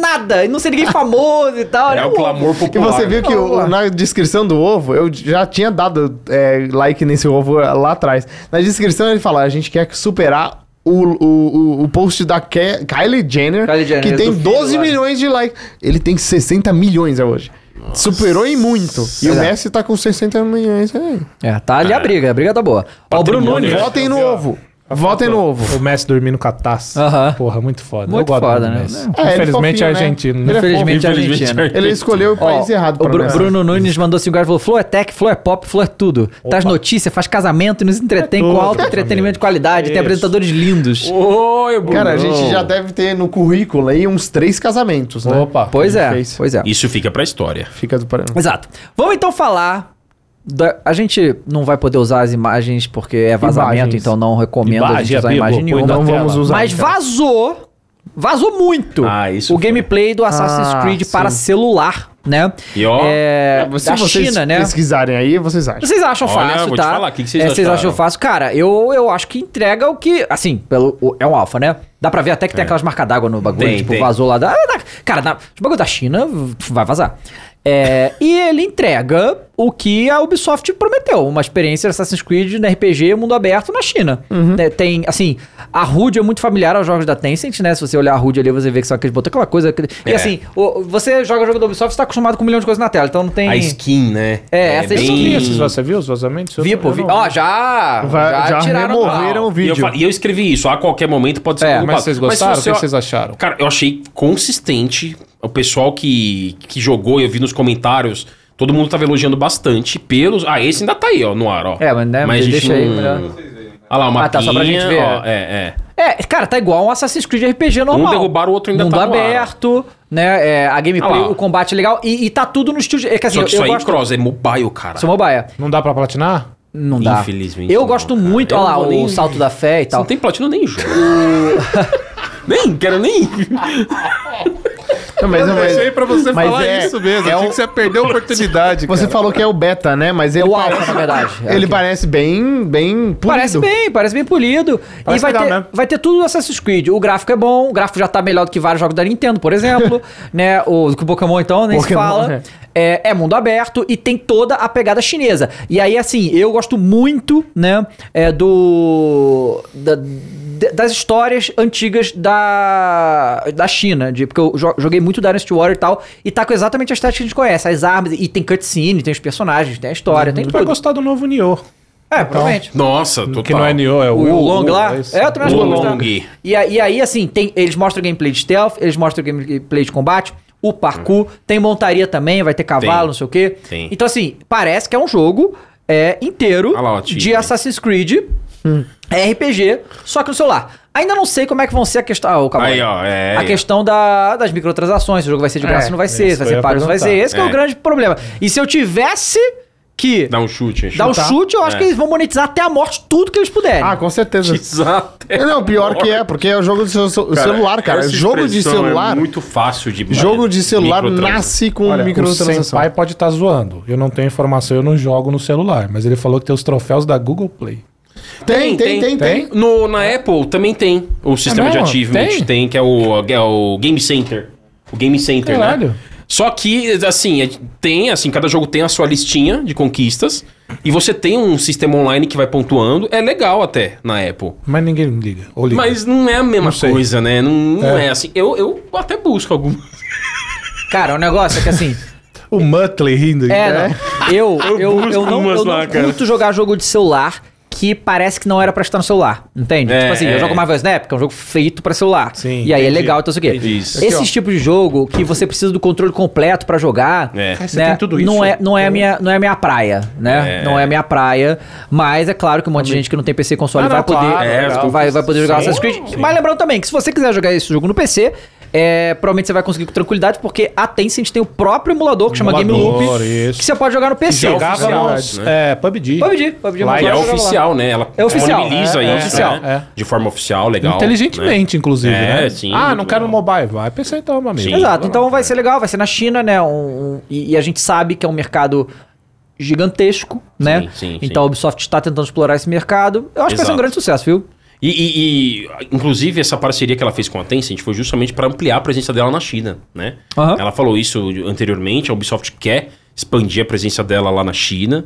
[SPEAKER 1] nada, e não ser ninguém famoso e tal.
[SPEAKER 5] É
[SPEAKER 1] né?
[SPEAKER 5] o clamor
[SPEAKER 3] E
[SPEAKER 5] popular.
[SPEAKER 3] você viu que o-
[SPEAKER 1] Boa.
[SPEAKER 3] na descrição do ovo, eu já tinha dado é, like nesse ovo lá atrás. Na descrição ele fala, a gente quer que superar o, o, o, o post da Ke- Kylie, Jenner,
[SPEAKER 1] Kylie Jenner,
[SPEAKER 3] que tem
[SPEAKER 1] do filho
[SPEAKER 3] 12
[SPEAKER 1] lá.
[SPEAKER 3] milhões de likes. Ele tem 60 milhões é hoje. Superou em muito. E o Messi tá com 60 milhões. É.
[SPEAKER 1] É, tá ali a briga, a briga tá boa. Ó, o Bruno
[SPEAKER 5] Patrimônio.
[SPEAKER 1] Nunes.
[SPEAKER 3] Votem no ovo. Votem no ovo.
[SPEAKER 2] O Messi dormindo com a taça.
[SPEAKER 1] Aham.
[SPEAKER 2] Porra, muito foda.
[SPEAKER 1] Muito foda, né? É,
[SPEAKER 3] ele
[SPEAKER 2] Infelizmente é
[SPEAKER 3] fofinho, né?
[SPEAKER 2] argentino.
[SPEAKER 3] Ele
[SPEAKER 1] Infelizmente,
[SPEAKER 3] é
[SPEAKER 1] a
[SPEAKER 5] Infelizmente,
[SPEAKER 1] Argentina.
[SPEAKER 5] Argentina.
[SPEAKER 3] Ele escolheu o país
[SPEAKER 1] Ó,
[SPEAKER 3] errado
[SPEAKER 1] o
[SPEAKER 3] pra
[SPEAKER 1] Bru-
[SPEAKER 3] mangá.
[SPEAKER 1] Bruno Nunes mandou 5 reais e falou: Flow é tech, Flow é pop, Flow é tudo. Traz notícia, faz casamento e nos entretém
[SPEAKER 2] É
[SPEAKER 1] com
[SPEAKER 2] tudo,
[SPEAKER 1] alto
[SPEAKER 2] meu
[SPEAKER 1] entretenimento
[SPEAKER 2] amigo.
[SPEAKER 1] de qualidade. Tem
[SPEAKER 2] Isso.
[SPEAKER 1] apresentadores lindos.
[SPEAKER 5] Oi, Bruno.
[SPEAKER 3] Cara, a gente já deve ter no currículo aí uns três casamentos, né?
[SPEAKER 2] Opa.
[SPEAKER 1] Pois é,
[SPEAKER 3] fez.
[SPEAKER 1] pois é.
[SPEAKER 5] Isso fica pra história.
[SPEAKER 3] Fica do parando.
[SPEAKER 1] Exato. Vamos então falar. da- A gente não vai poder usar as imagens porque é vazamento,
[SPEAKER 3] Imagens.
[SPEAKER 1] então não recomendo a gente
[SPEAKER 2] Imagem, é
[SPEAKER 1] usar
[SPEAKER 2] Bibo,
[SPEAKER 1] imagem
[SPEAKER 2] põe
[SPEAKER 1] nenhuma.
[SPEAKER 2] na
[SPEAKER 3] Não
[SPEAKER 2] tela.
[SPEAKER 3] vamos usar.
[SPEAKER 1] Mas
[SPEAKER 3] então.
[SPEAKER 1] vazou. Vazou muito
[SPEAKER 5] Ah, isso
[SPEAKER 1] o
[SPEAKER 5] foi.
[SPEAKER 1] gameplay do Assassin's
[SPEAKER 3] Ah,
[SPEAKER 1] Creed para
[SPEAKER 3] sim.
[SPEAKER 1] celular, né?
[SPEAKER 5] E ó,
[SPEAKER 1] é,
[SPEAKER 3] Se
[SPEAKER 1] da
[SPEAKER 3] vocês
[SPEAKER 1] China, né?
[SPEAKER 3] pesquisarem aí, vocês acham.
[SPEAKER 1] Vocês acham
[SPEAKER 5] Olha,
[SPEAKER 1] fácil,
[SPEAKER 5] vou te
[SPEAKER 1] tá?
[SPEAKER 5] falar, o que que vocês
[SPEAKER 1] é, vocês
[SPEAKER 5] acharam?
[SPEAKER 1] acham fácil? Cara, eu, eu acho que entrega o que. Assim, pelo, o- é um alfa, né? Dá pra ver até que tem aquelas marcas d'água no bagulho,
[SPEAKER 5] É. Tem,
[SPEAKER 1] tipo,
[SPEAKER 5] tem.
[SPEAKER 1] vazou lá da. ah, da- cara, na, o bagulho da China vai vazar. É, e ele entrega o que a Ubisoft prometeu: uma experiência Assassin's Creed no RPG mundo aberto na China.
[SPEAKER 5] Uhum.
[SPEAKER 1] Né, tem, assim, a HUD é muito familiar aos jogos da Tencent, né? Se você olhar a HUD ali, você vê que são aqueles botões, aquela coisa. aquele- E
[SPEAKER 5] É.
[SPEAKER 1] assim, o- você joga jogo da Ubisoft, você tá acostumado com um milhão de coisas na tela, então não tem.
[SPEAKER 5] A skin, né?
[SPEAKER 1] É, essa
[SPEAKER 2] Eu não vi
[SPEAKER 1] Sim.
[SPEAKER 2] esses, você viu os vazamentos? Eu
[SPEAKER 1] Vi,
[SPEAKER 2] não-
[SPEAKER 1] pô,
[SPEAKER 2] eu
[SPEAKER 1] vi.
[SPEAKER 2] não
[SPEAKER 1] Ó, já,
[SPEAKER 3] Vai-
[SPEAKER 1] já.
[SPEAKER 3] já
[SPEAKER 1] tiraram do
[SPEAKER 3] removeram
[SPEAKER 1] ar.
[SPEAKER 3] o
[SPEAKER 5] E eu,
[SPEAKER 3] vídeo.
[SPEAKER 5] fa- e eu escrevi isso, a qualquer momento pode ser
[SPEAKER 1] É,
[SPEAKER 5] derrubado.
[SPEAKER 2] Mas vocês gostaram?
[SPEAKER 5] se
[SPEAKER 2] o que
[SPEAKER 5] você-
[SPEAKER 2] vocês acharam?
[SPEAKER 5] Cara, eu achei consistente. O pessoal que, que jogou, eu vi nos comentários, todo mundo tava elogiando bastante pelos... Ah, esse ainda tá aí, ó, no ar, ó.
[SPEAKER 1] É, mas, né,
[SPEAKER 5] mas a gente
[SPEAKER 1] deixa aí,
[SPEAKER 5] não-
[SPEAKER 1] melhor.
[SPEAKER 5] Olha lá, uma
[SPEAKER 1] Ah, tá, só pra gente ver.
[SPEAKER 5] É, é.
[SPEAKER 1] É, cara, tá igual um Assassin's Creed RPG normal.
[SPEAKER 5] Um derrubaram, o outro ainda
[SPEAKER 1] Mundo
[SPEAKER 5] tá no ar.
[SPEAKER 1] aberto, né? é, a gameplay,
[SPEAKER 5] Ah lá.
[SPEAKER 1] o combate é legal. E, e tá tudo no estilo... de- É que assim,
[SPEAKER 5] Só que
[SPEAKER 1] eu,
[SPEAKER 5] isso
[SPEAKER 1] eu
[SPEAKER 5] aí é
[SPEAKER 1] gosto...
[SPEAKER 5] cross, é mobile, cara.
[SPEAKER 1] Sou mobile.
[SPEAKER 2] Não dá pra platinar?
[SPEAKER 1] Não dá.
[SPEAKER 5] Infelizmente
[SPEAKER 1] Eu
[SPEAKER 5] não,
[SPEAKER 1] gosto
[SPEAKER 5] cara.
[SPEAKER 1] muito,
[SPEAKER 5] Eu
[SPEAKER 1] olha lá,
[SPEAKER 5] não vou
[SPEAKER 1] o
[SPEAKER 5] nem-
[SPEAKER 1] Salto da Fé e
[SPEAKER 5] Você
[SPEAKER 1] tal.
[SPEAKER 5] não tem platina nem jogo. nem, quero nem.
[SPEAKER 3] Não, mas, não, mas-
[SPEAKER 6] pra você
[SPEAKER 3] Mas
[SPEAKER 6] falar
[SPEAKER 3] é-
[SPEAKER 6] isso mesmo.
[SPEAKER 3] é
[SPEAKER 6] Eu achei
[SPEAKER 3] o-
[SPEAKER 6] que você perdeu a oportunidade.
[SPEAKER 3] você
[SPEAKER 6] cara.
[SPEAKER 3] falou que é o beta, né? Mas
[SPEAKER 1] É
[SPEAKER 3] ele
[SPEAKER 1] o
[SPEAKER 3] parece,
[SPEAKER 1] Alpha, na verdade. É
[SPEAKER 3] ele
[SPEAKER 1] aqui.
[SPEAKER 3] parece bem, bem polido.
[SPEAKER 1] Parece bem, parece bem polido. e
[SPEAKER 2] Parece
[SPEAKER 1] vai
[SPEAKER 2] legal
[SPEAKER 1] ter,
[SPEAKER 2] mesmo.
[SPEAKER 1] vai ter tudo no Assassin's Creed. O gráfico é bom, o gráfico já tá melhor do que vários jogos da Nintendo, por exemplo. né? O que o Pokémon, então, nem
[SPEAKER 3] Pokémon,
[SPEAKER 1] se fala.
[SPEAKER 3] é.
[SPEAKER 1] É, é mundo aberto e tem toda a pegada chinesa. E aí, assim, eu gosto muito, né, é, do... da- de- das histórias antigas da, da China, de, porque eu jo- joguei muito Dynasty Warrior e tal, e tá com exatamente a estética que a gente conhece, as armas, e tem cutscene, tem os personagens, tem a história, tem
[SPEAKER 2] Tu vai
[SPEAKER 1] tudo.
[SPEAKER 2] gostar do novo Nioh.
[SPEAKER 1] É, provavelmente.
[SPEAKER 5] Nossa, total.
[SPEAKER 2] Que não é Nioh, é o...
[SPEAKER 1] O, Long lá?
[SPEAKER 2] é isso.
[SPEAKER 1] eu também acho que eu
[SPEAKER 5] O
[SPEAKER 1] vou
[SPEAKER 5] Long.
[SPEAKER 1] gostar. E, a- e aí, assim, tem, eles mostram gameplay de stealth, eles mostram gameplay de combate, o parkour, tem montaria também, vai ter cavalo,
[SPEAKER 5] Hum. Tem.
[SPEAKER 1] não sei o quê.
[SPEAKER 5] Tem.
[SPEAKER 1] Então, assim, parece que é um jogo é, inteiro
[SPEAKER 5] Ah lá, ó,
[SPEAKER 1] de
[SPEAKER 5] tigre.
[SPEAKER 1] Assassin's Creed,
[SPEAKER 2] Hum.
[SPEAKER 1] RPG, só que no celular. Ainda não sei como é que vão ser a questão. Ah, o cavalo.
[SPEAKER 5] Aí, ó, é,
[SPEAKER 1] a
[SPEAKER 5] aí, ó.
[SPEAKER 1] questão da- das microtransações, se o jogo vai ser de graça ou não vai ser,
[SPEAKER 2] É, isso
[SPEAKER 1] se vai
[SPEAKER 2] que eu
[SPEAKER 1] ser
[SPEAKER 2] ia
[SPEAKER 1] pago ou não vai ser.
[SPEAKER 2] perguntar.
[SPEAKER 1] Esse que é o
[SPEAKER 5] É.
[SPEAKER 1] grande problema. E se eu tivesse que
[SPEAKER 5] Dá um chute. hein?
[SPEAKER 1] dar um chute, eu acho
[SPEAKER 5] É.
[SPEAKER 1] que eles vão monetizar até a morte tudo que eles puderem.
[SPEAKER 3] Ah, com certeza.
[SPEAKER 5] Exato.
[SPEAKER 3] Não, pior que é, porque é o jogo do seu- seu- celular, cara.
[SPEAKER 5] essa
[SPEAKER 3] Jogo de
[SPEAKER 5] expressão
[SPEAKER 3] celular,
[SPEAKER 5] É muito fácil de.
[SPEAKER 3] jogo de celular
[SPEAKER 5] microtransa-
[SPEAKER 3] nasce com
[SPEAKER 2] Olha, o
[SPEAKER 3] microtransação.
[SPEAKER 2] Senpai pode estar zoando. Eu não tenho informação, eu não jogo no celular. Mas ele falou que tem os troféus da Google Play.
[SPEAKER 3] Tem, tem, tem, tem. É
[SPEAKER 5] No, na Apple também tem o sistema de
[SPEAKER 2] mesmo?
[SPEAKER 5] achievement, tem,
[SPEAKER 2] Tem?
[SPEAKER 5] que é o, é o Game Center. O Game Center, né?
[SPEAKER 2] Caralho.
[SPEAKER 5] Só que, assim, é- tem, assim, cada jogo tem a sua listinha de conquistas. E você tem um sistema online que vai pontuando. É legal até na Apple.
[SPEAKER 2] Mas ninguém liga. Ou liga.
[SPEAKER 5] Mas não é a mesma
[SPEAKER 2] Não sei.
[SPEAKER 5] coisa, né? Não, não é.
[SPEAKER 2] É.
[SPEAKER 5] assim. Eu, eu até busco algumas.
[SPEAKER 1] Cara, o negócio é que assim.
[SPEAKER 2] O Muttley rindo.
[SPEAKER 1] É, não. Eu, eu, eu,
[SPEAKER 5] né? busco
[SPEAKER 1] não,
[SPEAKER 5] umas
[SPEAKER 1] eu não
[SPEAKER 5] lá, cara.
[SPEAKER 1] curto jogar jogo de celular que parece que não era pra estar no celular, entende?
[SPEAKER 5] É,
[SPEAKER 1] tipo assim,
[SPEAKER 5] é.
[SPEAKER 1] eu jogo Marvel Snap, que é um jogo feito pra celular.
[SPEAKER 2] Sim,
[SPEAKER 1] e aí
[SPEAKER 2] entendi.
[SPEAKER 1] é legal, então isso aqui.
[SPEAKER 5] Entendi. Isso.
[SPEAKER 1] Esses tipos de jogo que você precisa do controle completo pra jogar,
[SPEAKER 5] É.
[SPEAKER 2] Cara, você tem tudo isso.
[SPEAKER 1] Não é, não é a minha, não é a minha praia, né?
[SPEAKER 5] É.
[SPEAKER 1] Não é a minha praia, mas é claro que um monte de gente que não tem PC e console
[SPEAKER 2] Ah, não,
[SPEAKER 1] vai poder,
[SPEAKER 2] claro,
[SPEAKER 5] é,
[SPEAKER 1] vai, vai, vai poder jogar Assassin's Creed. Mas lembrando também que se você quiser jogar esse jogo no PC, é, provavelmente você vai conseguir com tranquilidade, porque a Tencent tem o próprio emulador que chama Game
[SPEAKER 2] Emulador,
[SPEAKER 1] Loop,
[SPEAKER 2] isso.
[SPEAKER 1] que você pode jogar no PC.
[SPEAKER 5] Jogava
[SPEAKER 2] Jogava
[SPEAKER 5] oficial,
[SPEAKER 2] é, PUBG.
[SPEAKER 1] PUBG, PUBG
[SPEAKER 2] Lá
[SPEAKER 1] mas
[SPEAKER 5] E é
[SPEAKER 1] pode jogar lá.
[SPEAKER 5] oficial, né? Ela
[SPEAKER 1] É oficial,
[SPEAKER 5] disponibiliza
[SPEAKER 1] é, é
[SPEAKER 5] isso,
[SPEAKER 1] oficial,
[SPEAKER 5] né? De forma oficial, legal.
[SPEAKER 2] Inteligentemente,
[SPEAKER 5] né?
[SPEAKER 2] inclusive,
[SPEAKER 5] É,
[SPEAKER 2] né?
[SPEAKER 5] sim.
[SPEAKER 2] Ah,
[SPEAKER 5] muito
[SPEAKER 2] não quero no
[SPEAKER 5] legal.
[SPEAKER 2] mobile. Vai PC então, meu amigo.
[SPEAKER 5] Sim.
[SPEAKER 1] Exato, então vai ser legal, vai ser na China, né? Um- um- e, e a gente sabe que é um mercado gigantesco, né?
[SPEAKER 5] sim,
[SPEAKER 1] então a
[SPEAKER 5] sim.
[SPEAKER 1] Ubisoft está tentando explorar esse mercado. Eu acho que vai ser um
[SPEAKER 5] Exato.
[SPEAKER 1] grande sucesso, viu?
[SPEAKER 5] E, e- e, inclusive, essa parceria que ela fez com a Tencent foi justamente para ampliar a presença dela na China, né?
[SPEAKER 1] Aham.
[SPEAKER 5] Ela falou isso anteriormente, a Ubisoft quer expandir a presença dela lá na China.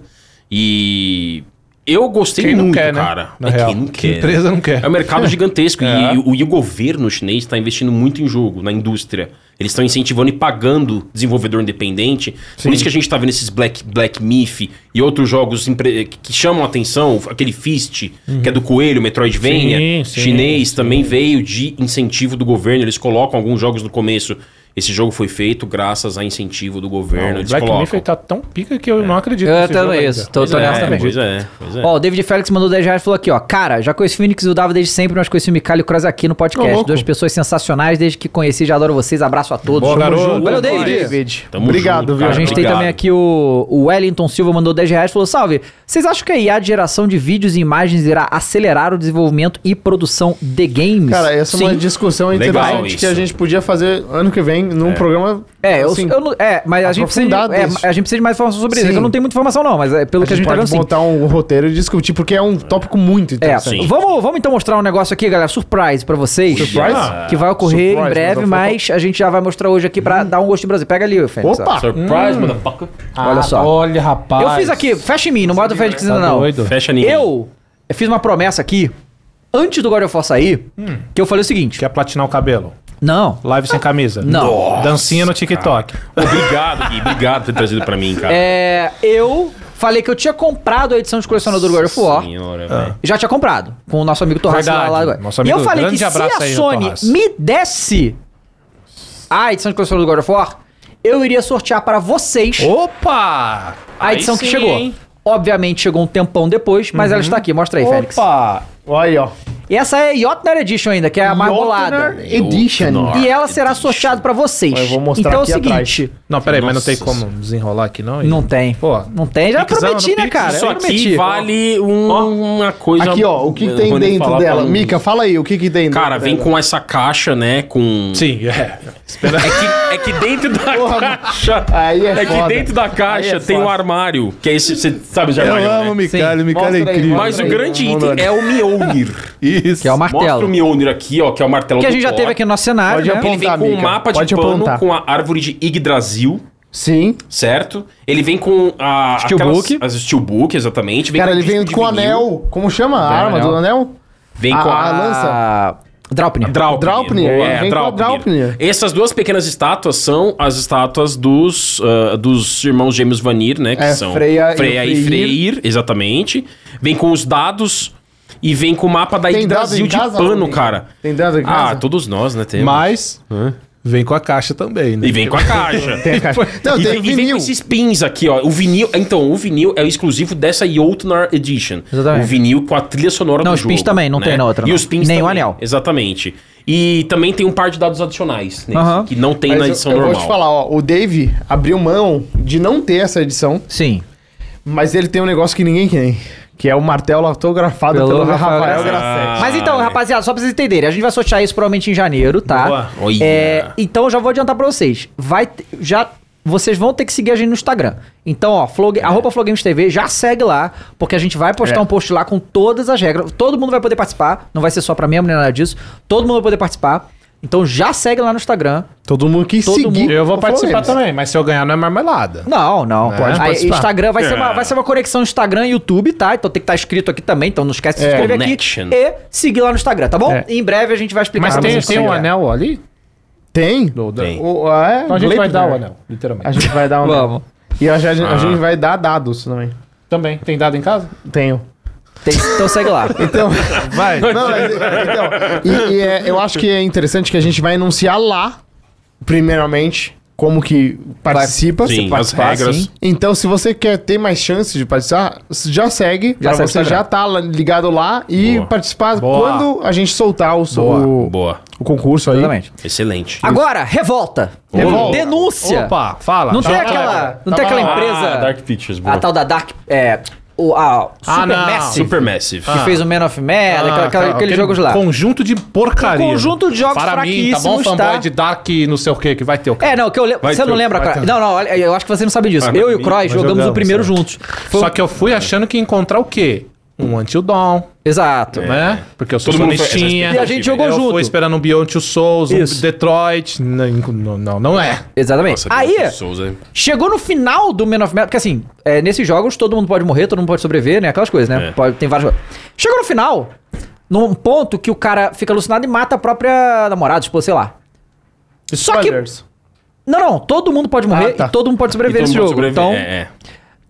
[SPEAKER 5] E eu gostei
[SPEAKER 2] Quem não
[SPEAKER 5] muito,
[SPEAKER 2] quer, né?
[SPEAKER 5] cara.
[SPEAKER 2] Na
[SPEAKER 5] É,
[SPEAKER 2] real.
[SPEAKER 5] Quem não
[SPEAKER 2] Que
[SPEAKER 5] quer. né?
[SPEAKER 2] empresa não quer.
[SPEAKER 5] É um mercado gigantesco. e-
[SPEAKER 2] É.
[SPEAKER 5] E, o- e o governo chinês está investindo muito em jogo, na indústria. Eles estão incentivando e pagando desenvolvedor independente. Por isso que a gente está vendo esses Black, Black Myth e outros jogos empre- que chamam a atenção. Aquele Fist, que é do Coelho, Metroidvania.
[SPEAKER 2] Sim, sim,
[SPEAKER 5] chinês também veio de incentivo do governo. Eles colocam alguns jogos no começo. Esse jogo foi feito graças a incentivo do governo.
[SPEAKER 2] Não,
[SPEAKER 5] Eles
[SPEAKER 2] Black
[SPEAKER 5] colocam.
[SPEAKER 2] Myth tá tão pica que eu não acredito.
[SPEAKER 1] Eu
[SPEAKER 2] nesse jogo
[SPEAKER 1] também,
[SPEAKER 2] ainda.
[SPEAKER 1] isso. Tô,
[SPEAKER 5] Pois
[SPEAKER 1] tô nessa
[SPEAKER 5] é,
[SPEAKER 1] também.
[SPEAKER 5] Pois é, pois é.
[SPEAKER 1] Ó, o David Félix mandou 10 reais e falou aqui, ó. Cara, já conheci o Phoenix e o Dava desde sempre, mas conheci o Mikael e o Cross aqui no
[SPEAKER 3] Ô,
[SPEAKER 1] podcast.
[SPEAKER 3] louco.
[SPEAKER 1] Duas pessoas sensacionais, desde que conheci, já adoro vocês. Abraço a todos.
[SPEAKER 2] Boa, garoto.
[SPEAKER 1] Valeu, David.
[SPEAKER 3] David.
[SPEAKER 5] Tamo
[SPEAKER 3] Obrigado,
[SPEAKER 5] junto,
[SPEAKER 3] viu?
[SPEAKER 1] A
[SPEAKER 5] cara.
[SPEAKER 1] gente tem
[SPEAKER 5] Obrigado.
[SPEAKER 1] também aqui o, o Wellington Silva mandou 10 reais e falou: Salve, vocês acham que a IA de geração de vídeos e imagens irá acelerar o desenvolvimento e produção de games?
[SPEAKER 3] Cara, essa é uma
[SPEAKER 1] Sim.
[SPEAKER 3] discussão
[SPEAKER 5] Legal
[SPEAKER 3] interessante
[SPEAKER 5] isso.
[SPEAKER 3] que a gente podia fazer ano que vem num programa.
[SPEAKER 1] É, eu,
[SPEAKER 3] assim,
[SPEAKER 1] eu não- é, mas a gente, precisa de,
[SPEAKER 3] aprofundado
[SPEAKER 1] é,
[SPEAKER 3] isso.
[SPEAKER 1] a gente precisa de mais informação sobre isso.
[SPEAKER 3] Sim.
[SPEAKER 1] É que eu não tenho muita informação, não, mas é pelo
[SPEAKER 3] a
[SPEAKER 1] que a
[SPEAKER 3] gente
[SPEAKER 1] gente tá
[SPEAKER 3] pode
[SPEAKER 1] vendo,
[SPEAKER 5] assim.
[SPEAKER 1] sim.
[SPEAKER 3] montar um roteiro e discutir, porque é um tópico muito
[SPEAKER 1] É,
[SPEAKER 3] interessante.
[SPEAKER 5] Sim.
[SPEAKER 1] vamos, vamos então mostrar um negócio aqui, galera. Surprise pra vocês.
[SPEAKER 3] Surprise?
[SPEAKER 1] Que vai ocorrer
[SPEAKER 3] Surprise,
[SPEAKER 1] em breve, mas
[SPEAKER 3] motherfucker.
[SPEAKER 1] a gente já vai mostrar hoje aqui pra dar um gostinho Brasil. Pega ali, Fênix.
[SPEAKER 3] Hum. Opa!
[SPEAKER 5] Surprise, motherfucker.
[SPEAKER 1] ó. Olha só.
[SPEAKER 2] Hum. Ah, Olha, rapaz.
[SPEAKER 1] Eu fiz aqui, fecha em mim, não bota o Fênix ainda
[SPEAKER 2] Tá
[SPEAKER 1] não.
[SPEAKER 2] doido.
[SPEAKER 5] Fecha ninguém.
[SPEAKER 1] Eu fiz uma promessa aqui, antes do God of War sair,
[SPEAKER 2] Hum.
[SPEAKER 1] que eu falei o seguinte.
[SPEAKER 2] Quer platinar o cabelo?
[SPEAKER 1] Não,
[SPEAKER 2] Live sem camisa?
[SPEAKER 1] Não.
[SPEAKER 2] Dancinha no TikTok.
[SPEAKER 5] Obrigado, Gui. Obrigado por ter trazido pra mim, cara.
[SPEAKER 1] é, eu falei que eu tinha comprado a edição de colecionador do God of War.
[SPEAKER 5] Senhora, velho.
[SPEAKER 1] Já tinha comprado com o nosso amigo Torraço
[SPEAKER 2] Verdade.
[SPEAKER 1] lá, lá.
[SPEAKER 2] Nosso
[SPEAKER 1] e
[SPEAKER 2] amigo,
[SPEAKER 1] eu falei que
[SPEAKER 2] grande
[SPEAKER 1] se
[SPEAKER 2] abraço
[SPEAKER 1] a
[SPEAKER 2] aí,
[SPEAKER 1] Sony
[SPEAKER 2] Torraço.
[SPEAKER 1] me desse a edição de colecionador do God of War, eu iria sortear para vocês
[SPEAKER 2] Opa!
[SPEAKER 1] a
[SPEAKER 5] aí
[SPEAKER 1] edição que
[SPEAKER 5] sim,
[SPEAKER 1] chegou.
[SPEAKER 5] hein?
[SPEAKER 1] Obviamente chegou um tempão depois, mas ela está aqui. Mostra aí, Félix.
[SPEAKER 2] Uhum. Opa!
[SPEAKER 3] Olha aí, ó.
[SPEAKER 1] E essa é a Jotner Edition ainda, que é a mais bolada.
[SPEAKER 3] Yotner Edition.
[SPEAKER 5] Yotner.
[SPEAKER 1] E ela será sorteada para vocês.
[SPEAKER 3] Eu vou mostrar
[SPEAKER 1] então
[SPEAKER 3] aqui
[SPEAKER 1] é o seguinte,
[SPEAKER 3] atrás.
[SPEAKER 2] Não, peraí, mas não tem
[SPEAKER 5] Nossa
[SPEAKER 2] como desenrolar aqui não?
[SPEAKER 1] não tem.
[SPEAKER 2] Pô.
[SPEAKER 1] não tem, já
[SPEAKER 2] Pixão,
[SPEAKER 1] prometi,
[SPEAKER 2] no
[SPEAKER 1] né,
[SPEAKER 2] Pix,
[SPEAKER 1] cara?
[SPEAKER 5] Isso
[SPEAKER 1] Eu
[SPEAKER 5] aqui
[SPEAKER 1] prometi.
[SPEAKER 5] vale um- uma coisa...
[SPEAKER 3] Aqui, ó, o que, que tem
[SPEAKER 5] Vou nem
[SPEAKER 3] dentro
[SPEAKER 5] falar
[SPEAKER 3] dela?
[SPEAKER 5] pra não-
[SPEAKER 3] Mica, fala aí, o que, que tem
[SPEAKER 5] Cara, vem
[SPEAKER 3] dentro
[SPEAKER 5] com essa caixa, né? Com...
[SPEAKER 2] Sim, é.
[SPEAKER 5] É que, é que dentro da
[SPEAKER 3] Porra,
[SPEAKER 5] caixa...
[SPEAKER 3] aí é foda.
[SPEAKER 5] é que dentro da caixa
[SPEAKER 3] Aí é
[SPEAKER 5] tem um
[SPEAKER 3] foda.
[SPEAKER 5] armário. Que é esse... Você sabe de armário, né?
[SPEAKER 1] Micali,
[SPEAKER 2] o
[SPEAKER 3] Micali é Mostra aí, incrível.
[SPEAKER 5] Mas o
[SPEAKER 3] Aí,
[SPEAKER 5] grande
[SPEAKER 3] vamos
[SPEAKER 5] item
[SPEAKER 3] lá.
[SPEAKER 5] é o Mjolnir.
[SPEAKER 2] Isso.
[SPEAKER 1] Que é o
[SPEAKER 5] Mostra o
[SPEAKER 1] martelo.
[SPEAKER 5] Mjolnir aqui, ó, que é o martelo
[SPEAKER 1] Que a
[SPEAKER 5] do
[SPEAKER 1] gente já
[SPEAKER 5] Thor.
[SPEAKER 1] teve aqui no nosso cenário,
[SPEAKER 3] Pode
[SPEAKER 1] né?
[SPEAKER 3] apontar.
[SPEAKER 5] Ele vem com um
[SPEAKER 3] amiga.
[SPEAKER 5] mapa de
[SPEAKER 3] Pode
[SPEAKER 5] pano
[SPEAKER 3] apontar.
[SPEAKER 5] com a árvore de Yggdrasil,
[SPEAKER 3] Sim.
[SPEAKER 5] certo? Ele vem com a...
[SPEAKER 1] Steelbook.
[SPEAKER 5] aquelas- As steelbook, exatamente.
[SPEAKER 3] Cara,
[SPEAKER 5] com
[SPEAKER 3] ele vem
[SPEAKER 5] disco de
[SPEAKER 3] com o
[SPEAKER 5] vinil,
[SPEAKER 3] anel. Como chama a arma
[SPEAKER 1] anel.
[SPEAKER 3] do anel?
[SPEAKER 5] Vem
[SPEAKER 3] A-
[SPEAKER 5] com
[SPEAKER 3] a
[SPEAKER 5] a...
[SPEAKER 3] lança.
[SPEAKER 1] Ah, Draupnir.
[SPEAKER 5] Draupnir.
[SPEAKER 3] Draupnir,
[SPEAKER 5] Boa,
[SPEAKER 3] vem com a Draupnir.
[SPEAKER 5] Essas duas pequenas estátuas são as estátuas dos, ah, dos irmãos gêmeos Vanir, né? Que
[SPEAKER 3] É,
[SPEAKER 5] são
[SPEAKER 3] Freya e
[SPEAKER 5] Freya
[SPEAKER 3] Freyr.
[SPEAKER 5] e Freyr, exatamente. Vem com os dados e vem com o mapa da
[SPEAKER 3] Tem dado
[SPEAKER 5] Yggdrasil
[SPEAKER 3] em
[SPEAKER 5] de
[SPEAKER 3] casa,
[SPEAKER 5] pano,
[SPEAKER 3] Rodrigo?
[SPEAKER 5] cara.
[SPEAKER 3] Tem dado em
[SPEAKER 5] Ah,
[SPEAKER 3] casa?
[SPEAKER 5] todos nós, né? Temos.
[SPEAKER 2] Mas vem com a caixa também, né?
[SPEAKER 5] E vem com a caixa.
[SPEAKER 3] Tem a caixa. É, Não,
[SPEAKER 5] e,
[SPEAKER 3] tem
[SPEAKER 5] vem,
[SPEAKER 3] o
[SPEAKER 5] e vem com
[SPEAKER 3] vinil.
[SPEAKER 5] esses pins aqui, ó. O vinil. Então, o vinil é o exclusivo dessa Jotnar Edition.
[SPEAKER 1] Exatamente.
[SPEAKER 5] O vinil com a trilha sonora
[SPEAKER 1] Não,
[SPEAKER 5] do
[SPEAKER 1] os
[SPEAKER 5] jogo. né?
[SPEAKER 1] pins também, não tem na outra,
[SPEAKER 5] E
[SPEAKER 1] não.
[SPEAKER 5] os pins
[SPEAKER 1] Nem o
[SPEAKER 5] também.
[SPEAKER 1] anel.
[SPEAKER 5] Exatamente. E também tem um par de dados adicionais, nesse,
[SPEAKER 1] Aham.
[SPEAKER 5] que não tem
[SPEAKER 3] Mas
[SPEAKER 5] na
[SPEAKER 3] eu-
[SPEAKER 5] edição
[SPEAKER 3] eu,
[SPEAKER 5] normal.
[SPEAKER 3] vou te falar, ó, o Dave abriu mão de não ter essa edição,
[SPEAKER 1] Sim.
[SPEAKER 3] mas ele tem um negócio que ninguém tem, que é o martelo autografado
[SPEAKER 1] Pelo
[SPEAKER 3] pelo,
[SPEAKER 1] Rafael
[SPEAKER 3] Rafael,
[SPEAKER 5] Grassetti.
[SPEAKER 3] Grassetti.
[SPEAKER 5] Ah,
[SPEAKER 1] Mas então,
[SPEAKER 5] é.
[SPEAKER 1] rapaziada, só pra vocês entenderem, a gente vai sortear isso provavelmente em janeiro, tá?
[SPEAKER 2] Boa.
[SPEAKER 5] Olha.
[SPEAKER 1] É, então eu já vou adiantar pra vocês. Vai te- já vocês vão ter que seguir a gente no Instagram. Então, ó, Flow, arroba Flow Games TV, já segue lá, porque a gente vai postar um post lá com todas as regras. Todo mundo vai poder participar, não vai ser só pra mim, nem nada disso. Todo mundo vai poder participar. Então já segue lá no Instagram.
[SPEAKER 3] Todo mundo que
[SPEAKER 1] Todo
[SPEAKER 3] seguir.
[SPEAKER 1] mundo.
[SPEAKER 2] Eu vou
[SPEAKER 3] o
[SPEAKER 2] participar
[SPEAKER 3] Flamengo.
[SPEAKER 2] também, mas se eu ganhar não é marmelada.
[SPEAKER 1] Não, não.
[SPEAKER 3] Pode
[SPEAKER 1] Né? Aí,
[SPEAKER 3] participar.
[SPEAKER 1] Instagram vai, ser uma,
[SPEAKER 5] É.
[SPEAKER 1] vai ser uma conexão Instagram e YouTube, tá? Então tem que estar inscrito aqui também, então não esquece de se
[SPEAKER 3] É.
[SPEAKER 1] inscrever aqui.
[SPEAKER 5] Connection.
[SPEAKER 1] E seguir lá no Instagram, tá bom?
[SPEAKER 3] É.
[SPEAKER 1] Em breve a gente vai explicar
[SPEAKER 2] Ah, Mas
[SPEAKER 1] pra
[SPEAKER 2] tem,
[SPEAKER 1] vocês
[SPEAKER 2] tem
[SPEAKER 1] como
[SPEAKER 2] um
[SPEAKER 1] é.
[SPEAKER 2] anel ali?
[SPEAKER 3] Tem?
[SPEAKER 2] Do- do-
[SPEAKER 5] Tem.
[SPEAKER 3] O- é,
[SPEAKER 2] Então a gente
[SPEAKER 3] Blade
[SPEAKER 2] vai dar o
[SPEAKER 3] Runner.
[SPEAKER 2] anel, literalmente.
[SPEAKER 3] A gente vai dar um.
[SPEAKER 1] Vamos.
[SPEAKER 3] E a gente, a
[SPEAKER 5] Ah.
[SPEAKER 3] gente vai dar dados também.
[SPEAKER 2] Também. Tem dado em casa?
[SPEAKER 3] Tenho.
[SPEAKER 1] Tem- então segue lá.
[SPEAKER 3] Então,
[SPEAKER 6] Vai.
[SPEAKER 3] não, mas, então e, e é- eu acho que é interessante que a gente vai anunciar lá, primeiramente, como que participa.
[SPEAKER 5] Sim,
[SPEAKER 3] você
[SPEAKER 5] as
[SPEAKER 3] participa,
[SPEAKER 5] regras.
[SPEAKER 3] sim. Então, se você quer ter mais chance de participar, já segue.
[SPEAKER 1] Já
[SPEAKER 3] Já
[SPEAKER 1] segue o
[SPEAKER 3] você
[SPEAKER 1] Instagram.
[SPEAKER 3] já tá lá- ligado lá e
[SPEAKER 5] Boa.
[SPEAKER 3] participar
[SPEAKER 2] Boa.
[SPEAKER 3] quando a gente soltar o, so- o,
[SPEAKER 5] Boa.
[SPEAKER 3] o concurso aí.
[SPEAKER 1] Exatamente.
[SPEAKER 5] Excelente.
[SPEAKER 1] Agora, revolta.
[SPEAKER 3] Revolta.
[SPEAKER 1] Denúncia.
[SPEAKER 2] Opa, fala.
[SPEAKER 1] Não
[SPEAKER 2] Tá
[SPEAKER 1] tem
[SPEAKER 2] bom.
[SPEAKER 1] aquela, não
[SPEAKER 3] Tá
[SPEAKER 1] tem aquela
[SPEAKER 3] bom.
[SPEAKER 1] empresa,
[SPEAKER 5] Ah, Dark Pictures, bro.
[SPEAKER 1] a tal da Dark, é, o, a Supermassive,
[SPEAKER 5] Supermassive.
[SPEAKER 1] que fez o Man of Man, É, aquela- aquela-
[SPEAKER 2] tá,
[SPEAKER 1] aqueles jogos lá.
[SPEAKER 2] Conjunto de porcaria.
[SPEAKER 1] Um conjunto de jogos
[SPEAKER 2] Para mim, tá bom,
[SPEAKER 1] fraquíssimos,
[SPEAKER 2] fanboy
[SPEAKER 1] tá?
[SPEAKER 2] de Dark não sei o que que vai ter o cara.
[SPEAKER 1] É, não, que eu lembro.
[SPEAKER 5] Vai
[SPEAKER 1] Você não
[SPEAKER 5] ter-
[SPEAKER 1] lembra,
[SPEAKER 5] vai
[SPEAKER 1] cara?
[SPEAKER 5] ter-
[SPEAKER 1] Não, não, olha, eu acho que você não sabe disso.
[SPEAKER 5] Ah,
[SPEAKER 1] eu e o
[SPEAKER 5] mim,
[SPEAKER 1] Croy
[SPEAKER 5] nós
[SPEAKER 1] jogamos, o
[SPEAKER 5] jogamos,
[SPEAKER 1] primeiro
[SPEAKER 5] é.
[SPEAKER 1] juntos. Foi
[SPEAKER 2] Só
[SPEAKER 1] um-
[SPEAKER 2] que eu fui achando que ia encontrar o quê? Um Until Dawn,
[SPEAKER 1] Exato.
[SPEAKER 5] É.
[SPEAKER 2] né? Porque eu sou
[SPEAKER 5] Todo mundo foi-
[SPEAKER 2] sonistinha.
[SPEAKER 1] E a gente jogou
[SPEAKER 2] eu
[SPEAKER 1] junto.
[SPEAKER 2] fui esperando um Beyond Two Souls, um
[SPEAKER 1] Isso.
[SPEAKER 2] Detroit. Não, não, não, não é.
[SPEAKER 1] Exatamente. Aí,
[SPEAKER 5] Souza.
[SPEAKER 1] chegou no final do Man of Man, porque assim, é, nesses jogos todo mundo pode morrer, todo mundo pode sobreviver, né? Aquelas coisas, né?
[SPEAKER 5] É.
[SPEAKER 1] Pode- tem várias coisas. Chegou no final, num ponto que o cara fica alucinado e mata a própria namorada, tipo, sei lá. Só que.
[SPEAKER 3] Spoilers.
[SPEAKER 1] Não, não, todo mundo pode morrer
[SPEAKER 3] Ah, tá.
[SPEAKER 1] e todo mundo pode sobreviver nesse jogo. Então,
[SPEAKER 5] É,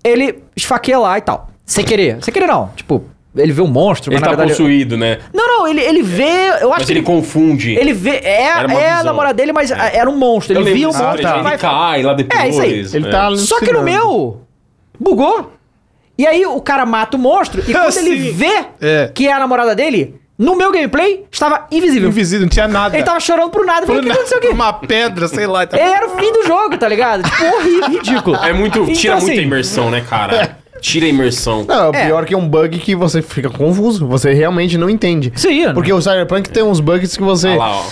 [SPEAKER 1] ele esfaqueia lá e tal. Sem querer. Sem querer, não. Tipo, ele vê um monstro,
[SPEAKER 5] Ele
[SPEAKER 1] mas
[SPEAKER 5] tá
[SPEAKER 1] na verdade.
[SPEAKER 5] possuído, né?
[SPEAKER 1] Não, não, ele, ele vê. Eu acho
[SPEAKER 5] Mas
[SPEAKER 1] que
[SPEAKER 5] ele confunde.
[SPEAKER 1] Ele vê. É,
[SPEAKER 5] Era uma
[SPEAKER 1] é a
[SPEAKER 5] visão. É.
[SPEAKER 1] namorada dele, mas a- era um monstro.
[SPEAKER 5] Eu
[SPEAKER 1] Ele
[SPEAKER 5] lembro
[SPEAKER 1] via um
[SPEAKER 5] desse
[SPEAKER 1] monstro
[SPEAKER 5] trecho,
[SPEAKER 1] e vai.
[SPEAKER 5] Ele Ah, cai lá depois.
[SPEAKER 1] É, isso aí.
[SPEAKER 3] Ele
[SPEAKER 5] É.
[SPEAKER 3] tá
[SPEAKER 1] Só que no meu. Bugou. E aí o cara mata o monstro e quando ele vê
[SPEAKER 2] É.
[SPEAKER 1] que é a namorada dele, no meu gameplay, estava invisível.
[SPEAKER 2] Invisível, não tinha nada.
[SPEAKER 1] Ele tava chorando pro nada. Eu falei, o Então, que aconteceu aqui? É,
[SPEAKER 2] Uma pedra, sei lá. tá- e tal.
[SPEAKER 1] Ele era o fim do jogo, tá ligado? Tipo, horrível, ridículo.
[SPEAKER 5] É muito.
[SPEAKER 1] Então,
[SPEAKER 5] Tira muita
[SPEAKER 1] assim,
[SPEAKER 5] imersão, né, cara? Tira a imersão.
[SPEAKER 3] Não,
[SPEAKER 1] É.
[SPEAKER 3] pior que é um bug que você fica confuso, você realmente não entende.
[SPEAKER 1] Sim,
[SPEAKER 3] Porque o Cyberpunk tem uns bugs que você.
[SPEAKER 5] Olha Ah lá, ó.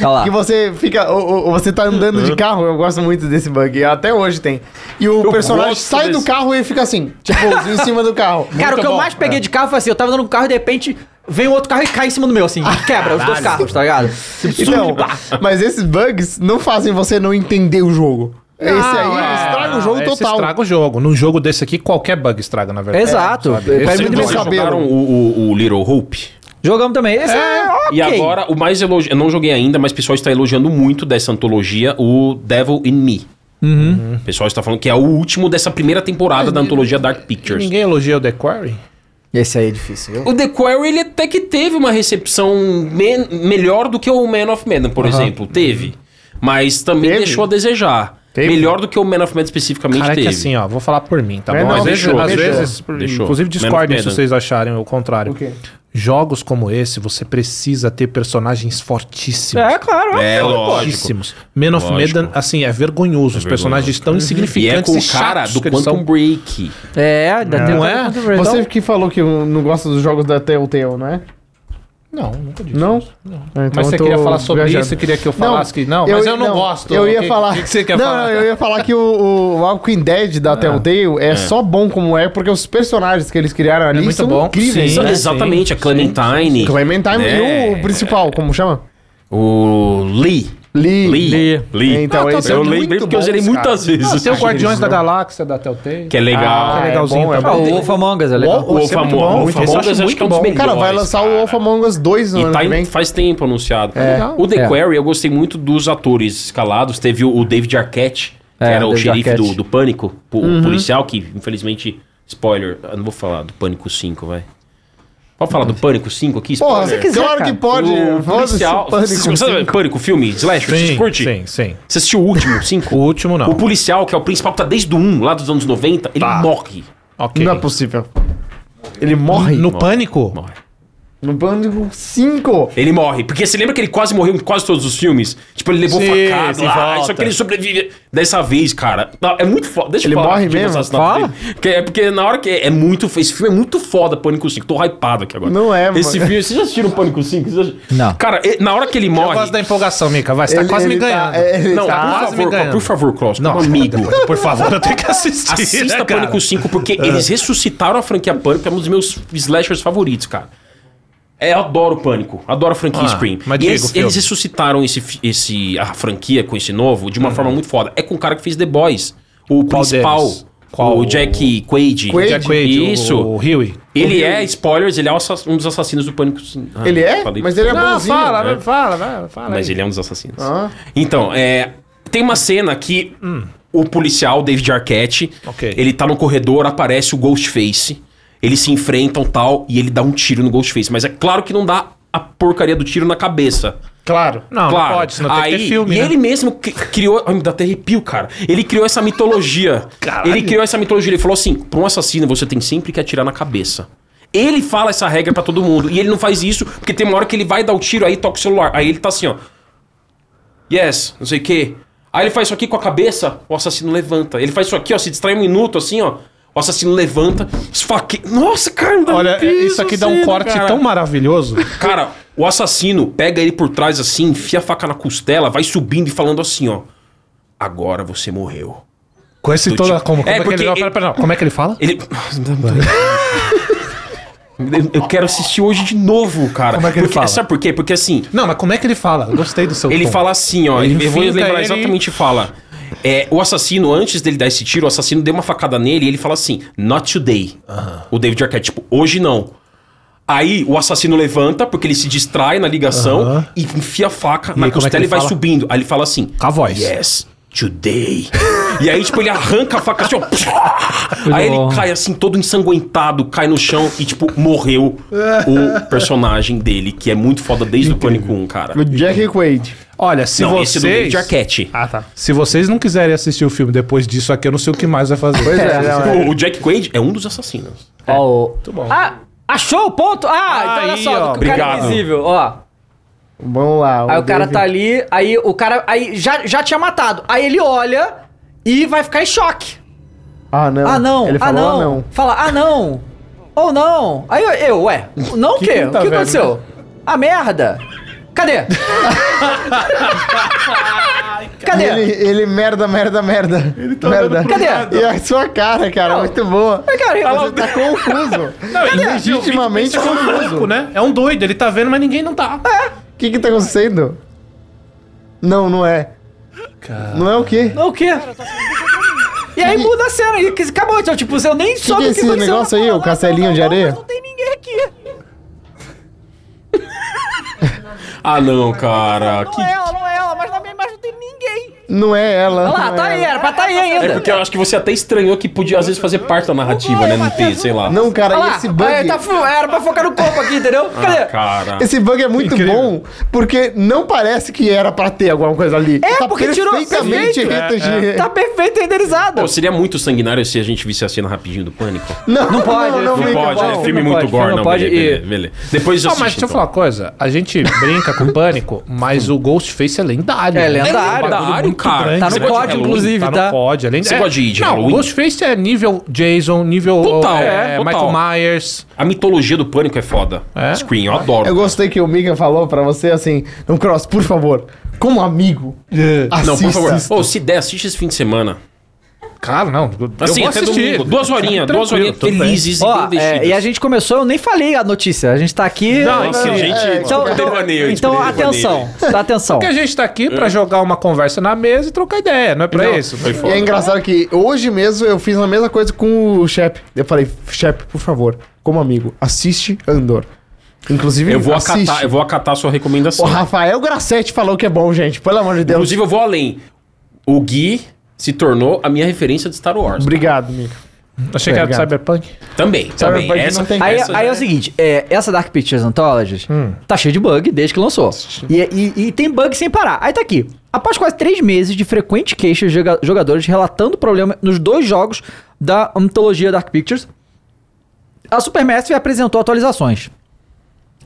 [SPEAKER 1] Tá lá.
[SPEAKER 3] Que você fica. Ou, você tá andando
[SPEAKER 2] Uhum.
[SPEAKER 3] de carro, eu gosto muito desse bug. Até hoje tem. E o
[SPEAKER 5] Eu
[SPEAKER 3] personagem
[SPEAKER 5] gosto
[SPEAKER 3] sai do
[SPEAKER 5] desse.
[SPEAKER 3] carro e fica assim, tipo, em cima do carro.
[SPEAKER 1] Cara, o que eu
[SPEAKER 2] bom.
[SPEAKER 1] mais peguei
[SPEAKER 3] É.
[SPEAKER 1] de carro foi assim, eu tava andando com o carro e de repente vem um outro carro e cai em cima do meu, assim, quebra os dois carros, tá ligado?
[SPEAKER 3] Então, mas esses bugs não fazem você não entender o jogo. esse aí
[SPEAKER 1] é.
[SPEAKER 3] estraga o jogo
[SPEAKER 2] é, Esse
[SPEAKER 3] total.
[SPEAKER 2] Estraga o jogo. Num jogo desse aqui, qualquer bug estraga, na verdade.
[SPEAKER 1] Exato.
[SPEAKER 2] sabe?
[SPEAKER 1] Perde
[SPEAKER 2] Esse
[SPEAKER 1] muito
[SPEAKER 5] Vocês
[SPEAKER 3] meu
[SPEAKER 1] bem.
[SPEAKER 3] cabelo.
[SPEAKER 5] jogaram o, o, o Little Hope?
[SPEAKER 1] Jogamos também. Esse é, ok.
[SPEAKER 5] E agora, o mais elogi... Eu não joguei ainda, mas o pessoal está elogiando muito dessa antologia, o Devil in Me. O pessoal está falando que é o último dessa primeira temporada da antologia Dark Pictures.
[SPEAKER 2] Ninguém elogia o The Quarry?
[SPEAKER 1] Esse aí é difícil, viu?
[SPEAKER 5] O The Quarry, ele até que teve uma recepção me- melhor do que o Man of Medan, por exemplo. Teve. Mas também
[SPEAKER 3] Teve?
[SPEAKER 5] deixou a desejar. Melhor do que o Man of Medan especificamente
[SPEAKER 2] Cara, é
[SPEAKER 5] teve.
[SPEAKER 2] que assim, ó, vou falar por mim, tá
[SPEAKER 3] É,
[SPEAKER 2] bom?
[SPEAKER 3] não,
[SPEAKER 2] às
[SPEAKER 5] deixou,
[SPEAKER 2] vezes, às
[SPEAKER 5] deixou,
[SPEAKER 2] vezes, por-
[SPEAKER 5] deixou.
[SPEAKER 2] inclusive
[SPEAKER 5] Menos
[SPEAKER 2] discordem se
[SPEAKER 5] pena.
[SPEAKER 2] vocês acharem o contrário.
[SPEAKER 3] quê?
[SPEAKER 2] Jogos como esse, você precisa ter personagens fortíssimos.
[SPEAKER 1] É, claro.
[SPEAKER 5] É, lógico.
[SPEAKER 2] fortíssimos. Man of
[SPEAKER 5] Lógico.
[SPEAKER 2] Medan, assim, é vergonhoso. Os personagens tão
[SPEAKER 5] E é
[SPEAKER 2] insignificantes
[SPEAKER 5] com
[SPEAKER 2] e
[SPEAKER 5] o cara
[SPEAKER 2] chatos
[SPEAKER 5] do um
[SPEAKER 2] que eles
[SPEAKER 5] Quantum
[SPEAKER 2] são.
[SPEAKER 5] Break.
[SPEAKER 1] É, ainda tem
[SPEAKER 2] Não
[SPEAKER 1] outra
[SPEAKER 2] é?
[SPEAKER 1] coisa, então-
[SPEAKER 3] Você que falou que não gosta dos jogos da Telltale, não é?
[SPEAKER 2] Não, nunca disse.
[SPEAKER 3] Não? Ah, então
[SPEAKER 2] Mas você queria falar sobre isso? Você queria que eu falasse que não? Mas eu não gosto.
[SPEAKER 3] Eu
[SPEAKER 2] O
[SPEAKER 3] ia
[SPEAKER 2] que-
[SPEAKER 3] falar.
[SPEAKER 2] o que você quer
[SPEAKER 3] não,
[SPEAKER 2] falar?
[SPEAKER 3] Não, eu ia falar que o, o Walking Dead da Telltale é, só bom como é, porque os personagens que eles criaram ali
[SPEAKER 2] muito
[SPEAKER 3] são
[SPEAKER 2] bom.
[SPEAKER 3] incríveis.
[SPEAKER 2] Sim.
[SPEAKER 5] Então,
[SPEAKER 2] né?
[SPEAKER 5] exatamente, a Clementine.
[SPEAKER 3] Clementine
[SPEAKER 5] É.
[SPEAKER 3] e o principal, como chama?
[SPEAKER 5] O Lee.
[SPEAKER 3] Lee.
[SPEAKER 5] Lee.
[SPEAKER 3] É, então, esse é
[SPEAKER 5] eu
[SPEAKER 3] muito
[SPEAKER 5] lembrei porque eu
[SPEAKER 3] bom,
[SPEAKER 5] zerei
[SPEAKER 3] cara.
[SPEAKER 5] muitas
[SPEAKER 2] Ah,
[SPEAKER 5] vezes.
[SPEAKER 2] Tem o Guardiões da
[SPEAKER 3] não.
[SPEAKER 2] Galáxia da Telltale.
[SPEAKER 5] um Que é legal.
[SPEAKER 3] Ah,
[SPEAKER 2] é
[SPEAKER 3] é
[SPEAKER 2] legalzinho
[SPEAKER 3] bom, é
[SPEAKER 1] Ah,
[SPEAKER 2] também.
[SPEAKER 1] o Wolf Among Us é legal.
[SPEAKER 5] O Wolf Among- o Wolf Among Us acho que é um dos melhores.
[SPEAKER 3] Cara, vai lançar o
[SPEAKER 5] cara.
[SPEAKER 3] Wolf Among Us 2 no
[SPEAKER 5] E
[SPEAKER 3] ano
[SPEAKER 5] tá
[SPEAKER 3] que
[SPEAKER 5] em,
[SPEAKER 3] vem.
[SPEAKER 5] faz tempo anunciado.
[SPEAKER 2] Legal.
[SPEAKER 5] O The
[SPEAKER 1] É.
[SPEAKER 5] Quarry, eu gostei muito dos atores escalados. Teve o o David Arquette, que
[SPEAKER 1] É,
[SPEAKER 5] era
[SPEAKER 1] o
[SPEAKER 5] o
[SPEAKER 1] David
[SPEAKER 5] xerife
[SPEAKER 1] Arquette.
[SPEAKER 5] do, do Pânico, o policial, que infelizmente. Spoiler, eu não vou falar do Pânico 5, vai. Pode falar do Pânico 5 aqui?
[SPEAKER 3] Porra,
[SPEAKER 5] Spoiler.
[SPEAKER 1] quiser,
[SPEAKER 3] claro
[SPEAKER 1] cara.
[SPEAKER 3] que pode.
[SPEAKER 5] o policial.
[SPEAKER 3] Foda-se,
[SPEAKER 5] Você sabe
[SPEAKER 3] Pânico.
[SPEAKER 5] Pânico, filme, Slash, você
[SPEAKER 2] Sim,
[SPEAKER 5] curte?
[SPEAKER 2] sim, sim.
[SPEAKER 5] Você assistiu o último, 5?
[SPEAKER 2] O último não. Tá.
[SPEAKER 5] O policial, que é o principal, que tá desde o 1, lá dos anos 90, ele morre.
[SPEAKER 2] Ok.
[SPEAKER 3] Não é possível. Ele morre.
[SPEAKER 2] No Pânico?
[SPEAKER 5] Morre.
[SPEAKER 3] No Pânico 5.
[SPEAKER 5] Ele morre. Porque você lembra que ele quase morreu em quase todos os filmes? Tipo, ele levou
[SPEAKER 2] Sim,
[SPEAKER 5] facada
[SPEAKER 2] sim,
[SPEAKER 5] lá,
[SPEAKER 2] volta.
[SPEAKER 5] só que ele sobrevive. Dessa vez, cara. não, é muito foda. Deixa
[SPEAKER 3] Ele
[SPEAKER 5] eu falar.
[SPEAKER 3] morre
[SPEAKER 5] rapidinho do
[SPEAKER 3] mesmo?
[SPEAKER 5] assassinato
[SPEAKER 1] Fala.
[SPEAKER 5] dele. Porque é porque na hora que é, é muito. Esse filme é muito foda, Pânico 5. Tô hypado aqui agora.
[SPEAKER 3] Não é,
[SPEAKER 5] Esse
[SPEAKER 3] mano.
[SPEAKER 5] filme. Vocês já assistiram Pânico 5? Vocês já-
[SPEAKER 1] Não.
[SPEAKER 5] Cara, e- na hora que ele
[SPEAKER 2] Eu
[SPEAKER 5] morre.
[SPEAKER 2] gosto da empolgação, Mica. Vai, você tá
[SPEAKER 3] Ele-
[SPEAKER 2] quase me
[SPEAKER 3] ele tá-
[SPEAKER 2] ganhando.
[SPEAKER 3] ele
[SPEAKER 5] Não,
[SPEAKER 3] tá-
[SPEAKER 5] por
[SPEAKER 2] quase me
[SPEAKER 5] favor,
[SPEAKER 2] ganhando.
[SPEAKER 5] por favor, Klaus,
[SPEAKER 2] Não,
[SPEAKER 5] como amigo.
[SPEAKER 2] depois, por favor, eu tenho que assistir.
[SPEAKER 5] Assista
[SPEAKER 2] né, cara?
[SPEAKER 5] Pânico 5, porque eles ressuscitaram a franquia Pânico, que é um dos meus slashers favoritos, cara. É, eu adoro Pânico, adoro a franquia
[SPEAKER 2] Ah,
[SPEAKER 5] Scream.
[SPEAKER 2] mas
[SPEAKER 5] E
[SPEAKER 2] diga o
[SPEAKER 5] eles,
[SPEAKER 2] filme.
[SPEAKER 5] eles ressuscitaram esse, fi- esse, a franquia com esse novo de uma forma muito foda. É com o cara que fez The Boys, o
[SPEAKER 2] Uhum. Qual
[SPEAKER 5] principal.
[SPEAKER 2] deles? Qual?
[SPEAKER 5] O Jack Quaid.
[SPEAKER 3] Quaid?
[SPEAKER 2] Jack Quaid,
[SPEAKER 5] Isso.
[SPEAKER 2] o, o Huey.
[SPEAKER 5] Ele é, spoilers, ele é o assa- um dos assassinos do Pânico. Ah,
[SPEAKER 3] Ele é?
[SPEAKER 5] falei-
[SPEAKER 3] Mas ele é
[SPEAKER 2] Não,
[SPEAKER 3] bonzinho.
[SPEAKER 2] fala,
[SPEAKER 5] né?
[SPEAKER 2] fala, vai, fala.
[SPEAKER 5] Mas
[SPEAKER 2] aí.
[SPEAKER 5] ele é um dos assassinos.
[SPEAKER 3] Ah.
[SPEAKER 5] Então, é, tem uma cena que o policial, David Arquette,
[SPEAKER 2] Ok.
[SPEAKER 5] ele tá no corredor, aparece o Ghostface, eles se enfrentam tal, e ele dá um tiro no Ghostface. Mas é claro que não dá a porcaria do tiro na cabeça.
[SPEAKER 2] Claro. Não,
[SPEAKER 5] claro.
[SPEAKER 2] não pode, senão tem
[SPEAKER 5] Aí,
[SPEAKER 2] que ter filme,
[SPEAKER 5] E
[SPEAKER 2] né?
[SPEAKER 5] ele mesmo cri- criou... Ai, me dá até arrepio, cara. Ele criou essa mitologia. Ele criou essa mitologia. Ele falou assim, pra um assassino você tem sempre que atirar na cabeça. Ele fala essa regra pra todo mundo. E ele não faz isso, porque tem uma hora que ele vai dar o tiro, aí toca o celular. Aí ele tá assim, ó. Yes, não sei o quê. Aí ele faz isso aqui com a cabeça, o assassino levanta. Ele faz isso aqui, ó, se distrai um minuto, assim, ó. O assassino levanta, esfaqueia. Nossa, cara, não dá
[SPEAKER 2] Olha,
[SPEAKER 5] arrepio
[SPEAKER 2] isso aqui dá um
[SPEAKER 5] cena,
[SPEAKER 2] corte
[SPEAKER 5] cara.
[SPEAKER 2] tão maravilhoso.
[SPEAKER 5] Cara, o assassino pega ele por trás assim, enfia a faca na costela, vai subindo e falando assim, ó. Agora você morreu.
[SPEAKER 2] Com esse
[SPEAKER 5] Do
[SPEAKER 2] toda.
[SPEAKER 5] tipo-
[SPEAKER 2] Como, como
[SPEAKER 5] É,
[SPEAKER 2] é, que
[SPEAKER 5] porque
[SPEAKER 2] ele. não, pera, pera, não. Como é que ele fala?
[SPEAKER 5] Ele. Eu- Eu quero assistir hoje de novo, cara.
[SPEAKER 2] Como é que ele
[SPEAKER 5] Porque-
[SPEAKER 2] fala?
[SPEAKER 5] Sabe por quê? Porque assim,
[SPEAKER 2] Não, mas como é que ele fala? Eu Gostei do seu
[SPEAKER 5] ele
[SPEAKER 2] tom.
[SPEAKER 5] fala assim, ó.
[SPEAKER 2] Ele
[SPEAKER 5] eu vou
[SPEAKER 2] finta
[SPEAKER 5] lembrar
[SPEAKER 2] ele-
[SPEAKER 5] exatamente fala. É, o assassino, antes dele dar esse tiro, o assassino deu uma facada nele e ele fala assim: Not today. O David Arquette, tipo, hoje não. Aí o assassino levanta, porque ele se distrai na ligação
[SPEAKER 2] Aham.
[SPEAKER 5] e enfia a faca
[SPEAKER 2] aí, como é
[SPEAKER 5] na
[SPEAKER 2] que
[SPEAKER 5] costela
[SPEAKER 2] ele
[SPEAKER 5] e vai
[SPEAKER 2] fala?
[SPEAKER 5] subindo. Aí ele fala assim:
[SPEAKER 2] Com a voz.
[SPEAKER 5] Yes, today. e aí, tipo, ele arranca a faca assim, ó. aí
[SPEAKER 1] bom.
[SPEAKER 5] ele cai assim, todo ensanguentado, cai no chão e, tipo, morreu o personagem dele, que é muito foda desde o Pânico 1, cara.
[SPEAKER 3] O Jack Quaid.
[SPEAKER 2] Olha, se
[SPEAKER 5] Não, esse do
[SPEAKER 2] vocês.
[SPEAKER 5] David Arquette.
[SPEAKER 3] Ah, tá.
[SPEAKER 2] Se vocês não quiserem assistir o filme depois disso aqui, eu não sei o que mais vai fazer.
[SPEAKER 3] Pois é, não, é.
[SPEAKER 5] Tipo, O, o Jack Quaid é um dos assassinos.
[SPEAKER 1] Ó, o... Ah, achou o ponto? Ah, então olha
[SPEAKER 2] Aí,
[SPEAKER 1] só,
[SPEAKER 2] ó.
[SPEAKER 1] do que o cara é
[SPEAKER 5] Obrigado.
[SPEAKER 1] invisível, ó.
[SPEAKER 3] Vamos lá.
[SPEAKER 1] Aí o cara
[SPEAKER 3] David-
[SPEAKER 1] tá ali, aí o cara aí já, já tinha matado. Aí ele olha e vai ficar em choque.
[SPEAKER 3] Ah, não.
[SPEAKER 1] Ah, não.
[SPEAKER 3] Ele
[SPEAKER 1] ah,
[SPEAKER 3] falou,
[SPEAKER 1] não.
[SPEAKER 3] ah, não.
[SPEAKER 1] Fala, ah, não. Ou não. Aí eu, eu, ué, não o quê?
[SPEAKER 2] que
[SPEAKER 1] o
[SPEAKER 2] tá
[SPEAKER 1] que
[SPEAKER 2] vendo,
[SPEAKER 1] aconteceu? A merda. Cadê? Cadê?
[SPEAKER 3] Ele, ele merda, merda, merda. Ele tá merda.
[SPEAKER 1] pro Cadê? lado.
[SPEAKER 3] E a sua cara, cara, muito boa.
[SPEAKER 1] Ai, cara, eu-
[SPEAKER 3] Você tá confuso. Legitimamente
[SPEAKER 2] Louco,
[SPEAKER 3] confuso.
[SPEAKER 2] né? É um doido, ele tá vendo, mas ninguém não tá.
[SPEAKER 3] O que que tá acontecendo? Não, não é. Não é o quê?
[SPEAKER 1] O quê? E aí muda a cena e que- acabou. Então, tipo, eu nem soube
[SPEAKER 3] que é esse
[SPEAKER 1] aconteceu.
[SPEAKER 3] negócio aí,
[SPEAKER 1] Eu falo,
[SPEAKER 3] o castelinho
[SPEAKER 1] não,
[SPEAKER 3] de
[SPEAKER 1] não,
[SPEAKER 3] areia?
[SPEAKER 1] mas Não tem ninguém aqui.
[SPEAKER 5] Ah, não, cara.
[SPEAKER 1] Não é ela, não é ela, mas na minha imagem não tem ninguém.
[SPEAKER 3] Não é ela.
[SPEAKER 1] Olha lá,
[SPEAKER 3] não
[SPEAKER 1] tá
[SPEAKER 3] é
[SPEAKER 1] aí,
[SPEAKER 3] ela.
[SPEAKER 1] era pra tá aí ainda.
[SPEAKER 5] É porque eu acho que você até estranhou que podia, às vezes, fazer parte da narrativa,
[SPEAKER 1] é,
[SPEAKER 5] né? Não ter, sei lá.
[SPEAKER 3] Não, cara,
[SPEAKER 1] Olha
[SPEAKER 3] e
[SPEAKER 1] lá,
[SPEAKER 3] esse bug.
[SPEAKER 1] aí tá fo- era pra focar no corpo aqui, entendeu?
[SPEAKER 3] Ah.
[SPEAKER 1] Cadê?
[SPEAKER 5] Cara.
[SPEAKER 3] Esse bug é muito
[SPEAKER 2] Incrível.
[SPEAKER 3] bom, porque não parece que era pra ter alguma coisa ali.
[SPEAKER 1] É, porque tirou- perfeito.
[SPEAKER 3] reto de-
[SPEAKER 1] Tá perfeito renderizado.
[SPEAKER 5] Pô, seria muito sanguinário se a gente visse a cena rapidinho do pânico.
[SPEAKER 3] Não, não
[SPEAKER 1] pode,
[SPEAKER 3] não,
[SPEAKER 5] Não
[SPEAKER 1] Filme
[SPEAKER 3] fica
[SPEAKER 5] pode,
[SPEAKER 1] bom,
[SPEAKER 5] é
[SPEAKER 3] bom.
[SPEAKER 5] filme
[SPEAKER 1] não
[SPEAKER 5] muito
[SPEAKER 1] pode,
[SPEAKER 5] gore,
[SPEAKER 1] filme
[SPEAKER 5] não,
[SPEAKER 1] não pode,
[SPEAKER 5] beleza, beleza, beleza. Depois então. já
[SPEAKER 2] Não, Ah, mas tipo, deixa eu falar uma coisa. A gente brinca com pânico, mas o Ghostface é lendário.
[SPEAKER 1] É
[SPEAKER 2] né?
[SPEAKER 1] lendário,
[SPEAKER 2] um bagulho
[SPEAKER 5] lendário,
[SPEAKER 2] muito
[SPEAKER 5] cara.
[SPEAKER 2] grande,
[SPEAKER 5] Tá no
[SPEAKER 2] né?
[SPEAKER 5] código,
[SPEAKER 2] Halloween,
[SPEAKER 1] inclusive,
[SPEAKER 2] Tá
[SPEAKER 1] tá?
[SPEAKER 2] no código, é lendário.
[SPEAKER 5] Você gosta de- de
[SPEAKER 2] Não, o
[SPEAKER 5] Halloween?
[SPEAKER 2] Ghostface é nível Jason, nível
[SPEAKER 5] Total,
[SPEAKER 2] é,
[SPEAKER 5] é, total.
[SPEAKER 2] Michael Myers.
[SPEAKER 5] A mitologia do pânico é foda.
[SPEAKER 2] É?
[SPEAKER 5] Screen, eu adoro.
[SPEAKER 3] Eu gostei que o Mika falou pra você assim, não cross, por favor, como amigo, assista.
[SPEAKER 5] É. Não, por favor. Ô, se der, assiste esse fim de semana.
[SPEAKER 2] Cara, não. eu- Eu
[SPEAKER 5] Assim,
[SPEAKER 2] vou
[SPEAKER 5] até
[SPEAKER 2] assistir.
[SPEAKER 5] domingo. Duas horinhas, duas
[SPEAKER 2] Tranquilo,
[SPEAKER 5] horinhas
[SPEAKER 2] tudo bem.
[SPEAKER 5] felizes
[SPEAKER 1] Ó,
[SPEAKER 5] e bem
[SPEAKER 1] é,
[SPEAKER 5] vestidas.
[SPEAKER 1] e a gente começou, eu nem falei a notícia. A gente tá aqui.
[SPEAKER 2] Não,
[SPEAKER 5] Nossa,
[SPEAKER 2] não,
[SPEAKER 5] gente,
[SPEAKER 3] é,
[SPEAKER 5] desculpa,
[SPEAKER 1] então, então,
[SPEAKER 5] devaneio,
[SPEAKER 1] então,
[SPEAKER 5] desculpa,
[SPEAKER 1] atenção,
[SPEAKER 5] devaneio.
[SPEAKER 1] tá atenção.
[SPEAKER 2] Porque a gente tá aqui pra jogar uma conversa na mesa e trocar ideia, não é pra
[SPEAKER 5] É. Não,
[SPEAKER 2] isso.
[SPEAKER 5] Foi
[SPEAKER 3] E
[SPEAKER 5] foda.
[SPEAKER 3] é engraçado que hoje mesmo eu fiz a mesma coisa com o Shep. Eu falei, Shep, por favor, como amigo, assiste Andor. Inclusive,
[SPEAKER 5] Eu vou,
[SPEAKER 3] assiste.
[SPEAKER 5] acatar, eu vou acatar a sua recomendação.
[SPEAKER 3] O Rafael Grassetti falou que é bom, gente, pelo amor de Deus.
[SPEAKER 5] Inclusive, eu vou além. O Gui se tornou a minha referência de Star Wars.
[SPEAKER 3] Obrigado, Mika.
[SPEAKER 2] Achei que era do
[SPEAKER 3] Obrigado.
[SPEAKER 2] Cyberpunk.
[SPEAKER 5] Também, também.
[SPEAKER 3] Cyberpunk
[SPEAKER 5] Essa,
[SPEAKER 3] não tem-
[SPEAKER 1] Aí,
[SPEAKER 5] essa-
[SPEAKER 1] aí é
[SPEAKER 2] né?
[SPEAKER 1] o seguinte, é, essa Dark Pictures Anthology tá cheia de bug desde que lançou. E, e- e tem bug sem parar. Aí tá aqui. Após quase três meses de frequentes queixas de joga- jogadores relatando problema nos dois jogos da antologia Dark Pictures, a Supermassive apresentou atualizações.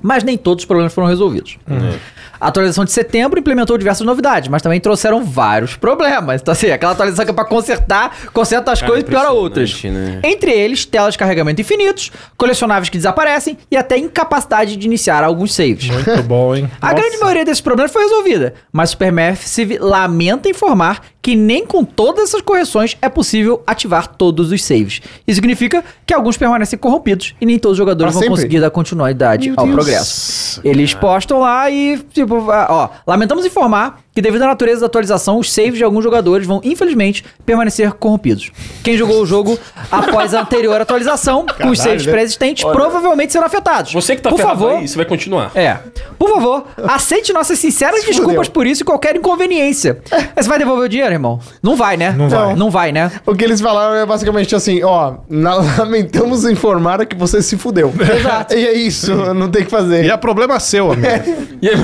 [SPEAKER 1] Mas nem todos os problemas foram resolvidos.
[SPEAKER 5] É.
[SPEAKER 1] A atualização de setembro implementou diversas novidades, mas também trouxeram vários problemas. Então, assim, aquela atualização que é pra consertar, conserta as
[SPEAKER 5] Cara,
[SPEAKER 1] coisas e piora outras.
[SPEAKER 5] impressionante, né?
[SPEAKER 1] Entre eles, telas de carregamento infinitos, colecionáveis que desaparecem e até incapacidade de iniciar alguns saves.
[SPEAKER 2] Muito bom, hein?
[SPEAKER 1] A grande maioria desses problemas foi resolvida, mas Supermassive lamenta informar que nem com todas essas correções é possível ativar todos os saves. Isso significa que alguns permanecem corrompidos e nem todos os jogadores
[SPEAKER 3] Pra
[SPEAKER 1] vão
[SPEAKER 3] sempre?
[SPEAKER 1] conseguir dar continuidade ao progresso.
[SPEAKER 5] Nossa,
[SPEAKER 1] Eles postam lá e, tipo, ah, ó, lamentamos informar que devido à natureza da atualização, os saves de alguns jogadores vão, infelizmente, permanecer corrompidos. Quem jogou o jogo após a anterior atualização, com os saves
[SPEAKER 3] né?
[SPEAKER 1] pré-existentes, provavelmente serão afetados.
[SPEAKER 5] Você que tá
[SPEAKER 1] Por
[SPEAKER 5] ferrado
[SPEAKER 1] favor,
[SPEAKER 5] aí, você vai continuar.
[SPEAKER 1] é. Por favor, aceite nossas sinceras desculpas por isso e qualquer inconveniência. Mas Você vai devolver o dinheiro, irmão? Não vai, né? Não
[SPEAKER 3] vai.
[SPEAKER 1] Não vai, né?
[SPEAKER 3] O que eles falaram é basicamente assim, ó, na- lamentamos informar que você se fudeu. Exato. E é isso, não tem o que fazer.
[SPEAKER 2] E é problema seu, amigo.
[SPEAKER 5] E aí-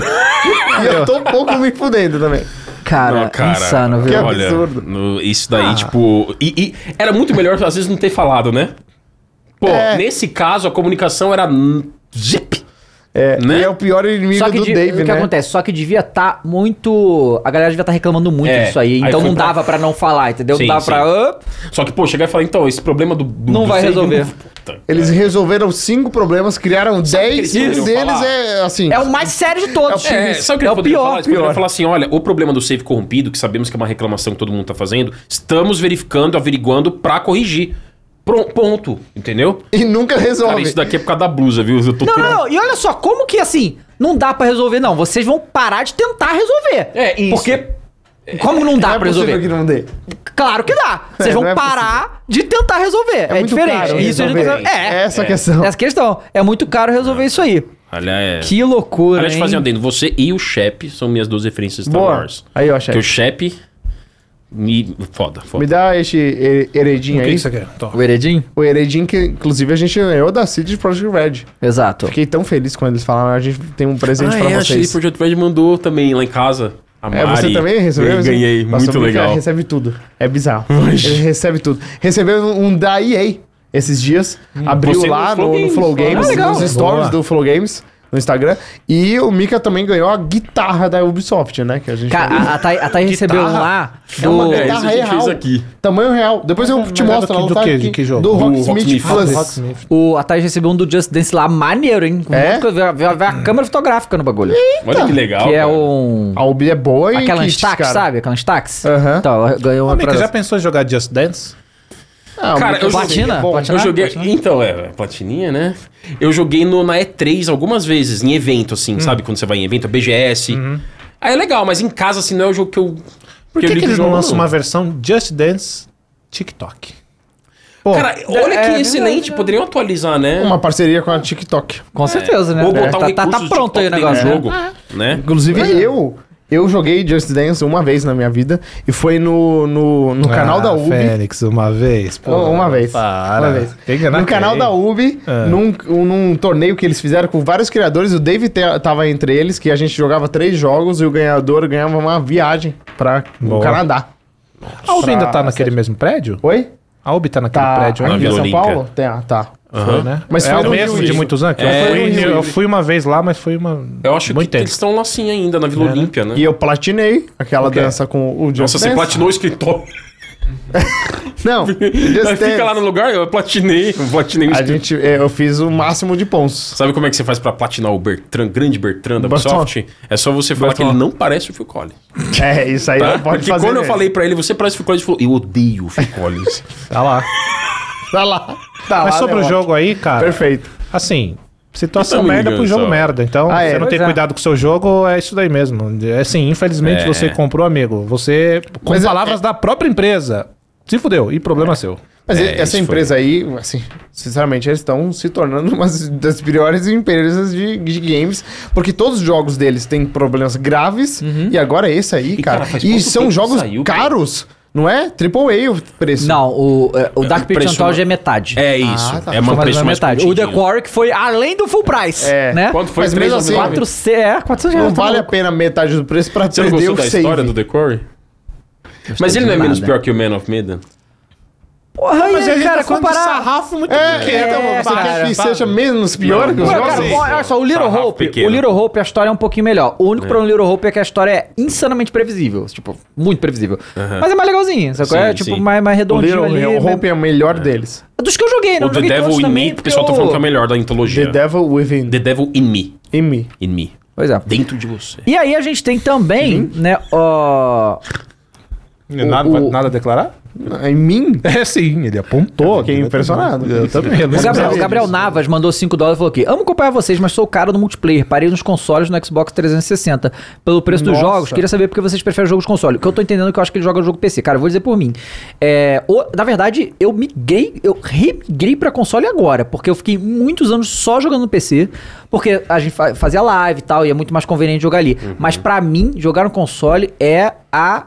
[SPEAKER 3] E eu tô um pouco me fudendo também.
[SPEAKER 1] É, Cara,
[SPEAKER 5] Não, cara,
[SPEAKER 1] insano, viu?
[SPEAKER 3] que
[SPEAKER 5] Olha,
[SPEAKER 3] absurdo. Ah.
[SPEAKER 5] no- isso daí, tipo. E, e era muito melhor, às vezes, não ter falado, né? Pô,
[SPEAKER 3] É.
[SPEAKER 5] nesse caso, a comunicação era n- zip.
[SPEAKER 3] É,
[SPEAKER 5] Né?
[SPEAKER 3] E é o pior inimigo
[SPEAKER 1] Só que
[SPEAKER 3] do
[SPEAKER 1] de- o
[SPEAKER 3] Dave,
[SPEAKER 1] que
[SPEAKER 3] né?
[SPEAKER 1] acontece? Só que devia estar muito. A galera devia estar reclamando muito
[SPEAKER 5] É,
[SPEAKER 1] disso aí.
[SPEAKER 5] aí
[SPEAKER 1] Então
[SPEAKER 5] foi
[SPEAKER 1] não
[SPEAKER 5] pra-
[SPEAKER 1] dava pra não falar, entendeu?
[SPEAKER 5] Sim,
[SPEAKER 1] não dava
[SPEAKER 5] sim.
[SPEAKER 1] pra. "Ah,
[SPEAKER 5] Só que, pô, chegar e falar, então, esse problema do. do-
[SPEAKER 1] Não
[SPEAKER 5] do
[SPEAKER 1] vai
[SPEAKER 5] save
[SPEAKER 1] resolver.
[SPEAKER 5] Puta,
[SPEAKER 3] Eles resolveram cinco problemas, criaram dez,
[SPEAKER 5] eles
[SPEAKER 3] e um
[SPEAKER 5] poderiam
[SPEAKER 3] deles
[SPEAKER 5] falar?
[SPEAKER 3] é assim.
[SPEAKER 1] É o mais sério de todos.
[SPEAKER 5] É, sabe o que
[SPEAKER 1] é
[SPEAKER 5] ele
[SPEAKER 1] o
[SPEAKER 5] poderia falar?
[SPEAKER 1] pior.
[SPEAKER 5] Eles poderiam falar assim, olha, o problema do save corrompido, que sabemos que é uma reclamação que todo mundo tá fazendo, estamos verificando, averiguando pra corrigir. Pro- ponto, entendeu?
[SPEAKER 3] E nunca resolve.
[SPEAKER 5] Cara, isso daqui é por causa da blusa, viu? Eu tô
[SPEAKER 1] Não,
[SPEAKER 5] todo-
[SPEAKER 1] não, não. E olha só, como que assim? Não dá pra resolver, não. Vocês vão parar de tentar resolver.
[SPEAKER 5] É, isso.
[SPEAKER 1] Porque. Como não
[SPEAKER 3] não
[SPEAKER 1] dá
[SPEAKER 3] é
[SPEAKER 1] tá pra
[SPEAKER 3] possível
[SPEAKER 1] resolver?
[SPEAKER 3] que não dê.
[SPEAKER 1] Claro que dá. Vocês
[SPEAKER 3] É,
[SPEAKER 1] vão
[SPEAKER 3] não é
[SPEAKER 1] parar de tentar resolver. É,
[SPEAKER 3] muito
[SPEAKER 1] diferente.
[SPEAKER 3] caro
[SPEAKER 1] isso eles não
[SPEAKER 3] resolver.
[SPEAKER 1] conseguem- É.
[SPEAKER 3] Essa a questão.
[SPEAKER 1] Essa questão. É muito caro resolver isso aí.
[SPEAKER 5] Olha, é...
[SPEAKER 1] Que loucura.
[SPEAKER 5] Aliás,
[SPEAKER 1] hein?
[SPEAKER 5] fazer um adendo, você e o Shep são minhas duas referências Star
[SPEAKER 3] Boa.
[SPEAKER 5] Wars.
[SPEAKER 3] Aí, ó,
[SPEAKER 5] Que
[SPEAKER 3] chefe.
[SPEAKER 5] o Shep... Me... Foda, foda.
[SPEAKER 3] Me dá este he-
[SPEAKER 2] O
[SPEAKER 3] heredinho
[SPEAKER 2] que
[SPEAKER 3] aí.
[SPEAKER 2] que você quer? Tô.
[SPEAKER 1] O Heredinho?
[SPEAKER 3] O heredinho que, inclusive, a gente ganhou da City Project Red.
[SPEAKER 1] Exato.
[SPEAKER 3] Fiquei tão feliz quando eles falaram, a gente tem um presente pra
[SPEAKER 5] a Shirley
[SPEAKER 3] vocês.
[SPEAKER 5] Project Red mandou também lá em casa. A
[SPEAKER 3] É, você
[SPEAKER 5] Mari.
[SPEAKER 3] também recebeu?
[SPEAKER 5] Eu
[SPEAKER 3] assim?
[SPEAKER 5] ganhei,
[SPEAKER 3] Nossa,
[SPEAKER 5] muito
[SPEAKER 3] o Mika
[SPEAKER 5] legal.
[SPEAKER 3] recebe tudo. É bizarro. Ele recebe tudo. Recebeu um um da EA esses dias. abriu
[SPEAKER 5] Você
[SPEAKER 3] lá
[SPEAKER 5] no Flow
[SPEAKER 3] no, no
[SPEAKER 5] Games.
[SPEAKER 3] Flow
[SPEAKER 5] Ah,
[SPEAKER 3] Games,
[SPEAKER 1] legal.
[SPEAKER 3] nos stories
[SPEAKER 2] Boa.
[SPEAKER 3] do Flow Games, no Instagram. E o Mika também ganhou a guitarra da Ubisoft, né? Que a gente
[SPEAKER 1] Cara, a, a Thaí, a Thaí recebeu um lá
[SPEAKER 3] É uma
[SPEAKER 1] do.
[SPEAKER 5] É,
[SPEAKER 3] guitarra
[SPEAKER 5] isso a gente
[SPEAKER 3] real.
[SPEAKER 5] fez aqui.
[SPEAKER 3] Tamanho real. Depois eu te
[SPEAKER 2] mas é
[SPEAKER 3] mostro
[SPEAKER 2] do
[SPEAKER 3] lá
[SPEAKER 2] que-
[SPEAKER 3] tá?
[SPEAKER 2] do que- de que jogo?
[SPEAKER 3] Do
[SPEAKER 5] Do
[SPEAKER 3] Rocksmith
[SPEAKER 5] Rocksmith
[SPEAKER 3] Plus.
[SPEAKER 2] Rocksmith.
[SPEAKER 1] O, a Thaís recebeu um do Just Dance lá maneiro, hein? Com
[SPEAKER 3] É?
[SPEAKER 1] muita coisa, Vê, vê- vê a câmera fotográfica no bagulho.
[SPEAKER 5] Olha que legal.
[SPEAKER 1] que é
[SPEAKER 5] cara.
[SPEAKER 1] um.
[SPEAKER 3] A Ubi é boa e
[SPEAKER 1] Aquela
[SPEAKER 3] kits,
[SPEAKER 1] Instax,
[SPEAKER 3] cara.
[SPEAKER 1] sabe? Aquela Instax.
[SPEAKER 3] Aham.
[SPEAKER 1] Então, ela ganhou uma.
[SPEAKER 2] Ô, Mika,
[SPEAKER 1] pra-
[SPEAKER 2] já pensou em jogar Just Dance?
[SPEAKER 3] Ah,
[SPEAKER 5] Cara,
[SPEAKER 3] muito
[SPEAKER 5] eu
[SPEAKER 3] bom.
[SPEAKER 1] joguei-
[SPEAKER 3] Bom,
[SPEAKER 1] platina.
[SPEAKER 5] Eu joguei.
[SPEAKER 1] Platinar?
[SPEAKER 5] Então, é, platininha, né? Eu joguei no, na E3 algumas vezes, em evento, assim, sabe? Quando você vai em evento, BGS. Aí é legal, mas em casa, assim, não é o jogo que eu.
[SPEAKER 2] Por que,
[SPEAKER 5] eu
[SPEAKER 2] que
[SPEAKER 5] ligo
[SPEAKER 2] eles não
[SPEAKER 5] jogo,
[SPEAKER 2] lançam uma versão Just Dance TikTok? Pô,
[SPEAKER 5] Cara, olha
[SPEAKER 1] é
[SPEAKER 5] que
[SPEAKER 1] verdade,
[SPEAKER 5] excelente, poderiam atualizar, né?
[SPEAKER 3] Uma parceria com a TikTok.
[SPEAKER 1] Com certeza, né?
[SPEAKER 5] Ou botar
[SPEAKER 1] tá,
[SPEAKER 5] um
[SPEAKER 1] tá- tá
[SPEAKER 5] recurso de
[SPEAKER 1] pronto aí o
[SPEAKER 5] TikTok
[SPEAKER 1] negócio.
[SPEAKER 5] dentro
[SPEAKER 1] né?
[SPEAKER 5] do jogo, né?
[SPEAKER 3] Inclusive, eu, eu joguei Just Dance uma vez na minha vida e foi no, no,
[SPEAKER 2] Ah,
[SPEAKER 3] no canal da Ubi.
[SPEAKER 2] Félix, uma vez. pô.
[SPEAKER 3] uma vez.
[SPEAKER 2] Para.
[SPEAKER 3] Uma vez.
[SPEAKER 2] Tem que enganar
[SPEAKER 3] No canal
[SPEAKER 2] quem?
[SPEAKER 3] da Ubi,
[SPEAKER 2] É.
[SPEAKER 3] num, um- num torneio que eles fizeram com vários criadores, o Dave te- tava entre eles, que a gente jogava três jogos e o ganhador ganhava uma viagem pra o
[SPEAKER 2] Boa.
[SPEAKER 3] Canadá.
[SPEAKER 2] A Ubi ainda tá
[SPEAKER 3] Pra-
[SPEAKER 2] naquele mesmo prédio?
[SPEAKER 3] Oi?
[SPEAKER 2] A Ubi tá naquele
[SPEAKER 3] Tá
[SPEAKER 2] prédio
[SPEAKER 5] Na
[SPEAKER 2] onde?
[SPEAKER 3] aqui
[SPEAKER 5] Vila
[SPEAKER 3] em São
[SPEAKER 5] Olímpia.
[SPEAKER 3] Paulo? Tem, ah, tá.
[SPEAKER 5] Aham.
[SPEAKER 2] né?
[SPEAKER 3] Mas
[SPEAKER 2] Mas é
[SPEAKER 3] foi
[SPEAKER 2] o
[SPEAKER 3] no
[SPEAKER 2] mesmo
[SPEAKER 3] Rio
[SPEAKER 2] de
[SPEAKER 3] isso.
[SPEAKER 2] muitos anos. que
[SPEAKER 5] É,
[SPEAKER 2] eu,
[SPEAKER 3] foi no
[SPEAKER 2] fui,
[SPEAKER 3] Rio
[SPEAKER 2] eu
[SPEAKER 3] isso.
[SPEAKER 2] fui uma vez lá, mas foi uma.
[SPEAKER 5] Eu acho
[SPEAKER 2] muito
[SPEAKER 5] que
[SPEAKER 2] tempo.
[SPEAKER 5] eles estão lá sim ainda, na Vila
[SPEAKER 2] É, né?
[SPEAKER 5] Olímpia, né?
[SPEAKER 3] E eu platinei aquela dança com o Just
[SPEAKER 5] Nossa, você
[SPEAKER 3] Dance.
[SPEAKER 5] platinou o escritório.
[SPEAKER 3] Não, Just
[SPEAKER 5] Aí
[SPEAKER 3] Dance.
[SPEAKER 5] fica lá no lugar, eu platinei, eu platinei o
[SPEAKER 3] A
[SPEAKER 5] escritório.
[SPEAKER 3] gente, é, eu fiz o máximo de pontos.
[SPEAKER 5] Sabe como é que você faz pra platinar o Bertrand, grande Bertrand da
[SPEAKER 3] Bertrand.
[SPEAKER 5] Ubisoft? É só você falar que ele não parece o Phil Collins.
[SPEAKER 3] É, isso aí
[SPEAKER 5] Tá?
[SPEAKER 3] não pode
[SPEAKER 5] Porque
[SPEAKER 3] fazer.
[SPEAKER 5] quando eu
[SPEAKER 3] mesmo.
[SPEAKER 5] falei pra ele, você parece o Phil Collins, ele falou, eu odeio o Phil Collins.
[SPEAKER 2] Tá lá.
[SPEAKER 3] Tá lá. Tá
[SPEAKER 2] Mas
[SPEAKER 3] lá,
[SPEAKER 2] sobre
[SPEAKER 3] né,
[SPEAKER 2] o
[SPEAKER 3] ó.
[SPEAKER 2] jogo aí, cara.
[SPEAKER 3] Perfeito.
[SPEAKER 2] Assim, situação
[SPEAKER 5] Então,
[SPEAKER 2] merda
[SPEAKER 5] amigo,
[SPEAKER 2] pro jogo
[SPEAKER 5] só-
[SPEAKER 2] merda. Então,
[SPEAKER 3] Ah, é.
[SPEAKER 2] você não tem
[SPEAKER 1] Pois é.
[SPEAKER 2] cuidado com o seu jogo, é isso daí mesmo. É assim, infelizmente
[SPEAKER 5] É.
[SPEAKER 2] você comprou, amigo. Você, com
[SPEAKER 3] Mas é-
[SPEAKER 2] palavras da própria empresa, se fudeu. E problema seu.
[SPEAKER 3] Mas
[SPEAKER 5] É,
[SPEAKER 3] e- essa
[SPEAKER 5] isso
[SPEAKER 3] empresa aí, assim, sinceramente, eles estão se tornando uma das piores empresas de, de games, porque todos os jogos deles têm problemas graves, e agora esse aí,
[SPEAKER 5] Uhum. cara,
[SPEAKER 3] cara.
[SPEAKER 5] faz
[SPEAKER 3] e
[SPEAKER 5] quanto tempo
[SPEAKER 3] são
[SPEAKER 5] que
[SPEAKER 3] jogos
[SPEAKER 5] saiu, cara?
[SPEAKER 3] caros, não é? Triple A o preço.
[SPEAKER 1] Não, o, é, o Dark Picture
[SPEAKER 5] Impressiona-
[SPEAKER 1] Anthology é metade.
[SPEAKER 5] é isso.
[SPEAKER 3] tá.
[SPEAKER 5] É
[SPEAKER 1] Só
[SPEAKER 5] uma
[SPEAKER 1] mais
[SPEAKER 5] preço
[SPEAKER 1] uma
[SPEAKER 5] mais
[SPEAKER 1] metade. O The
[SPEAKER 5] curtidinho.
[SPEAKER 1] Quark foi além do full price.
[SPEAKER 3] É.
[SPEAKER 1] Né?
[SPEAKER 5] Quanto foi?
[SPEAKER 3] Mas mesmo assim,
[SPEAKER 5] 4
[SPEAKER 1] 400 é, 400
[SPEAKER 3] Não
[SPEAKER 1] reais.
[SPEAKER 5] tá
[SPEAKER 3] vale a pena metade do preço pra
[SPEAKER 5] Você não
[SPEAKER 3] perder
[SPEAKER 5] gostou
[SPEAKER 3] o
[SPEAKER 5] da
[SPEAKER 3] save.
[SPEAKER 5] história do The Quarry? Mas ele não é menos pior que o Man of Medan?
[SPEAKER 1] Porra, mas aí,
[SPEAKER 5] tá
[SPEAKER 1] cara, comparar.
[SPEAKER 2] sarrafo muito
[SPEAKER 3] É, então, você
[SPEAKER 1] cara,
[SPEAKER 3] quer que seja menos pior que os
[SPEAKER 1] Ué,
[SPEAKER 3] jogos? Assim,
[SPEAKER 1] cara,
[SPEAKER 5] Sim.
[SPEAKER 1] olha olha só, o Little
[SPEAKER 5] assim. Sarrafo
[SPEAKER 1] Hope,
[SPEAKER 5] pequeno.
[SPEAKER 1] o Little Hope, a história é um pouquinho melhor. O único problema do Little Hope é que a história é insanamente previsível. Tipo, muito previsível. Mas é mais legalzinho, sacou? é
[SPEAKER 5] Sim,
[SPEAKER 1] tipo
[SPEAKER 5] sim.
[SPEAKER 1] mais, mais
[SPEAKER 3] O
[SPEAKER 1] redondinho
[SPEAKER 3] Little
[SPEAKER 1] ali.
[SPEAKER 3] Hero
[SPEAKER 1] mas-
[SPEAKER 3] Hope é o melhor deles.
[SPEAKER 1] Dos que eu joguei, né? Eu
[SPEAKER 5] um O The
[SPEAKER 1] joguei todos
[SPEAKER 5] Devil in
[SPEAKER 1] também,
[SPEAKER 5] Me, o
[SPEAKER 1] porque
[SPEAKER 5] pessoal tá
[SPEAKER 1] eu-
[SPEAKER 5] falando que é o melhor da
[SPEAKER 3] The
[SPEAKER 5] antologia.
[SPEAKER 3] Devil Within.
[SPEAKER 5] The Devil in Me.
[SPEAKER 3] In me.
[SPEAKER 5] In Me.
[SPEAKER 1] Pois é.
[SPEAKER 5] Dentro de você. Uhum.
[SPEAKER 1] E aí a gente tem também, né, ó...
[SPEAKER 2] Nada,
[SPEAKER 3] o-
[SPEAKER 2] nada a declarar?
[SPEAKER 3] Em mim?
[SPEAKER 2] É sim, ele apontou.
[SPEAKER 3] Eu fiquei
[SPEAKER 2] aqui, né?
[SPEAKER 3] impressionado.
[SPEAKER 2] Eu também. eu não
[SPEAKER 1] O Gabriel,
[SPEAKER 2] sabia
[SPEAKER 1] o Gabriel Navas mandou 5 dólares e falou aqui: Amo acompanhar vocês, mas sou o cara do multiplayer. Parei nos consoles no Xbox 360. Pelo preço dos
[SPEAKER 3] Nossa.
[SPEAKER 1] jogos, queria saber por que vocês preferem jogos de console. O que eu tô entendendo é que eu acho que ele joga jogo PC. Cara, eu vou dizer por mim. É, o- na verdade, eu migrei, eu remigrei pra console agora, porque eu fiquei muitos anos só jogando no PC, porque a gente fa- fazia live e tal, e é muito mais conveniente jogar ali. Mas pra mim, jogar no console é a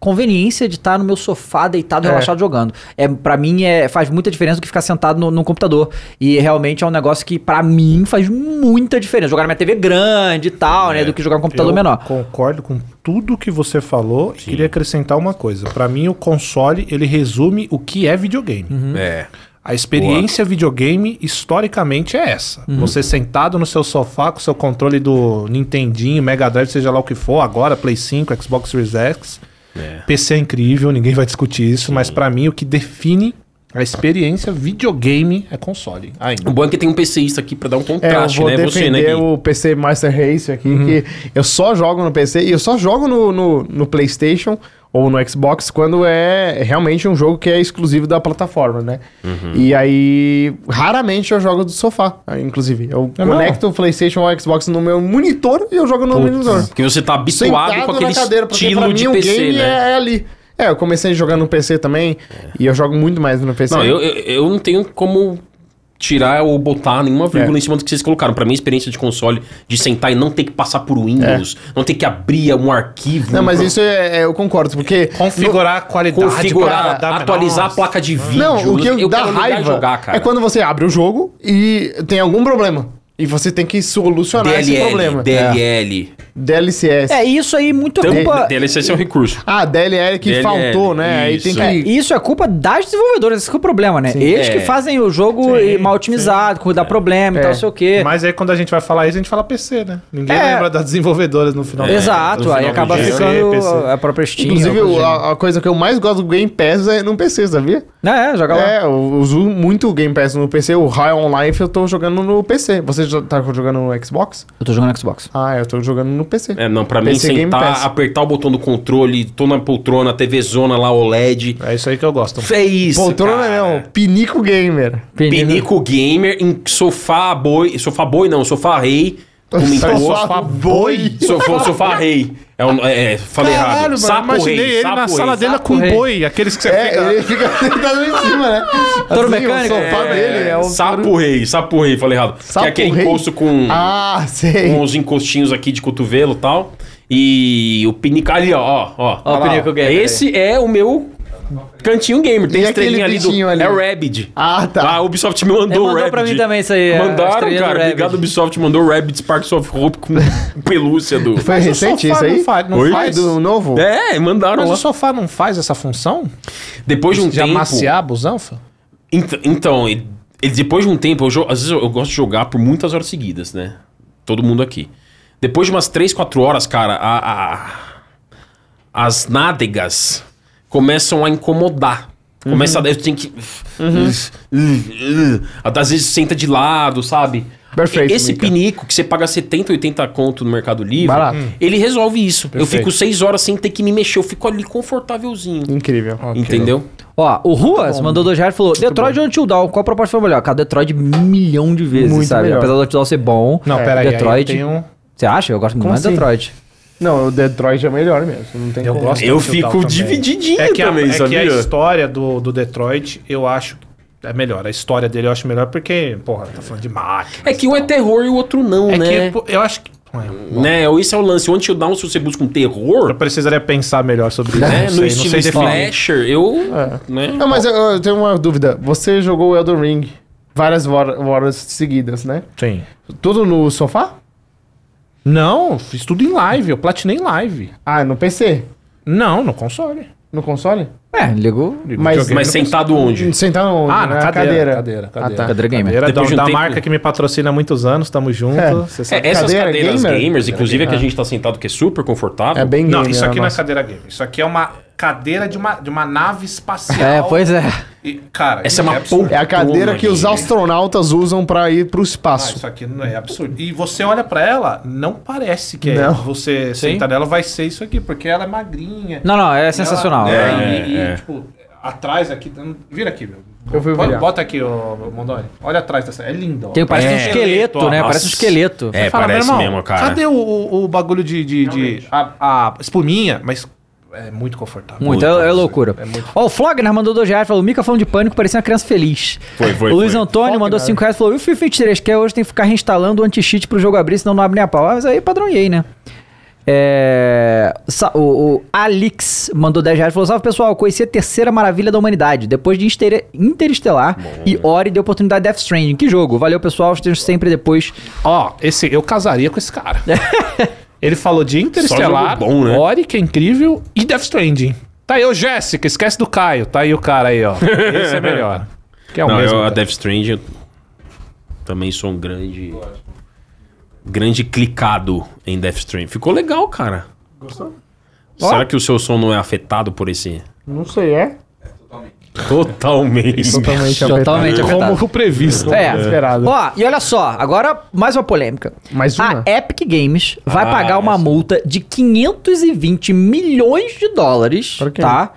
[SPEAKER 1] conveniência de estar no meu sofá deitado relaxado jogando. É para mim é faz muita diferença do que ficar sentado no, no computador. E realmente é um negócio que pra mim faz muita diferença. Jogar na minha TV grande e tal, né, do que jogar no computador
[SPEAKER 2] Eu
[SPEAKER 1] menor.
[SPEAKER 2] Concordo com tudo que você falou. e Queria acrescentar uma coisa. Pra mim, o console ele resume o que é videogame.
[SPEAKER 3] Hum.
[SPEAKER 5] É.
[SPEAKER 2] A experiência videogame historicamente é essa. Você sentado no seu sofá com seu controle do Nintendinho, Mega Drive, seja lá o que for, agora Play 5, Xbox Series X. PC é incrível, ninguém vai discutir isso, mas pra mim o que define a experiência videogame é console.
[SPEAKER 5] O
[SPEAKER 2] Ainda.
[SPEAKER 5] bom é que tem um PCista aqui pra dar um
[SPEAKER 3] É, eu
[SPEAKER 5] contraste,
[SPEAKER 3] vou
[SPEAKER 5] né? Você, né,
[SPEAKER 3] defender
[SPEAKER 5] Gui? Uhum.
[SPEAKER 3] o PC Master Race aqui, que eu só jogo no PC e eu só jogo no, no, no PlayStation ou no Xbox quando é realmente um jogo que é exclusivo da plataforma, né?
[SPEAKER 5] Uhum.
[SPEAKER 3] E aí, raramente eu jogo do sofá, inclusive. Eu
[SPEAKER 2] É mesmo?
[SPEAKER 3] conecto o PlayStation ou o Xbox no meu monitor e eu jogo no monitor.
[SPEAKER 5] Porque você tá habituado com aquele estilo de
[SPEAKER 3] o
[SPEAKER 5] PC,
[SPEAKER 3] game
[SPEAKER 5] né? É.
[SPEAKER 3] é ali. É, eu comecei jogando no PC também e eu jogo muito mais no PC.
[SPEAKER 5] Não, eu, eu, eu não tenho como tirar ou botar nenhuma vírgula
[SPEAKER 3] É.
[SPEAKER 5] em cima do que vocês colocaram. Pra mim, a experiência de console, de sentar e não ter que passar por Windows, não ter que abrir um arquivo.
[SPEAKER 3] É. Não, mas
[SPEAKER 5] pra-
[SPEAKER 3] isso é, é- eu concordo, porque...
[SPEAKER 2] Configurar a qualidade.
[SPEAKER 5] configurar,
[SPEAKER 2] pra dar-
[SPEAKER 5] atualizar
[SPEAKER 2] Nossa.
[SPEAKER 5] a placa de vídeo.
[SPEAKER 3] Não, o que eu dá
[SPEAKER 5] quero ligar e
[SPEAKER 3] raiva
[SPEAKER 5] jogar, cara.
[SPEAKER 3] é quando você abre o jogo e tem algum problema. E você tem que solucionar esse é
[SPEAKER 5] DLL,
[SPEAKER 3] problema.
[SPEAKER 5] DLL.
[SPEAKER 3] DLCS.
[SPEAKER 1] É isso aí, muito é culpa.
[SPEAKER 5] DLSS é um recurso.
[SPEAKER 3] Ah, DLL que
[SPEAKER 5] DLL,
[SPEAKER 3] faltou, né?
[SPEAKER 5] isso,
[SPEAKER 3] Aí
[SPEAKER 5] é.
[SPEAKER 3] tem que...
[SPEAKER 1] Isso é culpa das desenvolvedoras, esse que é o problema, né? Eles
[SPEAKER 5] é.
[SPEAKER 1] que fazem o jogo mal otimizado, que dá problema e
[SPEAKER 3] É.
[SPEAKER 1] tal, sei o quê.
[SPEAKER 2] Mas aí quando a gente vai falar isso, a gente fala PC, né? Ninguém
[SPEAKER 1] É.
[SPEAKER 2] lembra das desenvolvedoras no final.
[SPEAKER 1] Exato,
[SPEAKER 5] no
[SPEAKER 1] aí
[SPEAKER 5] final do
[SPEAKER 1] acaba
[SPEAKER 2] dia,
[SPEAKER 1] ficando
[SPEAKER 2] PC.
[SPEAKER 1] a própria Steam.
[SPEAKER 3] Inclusive,
[SPEAKER 1] alguma
[SPEAKER 3] o-
[SPEAKER 1] coisa
[SPEAKER 3] a, a coisa que eu mais gosto do Game Pass é no PC, sabia?
[SPEAKER 1] assim. É, joga lá.
[SPEAKER 3] É, eu uso muito o Game Pass no PC. O High on Life eu tô jogando no PC. Você já tá jogando no Xbox?
[SPEAKER 1] Eu tô jogando Xbox.
[SPEAKER 3] Ah, eu tô jogando no PC.
[SPEAKER 5] É, não, pra mim,
[SPEAKER 3] PC Game Pass.
[SPEAKER 5] sentar, apertar o botão do controle, tô na poltrona, TV zona lá, OLED.
[SPEAKER 2] É isso aí que eu gosto.
[SPEAKER 5] É isso,
[SPEAKER 3] Poltrona
[SPEAKER 5] cara.
[SPEAKER 3] não, Pinico Gamer.
[SPEAKER 5] Penico Gamer em sofá boi. Sofá boi não, sofá rei. Comentou.
[SPEAKER 3] Sofá boi.
[SPEAKER 5] Sofá, sofá rei. É, um, é, é, falei
[SPEAKER 2] Caralho,
[SPEAKER 5] errado.
[SPEAKER 2] mano, imaginei ele na sala
[SPEAKER 5] dele.
[SPEAKER 2] dele com um
[SPEAKER 1] rei.
[SPEAKER 2] boi, aqueles que você
[SPEAKER 3] É,
[SPEAKER 2] fica...
[SPEAKER 3] ele fica sentado em cima, né?
[SPEAKER 1] Touro mecânico?
[SPEAKER 3] O sofá
[SPEAKER 1] É,
[SPEAKER 3] dele é o
[SPEAKER 5] Sapo rei, sapo rei, falei errado.
[SPEAKER 3] Sapo
[SPEAKER 5] que é aquele
[SPEAKER 3] rei?
[SPEAKER 5] encosto com,
[SPEAKER 3] Ah,
[SPEAKER 5] com
[SPEAKER 2] Um-
[SPEAKER 3] sei.
[SPEAKER 5] os encostinhos aqui de cotovelo e tal. E o pinico ali, ó, ó, ó.
[SPEAKER 1] Ó, o
[SPEAKER 5] Olha lá,
[SPEAKER 1] pinico gamer,
[SPEAKER 5] Esse é o meu cantinho gamer. Tem
[SPEAKER 3] E
[SPEAKER 5] estrelinha
[SPEAKER 3] aquele
[SPEAKER 5] ali do.
[SPEAKER 3] bichinho ali?
[SPEAKER 5] É o Rabid.
[SPEAKER 3] Ah, tá.
[SPEAKER 5] Ah, o Ubisoft me mandou
[SPEAKER 1] É,
[SPEAKER 5] o
[SPEAKER 1] mandou
[SPEAKER 5] Rabid.
[SPEAKER 1] pra mim também isso aí, a
[SPEAKER 5] Mandaram,
[SPEAKER 1] estrelinha do
[SPEAKER 5] cara.
[SPEAKER 1] Rabid.
[SPEAKER 5] Obrigado, Ubisoft. Mandou o Rabid Sparks of Hope com pelúcia
[SPEAKER 2] um-
[SPEAKER 5] do...
[SPEAKER 3] Foi recente isso aí?
[SPEAKER 2] Não faz, não
[SPEAKER 5] Oi?
[SPEAKER 2] faz.
[SPEAKER 3] Do novo?
[SPEAKER 5] É, mandaram
[SPEAKER 2] Mas
[SPEAKER 5] lá.
[SPEAKER 2] o sofá não faz essa função?
[SPEAKER 5] Depois de um
[SPEAKER 2] de
[SPEAKER 5] tempo...
[SPEAKER 2] amaciar a busanfa?
[SPEAKER 5] Ent- Então, e- e depois de um tempo... Eu, jo- às vezes eu, eu gosto de jogar por muitas horas seguidas, né? Todo mundo aqui. Depois de umas 3, 4 horas, cara, a- a- as nádegas começam a incomodar.
[SPEAKER 2] Uhum.
[SPEAKER 5] Começa a... Eu tenho que... Às vezes senta de lado, sabe?
[SPEAKER 3] Perfeito,
[SPEAKER 5] Esse
[SPEAKER 3] Mica.
[SPEAKER 5] pinico que você paga 70, 80 conto no Mercado Livre,
[SPEAKER 3] Barato.
[SPEAKER 5] ele resolve isso. Eu
[SPEAKER 2] Perfeito.
[SPEAKER 5] fico seis horas sem ter que me mexer, eu fico ali confortávelzinho.
[SPEAKER 3] Incrível.
[SPEAKER 5] Entendeu?
[SPEAKER 1] Ó,
[SPEAKER 3] Tá
[SPEAKER 1] o Ruas mandou dois reais e falou: Detroit ou Until Dawn? Qual a proposta foi melhor? Cara, Detroit milhão de vezes,
[SPEAKER 3] Muito
[SPEAKER 1] sabe?
[SPEAKER 3] melhor.
[SPEAKER 1] Apesar do Until Dawn ser bom.
[SPEAKER 2] Não,
[SPEAKER 1] é,
[SPEAKER 2] peraí. aí
[SPEAKER 1] Detroit.
[SPEAKER 2] tem um-
[SPEAKER 1] Você acha? Eu gosto muito
[SPEAKER 3] Como
[SPEAKER 1] mais do
[SPEAKER 3] assim?
[SPEAKER 1] Detroit.
[SPEAKER 3] Não, o Detroit é melhor mesmo. Não tem
[SPEAKER 2] Eu
[SPEAKER 3] como.
[SPEAKER 2] gosto
[SPEAKER 5] Eu
[SPEAKER 2] do Until
[SPEAKER 5] fico
[SPEAKER 2] Dawn também.
[SPEAKER 5] divididinho
[SPEAKER 2] É que a,
[SPEAKER 5] também,
[SPEAKER 2] é que
[SPEAKER 5] sabia?
[SPEAKER 2] a história do, do Detroit, eu acho... que É melhor. A história dele eu acho melhor porque, porra, tá falando de máquina.
[SPEAKER 5] É que um é terror e o outro não,
[SPEAKER 2] É
[SPEAKER 5] né?
[SPEAKER 2] que pô, eu acho que... Ué,
[SPEAKER 5] Né, esse é o lance. Onde eu dá um se você busca um
[SPEAKER 2] Eu
[SPEAKER 5] terror,
[SPEAKER 2] precisaria pensar melhor sobre isso.
[SPEAKER 5] né?
[SPEAKER 2] É, não
[SPEAKER 5] no
[SPEAKER 2] sei, É. não
[SPEAKER 5] estilo
[SPEAKER 2] sei definir.
[SPEAKER 5] slasher, eu. Né?
[SPEAKER 3] Não, mas eu, eu tenho uma dúvida. Você jogou Elden Ring várias hor- horas seguidas, né?
[SPEAKER 2] Sim.
[SPEAKER 3] Tudo no sofá?
[SPEAKER 2] Não, fiz tudo em live. Eu platinei em live.
[SPEAKER 3] Ah, no PC?
[SPEAKER 2] Não, no console.
[SPEAKER 3] No console?
[SPEAKER 1] É, ligou.
[SPEAKER 3] Mas,
[SPEAKER 5] Mas sentado onde?
[SPEAKER 3] sentado onde?
[SPEAKER 2] Ah, na cadeira. Cadeira,
[SPEAKER 3] Ah, tá.
[SPEAKER 1] Cadê Gamer?
[SPEAKER 2] Cadeira da,
[SPEAKER 5] Depois de um
[SPEAKER 2] da
[SPEAKER 5] tempo-
[SPEAKER 2] marca que me patrocina há muitos anos, tamo junto.
[SPEAKER 3] É.
[SPEAKER 2] Você sabe.
[SPEAKER 5] É, essas
[SPEAKER 3] Cadeira
[SPEAKER 5] cadeiras
[SPEAKER 3] gamer?
[SPEAKER 5] gamers, inclusive, a que a gente tá sentado que é super confortável.
[SPEAKER 3] É bem
[SPEAKER 2] Não,
[SPEAKER 3] gamer,
[SPEAKER 2] isso aqui
[SPEAKER 3] né,
[SPEAKER 2] não é
[SPEAKER 3] nossa.
[SPEAKER 2] cadeira game. Isso aqui é uma cadeira de uma, de uma nave espacial.
[SPEAKER 1] É, pois é.
[SPEAKER 2] E, cara,
[SPEAKER 5] Essa é uma
[SPEAKER 2] absurdo.
[SPEAKER 5] poltrona.
[SPEAKER 3] É a cadeira que os
[SPEAKER 5] gente.
[SPEAKER 3] astronautas usam pra ir pro
[SPEAKER 2] Ah,
[SPEAKER 3] espaço.
[SPEAKER 2] isso aqui não é absurdo. E você olha pra ela, não parece que é.
[SPEAKER 3] Não.
[SPEAKER 2] Você sentar nela vai ser isso aqui, porque ela é magrinha.
[SPEAKER 1] Não, não, é sensacional.
[SPEAKER 2] Ela,
[SPEAKER 1] É.
[SPEAKER 2] né, e, e,
[SPEAKER 5] É, é.
[SPEAKER 2] tipo, atrás aqui. não- Vira aqui, meu.
[SPEAKER 3] Eu fui
[SPEAKER 2] Bota,
[SPEAKER 3] olhar.
[SPEAKER 2] bota aqui, ô, Mondoni. Olha atrás dessa. É linda. ó.
[SPEAKER 1] Tem, parece
[SPEAKER 5] É.
[SPEAKER 1] um esqueleto, né? Parece um
[SPEAKER 5] Nossa.
[SPEAKER 1] esqueleto.
[SPEAKER 5] É,
[SPEAKER 2] Você fala,
[SPEAKER 5] parece
[SPEAKER 2] meu irmão,
[SPEAKER 5] mesmo, cara.
[SPEAKER 2] Cadê o, o, o bagulho de. de, de- a, a espuminha, mas é muito confortável.
[SPEAKER 1] Muito, é, é loucura. Ó, o Flogner mandou dois reais, falou, Mica falando de pânico, parecia uma criança feliz.
[SPEAKER 5] Foi, foi,
[SPEAKER 1] O Luiz
[SPEAKER 5] foi.
[SPEAKER 1] Antônio mandou cinco reais, falou, e o FIFA 23, que é hoje tem que ficar reinstalando o anti-cheat pro jogo abrir, senão não abre nem a pau. Ah, mas aí padrão EA, né? É, sa- o, o Alix mandou 10 reais falou: Salve pessoal, conheci a terceira maravilha da humanidade. Depois de Instere- Interestelar
[SPEAKER 5] né?
[SPEAKER 1] e Ori deu oportunidade de Death Stranding. Que jogo! Valeu pessoal, estejam sempre depois.
[SPEAKER 2] Ó, esse, eu casaria com esse cara. Ele falou de Interestelar,
[SPEAKER 5] Só jogo bom, né?
[SPEAKER 2] Ori, que é incrível, e Death Stranding. Tá aí, ô Jéssica, esquece do Caio. Tá aí o cara aí, ó. Esse é melhor. Que é o
[SPEAKER 5] Não,
[SPEAKER 2] mesmo.
[SPEAKER 5] eu, a
[SPEAKER 2] cara.
[SPEAKER 5] Death Strange eu também sou um grande. Grande clicado em Death Strange. Ficou legal, cara. Gostou? Será que o seu som não é afetado por esse.
[SPEAKER 3] Não sei, é?
[SPEAKER 5] Totalmente.
[SPEAKER 3] Totalmente,
[SPEAKER 2] tá
[SPEAKER 1] Totalmente
[SPEAKER 3] apertado.
[SPEAKER 1] afetado.
[SPEAKER 2] Como o previsto.
[SPEAKER 1] É.
[SPEAKER 3] Esperado.
[SPEAKER 1] Ó, e olha só, agora mais uma polêmica.
[SPEAKER 3] Mais uma?
[SPEAKER 1] A Epic Games vai
[SPEAKER 5] Ah,
[SPEAKER 1] pagar uma
[SPEAKER 5] essa.
[SPEAKER 1] multa de 520 milhões de dólares,
[SPEAKER 3] Pra quem?
[SPEAKER 1] tá?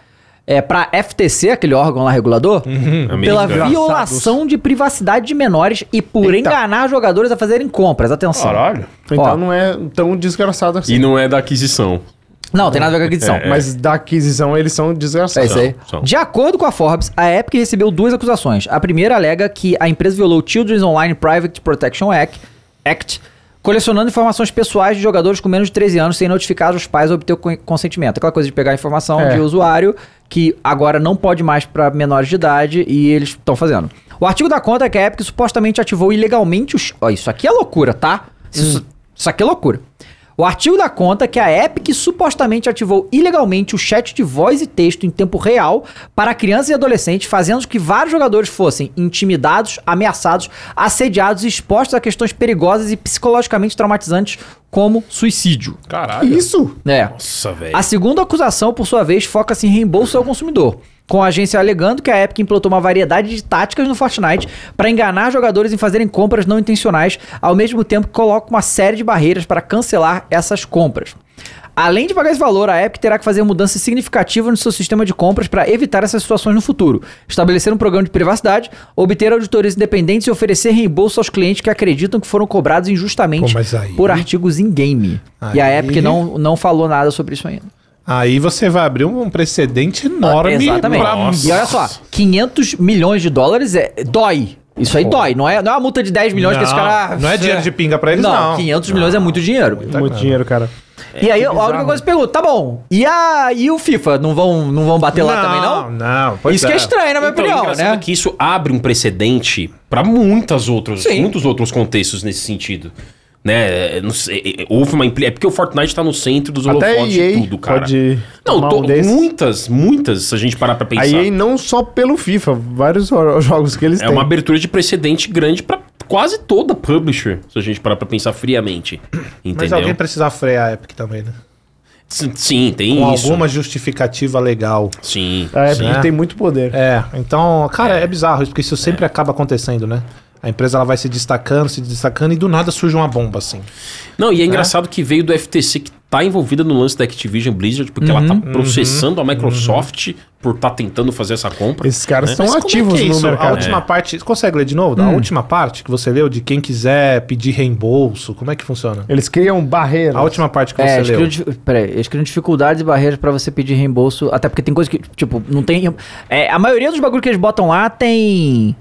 [SPEAKER 1] É pra FTC, aquele órgão lá regulador,
[SPEAKER 5] Uhum.
[SPEAKER 1] pela
[SPEAKER 5] Americano.
[SPEAKER 1] violação de privacidade de menores e por enganar jogadores a fazerem compras. Atenção.
[SPEAKER 2] Caralho.
[SPEAKER 3] Então
[SPEAKER 1] Ó.
[SPEAKER 3] não é tão desgraçado assim.
[SPEAKER 5] E não é da aquisição.
[SPEAKER 1] Não, tem nada a ver com a aquisição.
[SPEAKER 5] É.
[SPEAKER 3] Mas da aquisição eles são
[SPEAKER 1] É
[SPEAKER 3] desgraçados.
[SPEAKER 1] isso aí.
[SPEAKER 5] são.
[SPEAKER 1] De acordo com a Forbes, a Epic recebeu duas acusações. A primeira alega que a empresa violou o Children's Online Private Protection Act, Act, colecionando informações pessoais de jogadores com menos de 13 anos sem notificar os pais ou obter o con- consentimento. Aquela coisa de pegar a informação
[SPEAKER 3] É.
[SPEAKER 1] de usuário que agora não pode mais para menores de idade e eles estão fazendo. O artigo da conta é que a Epic supostamente ativou ilegalmente os... Ó, isso aqui é loucura, tá? Isso, isso aqui é loucura. O artigo dá conta que a Epic supostamente ativou ilegalmente o chat de voz e texto em tempo real para crianças e adolescentes, fazendo que vários jogadores fossem intimidados, ameaçados, assediados e expostos a questões perigosas e psicologicamente traumatizantes, como suicídio.
[SPEAKER 2] Caralho.
[SPEAKER 3] Isso?
[SPEAKER 1] É.
[SPEAKER 5] Nossa, velho.
[SPEAKER 1] A segunda acusação, por sua vez, foca-se em reembolso ao consumidor, com a agência alegando que a Epic implantou uma variedade de táticas no Fortnite para enganar jogadores em fazerem compras não intencionais, ao mesmo tempo que coloca uma série de barreiras para cancelar essas compras. Além de pagar esse valor, a Epic terá que fazer mudanças significativas no seu sistema de compras para evitar essas situações no futuro, estabelecer um programa de privacidade, obter auditorias independentes e oferecer reembolso aos clientes que acreditam que foram cobrados injustamente
[SPEAKER 2] Pô, mas aí-
[SPEAKER 1] por artigos em game. E a
[SPEAKER 2] Aí-
[SPEAKER 1] Epic não, não falou nada sobre isso ainda.
[SPEAKER 2] Aí você vai abrir um precedente enorme
[SPEAKER 1] Exatamente.
[SPEAKER 2] pra-
[SPEAKER 1] E olha só, 500 milhões de dólares é dói. Isso aí dói, não é, não é uma multa de 10 milhões que esse
[SPEAKER 2] Não,
[SPEAKER 1] cara.
[SPEAKER 2] não é dinheiro de pinga pra eles, não.
[SPEAKER 1] 500 milhões é muito dinheiro.
[SPEAKER 2] Tá
[SPEAKER 3] Muito dinheiro, cara.
[SPEAKER 5] É
[SPEAKER 1] e aí, a única coisa que pergunta, tá bom. E, a, e o FIFA? Não vão, não vão bater lá também, não?
[SPEAKER 2] Não, pois
[SPEAKER 1] Isso que é estranho, na minha
[SPEAKER 5] Então,
[SPEAKER 1] opinião,
[SPEAKER 5] engraçado
[SPEAKER 1] né?
[SPEAKER 5] é que isso abre um precedente para muitas outros,
[SPEAKER 1] Sim.
[SPEAKER 5] muitos outros contextos nesse sentido. Né? É, não sei, é, é, houve uma impli- É porque o Fortnite tá no centro dos
[SPEAKER 3] Até a
[SPEAKER 5] holofotes
[SPEAKER 3] EA
[SPEAKER 5] de tudo, cara.
[SPEAKER 3] pode
[SPEAKER 5] Não,
[SPEAKER 3] tomar
[SPEAKER 5] to-
[SPEAKER 3] um desses.
[SPEAKER 5] muitas, muitas, se a gente parar pra pensar.
[SPEAKER 3] A EA não só pelo FIFA, vários jo- jogos que eles
[SPEAKER 5] É
[SPEAKER 3] têm.
[SPEAKER 5] uma abertura de precedente grande pra quase toda publisher, se a gente parar pra pensar friamente. Entendeu?
[SPEAKER 2] Mas alguém precisa frear a Epic também, né?
[SPEAKER 5] S- Sim, tem
[SPEAKER 2] Com
[SPEAKER 5] isso.
[SPEAKER 2] alguma justificativa legal.
[SPEAKER 5] Sim.
[SPEAKER 3] A Epic
[SPEAKER 5] sim.
[SPEAKER 2] né?
[SPEAKER 3] tem muito poder.
[SPEAKER 2] É, então, cara, é, bizarro isso, porque isso sempre acaba acontecendo, né? A empresa ela vai se destacando, se destacando e do nada surge uma bomba, assim.
[SPEAKER 5] Não, e é engraçado que veio do FTC que tá envolvida no lance da Activision Blizzard, porque ela tá processando a Microsoft por tá tentando fazer essa compra.
[SPEAKER 3] Esses caras são
[SPEAKER 2] Mas como é
[SPEAKER 3] ativos
[SPEAKER 2] que é
[SPEAKER 3] no
[SPEAKER 2] isso? A
[SPEAKER 3] mercado.
[SPEAKER 2] última parte. Você consegue ler de novo?
[SPEAKER 1] Hum.
[SPEAKER 2] A última parte que você leu de quem quiser pedir reembolso, como é que funciona?
[SPEAKER 3] Eles criam barreiras.
[SPEAKER 2] A última parte que
[SPEAKER 1] É,
[SPEAKER 2] você
[SPEAKER 1] eles criam,
[SPEAKER 2] leu.
[SPEAKER 1] dif- peraí, eles criam dificuldades e barreiras pra você pedir reembolso. Até porque tem coisa que, tipo, não tem. é, a maioria dos bagulhos que eles botam lá tem.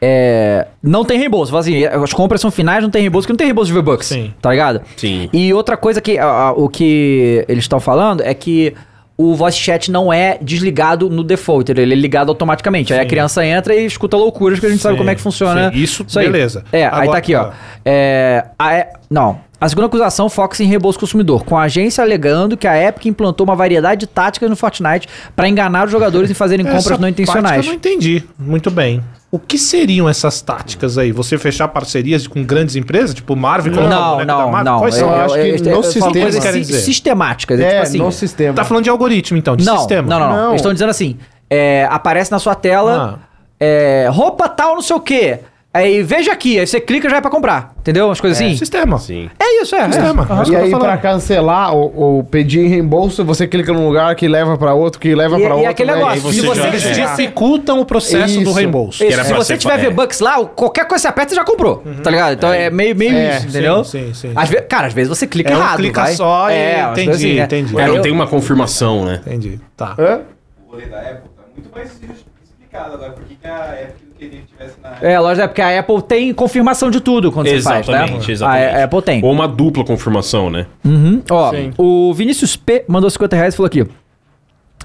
[SPEAKER 1] é, não tem reembolso. Fala assim, as compras são finais, não tem reembolso, que não tem reembolso de V-Bucks.
[SPEAKER 2] Sim.
[SPEAKER 1] Tá ligado?
[SPEAKER 5] Sim.
[SPEAKER 1] E outra coisa que a- a- o que eles estão falando é que o voice chat não é desligado no default, ele é ligado automaticamente. Aí a criança entra e escuta loucuras que a gente sabe
[SPEAKER 2] Sim,
[SPEAKER 1] como é que funciona.
[SPEAKER 2] sim. Isso,
[SPEAKER 1] aí.
[SPEAKER 2] beleza.
[SPEAKER 1] É, aí
[SPEAKER 2] Agora-
[SPEAKER 1] tá aqui, ó. É, a E- não. A segunda acusação foca-se em reembolso consumidor, com a agência alegando que a Epic implantou uma variedade de táticas no Fortnite pra enganar os jogadores e fazerem
[SPEAKER 2] Essa
[SPEAKER 1] compras não
[SPEAKER 2] parte que
[SPEAKER 1] intencionais.
[SPEAKER 2] Eu não entendi. Muito bem. O que seriam essas táticas aí? Você fechar parcerias com grandes empresas, tipo Marvel?
[SPEAKER 1] Não,
[SPEAKER 2] colocar
[SPEAKER 1] não,
[SPEAKER 2] boneca da
[SPEAKER 1] não. É,
[SPEAKER 2] Marvel? Quais
[SPEAKER 3] eu
[SPEAKER 2] são?
[SPEAKER 3] acho que no
[SPEAKER 1] eu falo assim,
[SPEAKER 3] sistema-
[SPEAKER 1] coisas
[SPEAKER 2] Querem
[SPEAKER 1] si-
[SPEAKER 2] dizer.
[SPEAKER 1] sistemáticas. É,
[SPEAKER 3] É,
[SPEAKER 1] tipo assim,
[SPEAKER 3] no sistema.
[SPEAKER 2] Tá falando de Tá algoritmo, então, de
[SPEAKER 1] não,
[SPEAKER 2] sistema.
[SPEAKER 1] Não, não, não.
[SPEAKER 3] Não.
[SPEAKER 1] Eles estão dizendo assim: é, aparece na sua tela
[SPEAKER 2] Ah.
[SPEAKER 1] é, roupa tal, não sei o quê. Aí veja aqui, aí você clica e já é pra comprar. Entendeu? Umas coisas assim.
[SPEAKER 2] Sistema.
[SPEAKER 5] Sim.
[SPEAKER 1] É isso, é.
[SPEAKER 2] Sistema.
[SPEAKER 1] é.
[SPEAKER 2] Aham.
[SPEAKER 3] E aí, pra cancelar ou, ou pedir reembolso, você clica num lugar que leva pra outro, que leva
[SPEAKER 1] E-
[SPEAKER 3] pra
[SPEAKER 1] e
[SPEAKER 3] outro.
[SPEAKER 1] aquele
[SPEAKER 3] né?
[SPEAKER 1] negócio,
[SPEAKER 3] aí
[SPEAKER 1] se
[SPEAKER 3] você
[SPEAKER 1] você-
[SPEAKER 3] já-
[SPEAKER 2] Eles
[SPEAKER 1] É.
[SPEAKER 2] dificultam o processo
[SPEAKER 3] Isso.
[SPEAKER 2] do reembolso.
[SPEAKER 1] Isso,
[SPEAKER 5] era
[SPEAKER 1] se
[SPEAKER 5] pra
[SPEAKER 1] você
[SPEAKER 5] ser-
[SPEAKER 1] tiver
[SPEAKER 5] é.
[SPEAKER 1] V-Bucks lá, qualquer coisa que você aperta, você já comprou. Tá ligado? Então é, meio, meio
[SPEAKER 3] É,
[SPEAKER 1] isso, entendeu?
[SPEAKER 2] Uhum. sim, sim.
[SPEAKER 1] Às ve- cara, às vezes você clica
[SPEAKER 2] É um
[SPEAKER 1] errado.
[SPEAKER 2] clica
[SPEAKER 1] vai.
[SPEAKER 2] só e-
[SPEAKER 1] umas
[SPEAKER 2] entendi,
[SPEAKER 1] coisas né?
[SPEAKER 2] entendi.
[SPEAKER 5] É,
[SPEAKER 1] Eu-
[SPEAKER 5] não tem uma confirmação, né?
[SPEAKER 2] assim, Entendi. Tá.
[SPEAKER 3] Hã?
[SPEAKER 7] rolê da Apple, tá muito mais explicado agora. Por que, que a Apple do que ele tivesse na
[SPEAKER 1] É, lógico, é porque a Apple tem confirmação de tudo quando você faz, né?
[SPEAKER 5] Exatamente, exatamente.
[SPEAKER 1] A- A Apple tem.
[SPEAKER 5] Ou uma dupla confirmação, né?
[SPEAKER 1] Uhum. Ó, o Vinícius P mandou 50 reais e falou aqui.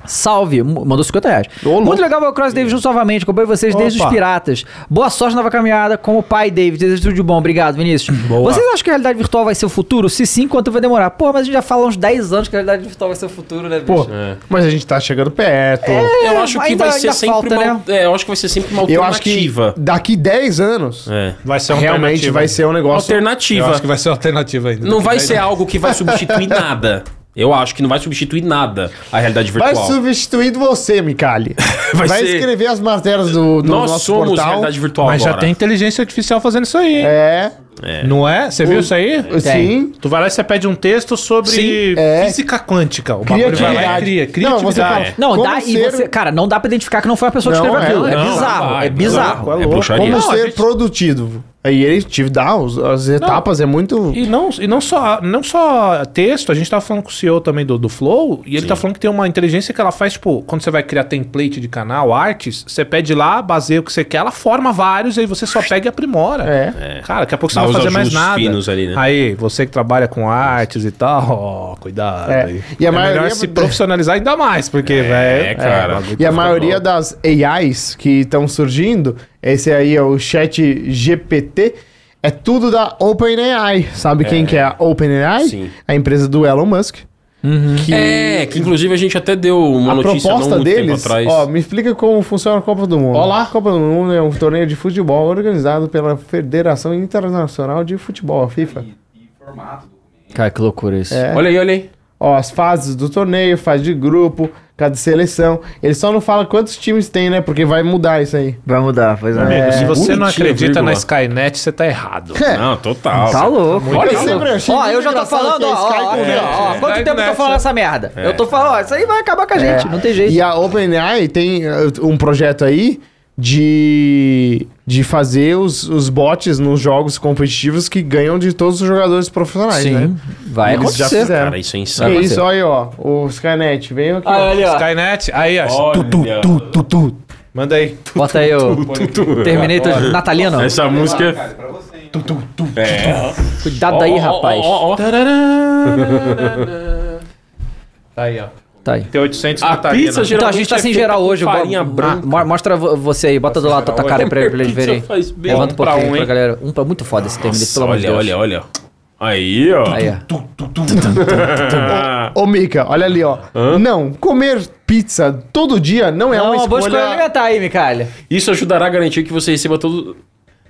[SPEAKER 1] Salve, M- mandou 50 reais. Muito legal ver o Cross David junto novamente. Acompanho vocês desde os
[SPEAKER 2] Opa.
[SPEAKER 1] Piratas. Boa sorte na nova caminhada com o pai, David. Desejo tudo de bom. Obrigado, Vinícius. Vocês acham que a realidade virtual vai ser o futuro? Se sim, quanto vai demorar? Porra, mas a gente já fala há uns 10 anos que a realidade virtual vai ser o futuro, né, bicho?
[SPEAKER 3] Pô, mas a gente tá chegando perto.
[SPEAKER 1] É,
[SPEAKER 5] eu acho que
[SPEAKER 1] ainda-
[SPEAKER 5] vai ser
[SPEAKER 1] ainda
[SPEAKER 5] sempre
[SPEAKER 1] falta,
[SPEAKER 5] uma,
[SPEAKER 1] né?
[SPEAKER 5] é, eu acho que vai ser sempre uma
[SPEAKER 3] Eu acho que
[SPEAKER 5] alternativa.
[SPEAKER 3] daqui 10 anos,
[SPEAKER 5] É.
[SPEAKER 2] Vai ser uma
[SPEAKER 3] realmente
[SPEAKER 2] alternativa
[SPEAKER 3] vai
[SPEAKER 2] ainda.
[SPEAKER 3] ser um negócio...
[SPEAKER 2] Eu
[SPEAKER 5] Alternativa.
[SPEAKER 2] acho que vai ser uma alternativa ainda.
[SPEAKER 5] Não vai ser algo que vai substituir nada. Eu acho que não vai substituir nada a realidade
[SPEAKER 3] Vai
[SPEAKER 5] virtual.
[SPEAKER 3] substituir você, Micali.
[SPEAKER 5] Vai
[SPEAKER 3] Vai,
[SPEAKER 5] ser-
[SPEAKER 3] escrever as matérias do, do
[SPEAKER 5] Nós
[SPEAKER 3] nosso
[SPEAKER 5] somos
[SPEAKER 3] portal.
[SPEAKER 5] realidade virtual
[SPEAKER 2] Mas já
[SPEAKER 5] agora.
[SPEAKER 2] tem inteligência artificial fazendo isso aí, hein?
[SPEAKER 3] É,
[SPEAKER 2] Não é? Você viu isso aí?
[SPEAKER 3] sim.
[SPEAKER 2] Tu vai lá e você pede um texto sobre
[SPEAKER 5] Sim,
[SPEAKER 3] é.
[SPEAKER 2] física quântica. O bagulho vai lá e
[SPEAKER 3] Criatividade.
[SPEAKER 2] cria.
[SPEAKER 3] Não, você fala,
[SPEAKER 5] é.
[SPEAKER 1] Não,
[SPEAKER 3] como
[SPEAKER 1] dá e
[SPEAKER 3] ser-
[SPEAKER 1] você. Cara, não dá pra identificar que não foi a pessoa que
[SPEAKER 3] Não,
[SPEAKER 1] escreveu aquilo.
[SPEAKER 3] é,
[SPEAKER 1] É,
[SPEAKER 5] não, não
[SPEAKER 1] bizarro.
[SPEAKER 5] vai,
[SPEAKER 1] é
[SPEAKER 5] não
[SPEAKER 1] bizarro.
[SPEAKER 5] vai.
[SPEAKER 2] louco.
[SPEAKER 5] É bruxaria.
[SPEAKER 3] um- Como
[SPEAKER 2] Não, a
[SPEAKER 3] ser
[SPEAKER 2] gente-
[SPEAKER 3] produtivo? Aí ele tive dá os- as etapas, é muito.
[SPEAKER 2] E não, e não só, não só texto, a gente tava falando com o CEO também do, do Flow, e ele tá falando que tem uma inteligência que ela faz, tipo, quando você vai criar template de canal, artes, você pede lá, baseia o que você quer, ela forma vários, aí você só pega e aprimora.
[SPEAKER 3] É.
[SPEAKER 2] Cara, daqui a pouco você
[SPEAKER 5] Dá
[SPEAKER 2] não
[SPEAKER 5] os
[SPEAKER 2] vai fazer mais
[SPEAKER 5] ajustes
[SPEAKER 2] nada.
[SPEAKER 5] finos ali, né?
[SPEAKER 2] Aí, você que trabalha com artes e tal, ó, cuidado
[SPEAKER 3] É.
[SPEAKER 2] aí.
[SPEAKER 3] E a
[SPEAKER 2] é
[SPEAKER 3] maioria-
[SPEAKER 2] melhor se profissionalizar ainda mais, porque, velho...
[SPEAKER 5] É, cara.
[SPEAKER 3] E a maioria das AIs que estão surgindo, esse aí é o Chat GPT, é tudo da OpenAI. Sabe quem que é a OpenAI?
[SPEAKER 5] Sim.
[SPEAKER 3] A empresa do Elon Musk. Que
[SPEAKER 5] É, que inclusive a gente até deu uma
[SPEAKER 3] a
[SPEAKER 5] notícia não
[SPEAKER 3] proposta
[SPEAKER 5] muito tempo
[SPEAKER 3] deles,
[SPEAKER 5] atrás.
[SPEAKER 3] ó, me explica como funciona a Copa do Mundo. Olá. A Copa do Mundo é um torneio de futebol organizado pela Federação Internacional de Futebol, a FIFA.
[SPEAKER 1] Cara, que loucura isso.
[SPEAKER 3] É.
[SPEAKER 5] Olha aí, olha aí.
[SPEAKER 3] Ó, as fases do torneio, fase de grupo, cada seleção. Ele só não fala quantos times tem, né? Porque vai mudar isso aí.
[SPEAKER 1] Vai mudar, pois é.
[SPEAKER 2] é, Amigo, se
[SPEAKER 3] É.
[SPEAKER 2] você não
[SPEAKER 5] bonitinho,
[SPEAKER 2] acredita na
[SPEAKER 5] vírgula.
[SPEAKER 2] Skynet, você tá errado.
[SPEAKER 5] Não, total.
[SPEAKER 1] Tá louco.
[SPEAKER 3] Olha,
[SPEAKER 5] legal.
[SPEAKER 3] sempre achei
[SPEAKER 1] Ó,
[SPEAKER 3] muito
[SPEAKER 1] eu já tô
[SPEAKER 3] engraçado
[SPEAKER 1] falando,
[SPEAKER 3] que a
[SPEAKER 1] ó,
[SPEAKER 3] Sky É.
[SPEAKER 1] ó, ó,
[SPEAKER 3] converte.
[SPEAKER 1] ó, ó, quanto
[SPEAKER 2] É.
[SPEAKER 1] tempo eu tô falando essa merda? Eu tô falando, ó, isso aí vai acabar com a gente, não tem jeito.
[SPEAKER 3] E a OpenAI tem uh, um projeto aí de, de fazer os, os bots nos jogos competitivos que ganham de todos os jogadores profissionais, né?
[SPEAKER 1] vai
[SPEAKER 3] Eles já
[SPEAKER 1] acontecer.
[SPEAKER 3] fizeram.
[SPEAKER 5] Cara, isso é
[SPEAKER 3] Que
[SPEAKER 5] insano.
[SPEAKER 3] isso, olha aí, ó. O Skynet, vem aqui.
[SPEAKER 1] Ah,
[SPEAKER 3] ó.
[SPEAKER 1] ali, ó.
[SPEAKER 2] Skynet, aí, ó.
[SPEAKER 5] Olha.
[SPEAKER 2] Tu, tu, tu, tu, tu. Manda aí.
[SPEAKER 1] Bota aí o Terminator
[SPEAKER 3] É,
[SPEAKER 1] natalino.
[SPEAKER 5] Essa música. é
[SPEAKER 7] Cara, pra você, hein?
[SPEAKER 1] Cuidado aí, rapaz.
[SPEAKER 5] Ó, ó, ó, ó.
[SPEAKER 2] Tá aí, ó.
[SPEAKER 1] Tá aí.
[SPEAKER 2] Tem 800
[SPEAKER 5] A pizza geralmente
[SPEAKER 1] Então, a gente tá
[SPEAKER 5] é
[SPEAKER 1] sem
[SPEAKER 5] feita
[SPEAKER 1] geral
[SPEAKER 5] com
[SPEAKER 1] hoje. bo-
[SPEAKER 5] Farinha
[SPEAKER 1] mo-
[SPEAKER 5] branca.
[SPEAKER 1] mo- Mostra vo- você aí, bota do lado a tua
[SPEAKER 5] é
[SPEAKER 1] cara aí pra eles verem.
[SPEAKER 5] Pizza faz bem.
[SPEAKER 1] Levanta um
[SPEAKER 5] Um pra
[SPEAKER 1] pouquinho
[SPEAKER 5] um,
[SPEAKER 1] pra
[SPEAKER 5] hein?
[SPEAKER 1] galera. Um pra muito foda esse Terminator,
[SPEAKER 5] Nossa,
[SPEAKER 1] pelo amor de
[SPEAKER 5] olha,
[SPEAKER 1] Deus.
[SPEAKER 5] olha, olha. Aí, ó.
[SPEAKER 1] Aí, ó.
[SPEAKER 3] Ô, Mika, olha ali, ó. Não, comer pizza todo dia não é
[SPEAKER 1] É
[SPEAKER 3] uma
[SPEAKER 1] uma boa
[SPEAKER 3] escolha...
[SPEAKER 1] escolha alimentar aí, Micalha.
[SPEAKER 5] Isso ajudará a garantir que você receba todo.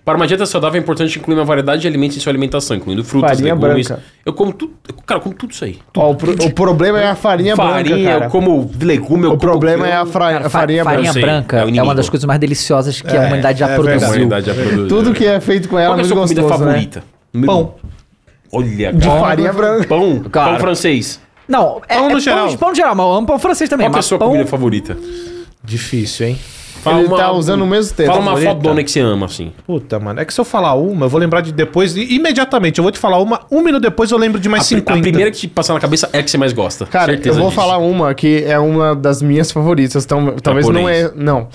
[SPEAKER 5] Para uma dieta saudável é importante incluir uma variedade de alimentos em sua alimentação, incluindo frutas,
[SPEAKER 3] Farinha
[SPEAKER 5] legumes.
[SPEAKER 3] branca.
[SPEAKER 5] Eu como tudo. Cara, eu como tudo isso aí.
[SPEAKER 3] Ó, o, pro- o problema é a farinha,
[SPEAKER 5] farinha,
[SPEAKER 3] branca, cara.
[SPEAKER 5] eu como legume, eu
[SPEAKER 3] O
[SPEAKER 5] como
[SPEAKER 3] problema é a,
[SPEAKER 5] grão.
[SPEAKER 3] fra-
[SPEAKER 1] Cara,
[SPEAKER 3] a farinha, branca.
[SPEAKER 5] Eu sei,
[SPEAKER 1] branca
[SPEAKER 5] é o
[SPEAKER 1] é,
[SPEAKER 5] inimigo. É,
[SPEAKER 1] uma das coisas mais deliciosas que a humanidade já
[SPEAKER 5] A
[SPEAKER 1] produziu.
[SPEAKER 5] humanidade já produziu.
[SPEAKER 3] Tudo que é feito com ela é
[SPEAKER 5] Qual que é
[SPEAKER 3] muito
[SPEAKER 5] a sua comida
[SPEAKER 3] gostoso, né?
[SPEAKER 5] favorita? Pão. Olha,
[SPEAKER 3] De
[SPEAKER 5] cara.
[SPEAKER 3] farinha branca.
[SPEAKER 5] Pão,
[SPEAKER 1] Cara.
[SPEAKER 5] pão francês.
[SPEAKER 1] Não, é,
[SPEAKER 2] Pão
[SPEAKER 1] é
[SPEAKER 2] no geral.
[SPEAKER 1] Pão, pão no geral, mas eu amo pão francês também.
[SPEAKER 5] Qual que é a
[SPEAKER 1] mas
[SPEAKER 5] sua
[SPEAKER 1] pão...
[SPEAKER 5] comida favorita?
[SPEAKER 2] Difícil, hein?
[SPEAKER 5] Fala
[SPEAKER 3] Ele tá usando o mesmo texto.
[SPEAKER 5] Fala uma
[SPEAKER 2] favorita.
[SPEAKER 5] fodona que você ama, assim.
[SPEAKER 2] Puta, mano. É que se eu falar uma, eu vou lembrar de depois, e imediatamente. Eu vou te falar uma, um minuto depois eu lembro de mais
[SPEAKER 5] A, pri-
[SPEAKER 2] 50.
[SPEAKER 5] a primeira que te passar na cabeça é a que você mais gosta.
[SPEAKER 3] Cara, eu vou
[SPEAKER 5] disso.
[SPEAKER 3] falar uma que é uma das minhas favoritas. Então, talvez não é. Não.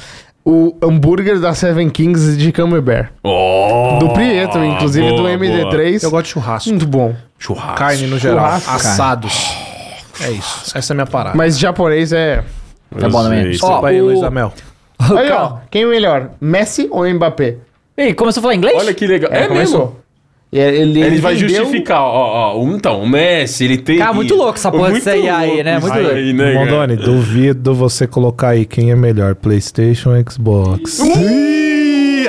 [SPEAKER 3] O hambúrguer da Seven Kings de Camembert.
[SPEAKER 5] Oh,
[SPEAKER 3] Do Prieto, inclusive
[SPEAKER 5] boa,
[SPEAKER 3] do MD3.
[SPEAKER 2] Eu gosto de churrasco.
[SPEAKER 3] Muito bom.
[SPEAKER 5] Churrasco.
[SPEAKER 2] Carne no geral.
[SPEAKER 3] É Churrasco, cara.
[SPEAKER 2] Assados. É isso. Essa é a minha parada.
[SPEAKER 3] Mas japonês é.
[SPEAKER 1] É bom também.
[SPEAKER 5] Isso.
[SPEAKER 1] Ó,
[SPEAKER 2] Vai aí,
[SPEAKER 1] o-
[SPEAKER 2] Luiz Amel.
[SPEAKER 3] Aí, ó. Quem é melhor? Messi ou Mbappé?
[SPEAKER 1] Ih, começou a falar inglês?
[SPEAKER 5] Olha que legal. É, mesmo.
[SPEAKER 3] E
[SPEAKER 1] é,
[SPEAKER 3] Ele,
[SPEAKER 5] Ele vai
[SPEAKER 3] entendeu-
[SPEAKER 5] justificar, ó, ó. um- Então, o Messi, ele tem.
[SPEAKER 1] Cara, muito louco essa porra
[SPEAKER 5] Muito
[SPEAKER 1] dessa aí, aí, né?
[SPEAKER 5] louco
[SPEAKER 1] Muito
[SPEAKER 5] isso
[SPEAKER 1] louco.
[SPEAKER 5] aí, né, cara?
[SPEAKER 2] duvido você colocar aí quem é melhor, Playstation ou Xbox.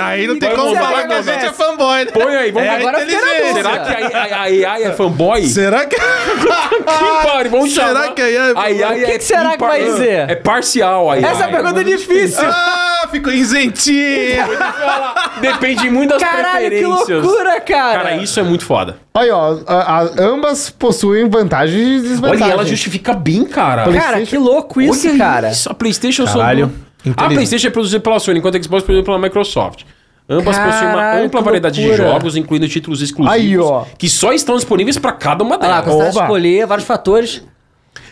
[SPEAKER 2] aí não tem
[SPEAKER 1] Vamos
[SPEAKER 2] como
[SPEAKER 1] lá,
[SPEAKER 2] falar que a
[SPEAKER 1] acontece.
[SPEAKER 2] gente é fanboy, né?
[SPEAKER 5] Põe aí, vamos
[SPEAKER 2] É,
[SPEAKER 5] ver.
[SPEAKER 1] agora fiquei na
[SPEAKER 2] inteligência.
[SPEAKER 5] Será
[SPEAKER 1] dúvida.
[SPEAKER 5] que a, a- a AI é fanboy?
[SPEAKER 2] Será que...
[SPEAKER 5] Que pare, vamos
[SPEAKER 2] Será
[SPEAKER 5] chamar.
[SPEAKER 2] que a AI é
[SPEAKER 5] A AI
[SPEAKER 2] fanboy?
[SPEAKER 1] O que que será que vai dizer?
[SPEAKER 5] É parcial aí.
[SPEAKER 1] Essa pergunta é difícil.
[SPEAKER 2] Ah, ficou isentinho.
[SPEAKER 5] Depende muito das
[SPEAKER 1] Caralho, que
[SPEAKER 5] preferências.
[SPEAKER 1] loucura, cara.
[SPEAKER 5] Cara, isso é muito foda.
[SPEAKER 3] Olha, ó, a- a- ambas possuem vantagens e desvantagens.
[SPEAKER 5] Olha, e ela justifica bem, cara.
[SPEAKER 1] Cara, que louco isso,
[SPEAKER 5] Olha
[SPEAKER 1] cara.
[SPEAKER 5] Isso, a PlayStation só-
[SPEAKER 2] Caralho,
[SPEAKER 5] A
[SPEAKER 2] inteligente.
[SPEAKER 5] PlayStation é produzida pela Sony, enquanto a Xbox é produzida pela Microsoft. Ambas
[SPEAKER 1] Caralho,
[SPEAKER 5] possuem uma ampla
[SPEAKER 1] que
[SPEAKER 5] variedade de
[SPEAKER 1] loucura.
[SPEAKER 5] jogos, incluindo títulos exclusivos,
[SPEAKER 3] Aí, ó.
[SPEAKER 5] que só estão disponíveis para cada uma
[SPEAKER 1] Olha lá,
[SPEAKER 5] delas.
[SPEAKER 1] consegue
[SPEAKER 3] Oba.
[SPEAKER 1] escolher vários fatores.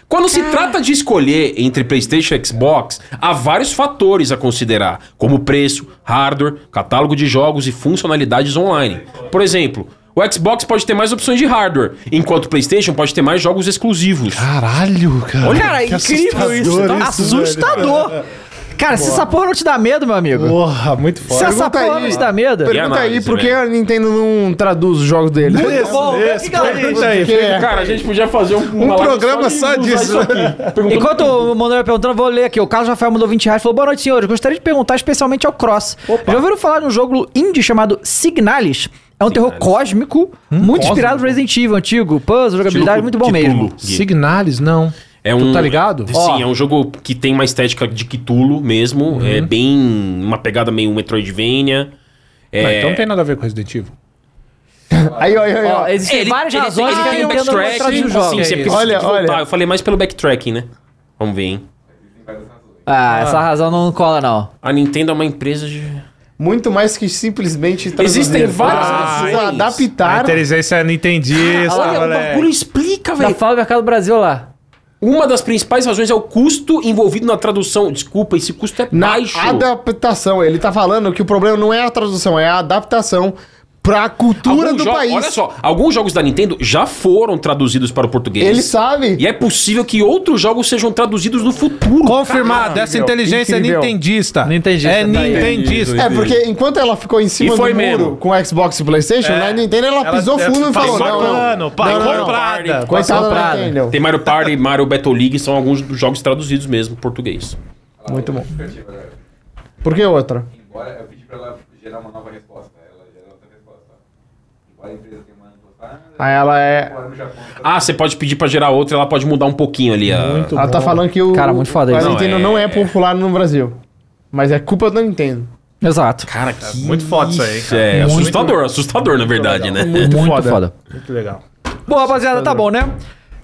[SPEAKER 5] Quando se trata de escolher entre PlayStation e Xbox, há vários fatores a considerar, como preço, hardware, catálogo de jogos e funcionalidades online. Por exemplo, o Xbox pode ter mais opções de hardware, enquanto o PlayStation pode ter mais jogos exclusivos.
[SPEAKER 2] Ah. Caralho, cara.
[SPEAKER 1] Cara,
[SPEAKER 2] Que
[SPEAKER 1] incrível
[SPEAKER 2] assustador
[SPEAKER 1] isso. Tá
[SPEAKER 2] isso, velho.
[SPEAKER 1] assustador. Cara, se essa porra não te dá medo, meu amigo.
[SPEAKER 2] Porra, muito
[SPEAKER 1] Se
[SPEAKER 2] foda.
[SPEAKER 1] essa
[SPEAKER 3] Pergunta
[SPEAKER 1] porra
[SPEAKER 3] aí.
[SPEAKER 1] não te dá medo.
[SPEAKER 5] E a
[SPEAKER 3] Pergunta aí
[SPEAKER 5] análise,
[SPEAKER 3] por que
[SPEAKER 5] velho?
[SPEAKER 3] a Nintendo não traduz os jogos dele.
[SPEAKER 2] Esse,
[SPEAKER 1] bom, vê o que
[SPEAKER 2] esse,
[SPEAKER 1] que ela
[SPEAKER 2] pergunta
[SPEAKER 1] diz.
[SPEAKER 2] aí.
[SPEAKER 3] Porque é.
[SPEAKER 5] Cara, a gente podia fazer um,
[SPEAKER 2] Um programa só disso.
[SPEAKER 1] Enquanto o Manuel vai perguntando, eu vou ler aqui. O Carlos Rafael mandou 20 reais e falou: Boa noite, senhores. Gostaria de perguntar especialmente ao Cross. Já ouviram falar de um jogo indie chamado Signalis? É um terror
[SPEAKER 2] Hum?
[SPEAKER 1] cósmico, muito inspirado no Resident Evil antigo. Puzzle, jogabilidade, muito bom mesmo.
[SPEAKER 2] Signalis, não.
[SPEAKER 5] É um,
[SPEAKER 2] tá ligado?
[SPEAKER 5] Sim,
[SPEAKER 1] Ó.
[SPEAKER 5] é um jogo que tem uma estética de Cthulhu mesmo. É bem. Uma pegada meio Metroidvania. É,
[SPEAKER 2] Ah, então não tem nada a ver com Resident Evil.
[SPEAKER 3] Aí, ó, aí, ó,
[SPEAKER 1] Ó,
[SPEAKER 3] aí, ó.
[SPEAKER 1] existem várias razões
[SPEAKER 5] ele
[SPEAKER 1] que a
[SPEAKER 5] tem um
[SPEAKER 1] Nintendo não traduz
[SPEAKER 5] backtracking.
[SPEAKER 1] o
[SPEAKER 5] Assim,
[SPEAKER 1] jogo.
[SPEAKER 5] você
[SPEAKER 2] É
[SPEAKER 5] precisa
[SPEAKER 3] Olha,
[SPEAKER 5] de voltar.
[SPEAKER 3] olha.
[SPEAKER 5] Eu falei mais pelo backtracking, né? Vamos ver, hein?
[SPEAKER 1] Ah, essa razão não cola, não.
[SPEAKER 5] A Nintendo é uma empresa de.
[SPEAKER 3] Muito mais que simplesmente traduzir.
[SPEAKER 5] Existem várias
[SPEAKER 3] Ah,
[SPEAKER 5] razões.
[SPEAKER 3] precisa adaptar.
[SPEAKER 2] Tá inteligência não entendi isso,
[SPEAKER 5] Olha, o bagulho explica,
[SPEAKER 1] Já
[SPEAKER 5] velho.
[SPEAKER 1] fala do Mercado Brasil lá.
[SPEAKER 5] Uma das principais razões é o custo envolvido na tradução. Desculpa, esse custo é
[SPEAKER 3] Na
[SPEAKER 5] baixo.
[SPEAKER 3] adaptação. Ele tá falando que o problema não é a tradução, é a adaptação pra cultura
[SPEAKER 5] Alguns
[SPEAKER 3] do
[SPEAKER 5] jo-
[SPEAKER 3] país.
[SPEAKER 5] Olha só, alguns jogos da Nintendo já foram traduzidos para o português.
[SPEAKER 3] Ele sabe.
[SPEAKER 5] E é possível que outros jogos sejam traduzidos no futuro.
[SPEAKER 2] Confirmado, essa inteligência
[SPEAKER 3] incrível.
[SPEAKER 2] é nintendista.
[SPEAKER 1] Nintendista,
[SPEAKER 2] É
[SPEAKER 1] tá aí.
[SPEAKER 2] nintendista.
[SPEAKER 3] É, porque enquanto ela ficou em cima
[SPEAKER 5] E foi
[SPEAKER 3] do muro
[SPEAKER 5] mesmo. É.
[SPEAKER 3] com o Xbox e PlayStation, na Nintendo ela, pisou fundo e
[SPEAKER 2] passou
[SPEAKER 3] falou: não,
[SPEAKER 2] plano,
[SPEAKER 3] não,
[SPEAKER 2] passou
[SPEAKER 3] não, não, não.
[SPEAKER 2] prada.
[SPEAKER 5] Party.
[SPEAKER 3] Coitada da
[SPEAKER 1] prada.
[SPEAKER 3] Nintendo.
[SPEAKER 5] Tem Mario Party, Mario Battle League, são alguns dos jogos traduzidos mesmo, português.
[SPEAKER 3] Muito bom.
[SPEAKER 7] Justificativa, galera.
[SPEAKER 3] Por que outra?
[SPEAKER 7] Embora eu pedi pra ela gerar uma nova resposta, ela gerou outra resposta. Embora a empresa tenha uma resposta,
[SPEAKER 3] Aí ela é.
[SPEAKER 7] embora no Japão.
[SPEAKER 5] Ah, você pode pedir pra gerar outra, ela pode mudar um pouquinho ali. A... Muito
[SPEAKER 3] Ela tá falando que o.
[SPEAKER 1] Cara, muito foda
[SPEAKER 3] A
[SPEAKER 1] isso.
[SPEAKER 3] Nintendo
[SPEAKER 5] Não,
[SPEAKER 3] não
[SPEAKER 5] é-
[SPEAKER 3] é popular no Brasil. Mas é culpa da Nintendo.
[SPEAKER 1] Exato.
[SPEAKER 5] Cara, que...
[SPEAKER 2] Muito foda isso aí, cara.
[SPEAKER 5] É, assustador, assustador, na verdade, né?
[SPEAKER 1] Muito, foda.
[SPEAKER 2] Muito legal.
[SPEAKER 1] Bom, rapaziada, tá bom, né?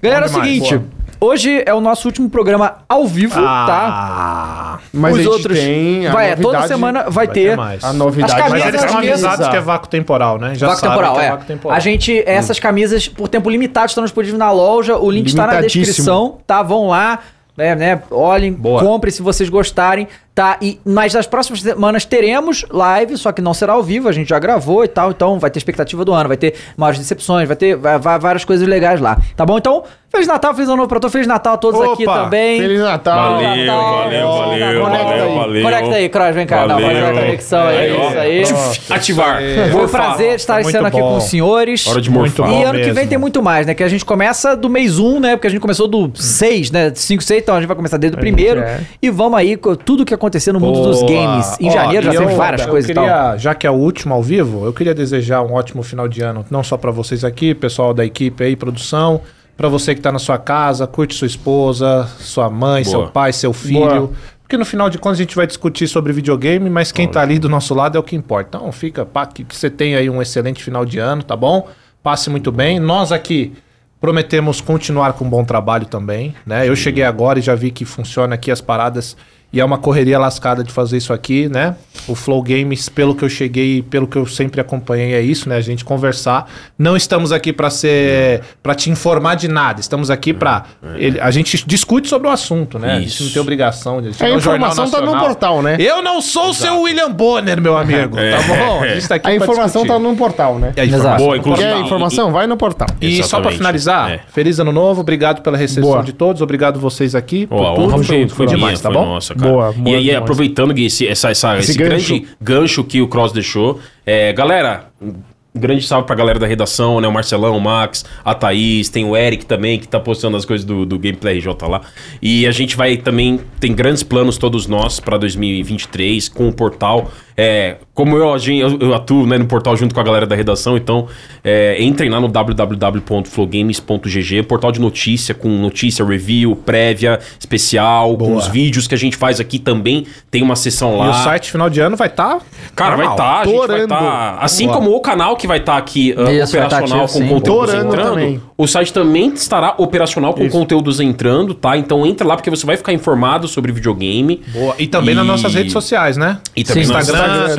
[SPEAKER 1] Galera, é o seguinte. Hoje é o nosso último programa ao vivo, tá?
[SPEAKER 2] Ah,
[SPEAKER 3] Mas
[SPEAKER 1] Os
[SPEAKER 3] a gente
[SPEAKER 1] outros.
[SPEAKER 3] tem a
[SPEAKER 1] vai, é, toda
[SPEAKER 3] novidade-
[SPEAKER 1] semana vai,
[SPEAKER 2] vai
[SPEAKER 1] ter.
[SPEAKER 2] ter mais.
[SPEAKER 3] A novidade.
[SPEAKER 1] As
[SPEAKER 2] Mas
[SPEAKER 1] camisas
[SPEAKER 2] eles
[SPEAKER 1] Mas
[SPEAKER 2] estão
[SPEAKER 1] as mesas-
[SPEAKER 2] avisados que é vácuo temporal, né? Já
[SPEAKER 1] Vaca
[SPEAKER 2] sabem
[SPEAKER 1] temporal,
[SPEAKER 2] que
[SPEAKER 1] é.
[SPEAKER 2] é vácuo temporal.
[SPEAKER 1] A gente, essas camisas, por tempo limitado, estão disponíveis na loja. O link está na
[SPEAKER 3] Limitadíssimo.
[SPEAKER 1] descrição, tá? Vão lá, né? né? Olhem, comprem se vocês gostarem, tá? E mas nas próximas semanas teremos live, só que não será ao vivo, a gente já gravou e tal. Então vai ter expectativa do ano, vai ter maiores decepções, vai ter vai- vai- várias coisas legais lá, tá bom? Então, Feliz Natal, Feliz Ano Novo pra todos, Feliz Natal a todos aqui
[SPEAKER 2] Opa,
[SPEAKER 1] também.
[SPEAKER 3] Feliz Natal.
[SPEAKER 5] Valeu, valeu, valeu,
[SPEAKER 1] Conecta
[SPEAKER 5] valeu,
[SPEAKER 1] aí.
[SPEAKER 5] valeu.
[SPEAKER 1] Conecta aí, Cross, vem cá. Não,
[SPEAKER 5] Valeu. É
[SPEAKER 1] faz a conexão aí,
[SPEAKER 5] Aí, ó.
[SPEAKER 1] isso aí.
[SPEAKER 5] Ativar.
[SPEAKER 1] Foi um
[SPEAKER 5] Morfar.
[SPEAKER 1] prazer estar
[SPEAKER 2] Foi Tá muito
[SPEAKER 1] sendo aqui
[SPEAKER 2] bom.
[SPEAKER 1] com os senhores.
[SPEAKER 5] Hora de
[SPEAKER 2] Muito
[SPEAKER 5] morfar.
[SPEAKER 2] bom.
[SPEAKER 1] E ano que
[SPEAKER 2] mesmo.
[SPEAKER 1] vem tem muito mais, né? Que a gente começa do mês 1, né? Porque a gente começou do 6, né? 5, 6, então a gente vai começar desde o primeiro.
[SPEAKER 3] é.
[SPEAKER 1] E vamos aí com tudo que acontecer no mundo
[SPEAKER 2] Boa.
[SPEAKER 1] dos games. Em
[SPEAKER 2] Ó,
[SPEAKER 1] janeiro já
[SPEAKER 2] e
[SPEAKER 1] teve
[SPEAKER 2] eu-
[SPEAKER 1] várias
[SPEAKER 2] eu
[SPEAKER 1] coisas e tal.
[SPEAKER 2] queria, Já que é o último ao vivo, eu queria desejar um ótimo final de ano, não só pra vocês aqui, pessoal da equipe aí, produção, pra você que tá na sua casa, curte sua esposa, sua mãe,
[SPEAKER 5] Boa.
[SPEAKER 2] seu pai, seu filho.
[SPEAKER 3] Boa.
[SPEAKER 2] Porque no final de contas a gente vai discutir sobre videogame, mas quem tá ali do nosso lado é o que importa. Então fica, pá, que, que você tenha aí um excelente final de ano, tá bom? Passe muito bem. Nós aqui prometemos continuar com um bom trabalho também, né? Eu cheguei agora e já vi que funciona aqui as paradas e é uma correria lascada de fazer isso aqui, né? O Flow Games, pelo que eu cheguei, e pelo que eu sempre acompanhei, é isso, né? A gente conversar. Não estamos aqui pra ser, para te informar de nada. Estamos aqui pra ele- a gente discute sobre o assunto, né? A gente
[SPEAKER 5] Isso.
[SPEAKER 2] não tem obrigação de
[SPEAKER 3] A
[SPEAKER 2] é o Jornal
[SPEAKER 3] informação tá no
[SPEAKER 2] Nacional.
[SPEAKER 3] portal, né?
[SPEAKER 2] Eu não sou o seu William Bonner, meu amigo.
[SPEAKER 5] É.
[SPEAKER 2] Tá bom? A, gente tá aqui
[SPEAKER 3] A
[SPEAKER 2] pra
[SPEAKER 3] informação
[SPEAKER 2] discutir.
[SPEAKER 3] tá no portal, né?
[SPEAKER 2] É, informação.
[SPEAKER 5] Boa, inclusive.
[SPEAKER 3] Quer informação? Vai no portal.
[SPEAKER 2] E só pra
[SPEAKER 5] Exatamente.
[SPEAKER 2] finalizar,
[SPEAKER 5] É.
[SPEAKER 2] feliz ano novo, obrigado pela recepção
[SPEAKER 3] Boa.
[SPEAKER 2] de todos, obrigado vocês aqui
[SPEAKER 5] Ó, a honra foi, foi
[SPEAKER 2] demais, tá
[SPEAKER 5] minha, foi
[SPEAKER 2] bom?
[SPEAKER 5] Nossa, cara.
[SPEAKER 3] Boa, boa
[SPEAKER 5] e aí,
[SPEAKER 3] demais.
[SPEAKER 5] aproveitando Gui, esse, essa, essa- esse,
[SPEAKER 3] Esse
[SPEAKER 5] grande gancho que o Cross deixou, é, galera, um grande salve pra galera da redação, né? O Marcelão, o Max, a Thaís, tem o Eric também, que tá postando as coisas do, do Gameplay RJ lá. E a gente vai também, tem grandes planos todos nós pra 2023, com o portal. É, como eu, a gente- eu, eu atuo né, no portal junto com a galera da redação, então é, entrem lá no www.flowgames.gg, portal de notícia com notícia, review, prévia, especial, com os vídeos que a gente faz aqui também. Tem uma sessão lá.
[SPEAKER 2] E o site final de ano vai tá estar.
[SPEAKER 5] Cara, vai estar, a gente vai
[SPEAKER 3] torando.
[SPEAKER 5] estar. Assim como o canal que vai estar aqui ah,
[SPEAKER 1] Isso, vai tá
[SPEAKER 5] operacional
[SPEAKER 1] ativo,
[SPEAKER 5] com
[SPEAKER 1] sim.
[SPEAKER 5] conteúdos
[SPEAKER 3] Torando
[SPEAKER 5] entrando,
[SPEAKER 3] também.
[SPEAKER 5] o site também estará operacional com conteúdos entrando, tá? Então entra lá porque você vai ficar informado sobre videogame.
[SPEAKER 2] Boa. E também nas nossas redes sociais, né?
[SPEAKER 5] E também
[SPEAKER 1] Sim,
[SPEAKER 5] no
[SPEAKER 2] Instagram,
[SPEAKER 5] Instagram,
[SPEAKER 2] Twitter,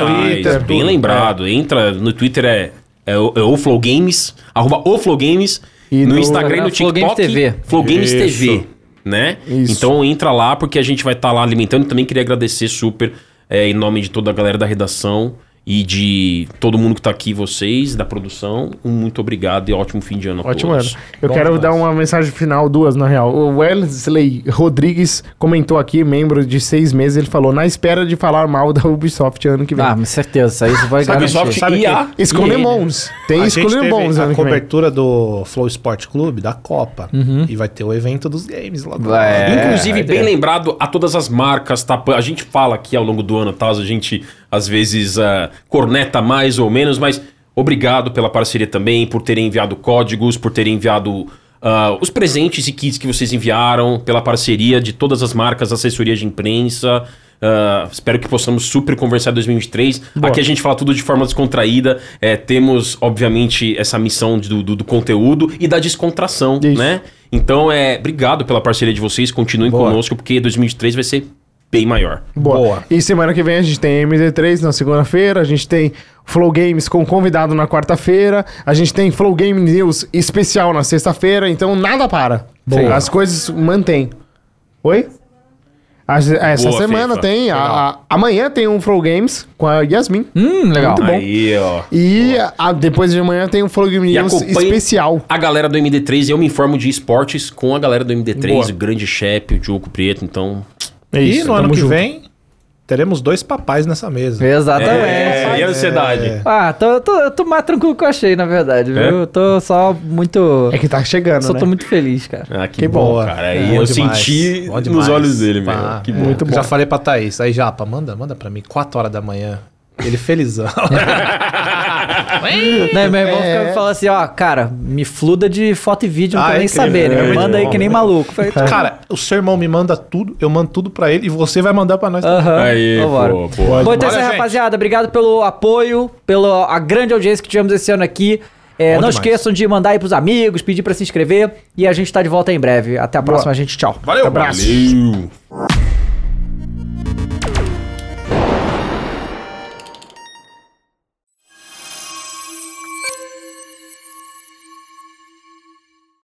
[SPEAKER 5] Twitter, bem
[SPEAKER 2] tudo.
[SPEAKER 5] lembrado. Entra no Twitter é, é, o- é o Flow Games, arroba o Flow Games,
[SPEAKER 3] E
[SPEAKER 5] no,
[SPEAKER 3] no-
[SPEAKER 5] Instagram e no
[SPEAKER 1] na Flow Games
[SPEAKER 5] TikTok,
[SPEAKER 1] TV.
[SPEAKER 5] Flow Games
[SPEAKER 2] Isso.
[SPEAKER 5] TV, né?
[SPEAKER 3] Isso.
[SPEAKER 5] Então entra lá porque a gente vai estar lá alimentando. Também queria agradecer super é, em nome de toda a galera da redação e de todo mundo que tá aqui, vocês da produção. Um muito obrigado e ótimo fim de ano a
[SPEAKER 3] Ótimo ano.
[SPEAKER 5] todos.
[SPEAKER 3] Eu
[SPEAKER 2] Bom
[SPEAKER 3] quero
[SPEAKER 2] demais.
[SPEAKER 3] dar uma mensagem final, duas na real. O Wesley Rodrigues comentou aqui, membro de seis meses, ele falou, na espera de falar mal da Ubisoft ano que vem.
[SPEAKER 1] Ah, com certeza, isso aí você vai garantir.
[SPEAKER 5] Ubisoft
[SPEAKER 2] Sabe
[SPEAKER 5] e a
[SPEAKER 3] Escolhemos. Tem
[SPEAKER 2] a gente teve
[SPEAKER 3] Escolhemos
[SPEAKER 2] a
[SPEAKER 3] ano né, que vem.
[SPEAKER 2] cobertura do Flow Sport Clube da Copa. E vai ter o evento dos games lá. do
[SPEAKER 1] Vai.
[SPEAKER 2] lado.
[SPEAKER 5] Uhum. Inclusive,
[SPEAKER 2] vai
[SPEAKER 5] bem
[SPEAKER 2] ter.
[SPEAKER 5] lembrado a todas as marcas, tá? A gente fala aqui ao longo do ano, tá? A gente às vezes ah, corneta mais ou menos, mas obrigado pela parceria também, por terem enviado códigos, por terem enviado ah, os presentes e kits que vocês enviaram, pela parceria de todas as marcas, assessoria de imprensa. Ah, espero que possamos super conversar em 2023. Aqui a gente fala tudo de forma descontraída. É, temos, obviamente, essa missão do, do- do conteúdo e da descontração,
[SPEAKER 3] Isso.
[SPEAKER 5] né? Então, é, obrigado pela parceria de vocês. Continuem conosco, porque 2023 vai ser bem maior.
[SPEAKER 3] Boa.
[SPEAKER 2] Boa.
[SPEAKER 3] E semana que vem a gente tem MD3 na segunda-feira, a gente tem Flow Games com convidado na quarta-feira, a gente tem Flow Game News especial na sexta-feira, então nada para.
[SPEAKER 2] Boa.
[SPEAKER 3] As coisas mantêm. Oi? As- essa
[SPEAKER 5] Boa,
[SPEAKER 3] semana
[SPEAKER 5] Fefa.
[SPEAKER 3] tem. a- a- amanhã tem um Flow Games com a Yasmin.
[SPEAKER 1] Hum, legal.
[SPEAKER 2] Tá
[SPEAKER 3] Muito bom.
[SPEAKER 5] Aí, ó.
[SPEAKER 3] E a- depois de amanhã tem um Flow Game
[SPEAKER 5] E
[SPEAKER 3] News
[SPEAKER 5] acompanhe-
[SPEAKER 3] especial.
[SPEAKER 5] A galera do MD3, eu me informo de esportes com a galera do MD3, o grande chefe, o Diogo Prieto, então.
[SPEAKER 3] É
[SPEAKER 2] E no ano
[SPEAKER 3] tamo
[SPEAKER 2] que
[SPEAKER 3] junto.
[SPEAKER 2] vem, teremos dois papais nessa mesa.
[SPEAKER 3] É,
[SPEAKER 1] Exatamente.
[SPEAKER 5] é, e a ansiedade?
[SPEAKER 1] Ah, tô, eu tô, eu tô mais tranquilo que eu achei, na verdade, viu? Eu tô só muito.
[SPEAKER 3] É que tá chegando.
[SPEAKER 1] só
[SPEAKER 3] né?
[SPEAKER 1] tô muito feliz, cara.
[SPEAKER 5] Ah, que,
[SPEAKER 3] Que
[SPEAKER 5] bom,
[SPEAKER 2] boa.
[SPEAKER 5] cara.
[SPEAKER 2] É,
[SPEAKER 5] Aí
[SPEAKER 2] bom
[SPEAKER 5] eu
[SPEAKER 2] demais.
[SPEAKER 5] senti
[SPEAKER 2] Bom
[SPEAKER 5] nos
[SPEAKER 2] demais.
[SPEAKER 5] olhos dele, meu.
[SPEAKER 2] Pá,
[SPEAKER 5] que
[SPEAKER 2] é.
[SPEAKER 5] bom.
[SPEAKER 3] Muito bom.
[SPEAKER 2] Já falei pra Thaís. Aí, Japa, manda, manda pra mim. 4 horas da manhã. Ele é felizão.
[SPEAKER 1] Né, meu irmão
[SPEAKER 3] É.
[SPEAKER 1] fica falando assim, ó, cara, me fluda de foto e vídeo, não
[SPEAKER 2] Ah,
[SPEAKER 1] quero nem
[SPEAKER 2] incrível.
[SPEAKER 1] saber,
[SPEAKER 2] É
[SPEAKER 1] né?
[SPEAKER 2] muito
[SPEAKER 1] Manda aí
[SPEAKER 2] bom.
[SPEAKER 1] que nem maluco. Falei, tá.
[SPEAKER 2] Cara, o seu irmão me manda tudo, eu mando tudo pra ele e você vai mandar pra nós.
[SPEAKER 1] Aham,
[SPEAKER 5] Aí,
[SPEAKER 1] vambora.
[SPEAKER 5] pô,
[SPEAKER 1] Bom,
[SPEAKER 5] pô.
[SPEAKER 1] então é isso
[SPEAKER 2] Olha,
[SPEAKER 1] aí,
[SPEAKER 2] gente.
[SPEAKER 1] rapaziada. Obrigado pelo apoio, pela a grande audiência que tivemos esse ano aqui. É,
[SPEAKER 2] Bom
[SPEAKER 1] não
[SPEAKER 2] demais.
[SPEAKER 1] esqueçam de mandar aí pros amigos, pedir pra se inscrever. E a gente tá de volta em breve. Até a próxima, gente. Tchau.
[SPEAKER 5] Valeu, Valeu.